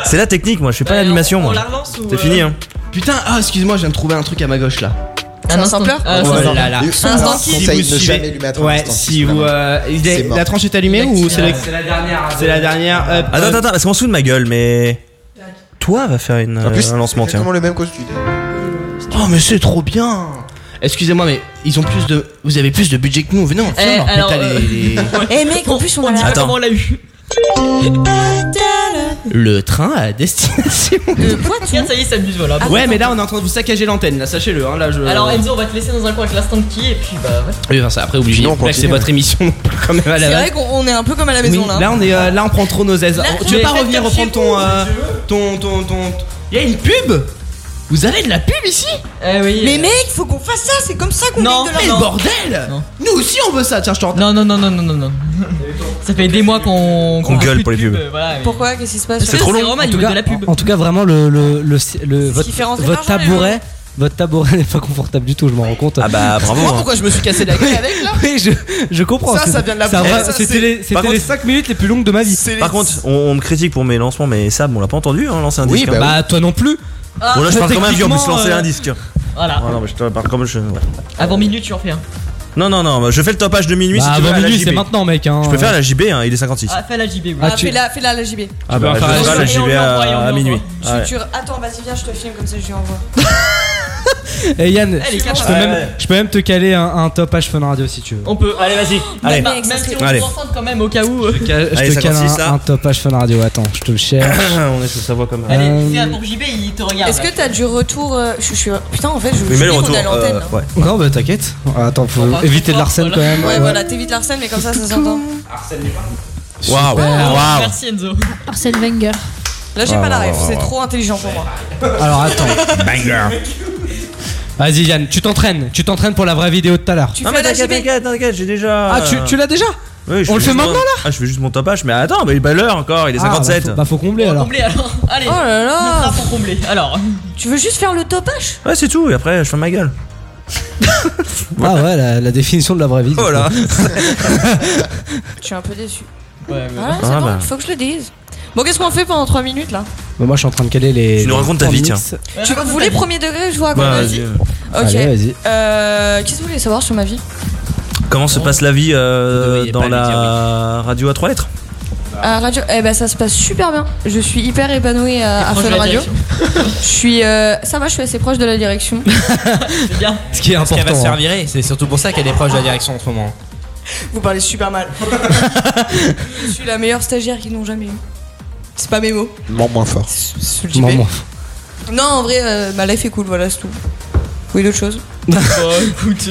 S27: C'est la technique, moi, je fais pas l'animation, moi. C'est fini, hein.
S6: Putain, ah, excuse-moi, je viens de trouver un truc à ma gauche là.
S10: Un sampleur
S27: Ah,
S6: Oh là là.
S8: Son
S6: Alors,
S8: instant kill.
S6: si vous
S8: Conseil, ne
S6: suivez-
S8: jamais lui mettre un
S6: Ouais,
S8: instant
S6: si
S8: kill,
S6: vous.
S8: vraiment.
S6: euh, il est-
S8: C'est mort.
S6: la tranche est allumée ou c'est
S9: C'est
S6: la.
S9: la dernière.
S13: hein.
S6: C'est la dernière. hop,
S27: Attends,
S6: hop.
S27: attends, attends, parce qu'on se fout de ma gueule, mais. Toi va faire une,
S8: En plus,
S27: euh, un lancement, tiens.
S8: exactement le même costume.
S6: Oh mais c'est trop bien Excusez-moi mais ils ont plus de vous avez plus de budget que nous venez on
S14: Eh,
S6: filme Mais
S14: alors,
S6: t'as
S14: euh,
S6: les- les-
S10: Eh mec, en plus on
S14: On dit
S10: a.
S14: pas
S6: Attends.
S14: comment on l'a eu.
S6: le train à destination
S14: Regarde, ça y est, ça abuse,
S10: Ah
S14: voilà.
S6: Ouais mais là on est en train de vous saccager l'antenne là sachez-le hein, là je
S14: Ah, Alors Enzo, on va te laisser dans un coin avec l'instant qui et puis bah ouais.
S6: Oui, enfin, ça après obligé
S8: Sinon, on
S6: Bref, c'est
S8: continue.
S6: votre émission non plus, quand
S14: Ah,
S6: même à la
S10: C'est
S6: base.
S10: vrai qu'on on est un peu comme à la maison
S6: Oui,
S10: là.
S6: là on est euh, là on prend trop nos aises.
S10: Là,
S6: tu veux
S10: mais
S6: pas
S10: faites
S6: revenir
S10: comme
S6: reprendre
S10: chez vous,
S6: ton, euh, ton ton ton Il y a une pub
S12: Vous avez de la pub ici
S14: Eh oui.
S12: Mais
S14: euh.
S12: mec,
S10: faut qu'on fasse ça, c'est comme ça qu'on
S12: Non,
S10: gagne de
S12: mais
S10: l'argent.
S12: bordel Nous aussi on veut ça, tiens, je t'entends.
S14: Non, non, non, non, non, non, non. Ça fait des mois qu'on
S13: Qu'on
S6: Ah,
S13: gueule pour les pubs.
S6: euh,
S10: Pourquoi Qu'est-ce qui se passe
S9: En tout, cas, en- en tout cas, vraiment, le, le, le, le- votre,
S10: fait rentrer
S9: votre
S10: l'argent, les
S9: tabouret. Votre tabouret n'est pas confortable du tout, je m'en rends compte. Ah
S13: bah
S12: Moi
S6: hein.
S12: pourquoi je me suis cassé la gueule avec là
S9: Oui, je, je comprends.
S12: Ça,
S9: C'est-
S12: ça vient de la
S9: c'est un
S13: Eh,
S12: presse,
S9: vrai-
S12: ça,
S9: C'était
S12: c'est-
S9: les,
S12: Par
S9: c'était
S12: contre-
S9: les 5 minutes les plus longues de ma vie.
S12: C'est
S13: Par contre, on, on me critique pour mes lancements, mais Sam, on l'a pas entendu, hein, lancer un
S9: Oui,
S13: disque.
S9: bah oui. toi non plus.
S13: bon, là, je
S9: Ah,
S13: parle comme un vieux, on peut se
S9: techniquement,
S13: lancer
S9: euh,
S13: un disque.
S14: Voilà.
S13: Ouais, non, mais je te parle comme je. ouais.
S14: Avant minute, tu en fais un.
S13: Non, non, non, je fais le topage de minuit
S9: Bah,
S13: si tu veux.
S9: avant
S13: à la
S9: minuit,
S13: JB.
S9: c'est maintenant, mec, hein.
S13: Je peux faire à la JB, hein, il est 56.
S14: Ah, fais la JB, oui.
S13: Ah, tu-
S10: Fais-la, fais-la, la JB.
S13: Ah bah,
S14: peux
S13: je
S14: faire
S13: vais
S14: ça.
S13: à la
S14: Et on
S13: JB
S14: l'envoie, et on
S13: à, à
S14: l'envoie.
S13: minuit.
S9: hein.
S10: Tu-
S13: Ouais.
S10: tu- Attends, vas-y, viens, je te filme comme ça, je lui envoie.
S9: Et Yann,
S10: Elle est
S9: je
S10: capable.
S9: peux,
S10: Ouais,
S9: même,
S10: ouais.
S9: je peux même te caler un, un top H Fun Radio si tu veux.
S14: On peut, allez, vas-y.
S9: Allez.
S14: Même, même si on
S9: Allez.
S14: est enceinte quand même, au cas où. euh.
S9: Euh, Je te cale un, un top H Fun Radio, attends, je te le cherche. Euh,
S13: On est sur sa voix comme euh,
S14: Allez, fais un pour JB, il te regarde.
S10: Est-ce que t'as du retour euh, je, je suis. Putain, en fait, je
S13: Mais
S10: vous
S13: mets le
S10: qu'on
S13: retour.
S10: est à l'antenne.
S13: euh,
S10: hein.
S13: Ouais.
S9: Non, bah t'inquiète. Attends, faut éviter de l'arsène euh, quand même. euh.
S10: Ouais, voilà, t'évites l'arsène, mais comme ça, ça s'entend. Arsène
S13: Waouh, waouh.
S14: Merci Enzo.
S5: Arsène Wenger.
S10: Là, j'ai
S9: Ouais,
S10: pas la
S9: Ah, ouais,
S10: ref,
S9: ouais,
S10: c'est
S9: ouais.
S10: trop intelligent pour moi.
S9: Alors attends. Banger. Vas-y Yann, tu t'entraînes, tu t'entraînes pour la vraie vidéo de tout à l'heure.
S13: Non, mais t'inquiète, t'inquiète, t'inquiète, j'ai déjà.
S9: Ah, tu, tu l'as déjà
S13: Oui, je
S9: On le
S13: fais
S9: fait
S13: juste
S9: maintenant
S13: mon-
S9: là
S13: Ah, je fais juste mon topage, mais attends, mais il est pas l'heure encore, il est
S9: Ah, bah,
S13: 57.
S9: faut- bah, faut combler alors.
S14: Comblé alors. Allez.
S10: Oh là là.
S14: Notre rapport comblé. Alors.
S10: Tu veux juste faire le topage
S13: Ouais, c'est tout, et après, je ferme ma gueule.
S9: Ah ouais, la, la définition de la vraie vie.
S13: Oh là.
S10: Je suis un peu déçu.
S14: Ouais,
S10: Voilà, c'est
S9: Ah,
S10: bon,
S9: bah.
S10: faut que je le dise. Bon, qu'est-ce qu'on fait pendant 3 minutes là
S9: Mais moi je suis en train de caler les.
S13: Tu nous
S9: les
S13: racontes ta vie, tiens.
S9: mix.
S10: Tu vous voulez premier degré, je vous raconte
S13: Bah,
S10: ma
S13: vas-y.
S10: vie Ah, Ok.
S13: Allez, vas-y.
S10: Euh, Qu'est-ce que vous voulez savoir sur ma vie
S13: Comment se passe la vie euh, dans
S6: pas lui dire
S13: la radio à trois lettres
S10: À radio, eh ben ça se passe super bien. Je suis hyper épanouie à, à
S14: proche de
S10: Fun
S14: la
S10: Radio. je suis, euh, ça va, je suis assez proche de la direction.
S9: Ce qui est
S6: important. Parce qu'elle va se faire
S9: hein.
S6: virer, c'est surtout pour ça qu'elle est proche de la direction en ce moment.
S10: Vous parlez super mal. je suis la meilleure stagiaire qu'ils n'ont jamais eu. C'est pas mes mots.
S8: Mens moins fort.
S10: Mens moins Non, en vrai, euh, ma life est cool, voilà, c'est tout. Oui, d'autres choses.
S14: écoute.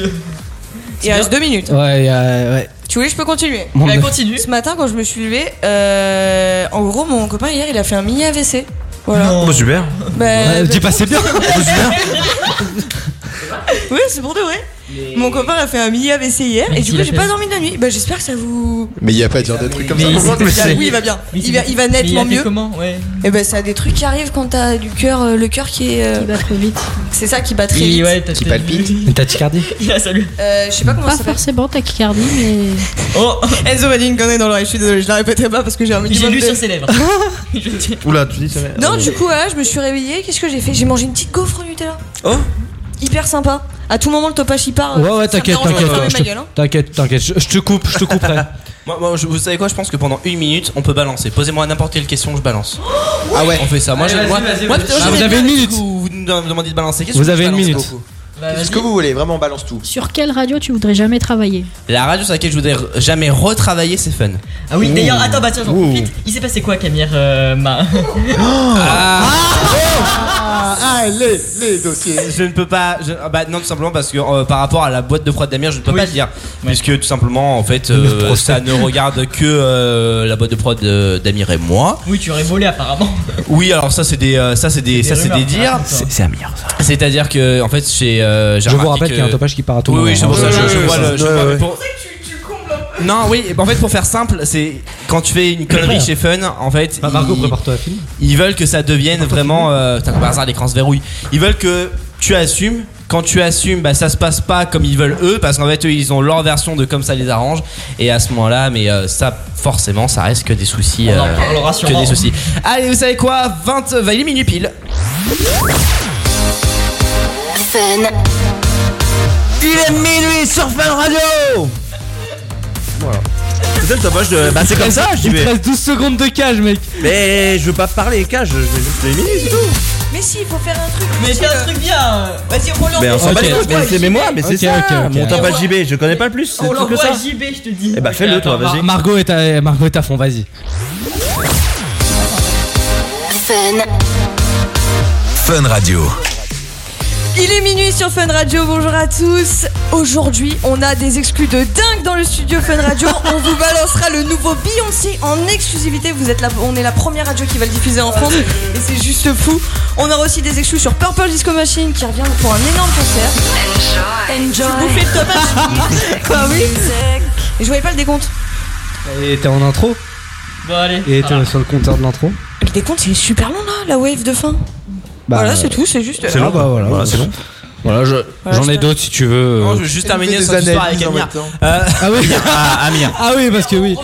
S10: Il reste deux minutes.
S9: Ouais, euh, ouais.
S10: Tu voulais, je peux continuer.
S9: Bon, Bah, bah. continue.
S10: Ce matin, quand je me suis levée, euh, en gros, mon copain hier, il a fait un mini AVC. Voilà.
S13: Oh, super.
S10: Bah, bah,
S9: Dis pas c'est bien.
S10: Oui, c'est pour de vrai. Mon copain a fait un mini AVC hier
S14: Mais
S10: et du
S14: qui
S10: coup
S14: l'a
S10: j'ai
S14: fait
S10: pas dormi de la nuit. Bah j'espère que ça vous.
S8: Mais il y a pas à dire des trucs comme ça.
S14: Mais
S8: Comment
S14: c'est-
S8: tu
S14: c'est-
S8: sais
S10: Oui, il va bien.
S14: Mais
S10: Il
S14: c'est-
S10: va, il va
S14: mais il a
S10: nettement
S14: fait
S10: mieux.
S14: Comment Ouais.
S10: Et ben ça a des trucs qui arrivent quand t'as du cœur, euh, le cœur qui est. Qui
S5: bat trop vite.
S10: C'est ça qui bat très vite.
S14: ouais, t'as-
S9: Une tachycardie
S14: Yeah, salut.
S10: Euh, je sais pas comment
S5: Pas
S10: ça s'appelle.
S5: forcément tachycardie, mais.
S14: Oh,
S10: Enzo m'a dit une connerie dans l'oreille, je suis désolée, je la répéterai pas parce que j'ai un
S14: j'ai
S10: minimum
S14: lu
S10: de-
S14: sur ses lèvres. Je dis-
S13: Oula, tu dis ça
S10: Non, du coup, voilà, je me suis réveillée, qu'est-ce que j'ai fait J'ai mangé une petite gaufre au Nutella.
S13: Oh
S10: Hyper sympa. À tout moment, le topage il part. euh,
S9: Ouais, ouais,
S10: ça
S9: t'inquiète,
S10: me dérange
S9: t'inquiète.
S10: pas de fermer
S9: je
S10: ma gueule, hein.
S9: te- T'inquiète, t'inquiète. Je je te coupe, je te couperai.
S6: Moi, moi, je- vous savez quoi Je pense que pendant une minute, on peut balancer. Posez-moi n'importe quelle question, je balance.
S8: Ah ouais
S6: On fait ça. Moi,
S8: Allez,
S6: j'ai-
S8: vas-y,
S6: moi,
S8: vas-y,
S6: moi,
S8: vas-y.
S6: putain,
S8: Ah,
S6: j'aime
S8: vous avez
S6: bien
S8: une
S6: ce
S8: minute.
S6: que Vous me demandez de balancer. Qu'est-ce
S8: Vous
S6: que je
S8: avez une
S6: balance
S8: minute.
S6: beaucoup
S8: Ce que vous voulez, vraiment, on balance tout.
S5: Sur quelle radio tu voudrais jamais travailler
S6: La radio sur laquelle je voudrais re- jamais retravailler, c'est fun.
S14: Ah oui, d'ailleurs, attends, bah tiens, j'en profite. Il s'est passé quoi, Camille euh, ma... Oh. Ah.
S8: Ah, les, dossiers.
S6: Je ne peux pas. je- ah bah non, tout simplement parce que euh, par rapport à la boîte de prod d'Amir, je ne peux pas le dire. Puisque tout simplement, en fait, euh, ça ne regarde que euh, la boîte de prod euh, d'Amir et moi.
S14: Oui, tu aurais volé apparemment.
S6: Oui, alors ça c'est des euh, ça c'est des, ça c'est
S14: rumeurs.
S6: des dires.
S14: Ah, putain.
S13: Amir.
S6: C'est-à-dire que en fait chez euh, j'ai
S9: Je vous
S6: remarqué
S9: rappelle
S6: que-
S9: qu'il y a un topage qui part à tout
S6: Oui,
S9: moment,
S6: oui, c'est pour
S9: hein.
S6: ça.
S9: Ouais,
S6: je-
S9: ouais,
S6: je
S9: ouais,
S6: vois
S12: Euh,
S6: le- je
S9: ouais,
S6: vois-
S9: ouais.
S6: mais pour- Non, oui. bah, En fait, pour faire simple, c'est quand tu fais une connerie chez Fun, en fait,
S9: Bah, Margot,
S6: ils-
S9: prépare-toi à film.
S6: ils veulent que ça devienne vraiment. Euh, putain, par hasard, l'écran se verrouille. Ils veulent que tu assumes. Quand tu assumes, bah, ça se passe pas comme ils veulent eux, parce qu'en fait, eux, ils ont leur version de comme ça les arrange. Et à ce moment-là, mais euh, ça, forcément, ça reste que des soucis. euh,
S14: On en parlera
S6: que
S14: sûrement.
S6: des soucis. Allez, vous savez quoi 20, va il est minuit pile.
S19: Fun.
S13: Il est minuit sur Fun Radio Voilà. C'est le topage de. Bah, c'est comme ça, je dis.
S9: Il te
S13: mais-
S9: reste 12 secondes de cage, mec.
S13: Mais je veux pas parler cage, je vais juste les minuit, c'est tout.
S10: Mais si, il faut faire un truc.
S14: Mais
S10: c'est
S14: fais un truc bien. euh.
S10: Vas-y, on relance.
S13: Mais on s'en bat les
S10: Ok.
S13: couilles, mais c'est mes moi, mais c'est
S9: Ok,
S13: ça.
S9: ok, ok.
S13: Mon topage JB, je connais pas le plus, c'est
S14: On
S13: tout que
S14: l'envoie
S13: ça.
S14: à JB, je te dis.
S13: Eh
S9: ben,
S13: bah, fais-le, toi,
S9: Mar-
S13: vas-y.
S9: Margot est à, Margot est à fond, vas-y.
S19: Fun.
S20: Fun Radio.
S10: Il est minuit sur Fun Radio, bonjour à tous. Aujourd'hui, on a des exclus de dingue dans le studio Fun Radio. On vous balancera le nouveau Beyoncé en exclusivité. Vous êtes là, on est la première radio qui va le diffuser en France et c'est juste fou. On aura aussi des exclus sur Purple Disco Machine qui revient pour un énorme concert. Enjoy. Tu bouffais le tomate. Quoi, oui. Et je voyais pas le décompte.
S9: Et t'es en intro
S14: Bon, allez.
S9: Et t'es sur le compteur de l'intro
S10: Le décompte, il est super long là, la wave de fin. voilà, c'est tout, c'est juste.
S9: Bah, euh,
S10: euh,
S9: C'est long, bah voilà. c'est long.
S19: Voilà, je-
S10: Voilà,
S19: j'en ai d'autres si tu veux.
S6: Non, je veux juste terminer
S9: des
S6: cette histoire avec
S9: analyses en
S6: Amir.
S9: même temps.
S6: Euh,
S9: Ah oui.
S19: Ah, Amir.
S9: Ah oui, parce que oui.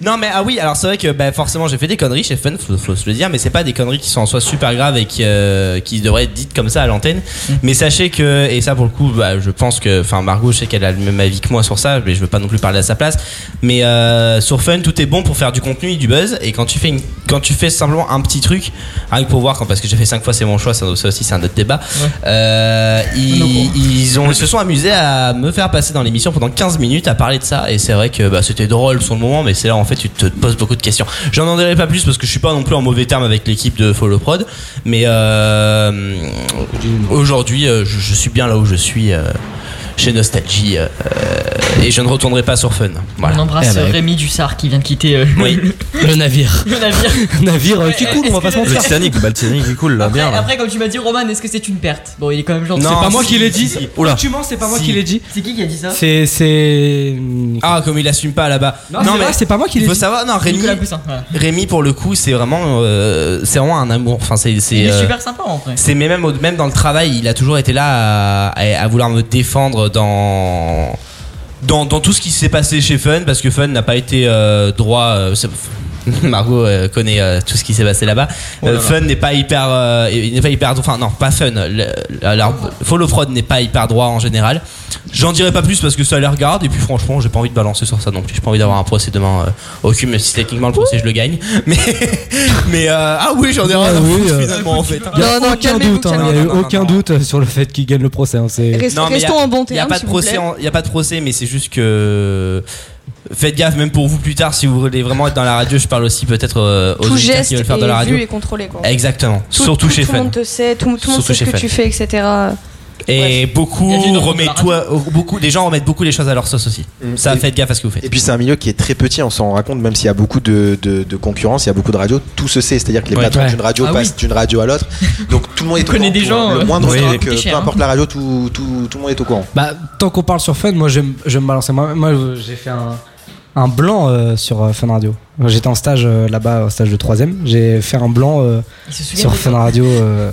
S6: Non mais ah oui alors c'est vrai que bah, forcément j'ai fait des conneries chez Fun faut, faut se le dire mais c'est pas des conneries qui sont en soi super graves et qui, euh, qui devraient être dites comme ça à l'antenne mais sachez que et ça pour le coup bah, je pense que enfin Margot je sais qu'elle a le même avis que moi sur ça mais je veux pas non plus parler à sa place mais euh, sur Fun tout est bon pour faire du contenu et du buzz et quand tu fais une, quand tu fais simplement un petit truc rien que pour voir quand parce que j'ai fait 5 fois c'est mon choix ça, ça aussi c'est un autre débat euh,
S14: Ah,
S6: ils, ils ont, ils se sont amusés à me faire passer dans l'émission pendant 15 minutes à parler de ça et c'est vrai que bah, c'était drôle sur le moment mais c'est là en fait tu te poses beaucoup de questions j'en en dirai pas plus parce que je suis pas non plus en mauvais terme avec l'équipe de Follow Prod mais euh, aujourd'hui euh, je, je suis bien là où je suis euh, chez Nostalgie euh, et je ne retournerai pas sur Fun voilà.
S14: On embrasse
S6: Eh ben,
S14: Rémi Dussard qui vient de quitter euh,
S6: Oui.
S19: Le navire.
S14: le navire.
S9: navire
S14: qui coule, on va pas se mentir.
S19: Le Titanic, bah, le Titanic il coule là,
S14: Après,
S19: bien. là.
S14: après, comme tu m'as dit, Roman, est-ce que c'est une perte Bon, il est quand même gentil.
S19: Non, C'est pas moi si, qui l'ai
S9: dit.
S19: Oula.
S9: Tu mens, c'est pas moi qui l'ai dit.
S14: C'est qui qui a dit ça
S9: C'est. c'est...
S6: Ah, comme il assume pas là-bas.
S9: Non, c'est vrai, c'est pas moi qui l'ai
S6: Il faut
S9: dit.
S6: savoir, non, Rémi.
S9: Nicolas
S6: Rémi, pour le coup, c'est vraiment, euh, c'est vraiment un amour. Enfin, c'est, c'est.
S14: Il est
S6: euh,
S14: super sympa en vrai.
S6: C'est mais même, au- même dans le travail, il a toujours été là à, à- à vouloir me défendre dans, dans dans tout ce qui s'est passé chez Fun parce que Fun n'a pas été euh, droit. euh, c'est- Margot euh, connaît euh, tout ce qui s'est passé là-bas.
S19: Oh là
S6: Euh,
S19: là.
S6: Fun n'est pas hyper, euh, il n'est pas hyper, enfin non, pas Fun. le- le- Alors Follow Fraud n'est pas hyper droit en général. J'en dirai pas plus parce que ça les regarde et puis franchement, j'ai pas envie de balancer sur ça non plus. J'ai pas envie d'avoir un procès demain euh, au cul, même si techniquement le procès je le gagne. Mais mais euh, ah oui, j'en ai rien à foutre, finalement en fait.
S9: euh, Il y a aucun doute, hein, il y a eu aucun doute euh, sur le fait qu'il gagne le procès. hein, c'est-
S6: Non, mais
S10: restons
S6: y a-
S10: en bon
S6: y a
S10: terme,
S6: pas de
S10: s'il vous plaît.
S6: procès, en- y a pas de procès, mais c'est juste que. euh, Faites gaffe, même pour vous plus tard, si vous voulez vraiment être dans la radio, je parle aussi peut-être euh, aux
S10: Tout
S6: auditeurs
S10: geste
S6: qui veulent faire de
S10: est
S6: la radio.
S10: vu et contrôlé, quoi.
S6: Exactement,
S10: Tout-
S6: surtout
S10: tout-
S6: chez
S10: Tout le
S6: Fun.
S10: monde te sait, tout, tout le monde
S6: Surtout
S10: sait ce
S6: chez
S10: que
S6: Fun.
S10: tu fais, etc.
S6: Et beaucoup remettent toi, beaucoup, les gens remettent beaucoup les choses à leur sauce aussi.
S9: Mm,
S6: Ça, faites gaffe à ce que vous faites.
S16: Et puis c'est un milieu qui est très petit, on s'en rend compte, même s'il y a beaucoup de, de- de concurrence, il y a beaucoup de radios, tout se sait. C'est-à-dire que les
S6: Ouais.
S16: patrons
S6: Ouais.
S16: d'une radio
S6: Ah
S16: passent
S6: oui.
S16: d'une radio à l'autre. Donc tout le monde est au courant.
S9: connaît des
S16: pour
S9: gens,
S16: Le
S9: euh,
S16: moindre
S9: oui.
S16: truc,
S9: Coûté
S16: euh,
S9: cher,
S16: peu
S9: hein.
S16: importe la radio, tout, tout- tout le monde est au courant.
S9: Bah, tant qu'on parle sur Fun, moi je vais me- je vais me balancer. Moi, moi, j'ai fait un, un blanc euh, sur euh, Fun Radio. J'étais en stage euh, là-bas, en stage de 3 J'ai fait un blanc euh,
S6: souvient
S9: sur
S6: de
S9: Fun Radio euh,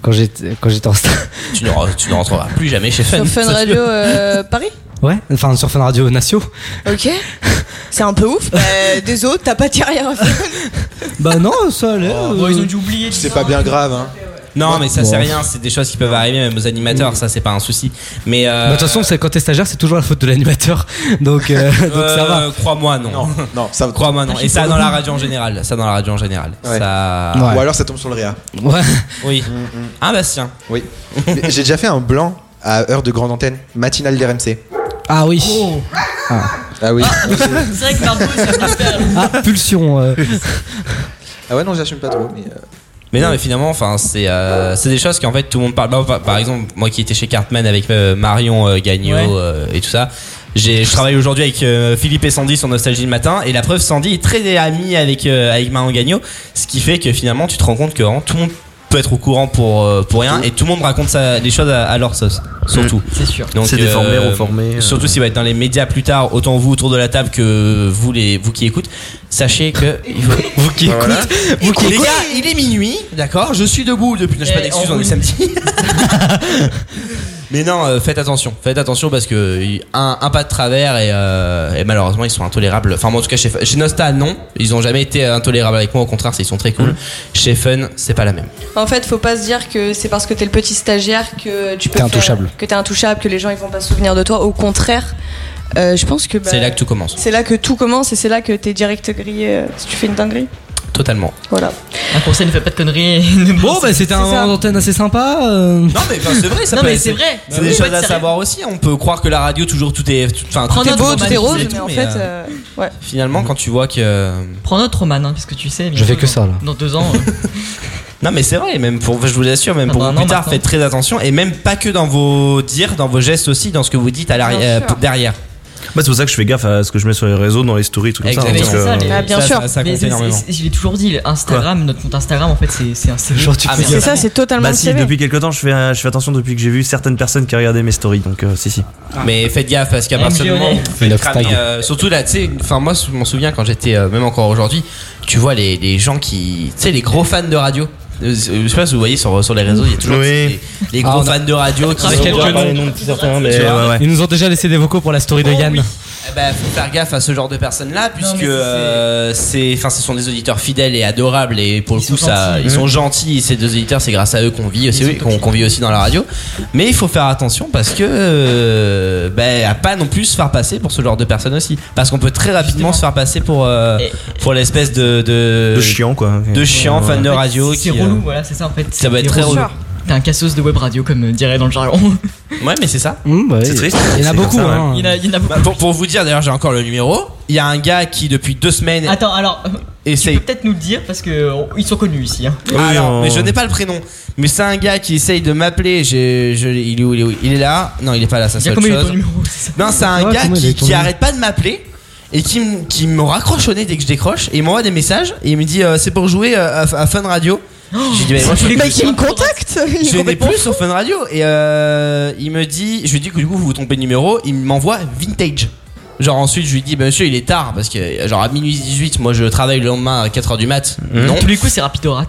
S9: quand j'étais quand j'étais en stage.
S6: Tu ne, re- tu ne rentreras plus jamais chez Fun.
S10: Sur Fun
S6: Ça,
S10: Radio
S6: tu-
S10: euh, Paris
S9: Ouais, enfin sur Fun Radio Natio.
S10: Ok. C'est un peu ouf. Bah, désolé, t'as pas tiré à Fun.
S9: Bah non, ça allait.
S6: Oh,
S14: ils ont dû oublier.
S16: C'est pas bien grave. Hein.
S6: Non, mais ça, c'est
S9: Bon. Mm.
S6: rien. C'est des choses qui peuvent arriver même aux animateurs. Ça, c'est pas un souci. Mais euh,
S9: Bah, de toute façon, c'est- quand t'es stagiaire, c'est toujours la faute de l'animateur. Donc, euh, donc ça va.
S6: Euh, Crois-moi, non. Non,
S16: ça
S6: Crois-moi, non. Et ça dans la radio en général. Ça dans la radio en général. Ça...
S16: Ouais. Ou alors ça tombe sur le réa.
S9: Ouais.
S6: Oui. Ah, Bastien.
S16: Mm, Oui. Mais J'ai déjà fait un blanc à heure de grande antenne, matinale d'RMC.
S9: Ah oui.
S6: oh.
S16: Ah. oui.
S14: C'est vrai que Margot, ça peut faire.
S9: Ah, pulsion. euh.
S16: Ah ouais, non, j'assume pas trop. Mais, euh,
S6: Mais non, mais finalement, enfin, c'est euh, c'est des choses qu'en fait tout le monde parle. Bah, par, par exemple, moi qui étais chez Cartman avec euh, Marion euh, Gagnon
S14: Ouais.
S6: euh, et tout ça. j'ai- Je travaille aujourd'hui avec euh, Philippe et Sandy sur Nostalgie le matin et la preuve Sandy est très amie avec euh, avec Marion Gagnon, ce qui fait que finalement tu te rends compte que vraiment, tout le monde peut être au courant pour euh, pour rien et tout le monde raconte ça, les choses à, à leur sauce surtout.
S14: C'est sûr.
S6: Donc,
S19: C'est des formés, reformés, euh.
S6: Surtout si vous êtes dans les médias plus tard, autant vous autour de la table que vous les vous qui écoutez, sachez que il faut- vous qui
S19: Voilà.
S6: écoutez, Hein vous qui
S19: Les
S6: écoutez-
S19: gars,
S6: il est minuit, d'accord Je suis debout depuis. Non,
S14: Eh,
S6: j'ai pas d'excuse, on est samedi. Mais non, euh, faites attention, faites attention parce que euh, un, un pas de travers et, euh, et malheureusement ils sont intolérables. Enfin, moi, en tout cas chez, Fun- chez Nosta, non, ils ont jamais été intolérables avec moi. Au contraire, c'est- ils sont très
S14: Mm.
S6: cool. Chez Fun, c'est pas la même.
S10: En fait, faut pas se dire que c'est parce que t'es le petit stagiaire que tu peux.
S6: T'es
S10: faire-
S6: intouchable.
S10: Que t'es intouchable, que les gens ils vont pas se souvenir de toi. Au contraire, euh, je pense que. bah,
S6: C'est là que tout commence.
S10: C'est là que tout commence et c'est là que t'es direct grillé euh, si tu fais une dinguerie.
S6: Totalement.
S10: Voilà.
S14: Un conseil ne fait pas de conneries.
S9: Bon, bah c'était
S14: ça.
S9: un moment d'antenne assez sympa. euh.
S6: Non mais enfin, c'est vrai, ça
S14: Non,
S6: peut
S14: mais
S6: être-
S14: c'est vrai. Bah
S6: C'est
S14: Oui,
S6: des
S14: faut
S6: choses
S14: être
S6: à
S14: sérieux.
S6: savoir aussi. On peut croire que la radio toujours tout est, tout- enfin tout,
S14: Prends
S6: est
S14: notre
S6: beau, tout est
S14: romantisme
S6: rose,
S14: et
S6: et
S14: tout,
S6: tout,
S14: mais
S6: mais,
S14: en fait,
S6: euh,
S14: euh, ouais.
S6: finalement quand tu vois que
S14: Prends notre Roman, hein, puisque tu sais.
S9: Je fais que ça, là.
S14: Dans deux ans. euh,
S6: Non mais c'est vrai, même pour, je vous assure,
S9: Ah
S6: même pour
S14: bah
S6: vous
S14: non,
S6: plus tard,
S14: maintenant.
S6: faites très attention et même pas que dans vos dires, dans vos gestes aussi, dans ce que vous dites à l'arrière,
S14: Bien sûr.
S6: derrière.
S13: Bah, c'est pour ça que je fais gaffe à ce que je mets sur les réseaux, dans les stories, tout comme ça.
S14: Exactement.
S13: hein, parce que-
S14: Ah,
S6: ça, ça, ça
S14: Mais
S6: compte
S14: c'est-
S6: énormément.
S14: c'est- Je l'ai toujours dit, le Instagram, notre compte Instagram, en fait, c'est c'est un CV.
S13: Genre, tu fais gaffe.
S14: un
S13: Ah, bah, si, depuis quelque temps, je fais, euh, je fais attention depuis que j'ai vu certaines personnes qui regardaient mes stories, donc euh, si, si.
S14: Ah.
S6: Mais faites gaffe parce qu'à partir du moment où vous faites
S13: Love
S6: cramer,
S13: tag.
S6: euh, surtout là, tu sais, enfin moi je m'en souviens quand j'étais, euh, même encore aujourd'hui, tu vois les, les gens qui, tu sais, les gros fans de radio. Euh, Je sais pas si vous voyez sur, sur les réseaux, il y a toujours les, les gros
S9: Ah, on a-
S6: fans de radio qui
S9: Ah,
S6: sont-
S9: quelques
S6: Tu vois,
S9: noms.
S6: tu vois,
S9: euh, Ils nous ont déjà laissé des vocaux pour la story de Yann.
S6: Eh ben, faut faire gaffe à ce genre de personnes-là, puisque euh, c'est, enfin, ce sont des auditeurs fidèles et adorables, et pour le coup, ça,
S19: gentils.
S6: ils sont
S19: Mhm.
S6: gentils. Ces deux auditeurs, c'est grâce à eux qu'on vit aussi, oui, qu'on qu'on vit aussi dans la radio. Mais il faut faire attention parce que, euh, ben, à pas non plus se faire passer pour ce genre de personnes aussi, parce qu'on peut très rapidement se faire passer pour euh, pour l'espèce de, de
S13: De chiant, quoi.
S6: de chiant fan de radio.
S14: C'est
S6: qui, euh,
S14: relou, voilà, c'est ça en fait.
S6: ça va être
S14: C'est
S6: très relou.
S14: T'es un cassos de web radio, comme euh, dirait dans le jargon.
S6: Ouais, mais c'est ça.
S14: C'est triste. Mmh, bah, Il y en a C'est beaucoup, comme ça, hein. ouais. Il y en a- il y en a beaucoup.
S6: Bah, pour, pour vous dire, d'ailleurs, j'ai encore le numéro. Il y a un gars qui, depuis deux semaines.
S14: Attends, alors.
S6: Essaye.
S14: Tu peux peut-être nous le dire parce que on- ils sont connus ici. hein.
S6: Ah, alors, mais je n'ai pas le prénom. Mais c'est un gars qui essaye de m'appeler. J'ai- je- il est où Il est où Il est là Non, il est pas là. Ça
S14: Dis
S6: c'est autre
S14: comment il est
S6: chose.
S14: ton numéro,
S6: Non, c'est un
S14: Ouais,
S6: gars
S14: comment il est
S6: qui,
S14: ton
S6: qui
S14: numéro
S6: arrête pas de m'appeler et qui, me- qui me raccroche au nez dès que je décroche. Et il m'envoie des messages et il me dit euh, c'est pour jouer euh, à, à Fun Radio. J'ai dit, bah, moi, je
S10: Oh,
S6: suis
S10: Le mec,
S6: plus-
S10: il me contacte il est
S6: je n'ai
S10: complètement
S6: plus
S10: fou.
S6: sur Fun Radio et euh, il me dit, je lui dis que du coup vous vous trompez de numéro, il m'envoie vintage. Genre ensuite je lui dis bah, monsieur il est tard parce que genre à minuit 18 moi je travaille le lendemain à 4h du mat. Non.
S14: Tous les coups, c'est Rapidorat.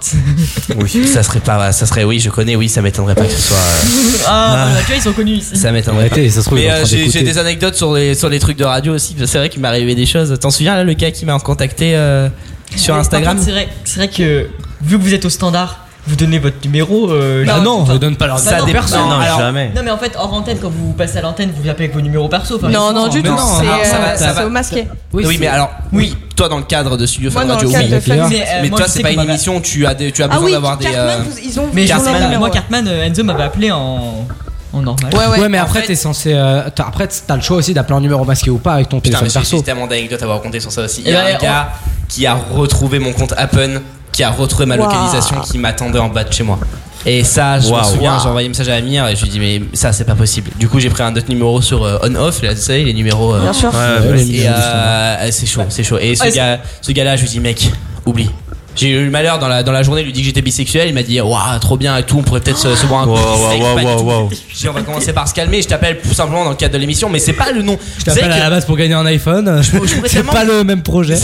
S6: Oui, ça serait pas ça serait oui, je connais oui, ça m'étonnerait pas que ce soit euh,
S14: ah, voilà, tu vois, ils sont connus ici.
S6: ça m'étonnerait
S9: Arrêtez,
S6: pas.
S9: ça se trouve, il
S6: Mais euh,
S9: est en train
S6: j'ai
S9: d'écouter.
S6: j'ai des anecdotes sur les sur les trucs de radio aussi, parce que c'est vrai qu'il m'est arrivé des choses. T'en souviens là le gars qui m'a contacté euh, sur
S14: Mais
S6: Instagram
S14: par contre, C'est vrai, c'est vrai que vu que vous êtes au standard, vous donnez votre numéro. euh,
S6: Bah
S14: genre-
S6: non, on
S14: enfin,
S6: ne donne pas leur
S14: bah
S6: numéro.
S14: non,
S6: Ça dépend.
S14: perso.
S6: Non, Alors- jamais.
S14: Non, mais en fait, hors antenne, quand vous passez à l'antenne, vous vous appelez avec vos numéros perso. enfin,
S10: Non,
S14: ils
S10: non,
S14: sont-
S10: du tout. C'est
S6: alors, ça
S10: euh,
S6: va, ça
S10: c'est
S6: va.
S10: au masqué.
S6: Oui, mais alors, oui, toi dans le cadre de Studio
S10: Moi,
S6: Fun
S10: dans
S6: Radio,
S10: le cadre
S6: oui.
S10: de Fun Radio.
S6: mais,
S10: Mais,
S6: mais
S10: euh, moi,
S6: toi,
S10: je
S6: c'est
S10: sais
S6: pas
S10: qu'on
S6: une
S10: m'avait-
S6: émission, où tu as, des- tu as
S10: Ah
S6: besoin
S10: oui,
S6: d'avoir des.
S10: Cartman,
S6: euh,
S10: vous- ils ont
S14: Mais
S6: Cartman,
S14: Cartman,
S6: euh,
S14: moi, Cartman, euh, Enzo m'avait appelé en. en normal.
S9: mais après, t'es censé. euh, t'as- après, t'as le choix aussi d'appeler un numéro masqué ou pas avec ton
S6: Putain, mais
S9: téléphone
S6: j'ai
S9: perso.
S6: j'ai tellement d'anecdotes à vous raconter sur ça aussi. Il y
S9: Eh
S6: a
S9: ben,
S6: un gars qui a retrouvé mon compte Appen, qui a retrouvé ma
S9: Waouh.
S6: localisation, qui m'attendait en bas de chez moi. Et ça, je me
S19: Waouh.
S6: souviens,
S19: Waouh.
S6: j'ai envoyé un message à Amir et je lui ai dit, mais ça, c'est pas possible. Du coup, j'ai pris un autre numéro sur euh, on-off, là, vous savez, les numéros. euh,
S19: Bien sûr. Ouais, ouais,
S6: et
S19: ouais.
S6: euh, c'est chaud, c'est chaud. Et ce
S19: Ouais,
S6: gars- ce gars-là, je lui ai dit, mec, oublie. J'ai eu le malheur dans la, dans la journée, il lui dit que j'étais bisexuel, il m'a dit, waouh, trop bien et tout, on pourrait peut-être se, se boire un coup.
S19: Waouh, waouh, waouh, waouh.
S6: J'ai dit, on va commencer par se calmer, je t'appelle tout simplement dans le cadre de l'émission, mais c'est pas le nom.
S9: Je
S6: Vous savez
S9: t'appelle à
S6: que-
S9: la base pour gagner un iPhone.
S6: pourrais
S9: C'est
S6: tellement-
S9: pas le même projet.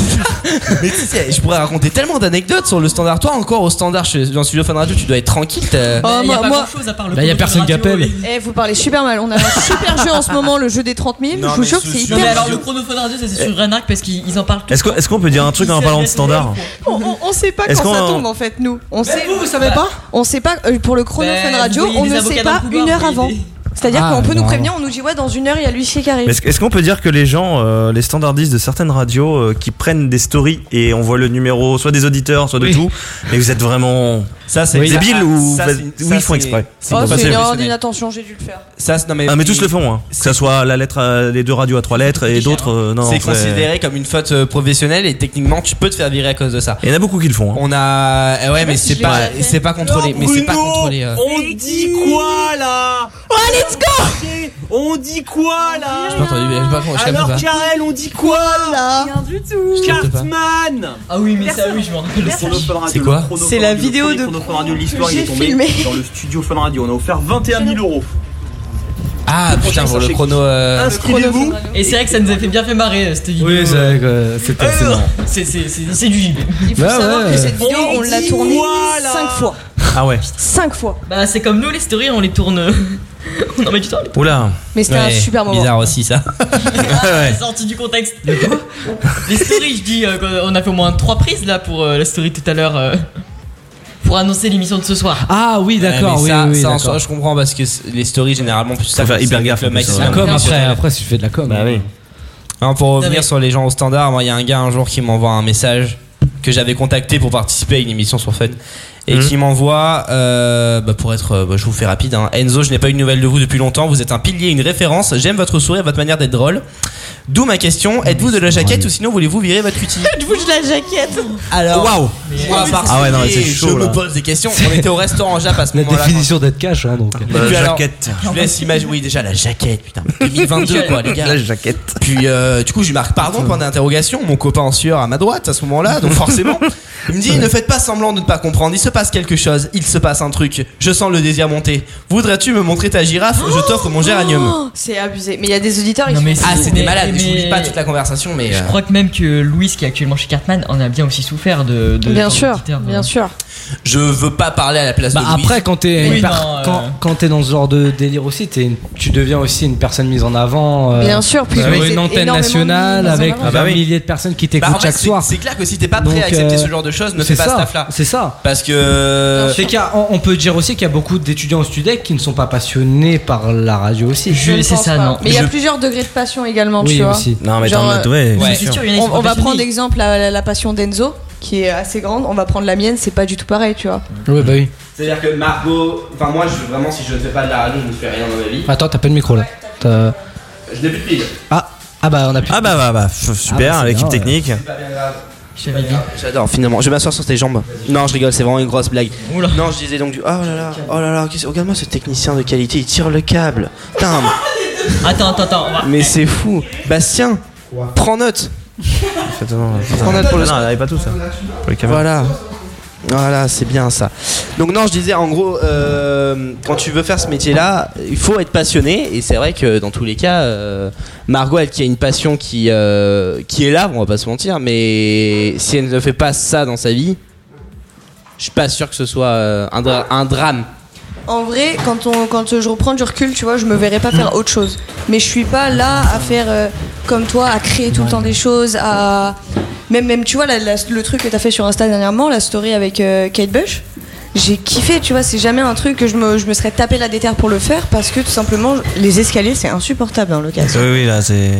S6: mais tu sais, je pourrais raconter tellement d'anecdotes sur le standard. Toi, encore au standard, chez- dans Studio Fun Radio, tu dois être tranquille. t'as-
S10: Oh,
S14: Il y a
S10: moi-
S14: pas
S10: moi-
S14: grand-chose à part le
S6: Là, il y a
S14: code de
S6: personne qui
S14: radio
S6: appelle.
S14: et-
S10: Eh, vous parlez super mal. On a un super jeu en ce moment, le jeu des 30 000.
S13: Non,
S10: je vous
S13: mais
S10: jure que
S13: ce
S10: c'est
S14: Non,
S13: jeu-
S14: mais
S10: hyper
S14: alors le chrono Fun Radio, ça c'est sur Renac parce qu'ils en parlent tout.
S13: Est-ce qu'on est-ce qu'on peut dire un truc en parlant de standard
S10: On, on, on sait pas
S13: Est-ce
S10: quand ça
S13: qu'on-
S10: tombe en fait, nous. On sait, vous, vous
S14: savez
S10: pas On sait pas. euh, Pour le chrono
S14: Ben,
S10: Fun Radio,
S14: vous voyez
S10: on
S14: les
S10: ne
S14: avocats
S10: sait
S14: dans
S10: pas
S14: le couloir,
S10: une heure
S14: vous voyez
S10: avant. C'est-à-dire
S13: Ah,
S10: qu'on peut nous
S13: non.
S10: prévenir, on nous dit ouais, dans une heure, il y a l'huissier qui arrive.
S13: Mais Est-ce est-ce qu'on peut dire que les gens, euh, les standardistes de certaines radios euh, qui prennent des stories et on voit le numéro soit des auditeurs, soit de tout, mais vous êtes vraiment
S6: ça
S13: c'est
S6: Oui.
S13: débile
S6: Ah,
S13: ou
S6: ça,
S13: vous
S6: c'est-
S13: faites-
S6: ça,
S13: oui ils font
S6: c'est-
S13: exprès.
S10: Oh,
S13: pas
S10: c'est une
S13: possible.
S10: erreur d'inattention, j'ai dû le faire.
S6: Ça, c'est- non, mais,
S13: Ah, mais tous le font, hein. que ça soit la lettre, à- les deux radios à trois lettres et d'autres euh, non.
S6: C'est
S13: en fait.
S6: considéré comme une faute euh, professionnelle et techniquement, tu peux te faire virer à cause de ça.
S13: Il y en a beaucoup qui le font. hein.
S6: On a, eh ouais, mais c'est
S13: je
S6: pas,
S13: l'ai déjà
S6: c'est pas contrôlé, mais c'est pas contrôlé. euh.
S12: On dit quoi là Oh, let's go On dit quoi là
S6: J'ai pas entendu, j'ai pas- je capte
S12: Alors,
S6: pas.
S12: Karel, on dit quoi là Rien
S10: du tout
S6: Je capte pas.
S12: Cartman
S14: Ah oui, mais ça, oui, je me rappelle.
S6: C'est quoi
S10: C'est la vidéo de
S12: Radio de l'histoire,
S10: que
S12: il est
S10: j'ai
S12: tombé
S10: filmé.
S12: dans le studio Fun Radio. On a offert 21 000 euros.
S6: Ah putain, pour le chrono.
S14: Ah,
S10: Ah,
S6: euh,
S12: Inscrivez-vous
S14: Et c'est vrai que ça nous a fait bien fait marrer euh, cette vidéo.
S9: Oui, c'est vrai que c'était assez marrant.
S14: C'est c'est- c'est- c'est du JB.
S9: Il faut Ouais, savoir ouais. que cette
S10: vidéo, on l'a tournée cinq fois.
S13: Ah ouais.
S10: 5 fois.
S14: Bah, c'est comme nous, les stories, on les tourne. euh, on en met du temps.
S13: Oula.
S10: Mais c'était un super moment.
S6: Bizarre aussi ça.
S14: C'est sorti Ah, du contexte. les stories, je dis, euh, qu'on- on a fait au moins trois prises là pour euh, la story tout à l'heure. euh, pour annoncer l'émission de ce soir.
S9: Ah oui,
S6: Ouais,
S9: d'accord,
S6: mais
S9: oui,
S6: ça,
S9: oui,
S6: ça en
S9: d'accord.
S6: soi, je comprends parce que c'est- les stories généralement plus ça.
S13: Faut faire
S6: c'est
S13: hyper
S6: avec
S13: gaffe,
S6: le
S13: en plus,
S6: maximum
S13: ouais. Bah
S6: de
S13: La com,
S9: Après,
S6: professionnels.
S9: après, si tu fais de la com.
S6: Hein, pour
S9: Non,
S6: revenir
S9: mais-
S6: sur les gens au standard, moi, il y a un gars un jour qui m'envoie un message que j'avais contacté pour participer à une émission sur Fun et
S19: Mhm.
S6: qui m'envoie, euh, bah, pour être, euh, bah, je vous fais rapide, hein. Enzo, je n'ai pas eu de nouvelles de vous depuis longtemps, vous êtes un pilier, une référence, j'aime votre sourire, votre manière d'être drôle. D'où ma question êtes-vous de la jaquette ou sinon voulez-vous virer votre cutie
S10: Bouge la jaquette.
S6: Alors, moi, parce
S13: Ah ouais, non, mais c'est
S6: que
S13: chaud,
S6: je
S13: là.
S6: me pose des questions. On était au restaurant Jap à ce
S9: La
S6: moment-là. Bah,
S9: définition d'être cash, hein, donc.
S6: Puis alors, Je laisse imaginer. Oui, déjà la jaquette, putain. 2022, quoi, les gars.
S13: La jaquette.
S6: Puis euh, du coup, je lui marque pardon, point d'interrogation. Mon copain en sueur à ma droite à ce moment-là, donc forcément, il me dit ne faites pas semblant de ne pas comprendre. Il se passe quelque chose. Il se passe un truc. Je sens le désir monter. Voudrais-tu me montrer ta girafe Je t'offre mon géranium.
S10: Oh, c'est abusé. Mais il y a des auditeurs, ils sont-
S6: Ah, c'est des
S14: mais-
S6: malades.
S14: mais-
S6: Je n'oublie pas toute la conversation, mais.
S14: Je
S6: euh,
S14: crois que même que Louis, qui est actuellement chez Cartman, en a bien aussi souffert de. de
S10: Bien
S14: de-
S10: sûr, bien sûr.
S6: Je veux pas parler à la place
S9: Bah
S6: de Louis.
S9: après, quand t'es
S6: Oui,
S9: une per-
S6: non, euh.
S9: quand, quand t'es dans ce genre de délire aussi, t'es une- tu deviens aussi une personne mise en avant. euh,
S10: Bien sûr, plus
S9: sur
S10: vous êtes
S9: une antenne
S10: énormément
S9: nationale
S10: mise en
S9: avec
S6: avant. Ah bah oui.
S9: un millier de personnes qui t'écoutent
S6: Bah, en fait,
S9: chaque
S6: c'est-
S9: soir.
S6: C'est clair que si t'es pas prêt
S9: Donc,
S6: à accepter
S9: euh,
S6: ce genre de choses, ne
S9: c'est
S6: fais pas
S9: ça,
S6: ce taf-là.
S9: C'est ça.
S6: Parce que.
S9: C'est qu'il y a- on- on peut dire aussi qu'il y a beaucoup d'étudiants au Studec qui ne sont pas passionnés par la radio aussi.
S10: Je ne pense pas. Mais il y a plusieurs degrés de passion également,
S9: Oui,
S10: tu vois.
S9: aussi.
S13: Non, mais
S10: Genre,
S13: t'en as-
S9: euh,
S13: ouais,
S9: ouais.
S13: c'est sûr.
S10: On- On, va prendre exemple la, la- la passion d'Enzo, qui est assez grande. On va prendre la mienne, c'est pas du tout pareil, tu vois.
S9: Ouais, bah oui.
S6: C'est-à-dire que Margot. Enfin, moi, je, vraiment, si je ne fais pas de la radio, je ne fais rien dans ma vie.
S9: Attends, t'as pas de micro là. T'as-
S6: Je n'ai plus de pile.
S9: Ah, ah bah on a plus.
S13: Ah bah bah, bah f- super,
S6: Ah bah, c'est
S13: l'équipe
S6: bien,
S13: technique.
S6: J'adore, finalement. Je vais m'asseoir sur tes jambes. Non, je rigole, c'est vraiment une grosse blague. Non, je disais donc du. Oh là là, oh là là, qu'est-ce- regarde-moi ce technicien de qualité, il tire le câble. Putain,
S14: Attends, attends, attends. on va-
S6: mais c'est fou. Bastien, prends note. Prends note pour le.
S13: Non, elle avait pas tout ça.
S6: Voilà. Voilà, c'est bien ça. Donc non, je disais en gros, euh, quand tu veux faire ce métier-là, il faut être passionné. Et c'est vrai que dans tous les cas, euh, Margot, elle qui a une passion qui euh, qui est là, on va pas se mentir. Mais si elle ne fait pas ça dans sa vie, je suis pas sûr que ce soit euh, un, dra- un drame.
S10: En vrai, quand, on, quand je reprends du recul, tu vois, je me verrais pas faire autre chose. Mais je suis pas là à faire euh, comme toi, à créer tout le temps des choses, à. Même, même tu vois, la- la- le truc que t'as fait sur Insta dernièrement, la story avec euh, Kate Bush, j'ai kiffé, tu vois, c'est jamais un truc que je me, je me serais tapé la déterre pour le faire parce que tout simplement, les escaliers, c'est insupportable dans l'occasion.
S13: Oui, oui, là, c'est.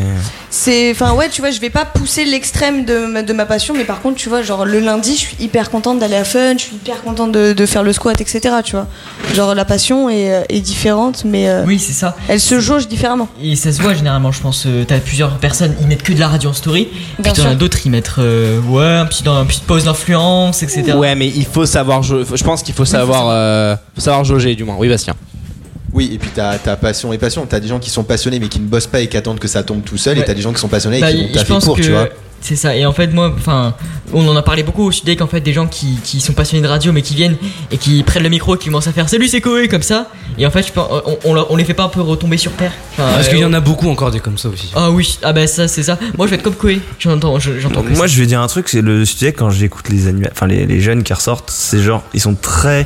S10: C'est, enfin ouais, tu vois, je vais pas pousser l'extrême de, ma- de ma passion, mais par contre, tu vois, genre le lundi, je suis hyper contente d'aller à Fun, je suis hyper contente de, de faire le squat, etc. Tu vois, genre la passion est, euh, est différente, mais euh,
S14: oui, c'est ça.
S10: Elle se jauge différemment.
S14: Et ça se voit généralement, je pense. euh, T'as plusieurs personnes, ils mettent que de la radio en story.
S10: Bien
S14: Puis t'en as
S10: sûr.
S14: d'autres, ils mettent euh, ouais, un petit, un petit pause d'influence, etc.
S6: Ouais, mais il faut savoir. jau- Je pense qu'il faut savoir, euh, faut savoir jauger du moins. Oui, Bastien.
S8: euh, Oui, et puis t'as t'as passion et passion. T'as des gens qui sont passionnés mais qui ne bossent pas et qui attendent que ça tombe tout seul, et
S14: Ouais.
S8: t'as des gens qui sont passionnés
S14: Bah,
S8: et qui vont
S14: je
S8: taffer
S14: pense
S8: pour,
S14: que
S8: tu vois.
S14: C'est ça. Et en fait, moi, enfin, on en a parlé beaucoup au Sudec. En fait, des gens qui, qui sont passionnés de radio, mais qui viennent et qui prennent le micro, et qui commencent à faire Salut, c'est Koé comme ça. Et en fait, je pense- on, on leur- on les fait pas un peu retomber sur terre. Enfin,
S9: Parce
S14: euh,
S9: qu'il y en a beaucoup encore des comme ça aussi.
S14: Ah oui, ah bah ça, c'est ça. Moi, je vais être comme Koé. J'entends, je- j'entends. que
S13: Moi,
S14: ça.
S13: je vais dire un truc, c'est le sujet quand j'écoute les anima- enfin les, les jeunes qui ressortent, c'est genre ils sont très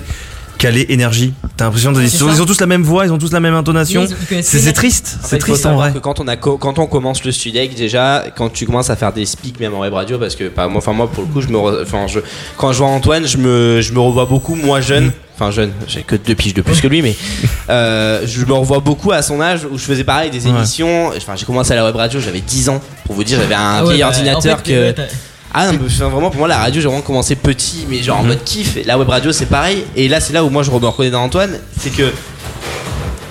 S13: calés énergie. T'as l'impression de
S6: C'est
S13: ils, ont-
S6: ça.
S13: ils ont tous la même voix, ils ont tous la même intonation.
S6: Oui, ils ont-
S13: C'est- C'est triste,
S6: En fait,
S13: c'est
S6: il faut
S13: triste en
S6: savoir
S13: vrai.
S6: que quand on a co- quand on commence le studec déjà, quand tu commences à faire des speaks même en web radio, parce que pas moi, enfin moi pour le coup, je me, re- enfin je, quand je vois Antoine, je me, je me revois beaucoup moi jeune, enfin jeune, j'ai que deux piges de plus que lui, mais euh, je me revois beaucoup à son âge où je faisais pareil des émissions. Enfin j'ai commencé à la web radio, j'avais 10 ans pour vous dire, j'avais un
S14: Ah ouais,
S6: vieil
S14: bah,
S6: ordinateur
S14: en fait,
S6: que.
S14: ouais, t'as-
S6: Ah non, mais, enfin, vraiment pour moi la radio j'ai vraiment commencé petit mais
S13: Mm-hmm.
S6: genre en mode kiff et la web radio c'est pareil et là c'est là où moi je me reconnais dans Antoine c'est que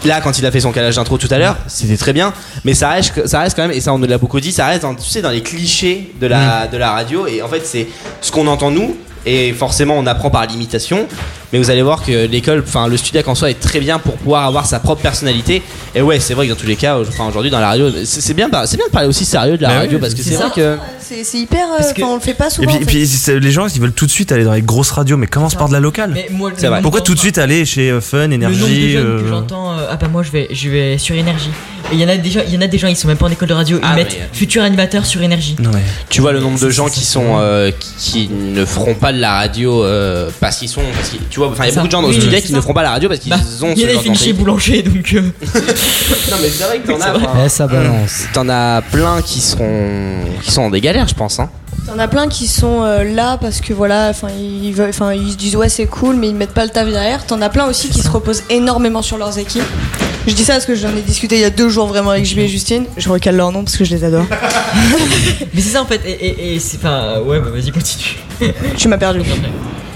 S6: là quand il a fait son calage d'intro tout à l'heure c'était très bien mais ça reste que- ça reste quand même et ça on nous l'a beaucoup dit ça reste dans, tu sais dans les clichés de la de la radio et en fait c'est ce qu'on entend nous et forcément on apprend par l'imitation mais vous allez voir que l'école enfin le studiac en soi est très bien pour pouvoir avoir sa propre personnalité et ouais c'est vrai que dans tous les cas enfin aujourd'hui dans la radio c'est c'est bien par- c'est bien de parler aussi sérieux de la
S13: Mais Bah
S14: Bah
S13: oui,
S6: Ah, radio parce que
S13: c'est
S6: c'est
S13: ça.
S6: vrai que
S10: C'est c'est hyper, euh,
S13: que-
S10: enfin, on le fait pas
S13: Et
S10: souvent.
S13: puis,
S10: en
S13: et puis,
S10: fait.
S13: c'est- les gens ils veulent tout de suite aller dans les grosses radios, mais commence par de la locale.
S14: Mais moi, le nombre
S13: Pourquoi tout de suite aller chez euh, Fun,
S14: Le nombre de
S13: Énergie
S14: jeunes
S13: euh,
S14: que j'entends, euh, ah bah moi je vais, je vais sur énergie. Et il y en a déjà, il y en a des gens, ils sont même pas en école de radio, ils mettent futur animateur sur énergie.
S6: Tu vois le nombre de gens qui sont euh, qui qui ne feront pas de la radio euh, parce qu'ils sont parce qu'ils- tu vois enfin il y a
S14: C'est
S6: beaucoup de
S14: ça.
S6: gens dans le
S14: Oui,
S6: studio
S14: c'est
S6: qui
S14: ça. Bah,
S6: ne feront pas la radio parce qu'ils ont
S14: Il y en
S6: ce
S14: a
S6: genre
S14: qui finissent chez
S6: d'antenne.
S14: boulanger donc. euh,
S6: Non mais c'est vrai que t'en as enfin,
S9: Eh, ça balance.
S6: Mmh. T'en as plein qui seront qui sont dans des galères je pense hein.
S10: T'en as plein qui sont euh, là parce que voilà, enfin ils, veulent- enfin ils se disent ouais c'est cool, mais ils mettent pas le taf derrière. T'en as plein aussi qui se reposent énormément sur leurs équipes. Je dis ça parce que j'en ai discuté il y a deux jours vraiment avec JB et Justine. Je recale leur nom parce que je les adore.
S14: Mais c'est ça en fait, et, et- et c'est pas. Ouais, bah vas-y, continue.
S10: tu m'as perdu.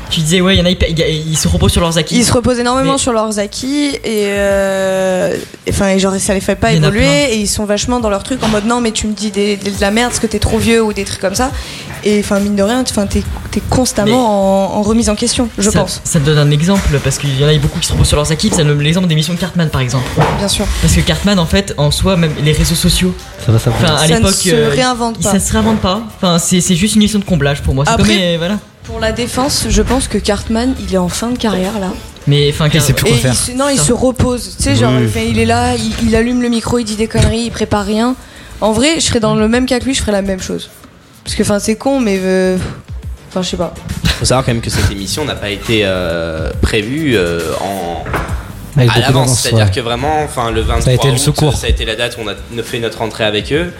S14: Tu disais, ouais, il y en a, ils, pa- ils se reposent sur leurs acquis.
S10: Ils se reposent énormément
S14: Mais-
S10: sur leurs acquis et euh, enfin et genre ça les fait pas
S14: Il y en a plein.
S10: évoluer et ils sont vachement dans leur truc en mode non mais tu me dis des- des- de la merde parce que t'es trop vieux ou des trucs comme ça et enfin mine de rien enfin t'es t'es constamment en, en remise en question je
S14: ça,
S10: pense
S14: Ça te donne un exemple, parce qu'il y en a beaucoup qui se reposent sur leurs acquis. Ça donne l'exemple des missions de Cartman, par exemple.
S10: Bien sûr.
S14: Parce que Cartman, en fait, en soi, même les réseaux sociaux.
S9: Ça va, ça
S14: Enfin, à
S10: Ça ne
S14: l'époque.
S10: se
S14: euh,
S10: réinvente
S14: il-
S10: pas.
S14: Ça se réinvente pas. Enfin, c'est c'est juste une mission de comblage pour moi. C'est comme.
S10: Après-
S14: les- voilà.
S10: pour la défense je pense que Cartman il est en fin de carrière là
S14: Mais enfin, Car-
S10: Et il se- non, il se repose. Tu sais,
S14: Oui.
S10: genre, enfin, il est là, il, il allume le micro, il dit des conneries, il prépare rien. En vrai, je serais dans le même cas que lui, je ferais la même chose. Parce que, enfin, c'est con, mais. euh, Enfin, je sais pas.
S6: Faut savoir quand même que cette émission n'a pas été euh, prévue euh, en
S9: Avec
S6: à
S9: beaucoup
S6: l'avance,
S9: d'avance,
S6: c'est-à-dire
S9: ouais.
S6: que vraiment, enfin le 23
S9: Ça a été le
S6: août,
S9: secours.
S6: ça a été la date où on a fait notre entrée avec eux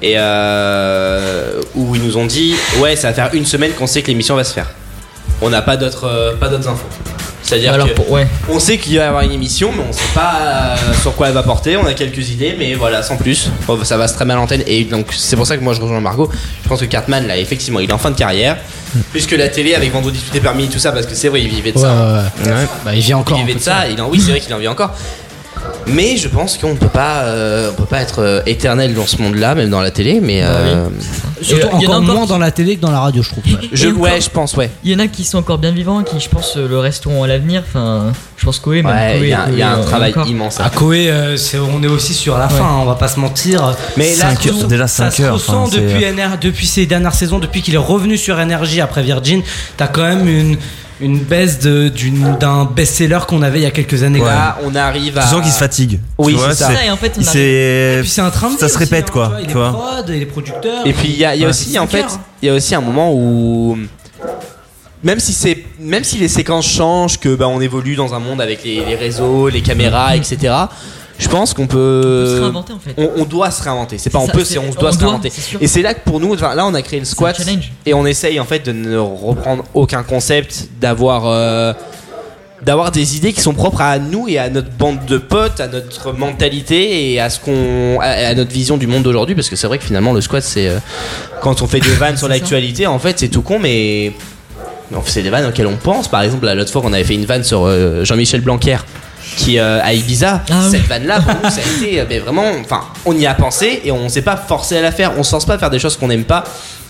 S6: et euh, où ils nous ont dit ouais, ça va faire une semaine qu'on sait que l'émission va se faire. On n'a pas d'autres euh, pas d'autres infos.
S9: Bah,
S6: C'est-à-dire
S14: Alors,
S6: que
S14: pour- ouais.
S6: on sait qu'il va y avoir une émission, mais on sait pas euh, sur quoi elle va porter. On a quelques idées, mais voilà, sans plus. Bon, ça va se très mal en antenne. Et donc, c'est pour ça que moi je rejoins Margot. Je pense que Cartman, là, effectivement, il est en fin de carrière. Puisque la télé, avec Vendredi, tout est permis, tout ça, parce que c'est vrai, il vivait de
S12: Ouais,
S6: ça.
S12: ouais, ouais. Bah, il vit encore.
S6: Il vivait de ça. Il en, oui, c'est vrai qu'il en vit encore. Mais je pense qu'on ne peut pas, euh, on peut pas être euh, éternel dans ce monde-là, même dans la télé. Mais euh,
S9: Surtout
S14: Il y en a
S9: encore
S14: encore
S9: moins dans la télé que dans la radio, je trouve.
S6: je, ouais, je pense, ouais.
S14: Il y en a qui sont encore bien vivants, qui, je pense, euh, le resteront à l'avenir. Enfin, je pense qu'Oé, même
S6: Ouais,
S14: Koé,
S6: il y a- il y a un
S14: Koé, euh,
S6: travail
S14: encore.
S6: immense.
S9: À Koé, euh, c'est- on est aussi sur la
S14: Ouais.
S9: fin, hein, on va pas se mentir.
S13: Mais là, Cinq
S9: se-
S13: heures, déjà
S9: ça
S13: cinq
S9: se
S13: heures,
S9: ressent
S13: enfin, c'est-
S9: depuis, NR depuis ces dernières saisons, depuis qu'il est revenu sur NRJ après Virgin, t'as quand même une, une baisse de- d'une- d'un best-seller qu'on avait il y a quelques années. quand
S6: Là,
S9: même.
S6: on arrive à.
S9: Tu sens qu'il se fatigue.
S6: Oui,
S9: Tu vois,
S6: c'est ça.
S9: c'est- Et en fait, on il arrive- s'est- Et puis c'est un train de ça vie se aussi, répète, hein, quoi, tu vois, il tu est vois. prod, il est producteur.
S6: Et puis il y a, il y a
S9: Ouais.
S6: aussi en
S9: C'est
S6: fait,
S9: clair. hein.
S6: il y a aussi un moment où même si c'est même si les séquences changent, que bah, on évolue dans un monde avec les, les réseaux, les caméras, etc. Je pense qu'on peut,
S14: se réinventer, en fait.
S6: on, on doit se réinventer. C'est pas
S14: C'est
S6: on
S14: ça,
S6: peut,
S14: c'est-
S6: c'est on
S14: on
S6: doit se
S14: doit,
S6: réinventer.
S14: c'est sûr.
S6: Et c'est là que pour nous, enfin, là on a créé le squat
S14: un challenge.
S6: et on essaye en fait de ne reprendre aucun concept, d'avoir euh, d'avoir des idées qui sont propres à nous et à notre bande de potes, à notre mentalité et à ce qu'on à, à notre vision du monde d'aujourd'hui parce que c'est vrai que finalement le squat c'est euh, quand on fait des vannes sur l'actualité en fait c'est tout con mais non, c'est des vannes auxquelles on pense par exemple là, l'autre fois on avait fait une vanne sur euh, Jean-Michel Blanquer qui euh, à Ibiza
S9: Ah
S6: cette vanne là pour nous ça a été euh, mais vraiment enfin on y a pensé et on s'est pas forcé à la faire on se force pas à faire des choses qu'on n'aime pas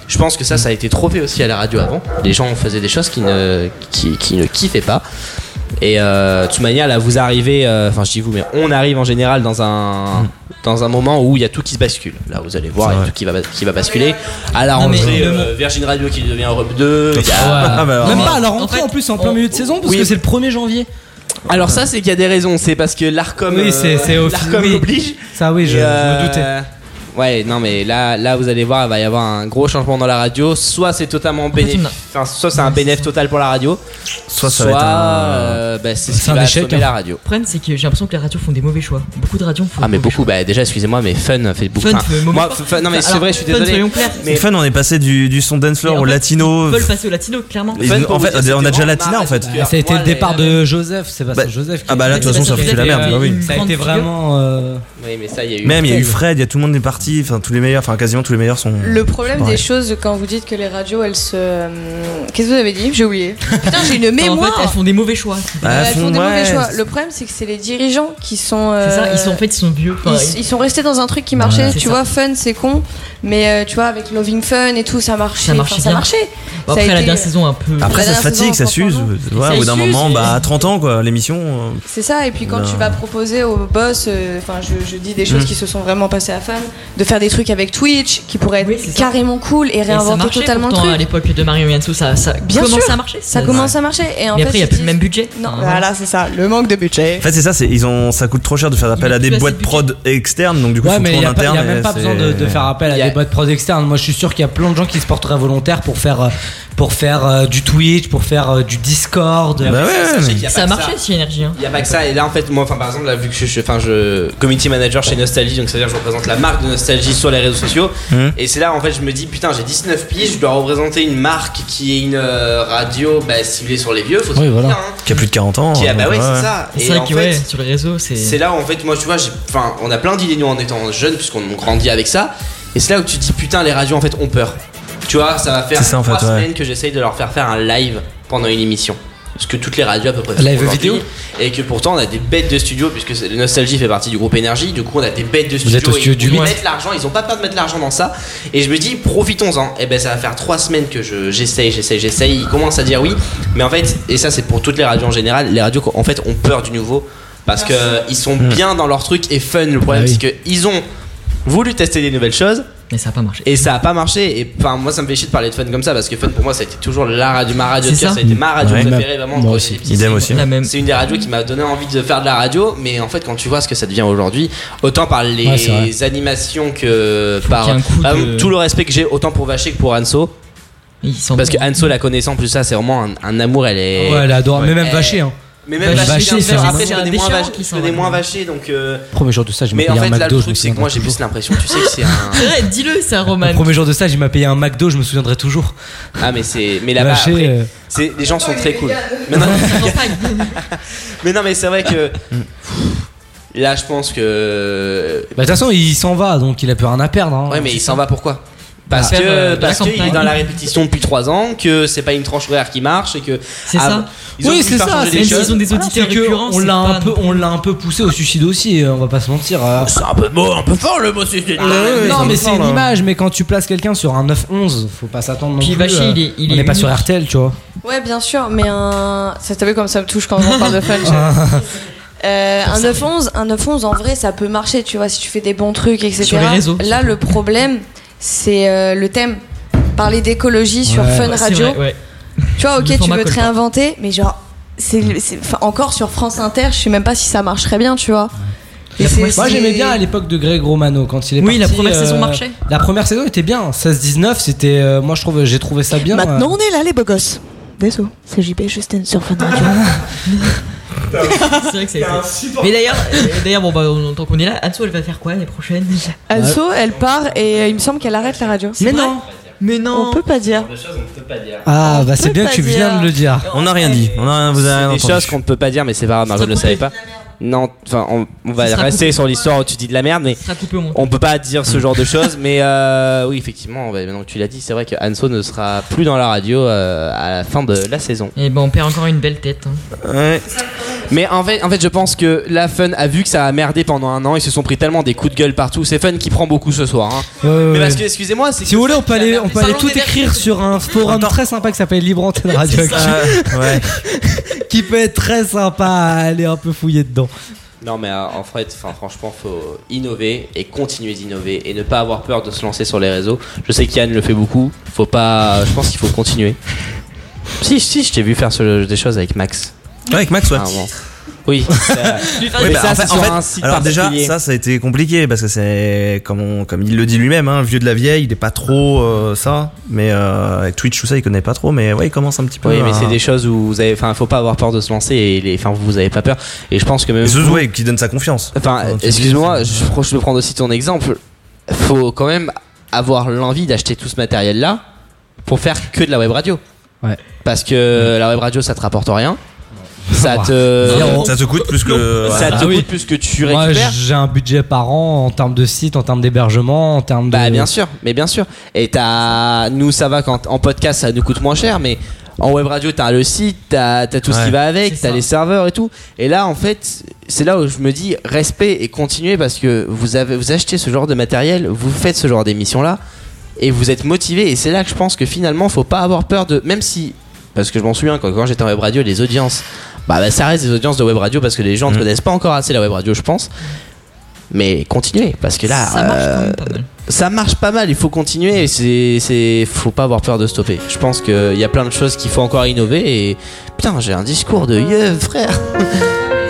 S6: je pense que ça ça a été trop fait aussi à la radio avant les gens faisaient des choses qui ne qui, qui ne kiffaient pas et euh, de toute manière, là, vous arrivez, euh, enfin, je dis vous, mais on arrive en général dans
S9: Hmm.
S6: un, dans un moment où il y a tout qui se bascule. Là, vous allez voir, il y a tout qui va, bas- qui va basculer. À la
S9: Non, mais-
S6: rentrée, euh, Virgin Radio qui devient Europe 2. il y a- Ah, bah,
S9: Même pas à la rentrée en, plus, en plein milieu de saison, parce
S6: oui.
S9: que c'est le 1er janvier.
S6: Alors, ça, c'est qu'il y a des raisons. C'est parce que l'ARCOM
S9: Oui, c'est- c'est
S6: euh,
S9: au-
S6: l'ARCOM
S9: oui.
S6: oblige.
S9: Ça, oui, je-
S6: Et, euh,
S9: je me doutais.
S6: Ouais, non, mais là, là, vous allez voir, il va y avoir un gros changement dans la radio. Soit c'est totalement bénéf,
S14: on a-
S6: enfin, soit c'est un bénéfice total pour la radio.
S13: Soit ça va être un-
S6: euh, bah, c'est ce
S14: C'est
S6: qui
S14: un
S6: va
S14: échec,
S6: assommer
S14: hein.
S6: la radio.
S14: Le problème, c'est que j'ai l'impression que les radios font des mauvais choix. Beaucoup de radios font.
S6: Ah mais beaucoup, bah déjà excusez-moi mais Fun fait beaucoup.
S14: Fun
S6: enfin,
S14: fait-
S6: moi, Fun- non mais c'est
S14: Alors,
S6: vrai, je suis
S14: Fun,
S6: désolé.
S14: soyons clairs.
S6: Mais
S13: Fun, on est passé du, du son dance floor au latino.
S14: Ils veulent passer au latino, clairement.
S13: Ils- en fait, on a déjà latina en fait.
S9: Bah, ça a été le départ de Joseph, Sébastien
S13: Bah,
S9: Joseph. qui-
S13: ah bah là, de toute façon, ça fait la merde, bah oui.
S9: Ça a été vraiment. euh,
S6: Oui mais ça il y a eu.
S13: Même il y a eu Fred, il y a tout le monde est parti, enfin tous les meilleurs, enfin quasiment tous les meilleurs
S14: Hmm.
S13: sont.
S10: Le problème
S13: pareil.
S10: des choses quand vous dites que les radios elles se. euh, Qu'est-ce que vous avez dit J'ai oublié. Putain, j'ai une mémoire.
S14: Bah, En fait, elles font des mauvais choix.
S10: Bah, Elles font des mauvais choix. Le problème, c'est que c'est les dirigeants qui sont.
S14: C'est ça,
S10: euh,
S14: ils sont en fait, ils sont vieux. Enfin,
S10: ils, ils sont restés dans un truc qui marchait,
S14: Ouais. C'est
S10: tu
S14: ça.
S10: vois, fun, c'est con, mais euh, tu vois, avec Loving Fun et tout, ça marchait.
S14: Ça marchait
S10: Enfin, ça
S14: bien.
S10: marchait.
S14: Bon,
S10: Ça a
S14: après, la
S10: été-
S14: dernière saison, un peu.
S13: Après ça se fatigue, ça s'use. Ouais,
S10: Ça
S13: au bout d'un
S10: s'use,
S13: moment,
S10: et-
S13: bah à 30 ans quoi, l'émission. euh,
S10: C'est ça, et puis quand
S13: Non.
S10: tu vas proposer au boss, euh, enfin je, je dis des choses
S13: Mm.
S10: qui se sont vraiment passées à Fan, de faire des trucs avec Twitch qui pourraient être carrément cool et
S14: Et ça
S10: réinventer
S14: marchait
S10: totalement
S14: pourtant, hein,
S10: le
S14: à
S10: truc.
S14: l'époque de Mario Yansu, ça, ça
S10: Bien
S14: commence
S10: sûr,
S14: à marcher.
S10: ça commence à marcher. Et en
S14: Mais
S10: fait,
S14: après, il n'y a
S10: ils
S14: plus le
S10: disent-
S14: même budget.
S10: Non, voilà, c'est ça, le manque de budget.
S13: En fait, c'est ça, c'est ils ont, ça coûte trop cher de faire appel à des boîtes prod externes, donc du coup,
S9: Ouais,
S13: faut
S9: mais
S13: tout
S9: il
S13: en
S9: n'y a, pas-
S13: interne.
S9: y a même
S13: et
S9: pas
S13: c'est-
S9: besoin de, de faire appel à des boîtes prod externes. Moi, je suis sûr qu'il y a plein de gens qui se porteraient volontaires pour faire, euh, pour faire euh, du Twitch, pour faire euh, du Discord.
S6: Bah ouais, Sachez qu'il y a
S14: Ça
S6: pas
S14: a
S6: que
S14: marché, hein. si énergie.
S6: Il y a pas que ça et là en fait moi enfin par exemple là vu que je suis enfin je community manager chez Nostalgie donc c'est-à-dire que je représente la marque de Nostalgie sur les réseaux sociaux
S13: Mhm.
S6: et c'est là en fait je me dis putain j'ai 19 piges je dois représenter une marque qui est une euh, radio bah, ciblée sur les vieux faut se
S13: Oui,
S6: le
S13: voilà.
S6: dire, hein.
S13: Qui a plus de 40 ans.
S6: Qui- ah
S13: euh,
S6: bah ouais,
S13: ouais.
S6: c'est ça.
S14: C'est
S6: Et
S14: vrai
S6: en
S14: que, ouais,
S6: fait,
S14: sur les réseaux, c'est.
S6: C'est là où, en fait, moi, tu vois, j'ai, enfin, on a plein d'idées nous en étant jeunes, puisqu'on grandit avec ça. Et c'est là où tu te dis, putain, les radios, en fait, ont peur. Tu vois, ça va faire
S13: C'est ça, en
S6: trois
S13: fait, ouais.
S6: semaines que j'essaye de leur faire faire un live pendant une émission. Ce que toutes les radios à peu près font
S12: Live
S6: aujourd'hui.
S12: vidéo
S6: Et que pourtant on a des bêtes de studio, puisque c'est- Nostalgie fait partie du groupe Énergie, du coup on a des bêtes de
S12: Vous
S6: studio.
S12: êtes au studio
S6: et
S12: du
S6: ils
S12: huit.
S6: mettent l'argent, ils ont pas peur de mettre l'argent dans ça. Et je me dis, profitons-en. Et ben ça va faire trois semaines que je- j'essaye, j'essaye, j'essaye. Ils commencent à dire oui. Mais en fait, et ça c'est pour toutes les radios en général, les radios en fait ont peur du nouveau. Parce que Euh, ils sont bien dans leur truc et fun. Le problème
S14: Ah oui.
S6: c'est qu'ils ont voulu tester des nouvelles choses.
S14: Mais ça a pas marché.
S6: Et ça a pas marché. Et enfin, moi, ça me fait chier de parler de fun comme ça parce que fun pour moi, ça a été toujours la radio, ma radio de
S14: C'est
S6: cœur,
S14: ça.
S6: ça a été ma radio
S14: Ouais.
S6: préférée vraiment.
S14: Moi
S6: quand
S14: aussi.
S6: j'étais petit.
S14: Idem aussi. La même.
S6: C'est une des radios qui m'a donné envie de faire de la radio. Mais en fait, quand tu vois ce que ça devient aujourd'hui, autant par les
S12: Ouais, c'est vrai.
S6: animations que par
S12: qu'il y ait un coup
S6: par
S12: de-
S6: exemple, tout le respect que j'ai autant pour Vaché que pour Anso. Parce que Anso, la connaissant plus ça, c'est vraiment un, un amour. Elle est.
S9: Ouais, elle adore. Mais même
S6: elle-
S9: Vaché, hein.
S6: Mais même
S9: Vaché,
S6: Vaché,
S9: c'est un-
S6: après, je
S9: c'est un
S6: connais
S9: des
S6: moins
S9: chiens
S6: Vaché-
S9: qui
S6: je connais moins Vaché, donc. euh,
S9: Premier jour de stage, je m'ai
S6: Mais en
S9: payé un
S6: fait, là, le
S9: McDo. je me
S6: truc, c'est
S9: souviens
S6: que moi, j'ai plus l'impression, tu sais, que c'est un.
S14: C'est vrai, Eh, dis-le, c'est un roman.
S9: Le premier jour de stage, il m'a payé un McDo, je me souviendrai toujours.
S6: Ah mais c'est mais là-bas
S9: Lâcher,
S6: après,
S9: euh.
S6: c'est les gens sont très cool. Mais non,
S9: Bah,
S6: mais, non, mais c'est vrai que
S9: Mm.
S6: là je pense que
S9: Bah, de toute façon, il s'en va, donc il a plus rien à perdre. hein.
S6: ouais mais il s'en va pourquoi parce
S9: Bah,
S6: que
S9: faire, euh, de la
S6: parce qu'il est
S9: campagne.
S6: dans la répétition depuis 3 ans que c'est pas une tranche horaire qui marche et que
S9: C'est
S6: Ah,
S9: ça.
S6: ils ont
S9: oui,
S6: voulu
S9: c'est
S6: faire
S9: ça.
S6: changer les choses.
S9: Voilà, c'est que On l'a un peu, on l'a un peu poussé au suicide aussi. euh, On va pas se mentir. euh.
S6: Oh, C'est un peu beau, un peu fort le mot suicide.
S9: Ah, non, mais c'est une
S6: image
S9: image. Mais quand tu places quelqu'un sur un 9-11, faut pas s'attendre non
S14: Puis
S9: plus.
S14: Vachi,
S9: euh,
S14: il est- il
S9: on
S14: est
S9: n'est pas sur
S14: unique.
S9: RTL, tu vois.
S10: Ouais, bien sûr, mais un. Ça, T'as vu comme ça me touche quand on parle de fun je- Euh, un 911, un 911 en vrai ça peut marcher tu vois si tu fais des bons trucs etc.
S14: Sur les réseaux,
S10: Là le problème c'est euh, le thème parler d'écologie sur
S14: Ouais.
S10: Fun
S14: Ouais, c'est
S10: Radio.
S14: vrai, ouais.
S10: Tu vois ok
S14: Le
S10: tu
S14: format
S10: veux te
S14: colle pas.
S10: réinventer mais genre c'est c'est- enfin, encore sur France Inter je sais même pas si ça marcherait bien tu vois. Et c'est-
S9: Moi
S10: c'est-
S9: j'aimais bien à l'époque de Greg Romano quand il est
S10: Oui, la
S9: parti, euh,
S10: première saison marchait.
S9: La première saison était bien, 16-19 c'était euh, moi je trouve j'ai trouvé ça bien. euh.
S10: Maintenant on est là les beaux gosses. Désolé, c'est JP Justin sur Fun Radio.
S14: c'est vrai que c'est. Mais d'ailleurs, euh, d'ailleurs, bon, bah, on- tant qu'on est là, Anso, elle va faire quoi l'année prochaine
S10: Anso, elle part et euh, il me semble qu'elle arrête la radio.
S14: Ah. Mais non.
S10: mais non, on peut pas dire.
S9: Ah bah c'est
S10: peut
S9: bien
S10: pas
S9: que tu viens
S10: dire.
S9: de le dire.
S6: On n'a rien dit. On a, vous
S9: avez rien
S6: des
S9: entendu.
S6: choses qu'on ne peut pas dire, mais c'est pas grave, Margot ne le savait pas. Non, enfin, on, on va
S14: Ça sera
S6: rester
S14: coupé.
S6: sur l'histoire où tu dis de la merde, mais on peut pas dire ce genre de choses. Mais euh, oui, effectivement, bah, maintenant que tu l'as dit, c'est vrai que Anso ne sera plus dans la radio euh, à la fin de la saison.
S14: Et ben, on perd encore une belle tête. hein.
S6: Mais en fait, en fait, je pense que la Fun a vu que ça a merdé pendant un an. Ils se sont pris tellement des coups de gueule partout. C'est Fun qui prend beaucoup ce soir. hein. mais parce que, excusez-moi, c'est
S9: Si vous voulez on peut aller, on peut aller tout écrire sur un forum très sympa qui s'appelle Libre Antenne Radio
S6: ça.
S9: Actu. qui peut être très sympa à aller un peu fouiller dedans.
S6: Non mais euh, en fait, enfin, franchement, faut innover et continuer d'innover et ne pas avoir peur de se lancer sur les réseaux. Je sais qu'Yann le fait beaucoup. Faut pas. Je pense qu'il faut continuer. Si, si, je t'ai vu faire ce- des choses avec Max.
S13: Ouais, avec Max, ouais.
S6: Ah, bon. Oui. ça-
S13: Oui,
S6: Mais
S13: bah,
S6: ça,
S13: en fait-
S6: c'est sur
S13: en fait,
S6: un site
S13: alors déjà,
S6: particulier.
S13: ça, ça a été compliqué parce que c'est comme on- comme il le dit lui-même, hein, vieux de la vieille, il est pas trop euh, ça, mais euh, avec Twitch tout ça, il connaît pas trop, mais ouais, il commence un petit peu.
S6: Oui, mais
S13: à-
S6: c'est des choses où vous avez, enfin, faut pas avoir peur de se lancer et les, enfin, vous avez pas peur. Et je pense que même.
S13: Et Zeus
S6: vous-
S13: Wave qui donne sa confiance.
S6: Enfin,
S13: tu dis,
S6: excuse-moi, je, je vais prendre aussi ton exemple. Faut quand même avoir l'envie d'acheter tout ce matériel-là pour faire que de la web radio.
S9: Ouais.
S6: Parce que la web radio, ça te rapporte rien. Ça
S13: Zéro.
S6: te.
S13: Ça te coûte plus que-
S6: Ça
S13: Ah
S6: te
S13: oui.
S6: coûte plus que tu
S9: Moi,
S6: récupères.
S9: j'ai un budget par an en termes de site, en termes d'hébergement, en termes de.
S6: Bah bien sûr, mais bien sûr. Et t'as, nous ça va quand en podcast ça nous coûte moins cher, mais en web radio t'as le site, t'as t'as tout ce
S12: Ouais.
S6: qui va avec, t'as les serveurs et tout. Et là en fait c'est là où je me dis respect et continuez parce que vous avez vous achetez ce genre de matériel, vous faites ce genre d'émission là et vous êtes motivé et c'est là que je pense que finalement faut pas avoir peur de même si parce que je m'en souviens quand, quand j'étais en web radio les audiences bah, bah, ça reste des audiences de web radio parce que les
S9: Mm.
S6: gens ne connaissent pas encore assez la web radio je pense mais continuez parce que là
S14: Ça marche quand même
S6: pas mal. ça marche pas mal il faut continuer et c'est c'est faut pas avoir peur de stopper je pense qu'il y a plein de choses qu'il faut encore innover et putain j'ai un discours de yeux frère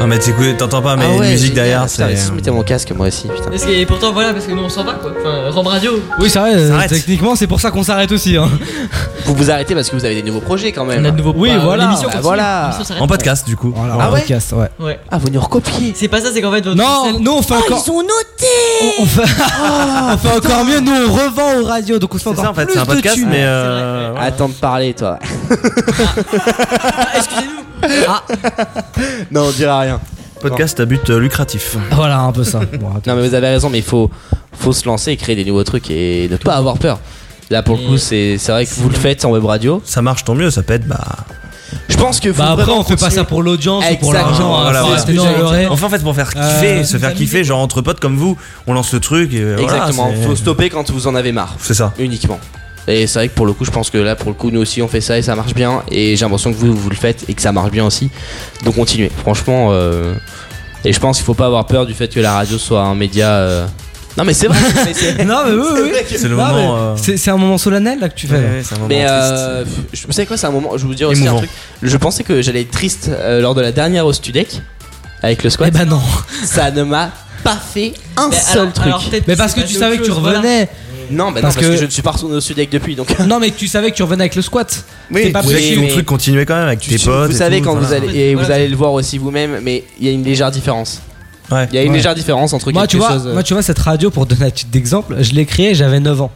S13: Ah mais t'écoutes- t'entends pas, mais
S6: Ah ouais,
S13: une musique
S6: génial.
S13: derrière,
S6: Putain,
S13: c'est.
S6: mais si je mettais mon casque moi aussi putain
S14: Parce que, et pourtant, voilà, parce que nous on s'en va quoi. Enfin, Rome Radio.
S9: Oui, c'est vrai, euh, techniquement, c'est pour ça qu'on s'arrête aussi. hein.
S6: vous vous arrêtez parce que vous avez des nouveaux projets quand même
S9: On a de nouveaux- Oui,
S6: Bah,
S9: voilà.
S6: l'émission
S9: Bah,
S6: continue.
S9: voilà.
S6: L'émission s'arrête
S13: En
S6: pas.
S13: podcast du coup.
S9: Voilà, en podcast, ouais.
S14: Ouais.
S6: Ah, vous nous recopiez
S14: C'est pas ça, c'est qu'en fait votre. Ah,
S9: Non, nous
S6: Ah,
S9: on fait encore.
S14: Ils ont noté
S9: On fait,
S6: Oh,
S9: on fait encore mieux, nous on revend aux radios, donc on se fait encore
S13: ça, en fait,
S9: plus
S13: c'est un
S9: de
S13: podcast,
S9: thunes.
S13: mais, euh,
S6: Attends de parler, toi.
S14: Ah,
S9: Ah.
S6: non, on dira rien.
S13: Podcast à but euh, lucratif.
S9: Voilà, un peu ça. Bon,
S6: non, mais vous avez raison, mais il faut, faut se lancer et créer des nouveaux trucs et ne
S9: Mm.
S6: pas avoir peur. Là, pour le coup, c'est c'est vrai que vous le faites en web radio.
S13: Ça marche, tant mieux, ça pète, bah.
S6: Je pense que faut
S9: Bah après,
S6: vraiment
S9: on fait pas
S6: continuer.
S9: ça pour l'audience ou pour
S6: Exactement,
S9: l'argent. hein,
S13: Voilà,
S9: c'est
S13: voilà.
S9: ce que j'allais dire.
S13: Enfin, en fait, pour faire kiffer,
S9: Euh,
S13: se faire kiffer, genre entre potes comme vous, on lance le truc. Et voilà,
S6: Exactement,
S13: c'est-
S6: faut stopper quand vous en avez marre.
S13: C'est ça.
S6: Uniquement. Et c'est vrai que pour le coup, je pense que là, pour le coup, nous aussi, on fait ça et ça marche bien. Et j'ai l'impression que vous, vous le faites et que ça marche bien aussi. Donc continuez. Franchement, euh, et je pense qu'il faut pas avoir peur du fait que la radio soit un média. euh, Non mais c'est vrai. mais c'est-
S9: Non, mais oui,
S6: c'est
S9: oui.
S6: vrai que-
S9: Non, mais
S13: euh,
S9: c'est- C'est un moment solennel là que tu fais.
S6: Ouais, ouais, c'est un moment Mais euh, je- vous savez quoi, c'est un moment. Je vais vous dire aussi
S9: Émouvant.
S6: un truc. Je pensais que j'allais être triste euh, lors de la dernière au Studec avec le squat. Eh
S9: ben non.
S6: Ça ne m'a pas fait un
S9: Mais
S6: seul
S9: alors-
S6: truc.
S9: alors peut-être Mais parce que que tu c'est savais autre que tu chose, voilà. revenais.
S6: Non, mais
S9: Parce
S6: non, parce que...
S9: que-
S6: je ne suis pas retourné au Studec depuis. Donc.
S9: Non, mais tu savais que tu revenais avec le squat. T'es pas
S13: vous avez
S9: pressé.
S13: ton truc continuer quand même avec tes potes.
S6: Vous
S13: et
S6: savez
S13: tout,
S6: quand
S13: voilà.
S6: vous allez et vous allez le voir aussi vous-même, mais il y a une légère différence. Il y a une
S9: Ouais.
S6: légère différence entre
S9: moi,
S6: quelque
S9: tu vois,
S6: chose. euh,
S9: Moi, tu vois, cette radio, pour donner un titre d'exemple, je l'ai créée, j'avais 9 ans.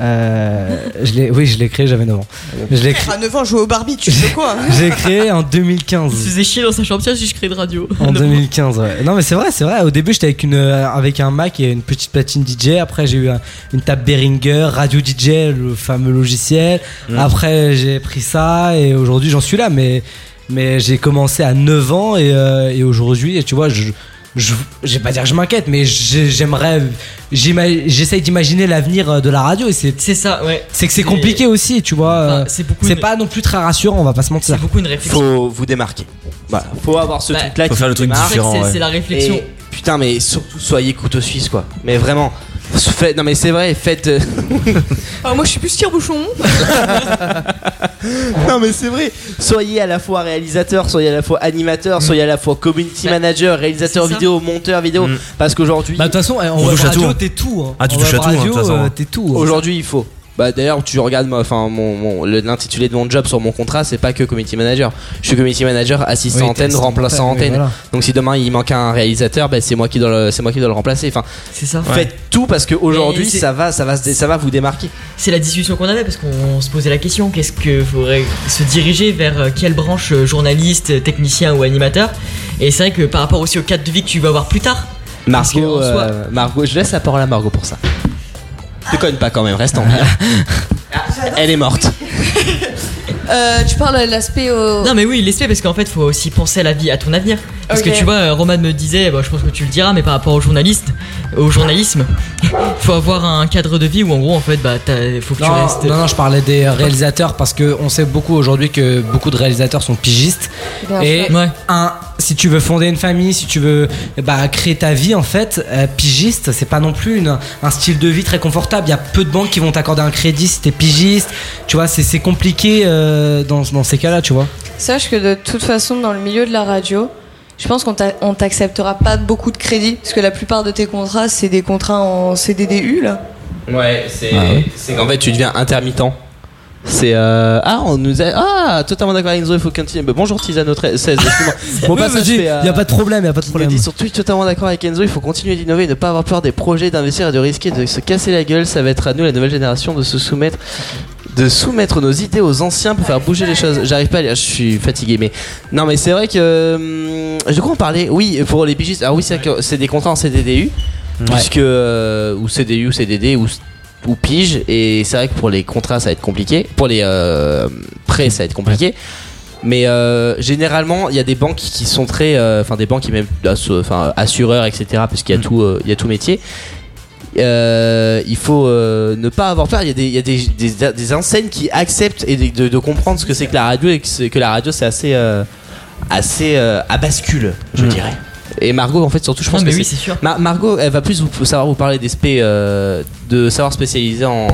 S9: Euh, je l'ai- oui, je l'ai créée, j'avais 9 ans. Je l'ai créée.
S10: À 9 ans, jouer au Barbie, tu fais quoi
S9: J'ai créé en 2015.
S14: hein. Tu faisais chier dans sa chambre, tiens, j'ai créé de radio.
S9: En 2015, ouais. Non, mais c'est vrai, c'est vrai. Au début, j'étais avec, une, euh, avec un Mac et une petite platine DJ. Après, j'ai eu un- une table Behringer, Radio DJ, le fameux logiciel.
S13: Mm.
S9: Après, j'ai pris ça et aujourd'hui, j'en suis là. Mais, mais j'ai commencé à 9 ans et, euh, et aujourd'hui, tu vois, je. Je, je vais pas dire que je m'inquiète, mais j'ai- j'aimerais. j'ima- J'essaye d'imaginer l'avenir euh, de la radio et c'est.
S14: C'est ça, ouais.
S9: C'est que c'est
S14: C'est-
S9: compliqué aussi, tu vois. euh,
S14: c'est
S9: C'est pas non plus très rassurant, on va pas se mentir.
S14: C'est beaucoup une réflexion.
S6: Faut vous démarquer. Voilà. Faut avoir ce
S14: Bah,
S6: truc-là.
S14: faut
S6: qui
S14: faire le truc
S6: démarque.
S14: différent, C'est- ouais. c'est la réflexion.
S6: Et putain, mais surtout soyez couteau suisse quoi. Mais vraiment. Faites- non mais c'est vrai, faites. euh,
S10: Ah, Moi, je suis plus tire-bouchon.
S6: non mais c'est vrai. Soyez à la fois réalisateur, soyez à la fois animateur, soyez à la fois community
S14: Bah,
S6: manager, réalisateur
S9: ça.
S6: vidéo, monteur vidéo.
S9: Mm.
S6: Parce qu'aujourd'hui.
S9: Bah, de toute façon, eh, en On web touche à radio, tout. t'es tout, hein. Ah, tu En touches web à tout, hein, de radio, toute façon. euh, t'es tout, hein.
S6: Aujourd'hui, il faut. Bah d'ailleurs, tu regardes moi, enfin mon, mon- le- l'intitulé de mon job sur mon contrat, c'est pas que community manager. Je suis community manager, assistant
S9: Oui, t'es
S6: antenne,
S9: assistant
S6: remplaçant
S9: antenne, oui,
S6: antenne.
S9: voilà.
S6: Donc si demain il manque un réalisateur, bah, c'est moi qui dois le, c'est moi qui dois le remplacer. Enfin,
S14: c'est ça.
S6: Faites
S14: Ouais.
S6: tout parce qu'aujourd'hui
S14: Et c'est-
S6: ça va, ça va, se- ça va vous démarquer.
S14: C'est la discussion qu'on avait parce qu'on se posait la question qu'est-ce que faudrait se diriger vers euh, quelle branche euh, journaliste, euh, technicien ou animateur Et c'est vrai que par rapport aussi au cadre de vie que tu vas avoir plus tard. parce que,
S6: Margot,
S14: en soi-
S6: euh, Margot, je laisse la parole à Margot pour ça. Te cogne pas quand même, reste en vie. Elle est morte.
S3: Euh, tu parles de l'aspect au.
S14: Non mais oui, laisse-le parce qu'en fait, faut aussi penser à la vie, à ton avenir. Parce
S3: Ok.
S14: que tu vois, euh, Roman me disait, bah, je pense que tu le diras, mais par rapport aux journalistes, au journalisme, faut avoir un cadre de vie où en gros, en fait, bah, t'as- faut que tu
S9: Non,
S14: restes.
S9: non, non, je parlais des réalisateurs parce que on sait beaucoup aujourd'hui que beaucoup de réalisateurs sont pigistes.
S14: Bien
S9: et
S14: sûr. Ouais.
S9: un, si tu veux fonder une famille, si tu veux bah, créer ta vie en fait, euh, pigiste, c'est pas non plus une- un style de vie très confortable. Il y a peu de banques qui vont t'accorder un crédit si t'es pigiste. Tu vois, c'est c'est compliqué euh, dans, dans ces cas-là, tu vois.
S3: Sache que de toute façon, dans le milieu de la radio, je pense qu'on t'a- on t'acceptera pas beaucoup de crédits parce que la plupart de tes contrats, c'est des contrats en CDDU là.
S6: Ah Ouais, c'est c'est qu'en fait tu deviens intermittent. C'est euh... ah on nous a ah totalement d'accord avec Enzo, il faut continuer.
S13: Bah,
S6: Mais bonjour Tizano 13, excuse-moi. Mon
S9: Oui,
S6: passage
S9: vas-y,
S6: fait, euh,
S9: y a pas de problème, y a pas de
S6: Il nous
S9: problème.
S6: dit sur Twitch totalement d'accord avec Enzo, il faut continuer d'innover, ne pas avoir peur des projets, d'investir et de risquer de se casser la gueule. Ça va être à nous, la nouvelle génération, de se soumettre, de soumettre nos idées aux anciens pour faire bouger les choses. J'arrive pas à lire, je suis fatigué, mais non, mais c'est vrai que hum, je crois qu'on parlait, oui, pour les pigistes. Alors oui, c'est vrai que c'est des contrats en CDDU, puisque euh, ou CDU, ou CDD ou ou pige et c'est vrai que pour les contrats ça va être compliqué pour les euh, prêts ça va être compliqué mais euh, généralement, il y a des banques qui sont très, euh, enfin des banques qui même, ass- enfin assureurs, etc. Parce qu'il y a tout, euh, il y a tout métier. Euh, il faut euh, ne pas avoir peur. Il y a des, il y a des, des- des enseignes qui acceptent et de, de- de comprendre ce que c'est que la radio et que, c'est- que la radio c'est assez, euh, assez euh, à bascule, je dirais. Et Margot, en fait, surtout, je pense
S14: Non, mais
S6: que
S14: oui, c'est sûr.
S6: Ma- Margot, elle va plus vous, savoir vous parler d'aspects euh, de savoir spécialiser en,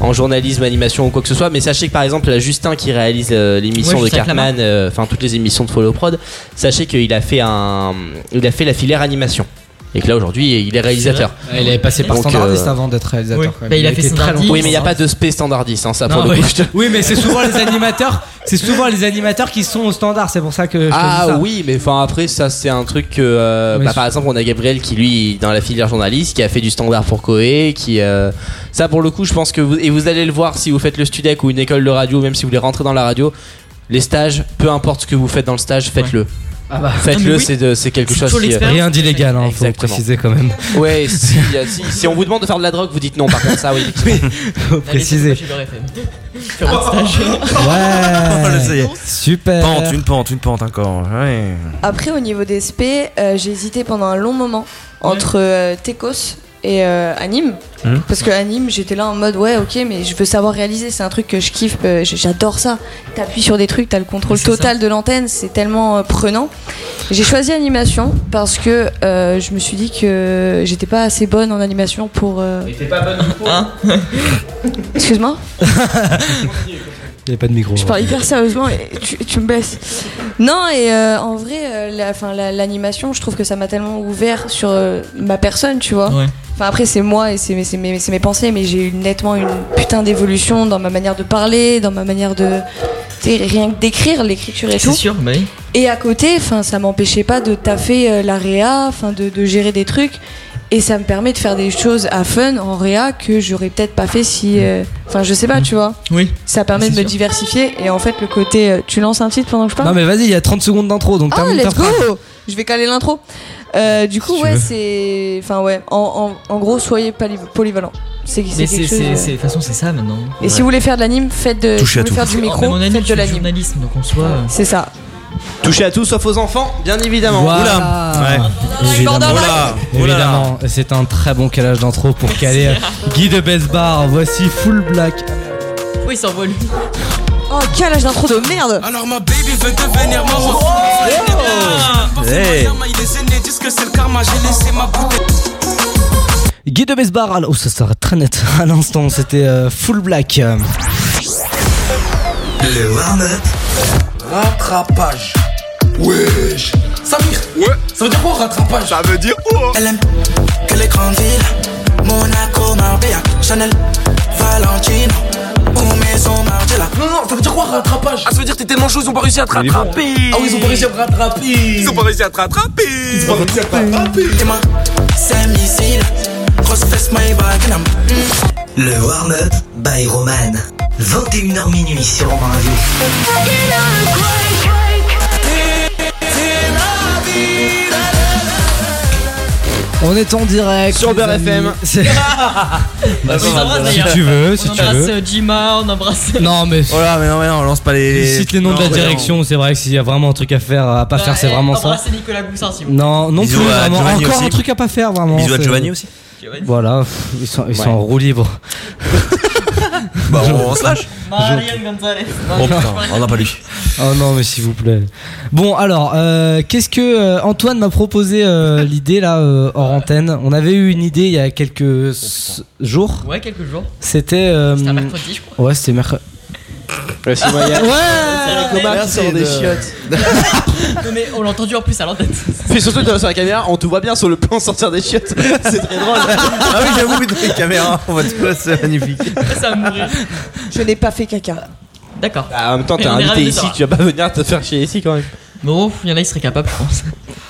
S6: en journalisme, animation ou quoi que ce soit. Mais sachez que par exemple, la Justin qui réalise euh, l'émission
S14: Ouais,
S6: de
S14: Justin Clamart.
S6: Cartman, euh, enfin toutes les émissions de Follow Prod, sachez qu'il a fait un, il a fait la filière animation. Et que là aujourd'hui, il est réalisateur.
S9: C'est vrai. Ouais, il est passé par
S6: Donc, euh,
S9: standardiste avant d'être réalisateur, Oui. quand même. Bah, il Il a a fait été très standardiste. longtemps.
S6: Oui, mais il n'y a pas de spé standardiste, hein, ça pour le
S9: Non, oui.
S6: coup. je te-
S9: oui, mais c'est souvent les animateurs, c'est souvent les animateurs qui sont au standard. C'est pour ça que je te dis
S6: Ah
S9: ça.
S6: oui, mais enfin après ça c'est un truc que euh,
S9: Mais
S6: bah,
S9: c'est-
S6: par exemple on a Gabriel qui lui dans la filière journaliste qui a fait du standard pour Coé, qui euh, ça pour le coup je pense que vous et vous allez le voir si vous faites le Studec ou une école de radio même si vous voulez rentrer dans la radio, les stages, peu importe ce que vous faites dans le stage, faites-le.
S9: Ah bah.
S6: Faites-le,
S9: Non, mais oui.
S6: c'est de- c'est quelque
S9: C'est
S6: chose
S9: toujours
S6: qui euh,
S9: l'expérience. Rien d'illégal, hein, faut
S6: Exactement.
S9: préciser quand même.
S6: Ouais, si, si- si on vous demande de faire de la drogue, vous dites non par contre ça oui.
S9: Faut préciser.
S14: Un stagiaire.
S13: Ouais. Oh, Ça y est.
S9: Super.
S13: Pente, une pente, une pente encore. Ouais.
S10: Après, au niveau des SP, euh, j'ai hésité pendant un long moment entre euh, Tekos et euh, Anime.
S13: Hmm.
S10: Parce que Anime, j'étais là en mode ouais, ok, mais je veux savoir réaliser. C'est un truc que je kiffe, euh, j- j'adore ça. T'appuies sur des trucs, t'as le contrôle total de l'antenne, c'est tellement euh, prenant. J'ai choisi animation parce que euh, je me suis dit que j'étais pas assez bonne en animation pour. euh,
S6: T'es pas bonne du coup
S10: Hein Excuse-moi
S9: Il n'y a pas de micro. hein.
S10: Je parle hyper sérieusement et tu, tu me baisses. Non, et euh, en vrai, euh, la- enfin, la- l'animation, je trouve que ça m'a tellement ouvert sur euh, ma personne, tu vois.
S18: Ouais.
S10: Enfin, après, c'est moi et c'est mes, c'est mes, c'est mes pensées, mais j'ai eu nettement une putain d'évolution dans ma manière de parler, dans ma manière de. tu sais, rien que d'écrire, l'écriture et tout.
S18: C'est sûr, bah oui.
S10: Et à côté, enfin, ça m'empêchait pas de taffer euh, la réa, enfin, de, de gérer des trucs. Et ça me permet de faire des choses à fun en réa que j'aurais peut-être pas fait si. euh, Enfin, je sais pas, tu vois.
S18: Oui.
S10: Ça permet de me
S9: sûr.
S10: diversifier. Et en fait, le côté. euh, tu lances un titre pendant que je parle
S9: Non, mais vas-y, il y a 30 secondes d'intro, donc
S10: Ah,
S9: termine ta
S10: let's go
S9: phrase.
S10: Je vais caler l'intro. Euh, du coup,
S9: tu
S10: ouais,
S9: veux.
S10: c'est. Enfin, ouais. En, en- en gros, soyez poly- polyvalent. C'est c'est
S18: Mais
S10: quelque
S18: c'est,
S10: chose,
S18: c'est,
S10: euh,
S18: c'est- de toute façon, c'est ça maintenant.
S10: Et si vous voulez faire de l'anime, faites de.
S18: Touchez
S10: si
S18: à
S10: vous
S18: tout.
S10: voulez
S18: Oh, mais
S10: faire du micro,
S18: mon anime, je
S10: faites de
S18: suis
S10: l'anime.
S18: journaliste, donc en soi. euh,
S10: C'est ça.
S6: Touchez à tout sauf aux enfants, bien évidemment. Ah,
S9: Voilà.
S6: Borderline.
S9: Évidemment, et c'est un très bon calage d'intro pour caler euh, Guy de Best Bar. Voici Full Black.
S14: Oui, il s'envole.
S10: Oh, calage d'intro de merde
S15: Alors ma baby veut devenir maman.
S9: Oh. Hey.
S15: Il est aîné, disent que c'est le karma, j'ai laissé ma bouteille.
S9: Guy de Best Bar. alors- Oh, ça s'arrête très net à l'instant. C'était euh, Full Black. euh.
S15: Le warm-up. Rattrapage. Wesh. Samir. Ouais. Ça veut dire quoi rattrapage Ça veut dire quoi Elle aime que les grandes villes. Monaco, Marbella, Chanel, Valentino. Ou Maison Margiela. Non, non, ça veut dire quoi rattrapage Ah, ça veut dire que t'es tellement chaud, ils ont pas réussi à te rattraper. Ah oui, ils ont pas réussi à te rattraper. Ils ont pas réussi à te rattraper. Ils ont pas réussi à te rattraper. T'es ma semi-sile. Grosse fesse, my bagnam.
S20: Mm.
S1: Le warm-up by Roman. 21h minuit sur Romain Radio.
S9: On est en direct. Sur BRFM.
S14: Bah,
S13: si,
S14: on embrasse,
S13: si
S14: d'ailleurs.
S13: tu veux, si
S14: on
S13: tu
S14: embrasse
S13: veux.
S14: euh, Jima, on embrasse.
S9: Non, mais.
S13: Oh là, mais non, mais non, on lance pas les.
S9: Cite les noms de la
S13: Non, mais non.
S9: direction, c'est vrai que s'il y a vraiment un truc à faire, à pas faire, Ah, c'est
S14: Eh,
S9: vraiment ça.
S14: Embrassez Nicolas Goussin, si vous voulez.
S9: Non, non
S13: Bisous
S9: plus,
S13: à
S9: vraiment.
S13: Giovanni
S9: Encore
S13: aussi.
S9: un truc à pas faire, vraiment.
S13: Bisous à
S9: c'est-
S13: Giovanni aussi.
S9: Voilà, pff, ils sont, ils sont
S13: Ouais.
S9: en roue libre.
S13: Bah, on, on se lâche.
S14: Marianne Gonzalez. Non,
S13: Oh putain, on n'a pas lui.
S9: Oh non, mais s'il vous plaît. Bon, alors, euh, qu'est-ce que euh, Antoine m'a proposé euh, l'idée là, euh, hors antenne On avait eu une idée il y a quelques s- jours.
S14: Ouais, quelques jours.
S9: C'était. euh,
S14: C'était un mercredi, je
S9: Ouais, c'était
S6: Euh,
S9: mercredi.
S14: c'est
S9: ouais!
S14: Maya. C'est Thomas
S9: Merci
S14: qui sort des
S9: de-
S14: chiottes. non, mais on l'a entendu en plus à l'antenne.
S6: Puis surtout dans- sur la caméra, on te voit bien sur le plan sortir des chiottes. C'est très drôle.
S13: Ah oui, j'avoue, mais dans les caméras, on voit tout ça, c'est magnifique.
S14: Ça va mourir.
S10: Je n'ai pas fait caca.
S14: D'accord.
S6: Bah, en même temps, t'es
S14: Mais on est
S6: invité
S14: ravis de
S6: ici,
S14: savoir.
S6: tu vas pas venir te faire chier ici quand même.
S14: Bon, il y en a, ils seraient capables, je pense.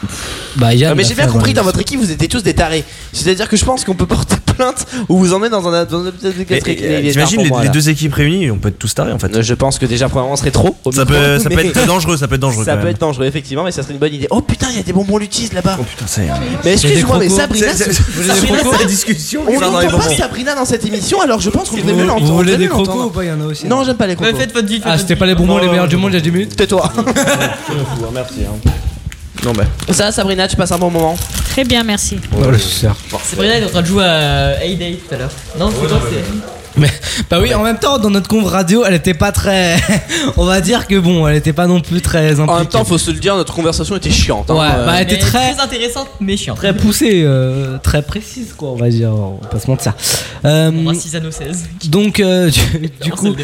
S9: Bah, Yann
S6: mais
S9: l'a
S6: j'ai bien
S9: fait,
S6: compris,
S9: dans
S6: dans votre équipe, vous étiez tous des tarés. C'est-à-dire que je pense qu'on peut porter plainte ou vous emmener dans un dans un hôpital
S13: Et-
S6: psychiatrique. Il est- il
S13: et,
S6: est
S13: euh,
S6: tard
S13: T'imagines
S6: pour
S13: les,
S6: moi,
S13: les
S6: là.
S13: deux équipes réunies, on peut être tous tarés en fait.
S6: Je pense que déjà premièrement on serait trop. au
S13: Ça
S6: micro,
S13: peut, ça peut
S6: mais-
S13: être dangereux, ça peut être dangereux.
S6: Ça
S13: quand
S6: peut
S13: même. Oh
S6: être dangereux effectivement, mais ça serait une bonne idée. Oh putain, il y a des bonbons Lutis là-bas.
S13: Putain, c'est.
S6: Mais excuse-moi, mais Sabrina,
S13: C'est- c'est-
S6: c'est-
S13: vous voulez des
S6: Sabrina,
S13: crocos
S6: c'est-
S13: La discussion qui
S6: On
S13: va dans les
S6: n'entend pas
S13: bonbons.
S6: Sabrina dans cette émission, alors je pense qu'on devrait
S9: Vous-
S6: mieux
S9: vous
S6: l'entendre.
S9: voulez
S6: on devrait
S9: des crocos
S6: l'entendre.
S9: ou pas Il y en a aussi,
S6: Non,
S9: non
S6: j'aime pas les crocos.
S9: Ouais, faites
S14: votre vie.
S9: Ah, c'était pas les bonbons les meilleurs du monde il y a 10 minutes
S6: Tais-toi
S13: Merci.
S9: hein.
S13: Non, bah.
S6: Ça, Sabrina, tu passes un bon moment.
S5: Très bien, merci.
S9: Oh, le suceur.
S14: C'est vrai, il est en train de jouer à A-Day tout à l'heure. Non, c'est toi, c'est.
S9: Bah oui, en même temps, dans notre conf radio, elle était pas très. On va dire que bon, elle était pas non plus très impliquée.
S6: En même temps, faut se le dire, notre conversation était chiante. hein. Euh,
S9: Ouais, bah, elle était
S14: Mais
S9: très-
S14: Très intéressante, mais chiante.
S9: Très poussée, euh, très précise, quoi, on va dire. On va pas se mentir. Euh,
S14: On embrasse Isano 16.
S9: donc, euh, du, du coup.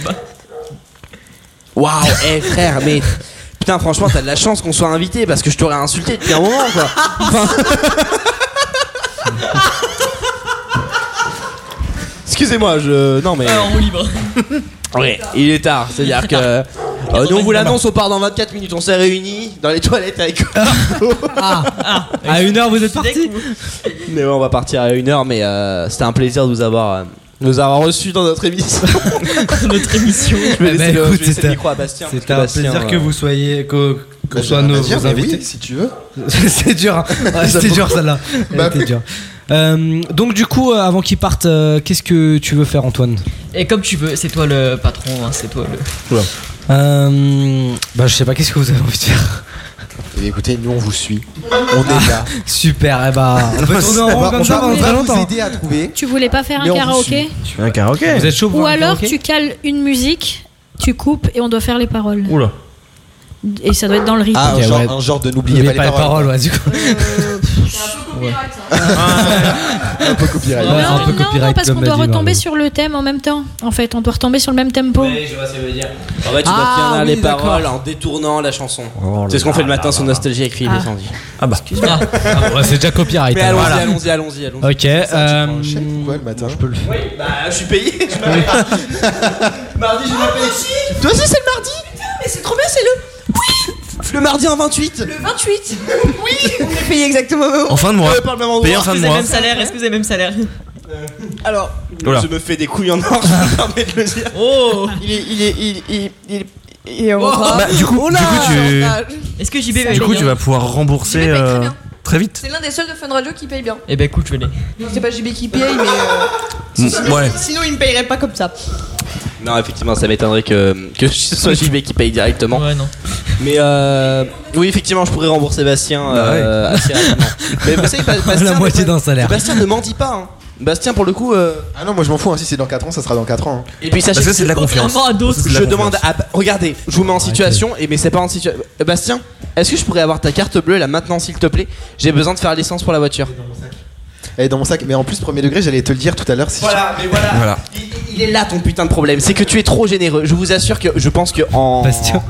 S6: Waouh, eh frère, mais. Putain, franchement, t'as de la chance qu'on soit invité parce que je t'aurais insulté depuis un moment, quoi. Enfin... Excusez-moi, je. Non,
S9: Euh,
S6: mais.
S14: Euh, En roue libre.
S6: Ouais, il est tard, c'est-à-dire que. euh, nous, on vous l'annonce, on part dans 24 minutes. On s'est réunis dans les toilettes avec.
S9: à une heure, vous êtes parti
S6: mais ouais, on va partir à une heure, mais euh, c'était un plaisir de vous avoir. euh, de Nous avoir reçus dans notre émission.
S14: notre émission.
S6: Je vais
S9: Eh ben,
S6: laisser, le, je vais
S9: écoute,
S6: laisser le
S9: c'était-
S6: micro à Bastien. parce
S9: C'était un
S6: Bastien,
S9: plaisir que
S6: euh,
S9: vous soyez. que- Qu'on soit nos vos invités.
S16: si tu veux.
S9: c'est dur, hein. Ouais,
S6: Bah,
S16: Ça
S9: c'était
S16: vaut-
S9: dur celle-là.
S16: Bah
S9: C'était
S16: oui.
S9: dur. Euh, donc du coup, euh, avant qu'ils partent, euh, qu'est-ce que tu veux faire, Antoine
S14: Et comme tu veux, c'est toi le patron, hein, c'est toi le.
S9: Euh, Bah je sais pas, qu'est-ce que vous avez envie de faire
S16: Eh écoutez, nous on vous suit. On est là.
S9: Super, eh bah on peut tourner en rond comme ça pendant très longtemps.
S16: à trouver.
S5: Tu voulais pas faire un
S9: Mais on vous
S5: karaoké
S13: Tu fais un karaoké
S9: Vous êtes chaud
S5: Ou alors tu cales une musique, tu coupes et on doit faire les paroles.
S13: Oula.
S5: Et ça doit être dans le rythme.
S16: Ah, un, genre, un genre de n'oubliez pas,
S9: N'oubliez pas les paroles, ouais, du coup.
S16: un peu copyright.
S9: Ouais, un peu
S5: Non, non,
S9: copyright
S5: parce
S9: comme
S5: qu'on doit
S9: Maddy,
S5: retomber
S9: Marley.
S5: sur le thème en même temps. En fait, on doit retomber sur le même tempo.
S6: Je vois ce que ça veut dire. En fait, tu
S5: Ah,
S6: dois tenir les
S5: oui,
S6: paroles
S5: d'accord.
S6: en détournant la chanson.
S13: là
S6: c'est ce qu'on fait le
S13: là
S6: matin sur Nostalgie avec Philippe
S13: Ah.
S6: et Sandy.
S13: Ah bah.
S6: Excuse-moi.
S9: Ah bon, c'est déjà copyright.
S6: Mais
S9: hein,
S6: allons-y,
S9: voilà.
S6: allons-y, allons-y, allons-y.
S9: Ok. euh,
S16: Quoi le matin Je
S9: peux le faire.
S6: Oui, bah je suis payé. je m'appelle. mardi, je m'appelle.
S12: Toi aussi, c'est le mardi Putain, mais c'est trop bien, c'est le. Oui Le mardi en 28 Le 28 Oui On est payé exactement au même
S13: En fin de mois.
S12: Euh, par le même endroit.
S13: Payé en fin de
S12: Est-ce que
S13: mois.
S12: c'est le même salaire
S14: Est-ce que vous avez le même salaire
S12: Alors.
S13: Oula.
S6: Je me fais des couilles en or, je me permets de le dire.
S14: Oh
S12: Il est. Il est. Il, il, il, il est en
S14: Oh.
S12: retard.
S13: Bah, du coup-
S12: Oh là
S13: du coup, tu-
S12: Ah,
S14: Est-ce que JB va
S13: Du coup,
S14: venir
S13: tu vas pouvoir rembourser euh, très vite.
S10: C'est l'un des seuls de Fun Radio qui paye bien.
S14: Eh ben écoute, je vais les.
S10: C'est pas JB qui paye, mais. euh,
S13: Mm, Ouais.
S10: Sinon, il me payerait pas comme ça.
S6: Non, effectivement, ça m'étonnerait que, que ce soit JB qui paye directement.
S14: Ouais, non.
S6: Mais euh, oui, effectivement, je pourrais rembourser Bastien
S16: Bah
S6: euh,
S9: ouais.
S6: assez rapidement. Mais vous savez, Ba-
S9: La
S6: Bastien,
S9: moitié d'un salaire.
S6: Bastien ne mendie pas. hein. Bastien, pour le coup.
S16: Ah non, moi je m'en fous. hein. Si c'est dans 4 ans, ça sera dans 4 ans. hein.
S6: Et puis
S16: Bah,
S6: sachez que Je demande à. Regardez, je vous mets en situation, et mais c'est pas en situation. Bastien, est-ce que je pourrais avoir ta carte bleue là maintenant, s'il te plaît J'ai besoin de faire l'essence pour la voiture.
S16: Elle est dans mon sac. Mais en plus, premier degré, j'allais te le dire tout à l'heure. Si
S6: Voilà, mais voilà.
S16: Voilà.
S6: Il est là ton putain de problème, c'est que tu es trop généreux. Je vous assure que je pense que en,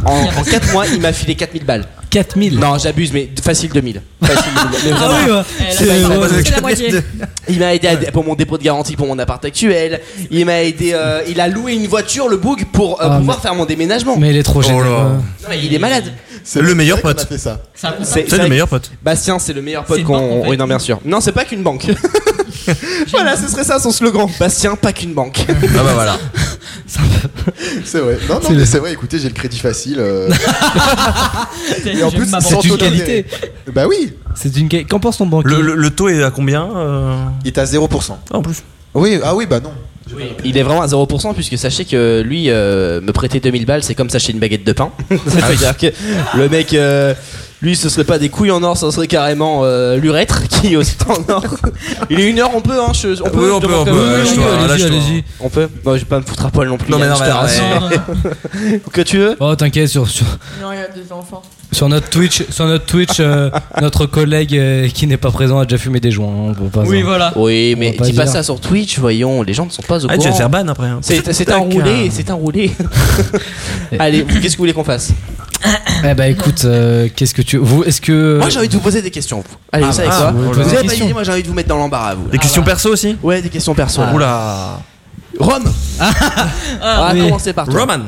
S6: en, 4 mois, il m'a filé 4000 balles.
S9: 4000
S6: Non, j'abuse, mais facile 2000. Facile 2000. Mais
S9: Ah
S6: vraiment,
S9: oui, ouais.
S6: c'est
S9: C'est-
S6: pas une
S9: ouais,
S6: blague.
S9: c'est la C'est la moitié. moitié.
S6: Il m'a aidé à- pour mon dépôt de garantie pour mon appart actuel. Il m'a aidé, euh, il a loué une voiture, le Boug, pour euh,
S9: Ah,
S6: pouvoir faire mon déménagement.
S9: Mais il est trop généreux.
S6: Non, mais il est malade.
S13: Oh C'est le meilleur pote.
S6: C'est
S13: C'est le
S6: vrai-
S13: meilleur pote.
S6: Bastien, c'est le meilleur pote
S13: une
S6: qu'on.
S13: banque, en fait.
S6: oui, non, bien sûr. Non, c'est pas qu'une banque. voilà, ce serait ça son slogan. Bastien, pas qu'une banque.
S13: Ah bah voilà.
S16: C'est vrai. Non, non,
S6: C'est
S16: mais
S6: le-
S16: c'est vrai. Écoutez, j'ai le crédit facile. euh. Et en
S9: J'aime
S16: plus,
S9: ma banque.
S16: sans
S9: C'est
S16: taux
S9: une
S16: d'intérêt.
S9: qualité.
S16: Bah oui.
S9: C'est une. Qu'en pense ton banquier
S13: Le, le- le taux est à combien euh,
S16: Il est à 0%.
S13: en plus.
S16: Oui, ah oui, bah non.
S6: Il est vraiment à 0% puisque sachez que lui euh, me prêter 2000 balles c'est comme s'acheter une baguette de pain.
S13: Ah
S6: C'est-à-dire que le mec, euh, lui ce serait pas des couilles en or, ce serait carrément euh, l'urètre qui est aussi en or. Il est une heure, on peut, hein, je- on peut.
S13: Ah Oui,
S6: je
S13: on peut,
S6: demande
S13: on peut,
S6: quand même.
S13: ouais,
S6: Oui, oui,
S13: lâche-toi,
S6: oui,
S13: lâche-toi.
S6: On peut. Bon, je vais pas me foutre à poil non plus.
S13: Non, mais
S6: Yann,
S13: non,
S6: je
S13: mais
S6: te
S13: non,
S6: rassure. Que tu veux
S9: Oh, t'inquiète, sur, sur,
S10: Non, il y a deux enfants.
S9: sur notre Twitch, sur notre, Twitch euh, notre collègue euh, qui n'est pas présent a déjà fumé des joints. hein, on peut pas-
S6: Oui, voilà. Oui,
S9: on
S6: mais
S9: peut pas
S6: dis pas
S9: dire.
S6: ça sur Twitch, voyons, les gens ne sont pas au
S9: Ah, tu
S6: courant.
S9: vas te faire ban après, hein.
S6: C'est c'est un
S9: Tac,
S6: roulé,
S9: hein.
S6: c'est un roulé. Allez, qu'est-ce que vous voulez qu'on fasse
S9: Eh bah écoute, euh, qu'est-ce que tu. Vous, est-ce que.
S6: Moi j'ai envie de vous poser des questions. Vous. Allez,
S9: Ah,
S6: vous savez
S9: bah,
S6: quoi
S9: ah, ouais,
S6: Vous
S9: posez des
S6: avez pas
S9: questions.
S6: d'idée, moi j'ai envie de vous mettre dans l'embarras. Vous. Ah,
S9: Des questions
S6: perso
S13: aussi
S6: Ouais, des questions perso.
S13: Ah.
S6: Oula Rome Ah, On va
S13: oui.
S6: commencer par toi.
S13: Roman.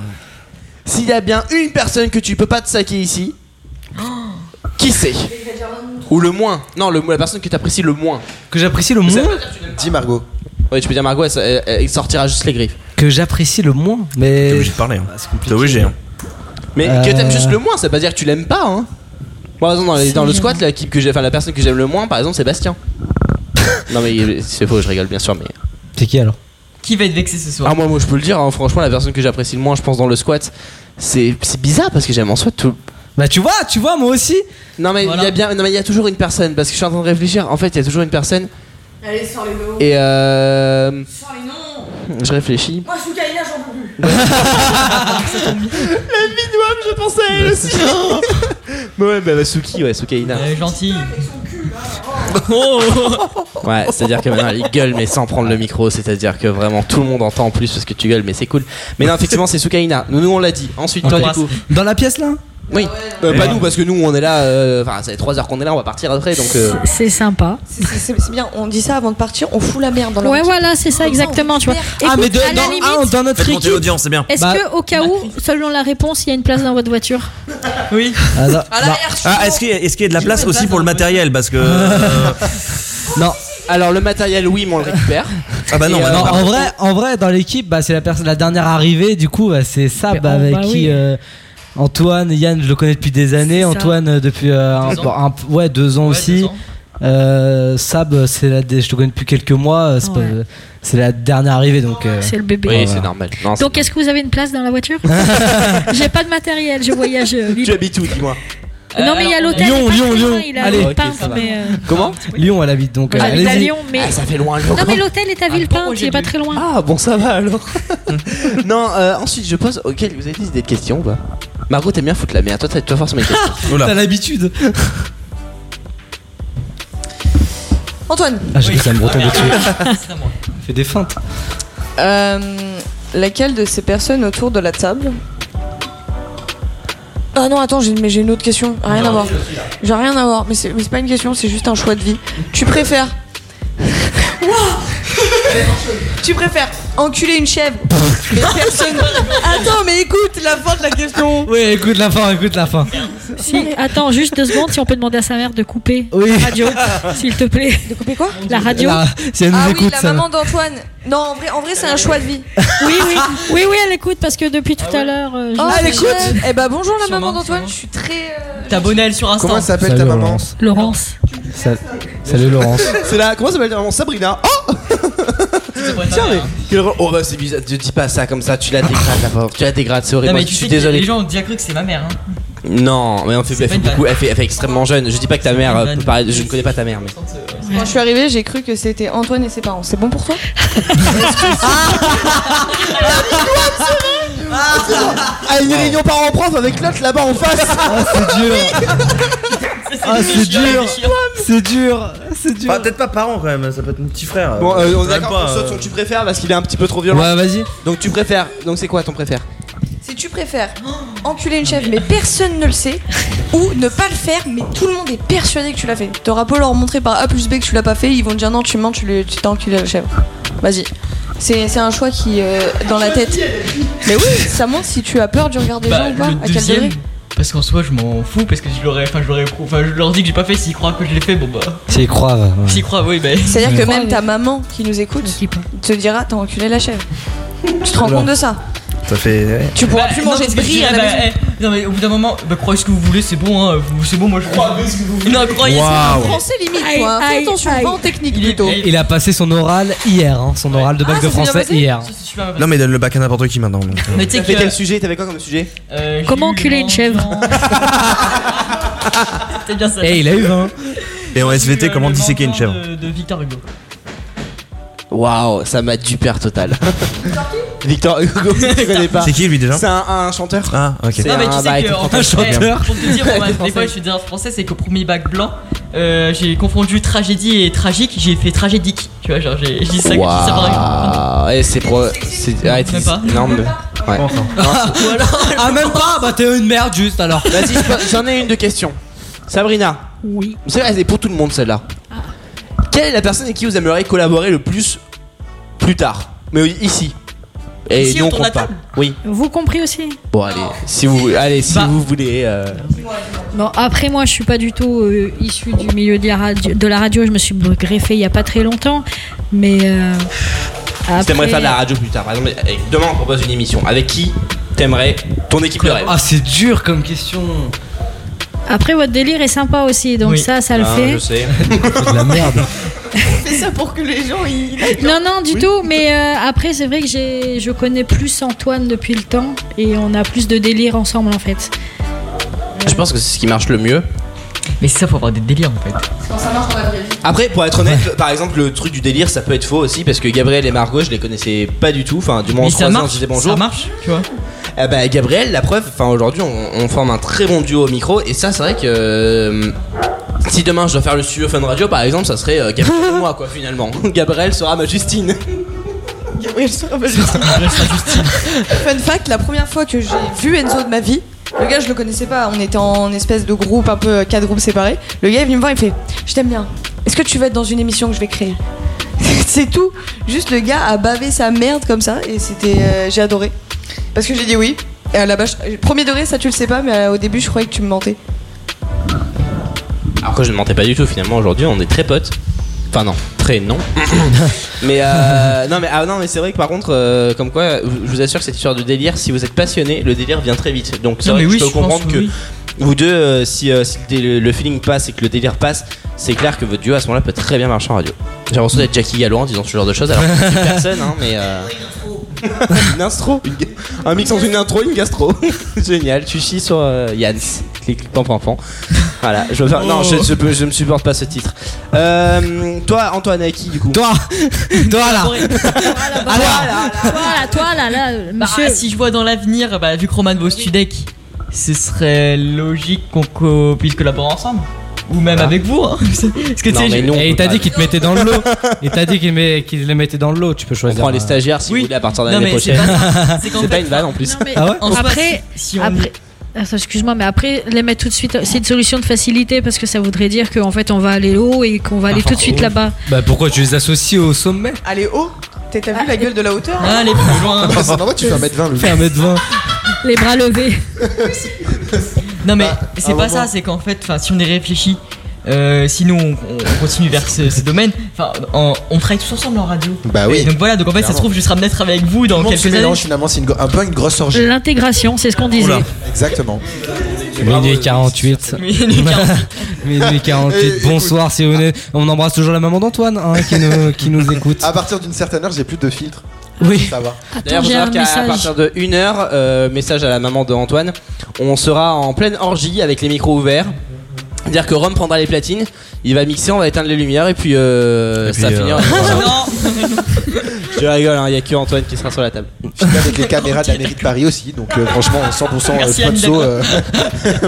S6: S'il y a bien une personne que tu peux pas te saquer ici, qui c'est Ou le moins Non, le, la personne que t'apprécies le moins.
S9: Que j'apprécie le moins
S6: Dis Margot. Ouais, tu peux dire Margot, elle, elle- elle sortira juste les griffes.
S9: Que j'apprécie le moins, mais. T'es obligé
S13: de parler.
S9: hein. T'es obligé.
S6: Mais
S9: Euh.
S6: que t'aimes juste le moins, ça veut pas dire que tu l'aimes pas, hein. Par exemple, dans, les- dans le squat, la, que j'ai- enfin, la personne que j'aime le moins, par exemple, c'est Bastien. non, mais il- c'est faux, je rigole bien sûr, mais.
S9: C'est qui alors
S14: Qui va être vexé ce soir
S6: Ah, moi, moi, je peux le dire, hein, franchement, la personne que j'apprécie le moins, je pense, dans le squat, c'est c'est bizarre parce que j'aime en squat tout.
S9: Bah, tu vois, tu vois, moi aussi
S6: Non, mais il y a bien. Non, mais il y a toujours une personne, parce que je suis en train de réfléchir. En fait, il y a toujours une personne.
S17: Allez, sors les noms.
S6: Et euh.
S17: Sors les noms.
S6: Je réfléchis.
S17: Moi, je suis Kaina, j'en peux plus.
S6: La vie de Wam, je pensais à elle aussi. Mais ouais, bah, bah, Suki, ouais, Sukaina.
S14: Elle est gentille.
S6: Ouais, c'est-à-dire que maintenant il gueule mais sans prendre le micro, c'est-à-dire que vraiment tout le monde entend en plus parce que tu gueules mais c'est cool. Mais non, effectivement, c'est Sukaina. Nous, nous, on l'a dit. Ensuite, toi, du coup.
S9: Dans la pièce là
S6: Oui, Euh, pas nous parce que nous on est là, euh, enfin ça fait 3 heures qu'on est là, on va partir après donc. euh,
S5: C'est sympa.
S10: C'est c'est- c'est bien, on dit ça avant de partir, on fout la merde dans le
S5: Ouais, voilà, c'est ça exactement, tu vois.
S9: Ah, mais de-
S5: Écoute, à la
S9: dans-
S5: limite,
S9: ah, dans notre Faites monter équipe. l'audience, c'est bien.
S5: Est-ce
S9: Bah-
S5: que, au cas où, selon la réponse, il y a une place dans votre voiture
S14: Oui.
S9: Ah, non.
S13: Ah, est-ce qu'il y, a- est-ce qu'il y a de la place aussi pour le matériel Parce que. euh,
S9: non.
S6: Alors le matériel, oui, mais on le récupère.
S13: Ah bah non,
S6: Et,
S13: bah
S6: euh,
S13: non.
S6: par
S9: en
S6: contre,
S9: vrai, en vrai, dans l'équipe, bah, c'est la personne, la dernière arrivée. Du coup, bah, c'est Sab
S6: bah,
S9: avec
S6: bah
S9: qui
S6: oui.
S9: euh, Antoine, Yann, je le connais depuis des années.
S6: ça.
S9: Antoine euh, depuis euh, un,
S6: Deux ans.
S9: un- ouais deux ans aussi. Euh, Sab, c'est la, je te connais depuis quelques mois, euh, c'est, pas- c'est la dernière arrivée donc. euh,
S5: C'est le bébé.
S6: Oui,
S9: voilà.
S6: c'est normal. Non,
S5: Donc, est-ce que vous avez une place dans la voiture J'ai pas de matériel, je voyage. euh, libre. Euh,
S6: Tu habites où, dis-moi Euh,
S5: non, mais il y a l'hôtel.
S9: Lyon,
S5: il est pas
S9: Lyon,
S5: très loin,
S9: Lyon.
S5: Il a
S9: Allez.
S5: Villepinte,
S9: Ok, ça va.
S5: mais. euh,
S9: Comment Lyon, elle habite donc. euh,
S5: j'habite à
S9: allez-y.
S5: Lyon, mais. Non, mais l'hôtel est à Villepinte, il est pas très loin.
S6: Ah bon, ça va alors. non, euh, ensuite je pose. Ok, vous avez dit des questions ou pas Margot, t'aimes bien foutre la merde. Toi, t'as- toi forcément une question.
S9: T'as l'habitude.
S10: Antoine.
S9: Ah, j'ai cru que ça me retombait dessus.
S10: C'est à moi.
S9: Fais des feintes.
S10: Euh, laquelle de ces personnes autour de la table Ah non, attends, j'ai- mais j'ai une autre question. Rien à voir. J'ai rien à voir, mais c'est mais c'est pas une question, c'est juste un choix de vie. Tu préfères. tu préfères enculer une chèvre mais personne. Attends, mais écoute la fin de la question.
S9: Oui, écoute la fin, écoute la fin.
S5: Si, attends, juste deux secondes, si on peut demander à sa mère de couper la radio, s'il te plaît. De
S10: couper quoi
S5: La radio.
S9: La- si elle nous
S10: ah oui,
S9: écoute,
S10: la
S9: ça va.
S10: maman d'Antoine. Non, en vrai, en vrai c'est un choix de vie.
S5: Oui, oui, oui, oui, elle écoute parce que depuis tout à l'heure. euh, je-
S10: Oh, Eh bah bonjour la maman d'Antoine, je suis très.
S14: T'abonnais sur Insta.
S8: Comment elle s'appelle ta
S9: Salut,
S8: maman
S9: Laurence.
S5: Laurence.
S9: Sa- Salut Laurence.
S6: C'est là, comment ça s'appelle ta maman Sabrina Oh Tiens, mais. quel re- Oh bah c'est bizarre, ne dis pas ça comme ça, tu la dégrades la pauvre. Tu la dégrades, c'est horrible.
S14: Non, mais
S6: Moi,
S14: tu
S6: je
S14: sais
S6: suis
S14: que
S6: désolé.
S14: Les gens ont déjà cru que c'est ma mère. hein.
S6: Non, mais on fait, elle
S14: pas
S6: fait
S14: une
S6: beaucoup, elle fait, elle fait extrêmement jeune. Je dis pas que ta mère euh, peut paraître- Je ne connais pas ta mère, mais.
S10: Quand je suis arrivée, j'ai cru que c'était Antoine et ses parents. C'est bon pour toi Ah.
S6: À une réunion parents-prof avec l'autre là-bas en face.
S9: Ah, c'est dur. Ah, c'est dur. C'est dur. C'est dur.
S13: peut-être pas parent quand même, ça peut être mon petit frère.
S6: Bon, euh, on est
S13: Même
S6: d'accord
S13: pas,
S6: qu'on saute
S13: euh,
S6: sur tu préfères parce qu'il est un petit peu trop violent.
S9: Ouais, vas-y.
S6: Donc tu préfères. Donc c'est quoi ton préfère
S10: Si tu préfères enculer une chèvre mais personne ne le sait, ou ne pas le faire mais tout le monde est persuadé que tu l'as fait. T'auras beau leur montrer par A plus B que tu l'as pas fait, ils vont te dire non, tu mens, tu l'as- tu t'as enculé la chèvre. Vas-y. C'est c'est un choix qui, euh, dans la tête. Mais oui, ça montre si tu as peur du regard des
S14: Bah,
S10: gens ou pas,
S14: le
S10: à quel
S14: deuxième,
S10: degré.
S14: parce qu'en soi, je m'en fous, parce que je l'aurais, enfin, je l'aurais, enfin, je leur dis que j'ai pas fait. S'ils croient que je l'ai fait, bon bah.
S9: S'ils croient. ouais.
S14: S'ils croient, oui, bah.
S10: C'est-à-dire que même ta maman qui nous écoute te dira t'as enculé la chèvre. Tu te rends
S14: Oula.
S10: compte de ça
S13: Ça fait.
S10: Tu pourras plus
S14: non,
S10: manger
S14: parce
S10: de
S14: que je
S10: brie à
S14: dirais,
S10: la
S14: bah,
S10: maison.
S14: eh, Non mais au bout d'un moment, bah, croyez ce que vous voulez, c'est bon, hein, vous- c'est bon, moi je crois. ce que vous voulez. Non, croyez ce que
S9: Waouh.
S14: vous
S10: Français limite,
S14: Aïe,
S10: quoi. Fais
S14: aïe,
S10: attention,
S14: aïe.
S10: pas en technique
S14: Il est-
S10: plutôt.
S9: Il a passé son oral hier, hein, son oral de bac
S10: Ah,
S9: de
S10: ça s'est bien
S9: français
S10: passé
S9: hier.
S13: Non, mais donne le bac à n'importe qui maintenant. donc, euh.
S14: Mais tu sais
S6: T'as fait
S14: que-
S6: quel sujet T'avez quoi comme sujet
S5: Comment enculer une chèvre
S14: C'était bien ça.
S13: Eh, il a eu 20. Et en SVT, comment disséquer une chèvre
S14: De, de Victor Hugo.
S6: Waouh, ça m'a du père total. Victor Hugo, tu connais pas.
S13: C'est qui, lui, déjà
S6: C'est un, bah, un chanteur.
S13: Ah, ok.
S6: C'est
S14: Non mais tu
S6: un
S14: sais
S6: variété
S14: que en
S6: français.
S14: fait, eh, Pour te dire, moi, des fois
S6: Français.
S14: je suis dans français, c'est qu'au premier bac blanc, euh, j'ai confondu tragédie et tragique, j'ai fait tragédique. Tu vois, genre j'ai j'ai dit ça, j'ai dit ça par
S6: Waouh. Eh, c'est pro. C'est. Arrête.
S14: Même pas.
S6: Non, mais. Ouais.
S9: Ah, même pas Bah, t'es une merde juste alors.
S6: Vas-y, je peux- j'en ai une de question. Sabrina.
S5: Oui.
S6: C'est vrai, elle est pour tout le monde celle-là. Quelle est la personne avec qui vous aimeriez collaborer le plus plus tard Mais oui, ici. Et
S5: Ici,
S6: nous on
S5: autour de la
S6: compte pas.
S5: table
S6: Oui.
S5: Vous compris aussi
S6: Bon allez, si vous allez si vous voulez. euh,
S5: Non, après moi, je suis pas du tout euh, issue du milieu de la, radio, de la radio. Je me suis greffée il y a pas très longtemps, mais. euh,
S6: Si t'aimerais
S5: après-
S6: faire de la radio plus tard, par exemple, eh, demain on propose une émission. Avec qui t'aimerais ton équipe de rêve
S9: Ah, c'est dur comme question.
S5: Après, votre délire est sympa aussi, donc ça, ça le
S6: Ah,
S5: fait.
S6: Je sais.
S9: C'est de la merde.
S10: Fais ça pour que les gens ils.
S5: Non, non, du tout. Mais euh, après, c'est vrai que j'ai, je connais plus Antoine depuis le temps et on a plus de délire ensemble en fait.
S6: Je pense que c'est ce qui marche le mieux.
S14: Mais ça faut avoir des délires en fait.
S6: Après, pour être honnête, par exemple, le truc du délire, ça peut être faux aussi, parce que Gabriel et Margot, je les connaissais pas du tout. Enfin, du moins,
S14: Mais
S6: on se
S14: ça
S6: croisait, on
S14: marche,
S6: se disait bonjour.
S14: ça marche, tu vois.
S6: Eh ben, Gabriel, la preuve, enfin, aujourd'hui, on, on forme un très bon duo au micro, et ça, c'est vrai que. euh, si demain je dois faire le studio Fun Radio, par exemple, ça serait euh, Gabriel et moi, quoi, finalement. Gabriel sera ma Justine.
S10: Gabriel sera pas Justine. Fun fact, la première fois que j'ai vu Enzo de ma vie, le gars je le connaissais pas, on était en espèce de groupe, un peu quatre groupes séparés. Le gars est venu me voir, il fait Je t'aime bien, est-ce que tu vas être dans une émission que je vais créer C'est tout, juste le gars a bavé sa merde comme ça et c'était. euh, j'ai adoré. Parce que j'ai dit oui. Et à la base, je- premier degré, ça tu le sais pas, mais euh, au début je croyais que tu me mentais.
S6: Alors que je ne mentais pas du tout finalement aujourd'hui on est très potes. Enfin non, très non. mais euh, non mais ah non mais c'est vrai que par contre euh, comme quoi je vous assure que cette histoire de délire si vous êtes passionné le délire vient très vite. Donc c'est
S14: Non,
S6: vrai
S14: mais
S6: que
S14: oui,
S6: je peux
S14: je pense
S6: comprendre
S14: que
S6: que
S14: oui.
S6: Vous deux, euh, si, euh, si le, le feeling passe et que le délire passe, c'est clair que votre duo à ce moment-là peut très bien marcher en radio. J'ai l'impression d'être Jackie Gallo en disant ce genre de choses alors que je suis personne, hein, mais. euh, une intro une ga- Un mix entre une intro et une gastro. Génial, tu chies sur euh, Yanns. Clic, clic, pan, pan, pan. Voilà, je, veux faire- non, je, je peux- je ne supporte pas ce titre. Euh, toi, Antoine Aki, du coup.
S9: Toi Toi là
S5: Toi là, toi là, là, euh,
S14: Bah,
S5: monsieur.
S14: si je vois dans l'avenir, bah, vu que Roman vaut Studek, ce serait logique qu'on co- puisse collaborer ensemble. Ou même
S6: Ah.
S9: Voilà.
S14: avec vous. Hein. Parce que, tu sais,
S13: Eh,
S14: je-
S9: Et t'as Eh, dit qu'il te mettait dans le lot. Et t'as dit qu'il met- qu'il les mettait dans le lot. Tu peux choisir.
S6: prend les
S9: un-
S6: stagiaires si vous voulez à partir de
S9: Non,
S6: l'année
S9: mais c'est
S6: prochaine.
S9: pas ça.
S6: C'est pas, une vanne en plus.
S9: Ah ouais
S5: après, après- Attends, excuse-moi, mais après les mettre tout de suite, c'est une solution de facilité parce que ça voudrait dire qu'en fait on va aller haut et qu'on va aller
S16: Ah,
S5: tout de suite là-bas.
S9: Bah pourquoi tu les associes au sommet
S12: Allez, haut T'as t'as vu la gueule de la hauteur hein
S14: Allez, plus loin.
S16: tu fais 1m20 le
S9: Fais 1m20.
S5: Les bras levés.
S14: Non mais
S5: Bah,
S14: c'est
S5: un
S14: pas
S5: moment.
S14: ça, c'est qu'en fait, enfin, si on y réfléchit, euh, si nous on, on continue vers ce, ce domaine, enfin, en- on travaille tous ensemble en radio.
S16: Bah oui.
S14: Et donc voilà, donc en fait, ça se
S16: Clairement.
S14: trouve, je serai amené à travailler avec vous
S16: Tout
S14: dans
S16: le monde se
S14: quelques années.
S16: mélange finalement, c'est une gro- un peu une grosse orgie.
S5: L'intégration, c'est ce qu'on disait.
S16: Exactement.
S9: Minuit 48.
S14: Minuit 48.
S9: Minuit 48. Bonsoir, si vous venez. On embrasse toujours la maman d'Antoine hein, qui, nous, qui nous écoute.
S16: À partir d'une certaine heure, j'ai plus de filtre.
S9: Oui.
S16: Ça va.
S6: D'ailleurs, faut
S9: j'ai
S6: savoir
S9: un
S6: qu'à à
S9: message.
S6: partir de 1h, message à la maman de Antoine, on sera en pleine orgie avec les micros ouverts. C'est-à-dire que Rome prendra les platines, il va mixer, on va éteindre les lumières et puis, euh, ça
S13: puis,
S6: finira.
S13: euh,
S6: Je rigole, il n'y a que Antoine qui sera sur la table.
S16: Avec les caméras de la mairie de Paris aussi, donc euh, franchement 100% euh,
S6: Merci, Anne,
S16: sponsor euh,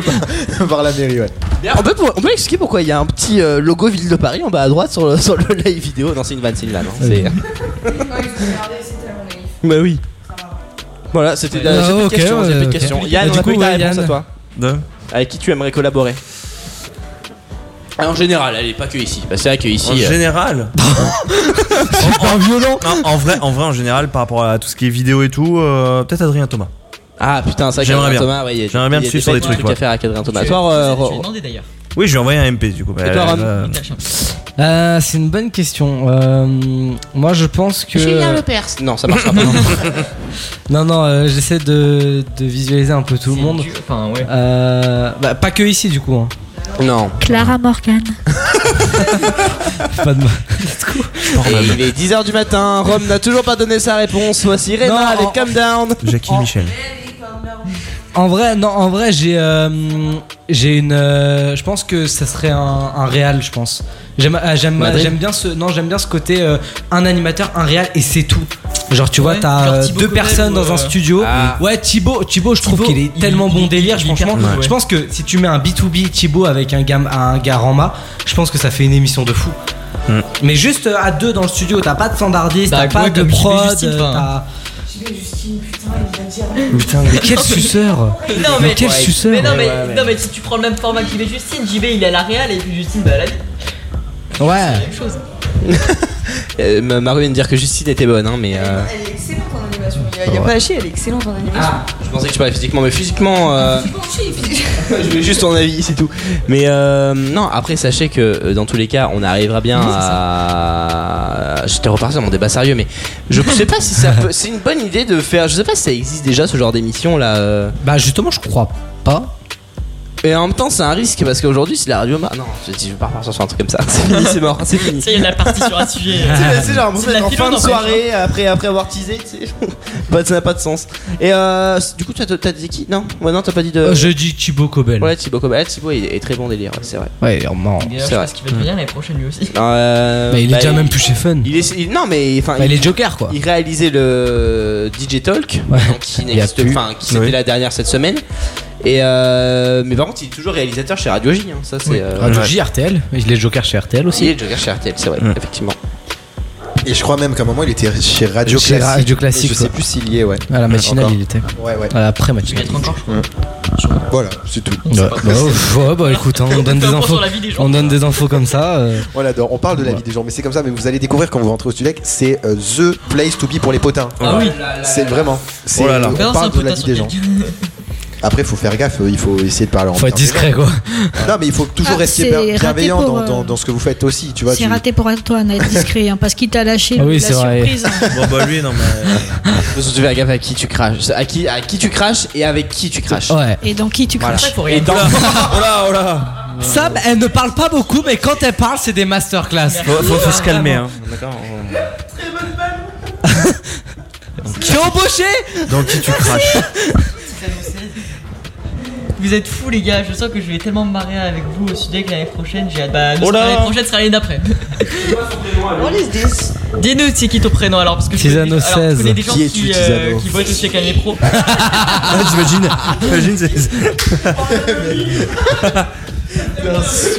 S16: par la mairie. Ouais.
S6: D'ailleurs, On peut, on peut expliquer pourquoi il y a un petit euh, logo Ville de Paris en bas à droite sur le, sur le live vidéo. Non, c'est une vanne, c'est une vanne. hein. C'est- Bah oui. Voilà, c'était.
S9: Ah,
S6: j'ai plus de
S9: ok,
S6: questions, j'ai
S9: ouais,
S6: plus de
S9: ok.
S6: questions.
S9: Et
S6: Yann,
S9: du
S6: on a
S9: coup,
S6: plus que ta
S9: ouais,
S6: réponse
S9: Yann.
S6: à toi. Avec qui tu aimerais collaborer Ah, En général, allez, pas que ici. Bah, c'est vrai que ici.
S13: En
S6: euh,
S13: général
S9: en, violent
S13: en, en vrai, en vrai, en général, par rapport à tout ce qui est vidéo et tout, euh, peut-être Adrien Thomas.
S6: Ah putain, ça,
S13: J'aimerais
S6: Adrien
S13: bien.
S6: Thomas, ouais, il y a-
S13: J'aimerais bien
S6: il y
S13: le
S6: a des
S13: suivre sur des
S6: bêtes
S13: trucs.
S6: de trucs à
S13: ouais.
S6: faire avec Adrien Thomas.
S14: Tu-
S6: Toi, euh,
S14: tu l'as
S6: Ro-
S14: demandé d'ailleurs.
S13: Oui, je lui ai envoyé un MP du coup. euh,
S6: Et toi, Ram
S9: Euh, c'est une bonne question. Euh, moi, je pense que.
S6: Lepers. Non, ça marchera pas.
S9: Non, non, euh, j'essaie de, de visualiser un peu tout le monde. Euh, bah, pas que ici, du coup. hein.
S6: Non.
S5: Clara Morgan.
S9: Pas de mal.
S6: Et il est 10h du matin, Rome n'a toujours pas donné sa réponse. Voici Rena
S9: Non,
S6: avec
S9: en-
S6: Calm Down.
S13: Jackie Michel.
S9: En vrai, non, en vrai, j'ai, euh, j'ai une, euh, je pense que ça serait un, un réal, je pense. J'aime, ah, j'aime,
S6: Madrid.
S9: j'aime bien ce, non, j'aime bien ce côté euh, un animateur, un réal et c'est tout. Genre, tu vois,
S6: Ouais,
S9: t'as
S6: genre
S9: euh,
S6: Thibaut
S9: deux
S6: Courel
S9: personnes
S6: ou,
S9: dans
S6: euh,
S9: un studio. Ouais, Thibaut, Thibaut, je trouve
S6: Thibaut,
S9: qu'il est
S6: il-
S9: tellement bon
S6: il-
S9: délire,
S6: il est
S9: franchement.
S6: hyper cool,
S9: Je
S6: ouais.
S9: pense que si tu mets un B2B Thibaut avec un gars, un gars Rama, je pense que ça fait une émission de fou.
S13: hmm.
S9: Mais juste euh, à deux dans le studio, t'as pas de standardiste,
S14: Bah,
S9: t'as pas
S14: ouais,
S9: de
S14: comme Gilles
S9: prod,
S14: Justine,
S9: euh,
S14: enfin.
S9: t'as- Putain, mais
S14: Ah
S9: quel suceur
S14: Non mais,
S9: quel
S14: Ouais.
S9: suceur
S14: Mais non mais, non, mais si tu prends le même format qu'IB Justine, JB il est à la Real et puis Justine bah à la vie.
S9: Ouais.
S14: Même chose.
S6: Euh, Ma Maru vient de dire que Justine était bonne, hein, mais. euh,
S12: Elle est excellente en animation. Il y a- il y a pas à chier, elle est excellente en animation.
S6: Je pensais que tu parlais physiquement, mais physiquement. euh, je voulais juste ton avis, c'est tout. Mais euh, non, après, sachez que euh, dans tous les cas, on arrivera bien à. J'étais reparti dans mon débat sérieux, mais je sais pas si ça peut. C'est une bonne idée de faire. Je sais pas si ça existe déjà ce genre d'émission là. euh.
S9: Bah, justement, je crois pas.
S6: Et en même temps, c'est un risque parce qu'aujourd'hui, si la radio. mar- Non, je, je vais pas repartir sur un truc comme ça. C'est fini, c'est mort, c'est fini.
S14: Ça y est, on est parti sur un sujet. euh,
S6: Tu sais, c'est genre, on
S14: C'est
S6: peut
S14: de la
S6: être en
S14: philo,
S6: fin de
S14: n'empêche,
S6: soirée, après, après avoir teasé, tu sais. Bah, ça n'a pas de sens. Et euh, du coup, t'as t'as dit qui Non Ouais, non, t'as pas dit de.
S9: Euh, Je dis Thibaut Cobel.
S6: Ouais, Thibaut Cobal. Thibaut il est très bon délire, ouais, c'est vrai.
S9: Ouais, vraiment.
S14: D'ailleurs, je pense qu'il va devenir l'année prochaine lui aussi.
S6: Euh,
S9: Bah, il est
S6: bah,
S9: déjà même plus chez Fun.
S6: Il est, il- non mais enfin,
S9: Bah, il est Joker, quoi.
S6: Il réalisait le DJ Talk donc, qui n'existe enfin qui c'était la dernière cette semaine et euh, mais par contre il est toujours réalisateur chez Radio J hein, ça c'est euh,
S9: Radio
S6: ouais.
S9: Ah, J, RTL. Il est Joker chez RTL aussi.
S6: Il est Joker chez RTL c'est vrai effectivement
S16: Et je crois même qu'à un moment il était chez Radio
S9: Chez
S16: Classique.
S9: Radio Classique,
S16: Je sais
S9: ouais.
S16: plus s'il y est, ouais.
S9: À la matinale,
S16: Encore.
S9: il était.
S16: Ouais, ouais.
S9: À la pré-matinale.
S16: Voilà, c'est tout.
S9: Ouais, bah, ouais, bah, écoute, hein, on donne des infos. On donne des infos comme ça. euh.
S16: On adore, on parle de la vie des gens, mais c'est comme ça, mais vous allez découvrir quand vous rentrez au Studec, c'est euh, The Place to Be pour les potins.
S14: Ah oui.
S16: C'est vraiment. C'est-
S14: Oh là là.
S16: On
S14: Balance un
S16: parle de la
S14: potin
S16: vie
S14: sur
S16: des gens.
S14: quelqu'un.
S16: Après, faut faire gaffe, euh, il faut essayer de parler en
S18: Faut être
S16: termes
S18: discret,
S16: élégants.
S18: quoi.
S16: Non, mais il faut toujours
S5: Ah,
S16: rester
S5: c'est
S16: bien-
S5: raté
S16: bienveillant
S5: pour,
S16: dans,
S5: euh,
S16: dans- dans ce que vous faites aussi, tu vois.
S5: C'est
S16: tu-
S5: raté pour Antoine, à être discret, hein, parce qu'il t'a lâché
S16: Ah
S5: le-
S16: oui,
S5: la
S16: c'est vrai.
S5: surprise. hein.
S13: Bon bah lui non mais.
S6: tu fais gaffe à qui tu craches, à qui, à qui tu craches et avec qui tu craches.
S9: Ouais.
S5: Et dans qui tu
S6: Voilà.
S5: craches
S6: Et dans- Oh là, oh là.
S9: Sam, elle ne parle pas beaucoup, mais quand elle parle, c'est des masterclass.
S13: Faut, faut- faut se calmer hein.
S6: Ah,
S13: D'accord.
S9: T'es embauché
S13: Dans qui tu craches
S14: Vous êtes fous les gars, je sens que je vais tellement me marrer avec vous au sujet que l'année prochaine, j'ai hâte. Bah, non,
S13: Oh
S14: c'est
S13: là
S14: pas l'année prochaine ce sera l'année d'après.
S12: What is this
S14: Dis-nous c'est qui ton prénom alors parce que je
S13: Tisano
S14: connais- alors, je connais des gens
S13: 16. Qui
S14: qui,
S13: es-tu,
S14: euh,
S13: Tisano
S14: qui votent aussi avec l'année pro.
S13: J'imagine. J'imagine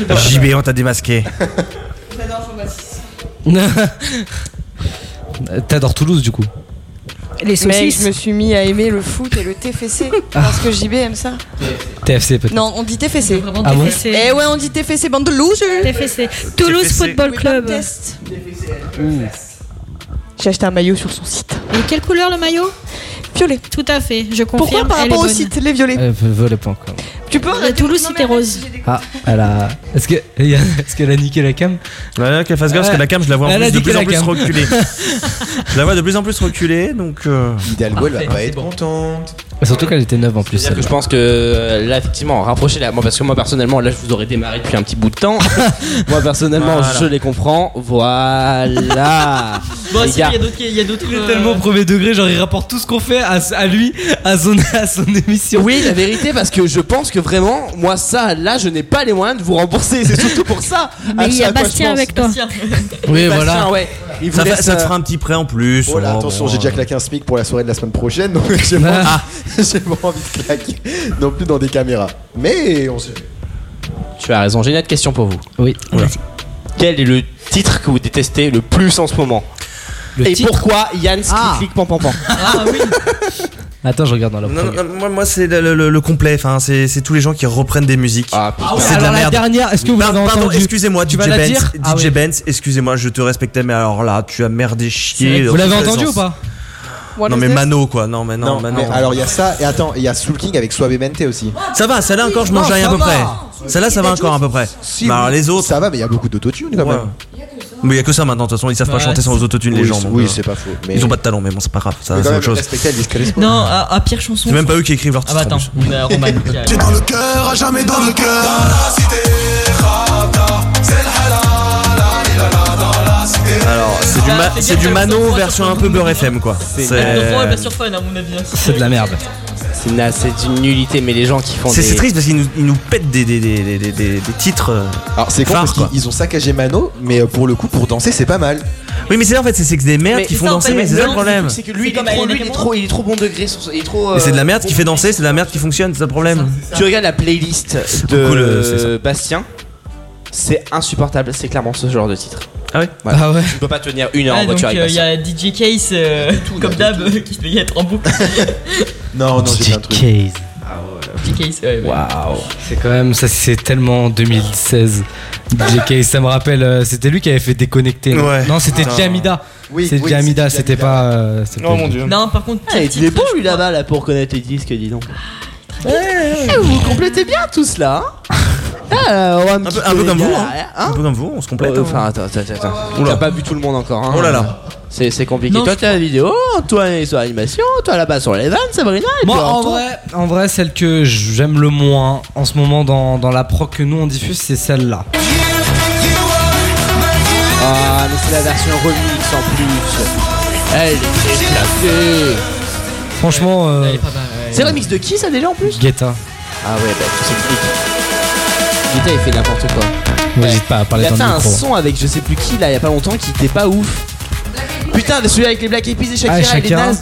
S13: c'est. JB on t'a démasqué.
S9: T'adores Toulouse du coup.
S5: Les
S10: Mais
S5: saucisses.
S10: je me suis mis à aimer le foot et le TFC parce que JB aime ça.
S9: TFC peut-être.
S10: Non, on dit TFC.
S9: Ah bon TFC.
S10: Eh ouais, on dit TFC, bande de losers.
S5: TFC. Toulouse TFC. Football Club.
S10: J'ai acheté un maillot sur son site.
S5: Et quelle couleur le maillot
S10: Violet.
S5: Tout à fait, je confirme.
S10: Pourquoi par
S5: elle
S10: rapport au
S5: est bonne.
S10: site Les violets.
S9: Elle
S13: Euh,
S9: Euh, veut veut le point quoi.
S10: Tu peux
S5: La Toulouse, c'était rose.
S9: Ah, elle a. Est-ce que est-ce qu'elle a niqué la cam
S13: Ouais, qu'elle fasse gaffe parce que la cam je la vois en
S9: Elle a
S13: plus de
S9: niqué
S13: plus en
S9: la
S13: plus
S9: cam.
S13: reculer. Je la vois de plus en plus reculer donc. euh,
S16: Hidalgo, elle va
S6: Parfait,
S16: pas
S6: c'est
S16: être contente.
S9: Surtout qu'elle était neuve en plus.
S6: C'est-à-dire que je pense que euh, là, effectivement, rapprocher la. Moi, parce que moi, personnellement, là, je vous aurais démarré depuis un petit bout de temps. moi, personnellement,
S13: Voilà.
S6: je les comprends. Voilà.
S14: Bon,
S6: Les
S14: si,
S6: gars.
S14: il y a d'autres. Il y a d'autres.
S9: Il est tellement au premier degré, genre il rapporte tout ce qu'on fait à, à lui, à son, à son émission.
S6: Oui, la vérité, parce que je pense que vraiment, moi, ça, là, je n'ai pas les moyens de vous rembourser. C'est surtout pour ça.
S5: Mais
S6: à-
S5: il y a
S6: à quoi je
S5: Bastien
S6: pense.
S5: avec toi.
S6: Oui, Bastien, voilà. Bah, ouais. Il vous
S13: Ça, fait-
S6: laisse,
S13: ça te
S6: euh,
S13: fera un petit prêt en plus.
S16: Oh là,
S13: oh,
S16: attention,
S13: bon,
S16: j'ai déjà
S13: euh.
S16: claqué un SMIC pour la soirée de la semaine prochaine, donc j'ai pas,
S9: Ah.
S16: j'ai pas envie de claquer non plus dans des caméras. Mais on sait.
S6: Tu as raison, j'ai une autre question pour vous.
S9: Oui.
S6: Quel est le titre que vous détestez le plus en ce moment Et pourquoi Yann Scriflic Pam Pam Pam
S9: Attends, je regarde dans la
S13: Non, non, non, moi, moi c'est le, le- le- le complet. Enfin, c'est c'est tous les gens qui reprennent des musiques.
S16: Ah,
S13: c'est de
S9: Ah
S13: la
S9: Alors, la
S13: merde.
S9: dernière, est-ce que vous
S13: Par-
S9: l'avez
S13: Pardon,
S9: entendu
S13: excusez-moi,
S9: Tu
S13: DJ
S9: vas la
S13: Benz.
S9: dire
S13: DJ
S9: Ah ouais.
S13: Benz, excusez-moi, je te respectais, mais alors là, tu as merdé
S9: C'est
S13: chier.
S9: vrai.
S13: dans
S9: Vous l'avez
S13: tous les
S9: entendu ou
S13: sens.
S9: pas
S13: Non, mais Mano, quoi. Non, mais non,
S16: Non,
S13: Mano.
S16: mais alors il y a ça, et attends, il y a Soul King avec Suavemente aussi.
S13: Ça va, celle-là encore, je
S16: Non,
S13: mange rien à
S16: ça
S13: peu
S16: va.
S13: près. Celle-là, ça va encore à peu près. Bah,
S16: Si,
S13: mais alors
S16: oui.
S13: les autres.
S16: Ça va, mais il y a beaucoup d'autotune quand même.
S13: Mais il y a que ça maintenant, de toute façon, ils savent pas
S16: Ouais,
S13: chanter sans
S16: c'est-
S13: autotune,
S16: Oui,
S13: les gens.
S16: c'est-
S13: donc,
S16: oui,
S13: euh,
S16: c'est pas faux, mais-
S13: Ils ont pas de talent, mais bon, c'est pas grave, ça,
S16: Mais quand
S13: c'est
S16: même,
S13: autre chose.
S16: respectez la discrétion.
S14: Non, à, à pire chanson.
S13: C'est même pas eux qui écrivent leurs titres.
S14: Ah bah attends, on
S13: euh,
S14: a Roman.
S13: J'ai
S14: dans le
S24: cœur, à jamais dans le cœur. C'est le
S13: Alors, c'est du, ma- c'est du Mano version un peu Beurre FM, quoi.
S12: Euh,
S14: C'est bien sûr fun à mon avis. hein.
S9: la merde.
S6: C'est na- c'est une nullité, mais les gens qui font
S13: C'est
S6: des.
S13: c'est triste parce qu'ils nous, ils nous pètent des, des, des, des, des- des- des titres. euh,
S16: Alors c'est con
S13: phares,
S16: parce
S13: quoi.
S16: qu'ils ils ont saccagé Mano, mais euh, pour le coup, pour danser, c'est pas mal.
S13: Oui, mais c'est en fait, c'est- c'est que des merdes qui font danser, mais c'est ça le problème.
S6: C'est que lui, il est, trop, lui, il est trop, il est trop bon degré. sur- Il est trop.
S13: Mais c'est
S6: euh,
S13: de la merde qui fait danser, c'est de la merde qui fonctionne, c'est ça le problème.
S6: Tu regardes la playlist de
S13: Beaucoup, le- c'est ça.
S6: Bastien, c'est insupportable, c'est clairement ce genre de titre.
S13: Ah ouais,
S9: Ah ouais.
S6: Tu peux pas tenir une heure
S14: Ah,
S6: en
S14: donc
S6: voiture
S14: il
S6: avec
S14: y
S6: Bastien.
S14: a DJ Case, euh, comme d'hab, euh, qui devait y être en boucle.
S16: Non, non,
S9: j'ai un truc.
S14: DJ Case, ouais. ouais.
S9: Waouh. C'est quand même, ça c'est tellement 2016. JK, ça me rappelle, euh, c'était lui qui avait fait déconnecter. non
S13: Ouais.
S9: Non, c'était
S13: Putain.
S9: Jamida.
S13: Oui,
S9: c'est
S13: oui,
S9: Jamida,
S13: c'était
S9: c'était
S13: Jamida.
S9: pas. euh, c'était pas lui.
S14: Non, par contre,
S6: Ah, il est bon lui là-bas là pour connaître les disques, dis donc.
S12: Eh,
S6: vous complétez bien tout cela.
S12: hein. Ah,
S6: un,
S13: peu, un peu comme vous, hein. Un peu comme vous, on se complète.
S6: Euh,
S13: hein.
S6: Enfin, attends, attends, attends. T'as pas vu tout le monde encore. Hein.
S13: Oh là là.
S6: C'est c'est compliqué.
S13: Non,
S6: toi,
S13: je
S6: t'as la vidéo, toi, est sur l'animation, toi là-bas sur les vannes, Sabrina. et
S9: Moi,
S6: puis, alors,
S9: en
S6: toi-
S9: vrai, en vrai, celle que j'aime le moins en ce moment dans, dans la proc que nous on diffuse, c'est celle-là.
S6: Ah, mais c'est la version remix en plus. Elle est déplacée.
S9: Franchement, euh, hein.
S6: C'est remix de qui ça déjà en plus
S9: Guetta.
S6: Ah ouais, bah tout s'explique. Guetta, il fait n'importe quoi.
S9: N'hésite pas à parler
S6: il a
S9: dans
S6: fait
S9: le
S6: un
S9: micro.
S6: son avec je sais plus qui là, il y a pas longtemps, qui était pas ouf. Putain, celui avec les Black Eyed Peas et Shakira,
S9: Ah,
S6: il est
S9: Shakira.
S6: naze.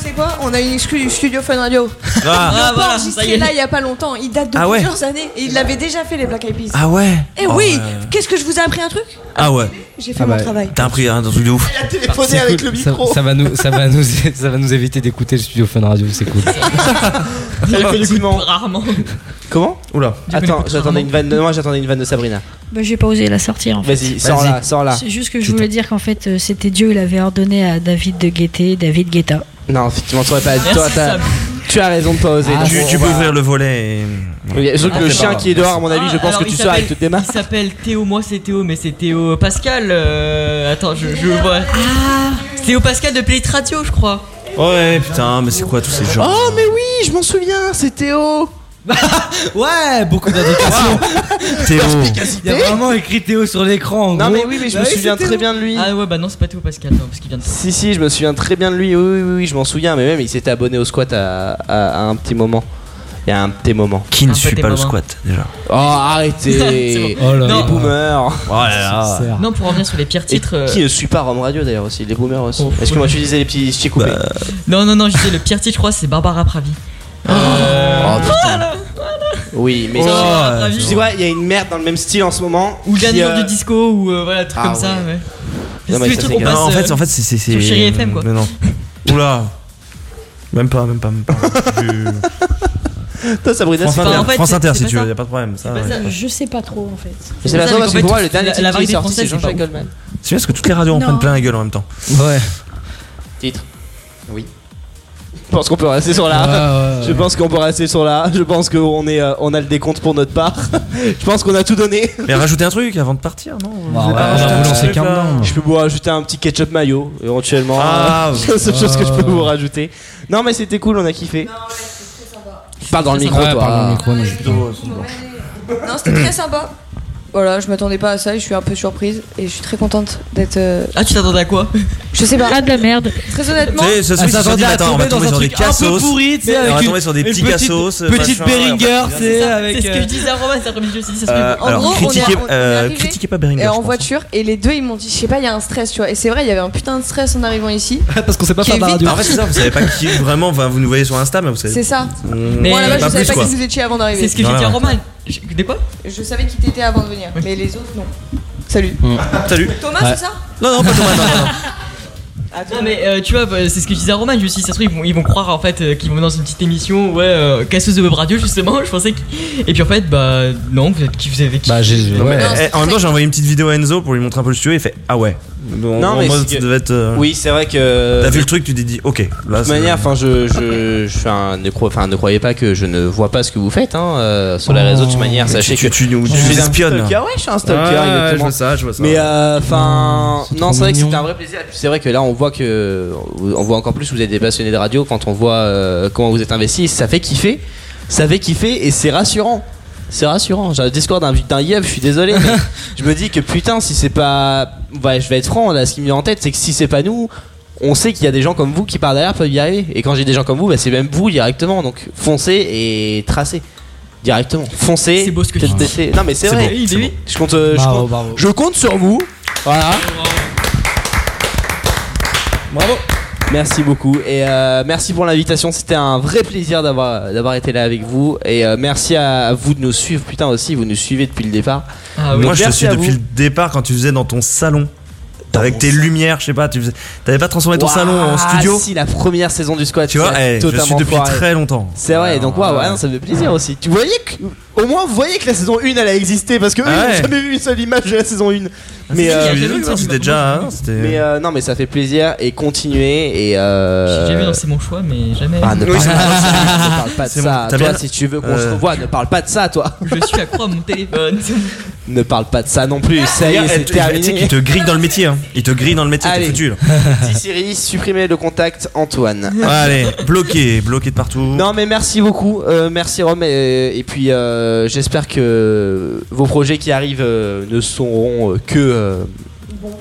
S10: Tu sais quoi On a une exclue du studio Fun Radio.
S13: Ah.
S10: On
S13: Ah,
S10: l'a
S13: voilà, ça y est.
S10: enregistré là il y a pas longtemps. Il date de
S13: Ah ouais.
S10: plusieurs années et il l'avait déjà fait les Black Eyed Peas.
S13: Ah ouais
S10: Eh
S13: Oh,
S10: oui
S13: ouais.
S10: Qu'est-ce que je vous ai appris un truc
S13: Ah ouais
S10: J'ai fait mon
S9: bah,
S10: travail.
S13: T'as appris un truc de ouf.
S10: Elle a
S9: Ah, C'est
S10: téléphoné
S9: cool, ça- Ça, va nous, ça va nous, ça va nous éviter d'écouter le studio Fun Radio. C'est cool.
S14: Rarement.
S6: Comment
S13: Oula.
S6: Attends, j'attendais une vanne de moi, j'attendais une vanne de Sabrina.
S5: Bah, j'ai pas osé la sortir en fait.
S6: Vas-y, sors là, sors là.
S5: C'est juste que je voulais dire qu'en fait, euh, c'était Dieu, il avait ordonné à David de guetter David Guetta.
S6: Non, effectivement, t'aurais pas. Toi, t'as- Tu as raison de pas oser.
S13: Ah,
S6: bah,
S13: tu, tu peux ouvrir le volet.
S6: Oui, sauf que le chien qui est dehors, à mon avis,
S14: Ah,
S6: je pense
S14: alors,
S6: que
S14: il
S6: tu sors
S14: s'appelle-
S6: et te démarres.
S14: Il s'appelle Théo, moi c'est Théo, mais c'est Théo Pascal. euh, attends, je, je vois. C'est Théo Pascal de Playtratio, je crois.
S13: Ouais, putain, mais c'est quoi tous ces gens
S12: Oh, mais oui, je m'en souviens, c'est Théo.
S9: Ouais, beaucoup d'indications.
S13: Théo.
S9: Il y a vraiment écrit Théo sur l'écran. en
S6: Non,
S9: gros.
S6: mais oui, mais je
S9: Bah
S6: me souviens
S9: c'était
S6: très
S9: Théo.
S6: bien de lui.
S14: Ah ouais, bah non, c'est pas Théo Pascal, non, parce qu'il vient de.
S6: Si, si, je me souviens très bien de lui. Oui, oui, oui, oui, je m'en souviens. Mais même, il s'était abonné au squat à, à- à un petit moment. Il y a un petit moment.
S13: Qui ne Un suit petit pas le moment. squat, déjà
S6: Oh, arrêtez
S14: C'est bon. Oh là
S6: Les
S14: là.
S6: boomers
S13: Oh là
S6: là
S14: Non, pour revenir sur les pires
S6: Ah. Et
S14: titres. euh, Oh,
S6: Qui ne suit pas Rome Radio d'ailleurs aussi Les boomers aussi. Est-ce que moi tu disais les petits chiens coupés
S13: Bah,
S14: Non, non, non, je disais le pire titre, je crois, c'est Barbara Pravi.
S6: Oh, putain. Oui, mais
S14: Euh, Oh,
S6: c'est-
S14: ouais.
S6: tu sais quoi, il y a une merde dans le même style en ce moment.
S14: Ou
S6: qui,
S14: Gagnant
S6: euh,
S14: du disco, ou euh, voilà, truc
S6: Ah
S14: comme ça,
S6: ouais.
S14: ouais.
S6: Non, mais
S14: Tous les
S6: ça,
S14: trucs
S6: c'est
S14: qu'on
S6: grave.
S14: passe,
S13: Non, en fait,
S14: euh,
S13: en fait, c'est- c'est. c'est-
S14: Sur Chéri FM, quoi.
S13: Mais non. Oula. Même pas, même pas, même pas.
S6: Toi, Sabrina,
S13: France
S6: c'est
S13: Inter,
S6: pas- en fait,
S13: France
S6: c'est-
S13: Inter
S6: c'est
S13: si
S6: pas
S13: tu
S6: ça.
S13: veux, y a pas de problème. Ah, Ça, ouais.
S5: Je sais pas trop en fait.
S6: Mais c'est pas
S14: ça,
S6: ça,
S14: mais
S6: parce
S14: en
S6: que
S14: fait,
S6: pour moi,
S14: tout-
S6: le dernier
S14: la-
S6: titre
S14: la
S6: qui est
S14: variété
S6: sorti, c'est
S14: française,
S6: Jean-Jacques
S14: c'est pas ouf.
S6: Goldman.
S13: C'est bien parce que toutes les radios en
S6: Non.
S13: prennent plein la gueule en même temps.
S6: Ouais. Titre. Oui. Je pense qu'on peut rester sur là.
S13: Ouais, ouais, ouais.
S6: Je pense qu'on peut rester sur là. Je pense qu'on est, euh, on a le décompte pour notre part. Je pense qu'on a tout donné.
S13: Mais rajoutez un truc avant de partir,
S6: Bah,
S13: non Vous
S6: ouais,
S13: avez pas rajouté
S6: ouais,
S13: un
S6: ouais,
S13: truc,
S6: ouais.
S13: là
S6: Je peux vous rajouter un petit ketchup mayo, éventuellement.
S13: Ah,
S6: c'est la seule
S13: ouais.
S6: chose que je peux vous rajouter. Non, mais c'était cool, on a kiffé. Parle dans le micro,
S12: Ouais,
S6: toi.
S12: parle dans le micro,
S10: Non, c'était très sympa. Voilà, je m'attendais pas à ça et je suis un peu surprise et je suis très contente d'être. euh,
S14: Ah, tu t'attendais à quoi
S10: Je sais pas.
S5: Ah de la merde.
S10: Très honnêtement.
S13: Tu sais,
S6: Ah,
S13: ce soir, ils se sont dit, bah, attends, on va tomber sur des cassos. On va tomber sur des petits cassos. machin, ouais, on va faire
S14: C'est ça,
S13: ça.
S14: C'est
S6: euh,
S14: ce que je disais à Romain, c'est après-midi, je me suis dit, ça se
S13: Euh,
S14: peut.
S10: En
S13: alors,
S10: gros, on est-
S13: critiquez,
S10: on est
S13: euh,
S10: arrivé
S13: critiquez pas Beringer.
S10: Et en voiture, et les deux ils m'ont dit, je sais pas, il y a un stress, tu vois. Et c'est vrai, il y avait un putain de stress en arrivant ici.
S9: Parce qu'on sait pas
S10: Qui
S9: faire de
S10: est
S9: radio.
S10: vite.
S13: En fait, Ah, c'est ça, vous savez pas qui vraiment, enfin, vous nous voyez sur Insta, mais vous savez.
S10: C'est ça.
S13: Mm,
S10: Moi là-bas, je savais
S13: plus,
S10: pas
S13: quoi.
S10: qui vous étiez avant d'arriver.
S14: C'est ce que j'ai
S13: Ouais,
S14: dit à
S13: ouais.
S14: Romain. Des quoi
S10: Je savais qui t'étais avant de venir, mais les autres non. Salut.
S28: Ah.
S13: Salut.
S10: Thomas,
S14: Ouais.
S10: c'est ça
S13: Non, non, pas Thomas, non.
S14: Non mais euh, tu vois bah, c'est ce que je disais à Romain je me suis dit, ça se trouve ils vont, ils vont croire en fait euh, qu'ils vont dans une petite émission ouais euh, casseuse de web radio justement je pensais que... et puis en fait bah non vous êtes qui vous avez qui
S9: Bah j'ai
S13: Non, mais, eh, en même temps, j'ai envoyé une petite vidéo à Enzo pour lui montrer un peu le studio. Il fait Ah ouais. Donc,
S6: Non,
S13: en
S6: mais
S13: mode,
S6: c'est
S13: ça
S6: que-
S13: devait être. euh,
S6: Oui, c'est euh, vrai que.
S13: T'as vu le truc, tu t'es dit Ok. Là,
S6: De toute
S13: c'est-
S6: manière, enfin, je, je, je fais un- ne, cro- enfin, ne croyez pas que je ne vois pas ce que vous faites hein, euh, sur les réseaux. De toute manière,
S13: tu-
S6: sachez
S13: tu-
S6: que
S13: tu nous-
S6: je
S13: tu
S6: suis
S13: nous
S6: un
S13: espionnes.
S6: stalker. Ouais, je suis un stalker.
S13: Ouais, ouais,
S6: exactement.
S13: je vois ça, je vois ça.
S6: Mais euh, enfin, non, c'est vrai que
S13: mignon.
S6: c'était un vrai plaisir. Et puis, C'est vrai que là, on voit que, on voit encore plus. que Vous êtes des passionnés de radio quand on voit euh, comment vous êtes investis. Ça fait kiffer, ça fait kiffer, et c'est rassurant. C'est rassurant. J'ai un discours d'un d'un yeuf, je suis désolé. mais je me dis que putain, si c'est pas. Ouais, je vais être franc, là, ce qui me vient en tête, c'est que si c'est pas nous, on sait qu'il y a des gens comme vous qui par derrière peuvent y arriver. Et quand j'ai des gens comme vous, bah, c'est même vous directement. Donc foncez et tracez. Directement. Foncez. C'est beau ce que tu Non, mais c'est
S14: C'est
S6: vrai.
S14: beau, c'est beau.
S6: Je compte. euh, je
S14: Bravo,
S6: compte-
S14: bravo.
S6: je compte sur vous. Voilà. Bravo. Merci beaucoup et euh, merci pour l'invitation. C'était un vrai plaisir d'avoir d'avoir été là avec vous et euh, merci à vous de nous suivre. Putain aussi, vous nous suivez depuis le départ. Donc,
S13: Moi, je te
S6: Ah merci
S13: suis
S6: à
S13: depuis
S6: vous.
S13: le départ quand tu faisais dans ton salon. Avec tes lumières, je sais pas, tu faisais- t'avais pas transformé ton
S6: Ouah,
S13: salon en studio
S6: Si la première saison du squat.
S13: Tu vois,
S6: c'est
S13: eh, je
S6: totalement
S13: suis depuis
S6: foiré.
S13: très longtemps.
S6: C'est vrai,
S13: Ouais,
S6: donc waouh,
S13: ouais.
S6: ouais, non, ça me fait plaisir aussi. Tu voyais que, au moins, vous voyez que la saison 1 elle a existé parce que eux,
S13: Ah
S6: ils
S13: ouais. Ah,
S6: n'ont jamais vu une seule image de la saison 1. Mais,
S13: si,
S6: euh,
S13: j'ai vu,
S6: mais,
S13: ça, c'était
S6: euh,
S13: déjà, hein, c'était-
S6: mais, euh, non, mais ça fait plaisir et continuez et. Euh...
S14: j'ai jamais lancé mon choix mais jamais
S6: Ah, ne parle, pas, de ça, ne parle pas de
S14: C'est
S6: ça.
S14: bon, t'as
S6: toi,
S14: bien-
S6: si tu veux qu'on se
S14: Euh.
S6: revoie, ne parle pas de ça, toi.
S14: je suis accro à mon téléphone
S6: ne parle pas de ça non plus. Ça y est, c'est terminé.
S13: Il Ah, te grille dans le métier, hein. Il te grille dans le métier, t'es
S6: Allez.
S13: foutu. là.
S6: Petit Siri, supprimez le contact Antoine.
S13: Allez, bloqué, bloqué de partout.
S6: Non mais merci beaucoup, Euh, merci Rome et, et puis euh, j'espère que vos projets qui arrivent euh, ne seront euh, que euh, bons.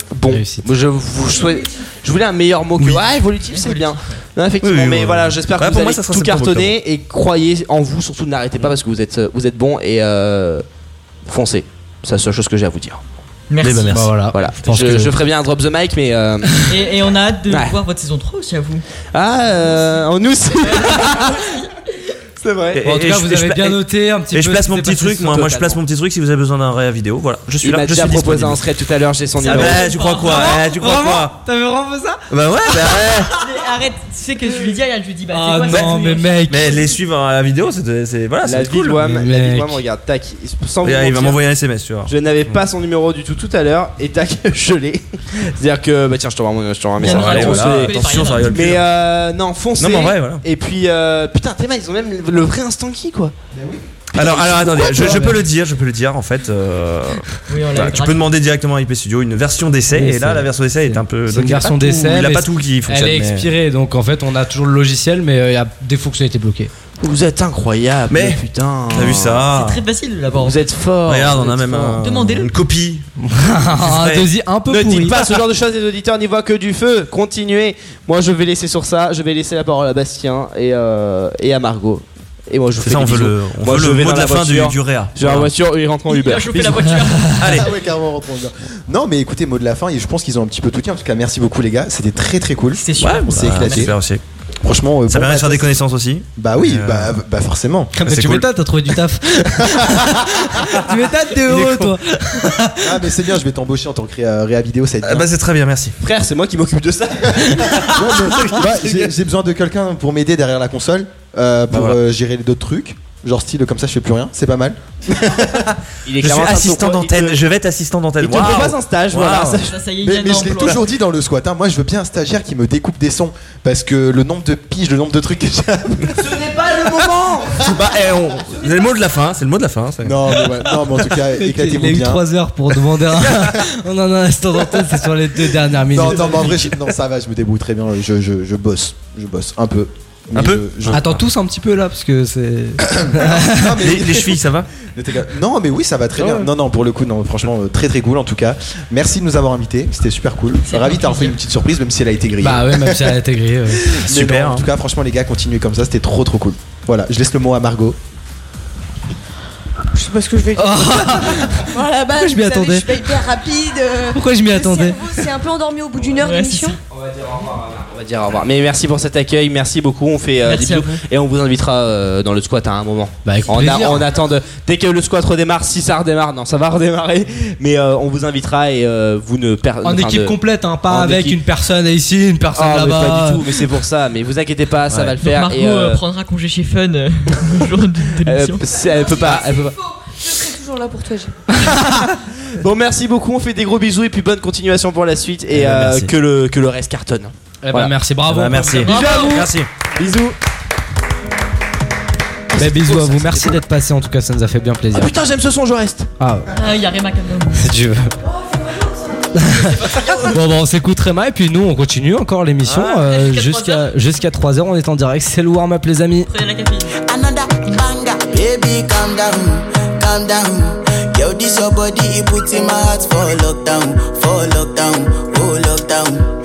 S6: Moi, Je vous souhaite, je voulais un meilleur mot que ah évolutif c'est bien. Non, effectivement,
S13: Oui, oui,
S6: mais
S13: ouais.
S6: voilà, j'espère
S13: Ouais,
S6: que vous
S13: pour moi,
S6: allez
S13: ça sera
S6: tout
S13: septembre, Mm.
S6: cartonner et croyez en vous, surtout n'arrêtez pas parce que vous êtes vous êtes bon et euh, foncez. C'est la seule chose que j'ai à vous dire.
S14: Merci. Eh ben, merci. Bah,
S6: voilà.
S14: voilà. Je pense
S6: Je,
S14: que-
S6: je ferai bien un drop the mic mais euh,
S14: et, et on a hâte de
S6: Ouais. euh,
S14: voir votre saison 3 aussi à vous
S6: ah euh, en nous. C'est vrai.
S9: Bon, en tout cas, vous
S13: et
S9: avez
S13: pla-
S9: bien
S13: et-
S9: noté un petit
S13: Et
S9: peu
S13: je
S9: ce
S13: place
S9: qui
S13: mon
S9: s'est
S13: petit
S9: passé
S13: truc,
S9: ce
S13: moi, moi, je
S9: totalement.
S13: place mon petit truc si vous avez besoin d'un réa vidéo. Voilà, je suis
S6: Il
S13: là.
S6: m'a
S13: je
S6: déjà
S13: suis
S6: proposé
S13: disponible.
S6: un thread tout à l'heure, j'ai son
S13: Ah
S6: numéro. Ah,
S13: bah, tu crois quoi Eh, Tu crois
S9: Vraiment
S13: quoi
S9: T'avais vraiment fait ça
S13: Bah ouais, bah ouais.
S14: Mais arrête, tu sais que je lui dis, je lui dis, bah
S13: Ah
S14: c'est quoi ça
S13: mais mec Mais les suivre à la vidéo, c'est c'est- voilà,
S6: La
S13: c'est cool.
S6: ville WAM, la ville WAM, regarde, tac. Sans vous
S13: Et Il va
S6: mentir,
S13: m'envoyer un SMS, tu vois. Mm.
S6: Je n'avais pas son numéro du tout tout à l'heure et tac, je l'ai. C'est-à-dire que, bah tiens, je t'envoie un- je t'envoie un
S13: Bien
S6: message.
S13: allez,
S6: On
S13: voilà,
S6: se-
S13: attention, ça rigole plus,
S6: Mais
S13: là.
S6: euh, non, foncez.
S13: Non, mais en vrai, voilà.
S6: Et puis, euh, putain, Théma, ils ont même le- le vrai Instanky quoi.
S13: Alors, alors attendez, je, je
S6: Ouais.
S13: peux le dire, je peux le dire en fait. euh,
S6: Oui, on l'a eu
S13: voilà, tu peux
S6: gratuit.
S13: demander directement à IP Studio une version d'essai,
S9: Oui,
S13: et là
S9: c'est-
S13: la version d'essai est un peu.
S9: C'est
S13: Euh, donc
S9: une
S13: il a
S9: version
S13: pas tout-
S9: d'essai.
S13: Il a
S9: mais
S13: pas tout qui fonctionne.
S9: Elle est
S13: mais-
S9: expirée, donc en fait, on a toujours le logiciel, mais euh, il y a des fonctionnalités bloquées.
S6: Vous êtes incroyable,
S9: Mais-
S6: putain.
S9: T'as vu ça
S14: C'est très facile là-bas.
S6: Vous êtes fort.
S13: Regarde, on a même un-
S14: Demandez-le.
S13: une copie.
S9: Un dosi un peu
S6: Ne
S9: pourri.
S6: dites pas ce genre de choses, les auditeurs n'y voient que du feu. Continuez. Moi, je vais laisser sur ça. Je vais laisser la parole à Bastien et, euh, et à Margot. Et moi, je vous
S13: C'est
S6: fais
S13: ça,
S6: des
S13: on veut
S6: bisous.
S13: le- on
S6: Moi,
S13: veut
S6: je
S13: le
S6: vais
S13: mot
S6: dans
S13: de la fin du-
S6: voiture.
S13: du réa.
S6: Je vais dans la
S13: Voilà.
S6: voiture et rentre en Uber. Bisous.
S13: Allez.
S8: Ah ouais, carrément, reprendre. Non, mais écoutez, mot de la fin, et je pense qu'ils ont un petit peu tout dit. En tout cas, merci beaucoup, les gars. C'était très très cool.
S14: C'est
S13: super.
S8: On s'est
S13: Bah,
S8: éclaté.
S13: super aussi.
S8: Franchement, euh,
S13: Ça
S8: bon
S13: permet de
S8: matos.
S13: faire des connaissances aussi.
S8: Bah oui,
S13: Euh,
S8: bah, bah forcément.
S13: Bah, c'est
S9: tu
S13: cool.
S9: m'étonnes, t'as trouvé du taf. tu m'étonnes, t'es heureux, toi.
S8: Ah, mais c'est bien, je vais t'embaucher en tant que réa, réa vidéo, ça va être
S13: Ah
S8: bien.
S13: bah c'est très bien, merci.
S6: Frère, c'est moi qui m'occupe de ça.
S8: Non, mais, bah, j'ai j'ai besoin de quelqu'un pour m'aider derrière la console, euh, pour
S13: Bah, voilà.
S8: euh, gérer d'autres trucs. Genre style comme ça, je fais plus rien, c'est pas mal.
S6: Il est
S13: Je suis
S6: clairement en train de
S13: assistant
S6: te-
S13: d'antenne, je vais être assistant d'antenne.
S6: Il te
S13: Waouh.
S6: propose un stage,
S13: Waouh.
S6: voilà.
S14: Ça, ça y est, il y
S8: Mais,
S14: a
S8: mais
S14: un
S8: je l'ai
S14: emploi.
S8: toujours dit dans le squat, hein, moi je veux bien un stagiaire qui me découpe des sons parce que le nombre de piges, le nombre de trucs que j'ai.
S28: Ce n'est pas le moment
S13: Bah, eh, on- C'est le mot de la fin, c'est le mot de la fin. ça.
S8: Non, mais ouais, non, mais en tout cas, éclatez-vous
S9: Il a eu
S8: bien.
S9: 3 heures pour demander un. On en a un instant d'antenne, c'est sur les deux dernières minutes.
S8: Non, non, mais en vrai, je- non, ça va, je me débrouille très bien, je, je- je bosse, je bosse un peu. Mais je- je-
S9: Attends tous un petit peu là, parce que c'est.
S8: Non, mais-
S13: Les, les chevilles, ça va Ah
S8: Ne t'égare- Non, mais oui, ça va très bien.
S9: Ouais.
S8: Non, non, pour le coup, non, franchement, euh, très très cool en tout cas. Merci de nous avoir invités, c'était super cool. Ravi d'avoir hein, fait une petite surprise, même si elle a été grillée.
S9: Bah ouais, même si elle a été grillée. ouais.
S8: Mais
S13: hein.
S8: non, en tout cas, franchement, les gars, continuez comme ça, c'était trop trop cool. Voilà, je laisse le mot à Margot.
S28: Je sais pas ce que je vais dire.
S10: Voilà, bah,
S9: Pourquoi je m'y
S10: vous savez,
S9: attendais
S10: Je suis pas hyper rapide. euh,
S9: Pourquoi je m'y
S10: le
S9: attendais
S10: cerveau s'est un peu endormi au bout d'une heure d'émission.
S6: On va dire au revoir. Mais merci pour cet accueil, merci beaucoup. On fait euh,
S14: Merci
S6: des
S14: à
S6: bisous et on vous invitera euh, dans le squat à un moment. on,
S9: Bah, plaisir.
S6: on attend de- dès que le squat redémarre, si ça redémarre, non, ça va redémarrer. Mais euh, on vous invitera et euh, vous ne perdez
S9: En équipe complète, hein, pas
S6: en
S9: avec
S6: équipe.
S9: une personne ici, une personne
S6: Ah, mais
S9: là-bas.
S6: pas du tout, mais c'est pour ça. Mais vous inquiétez pas, ça
S9: Ouais.
S6: va le
S9: Donc
S6: faire.
S14: Marco
S6: et, euh,
S14: euh, prendra congé chez Fun euh, le jour de, de
S6: euh,
S14: l'émission.
S6: c'est- elle peut pas. elle peut pas.
S10: Je serai toujours là pour toi, Gilles.
S6: Bon, merci beaucoup. On fait des gros bisous et puis bonne continuation pour la suite et
S9: ben,
S6: euh,
S9: merci.
S6: que le que le reste cartonne.
S9: Eh ben, merci, bravo.
S13: Eh ben, merci.
S9: Bisous à vous.
S13: Merci.
S6: Bisous.
S9: Bah, bisous à vous, merci d'être passé en tout cas, ça nous a fait bien
S8: Ah,
S9: plaisir.
S6: Ah, Putain, j'aime ce son, je reste.
S9: Ah,
S14: Ah, il y a Rema quand même.
S9: si tu veux. bon, bah, on s'écoute Réma et puis nous on continue encore l'émission euh, jusqu'à jusqu'à 3h. On est en direct, c'est le warm-up, les amis.
S12: Another banger, baby, calm down, calm down. Yo, this your body, it puts in my heart for lockdown, for lockdown, oh lockdown.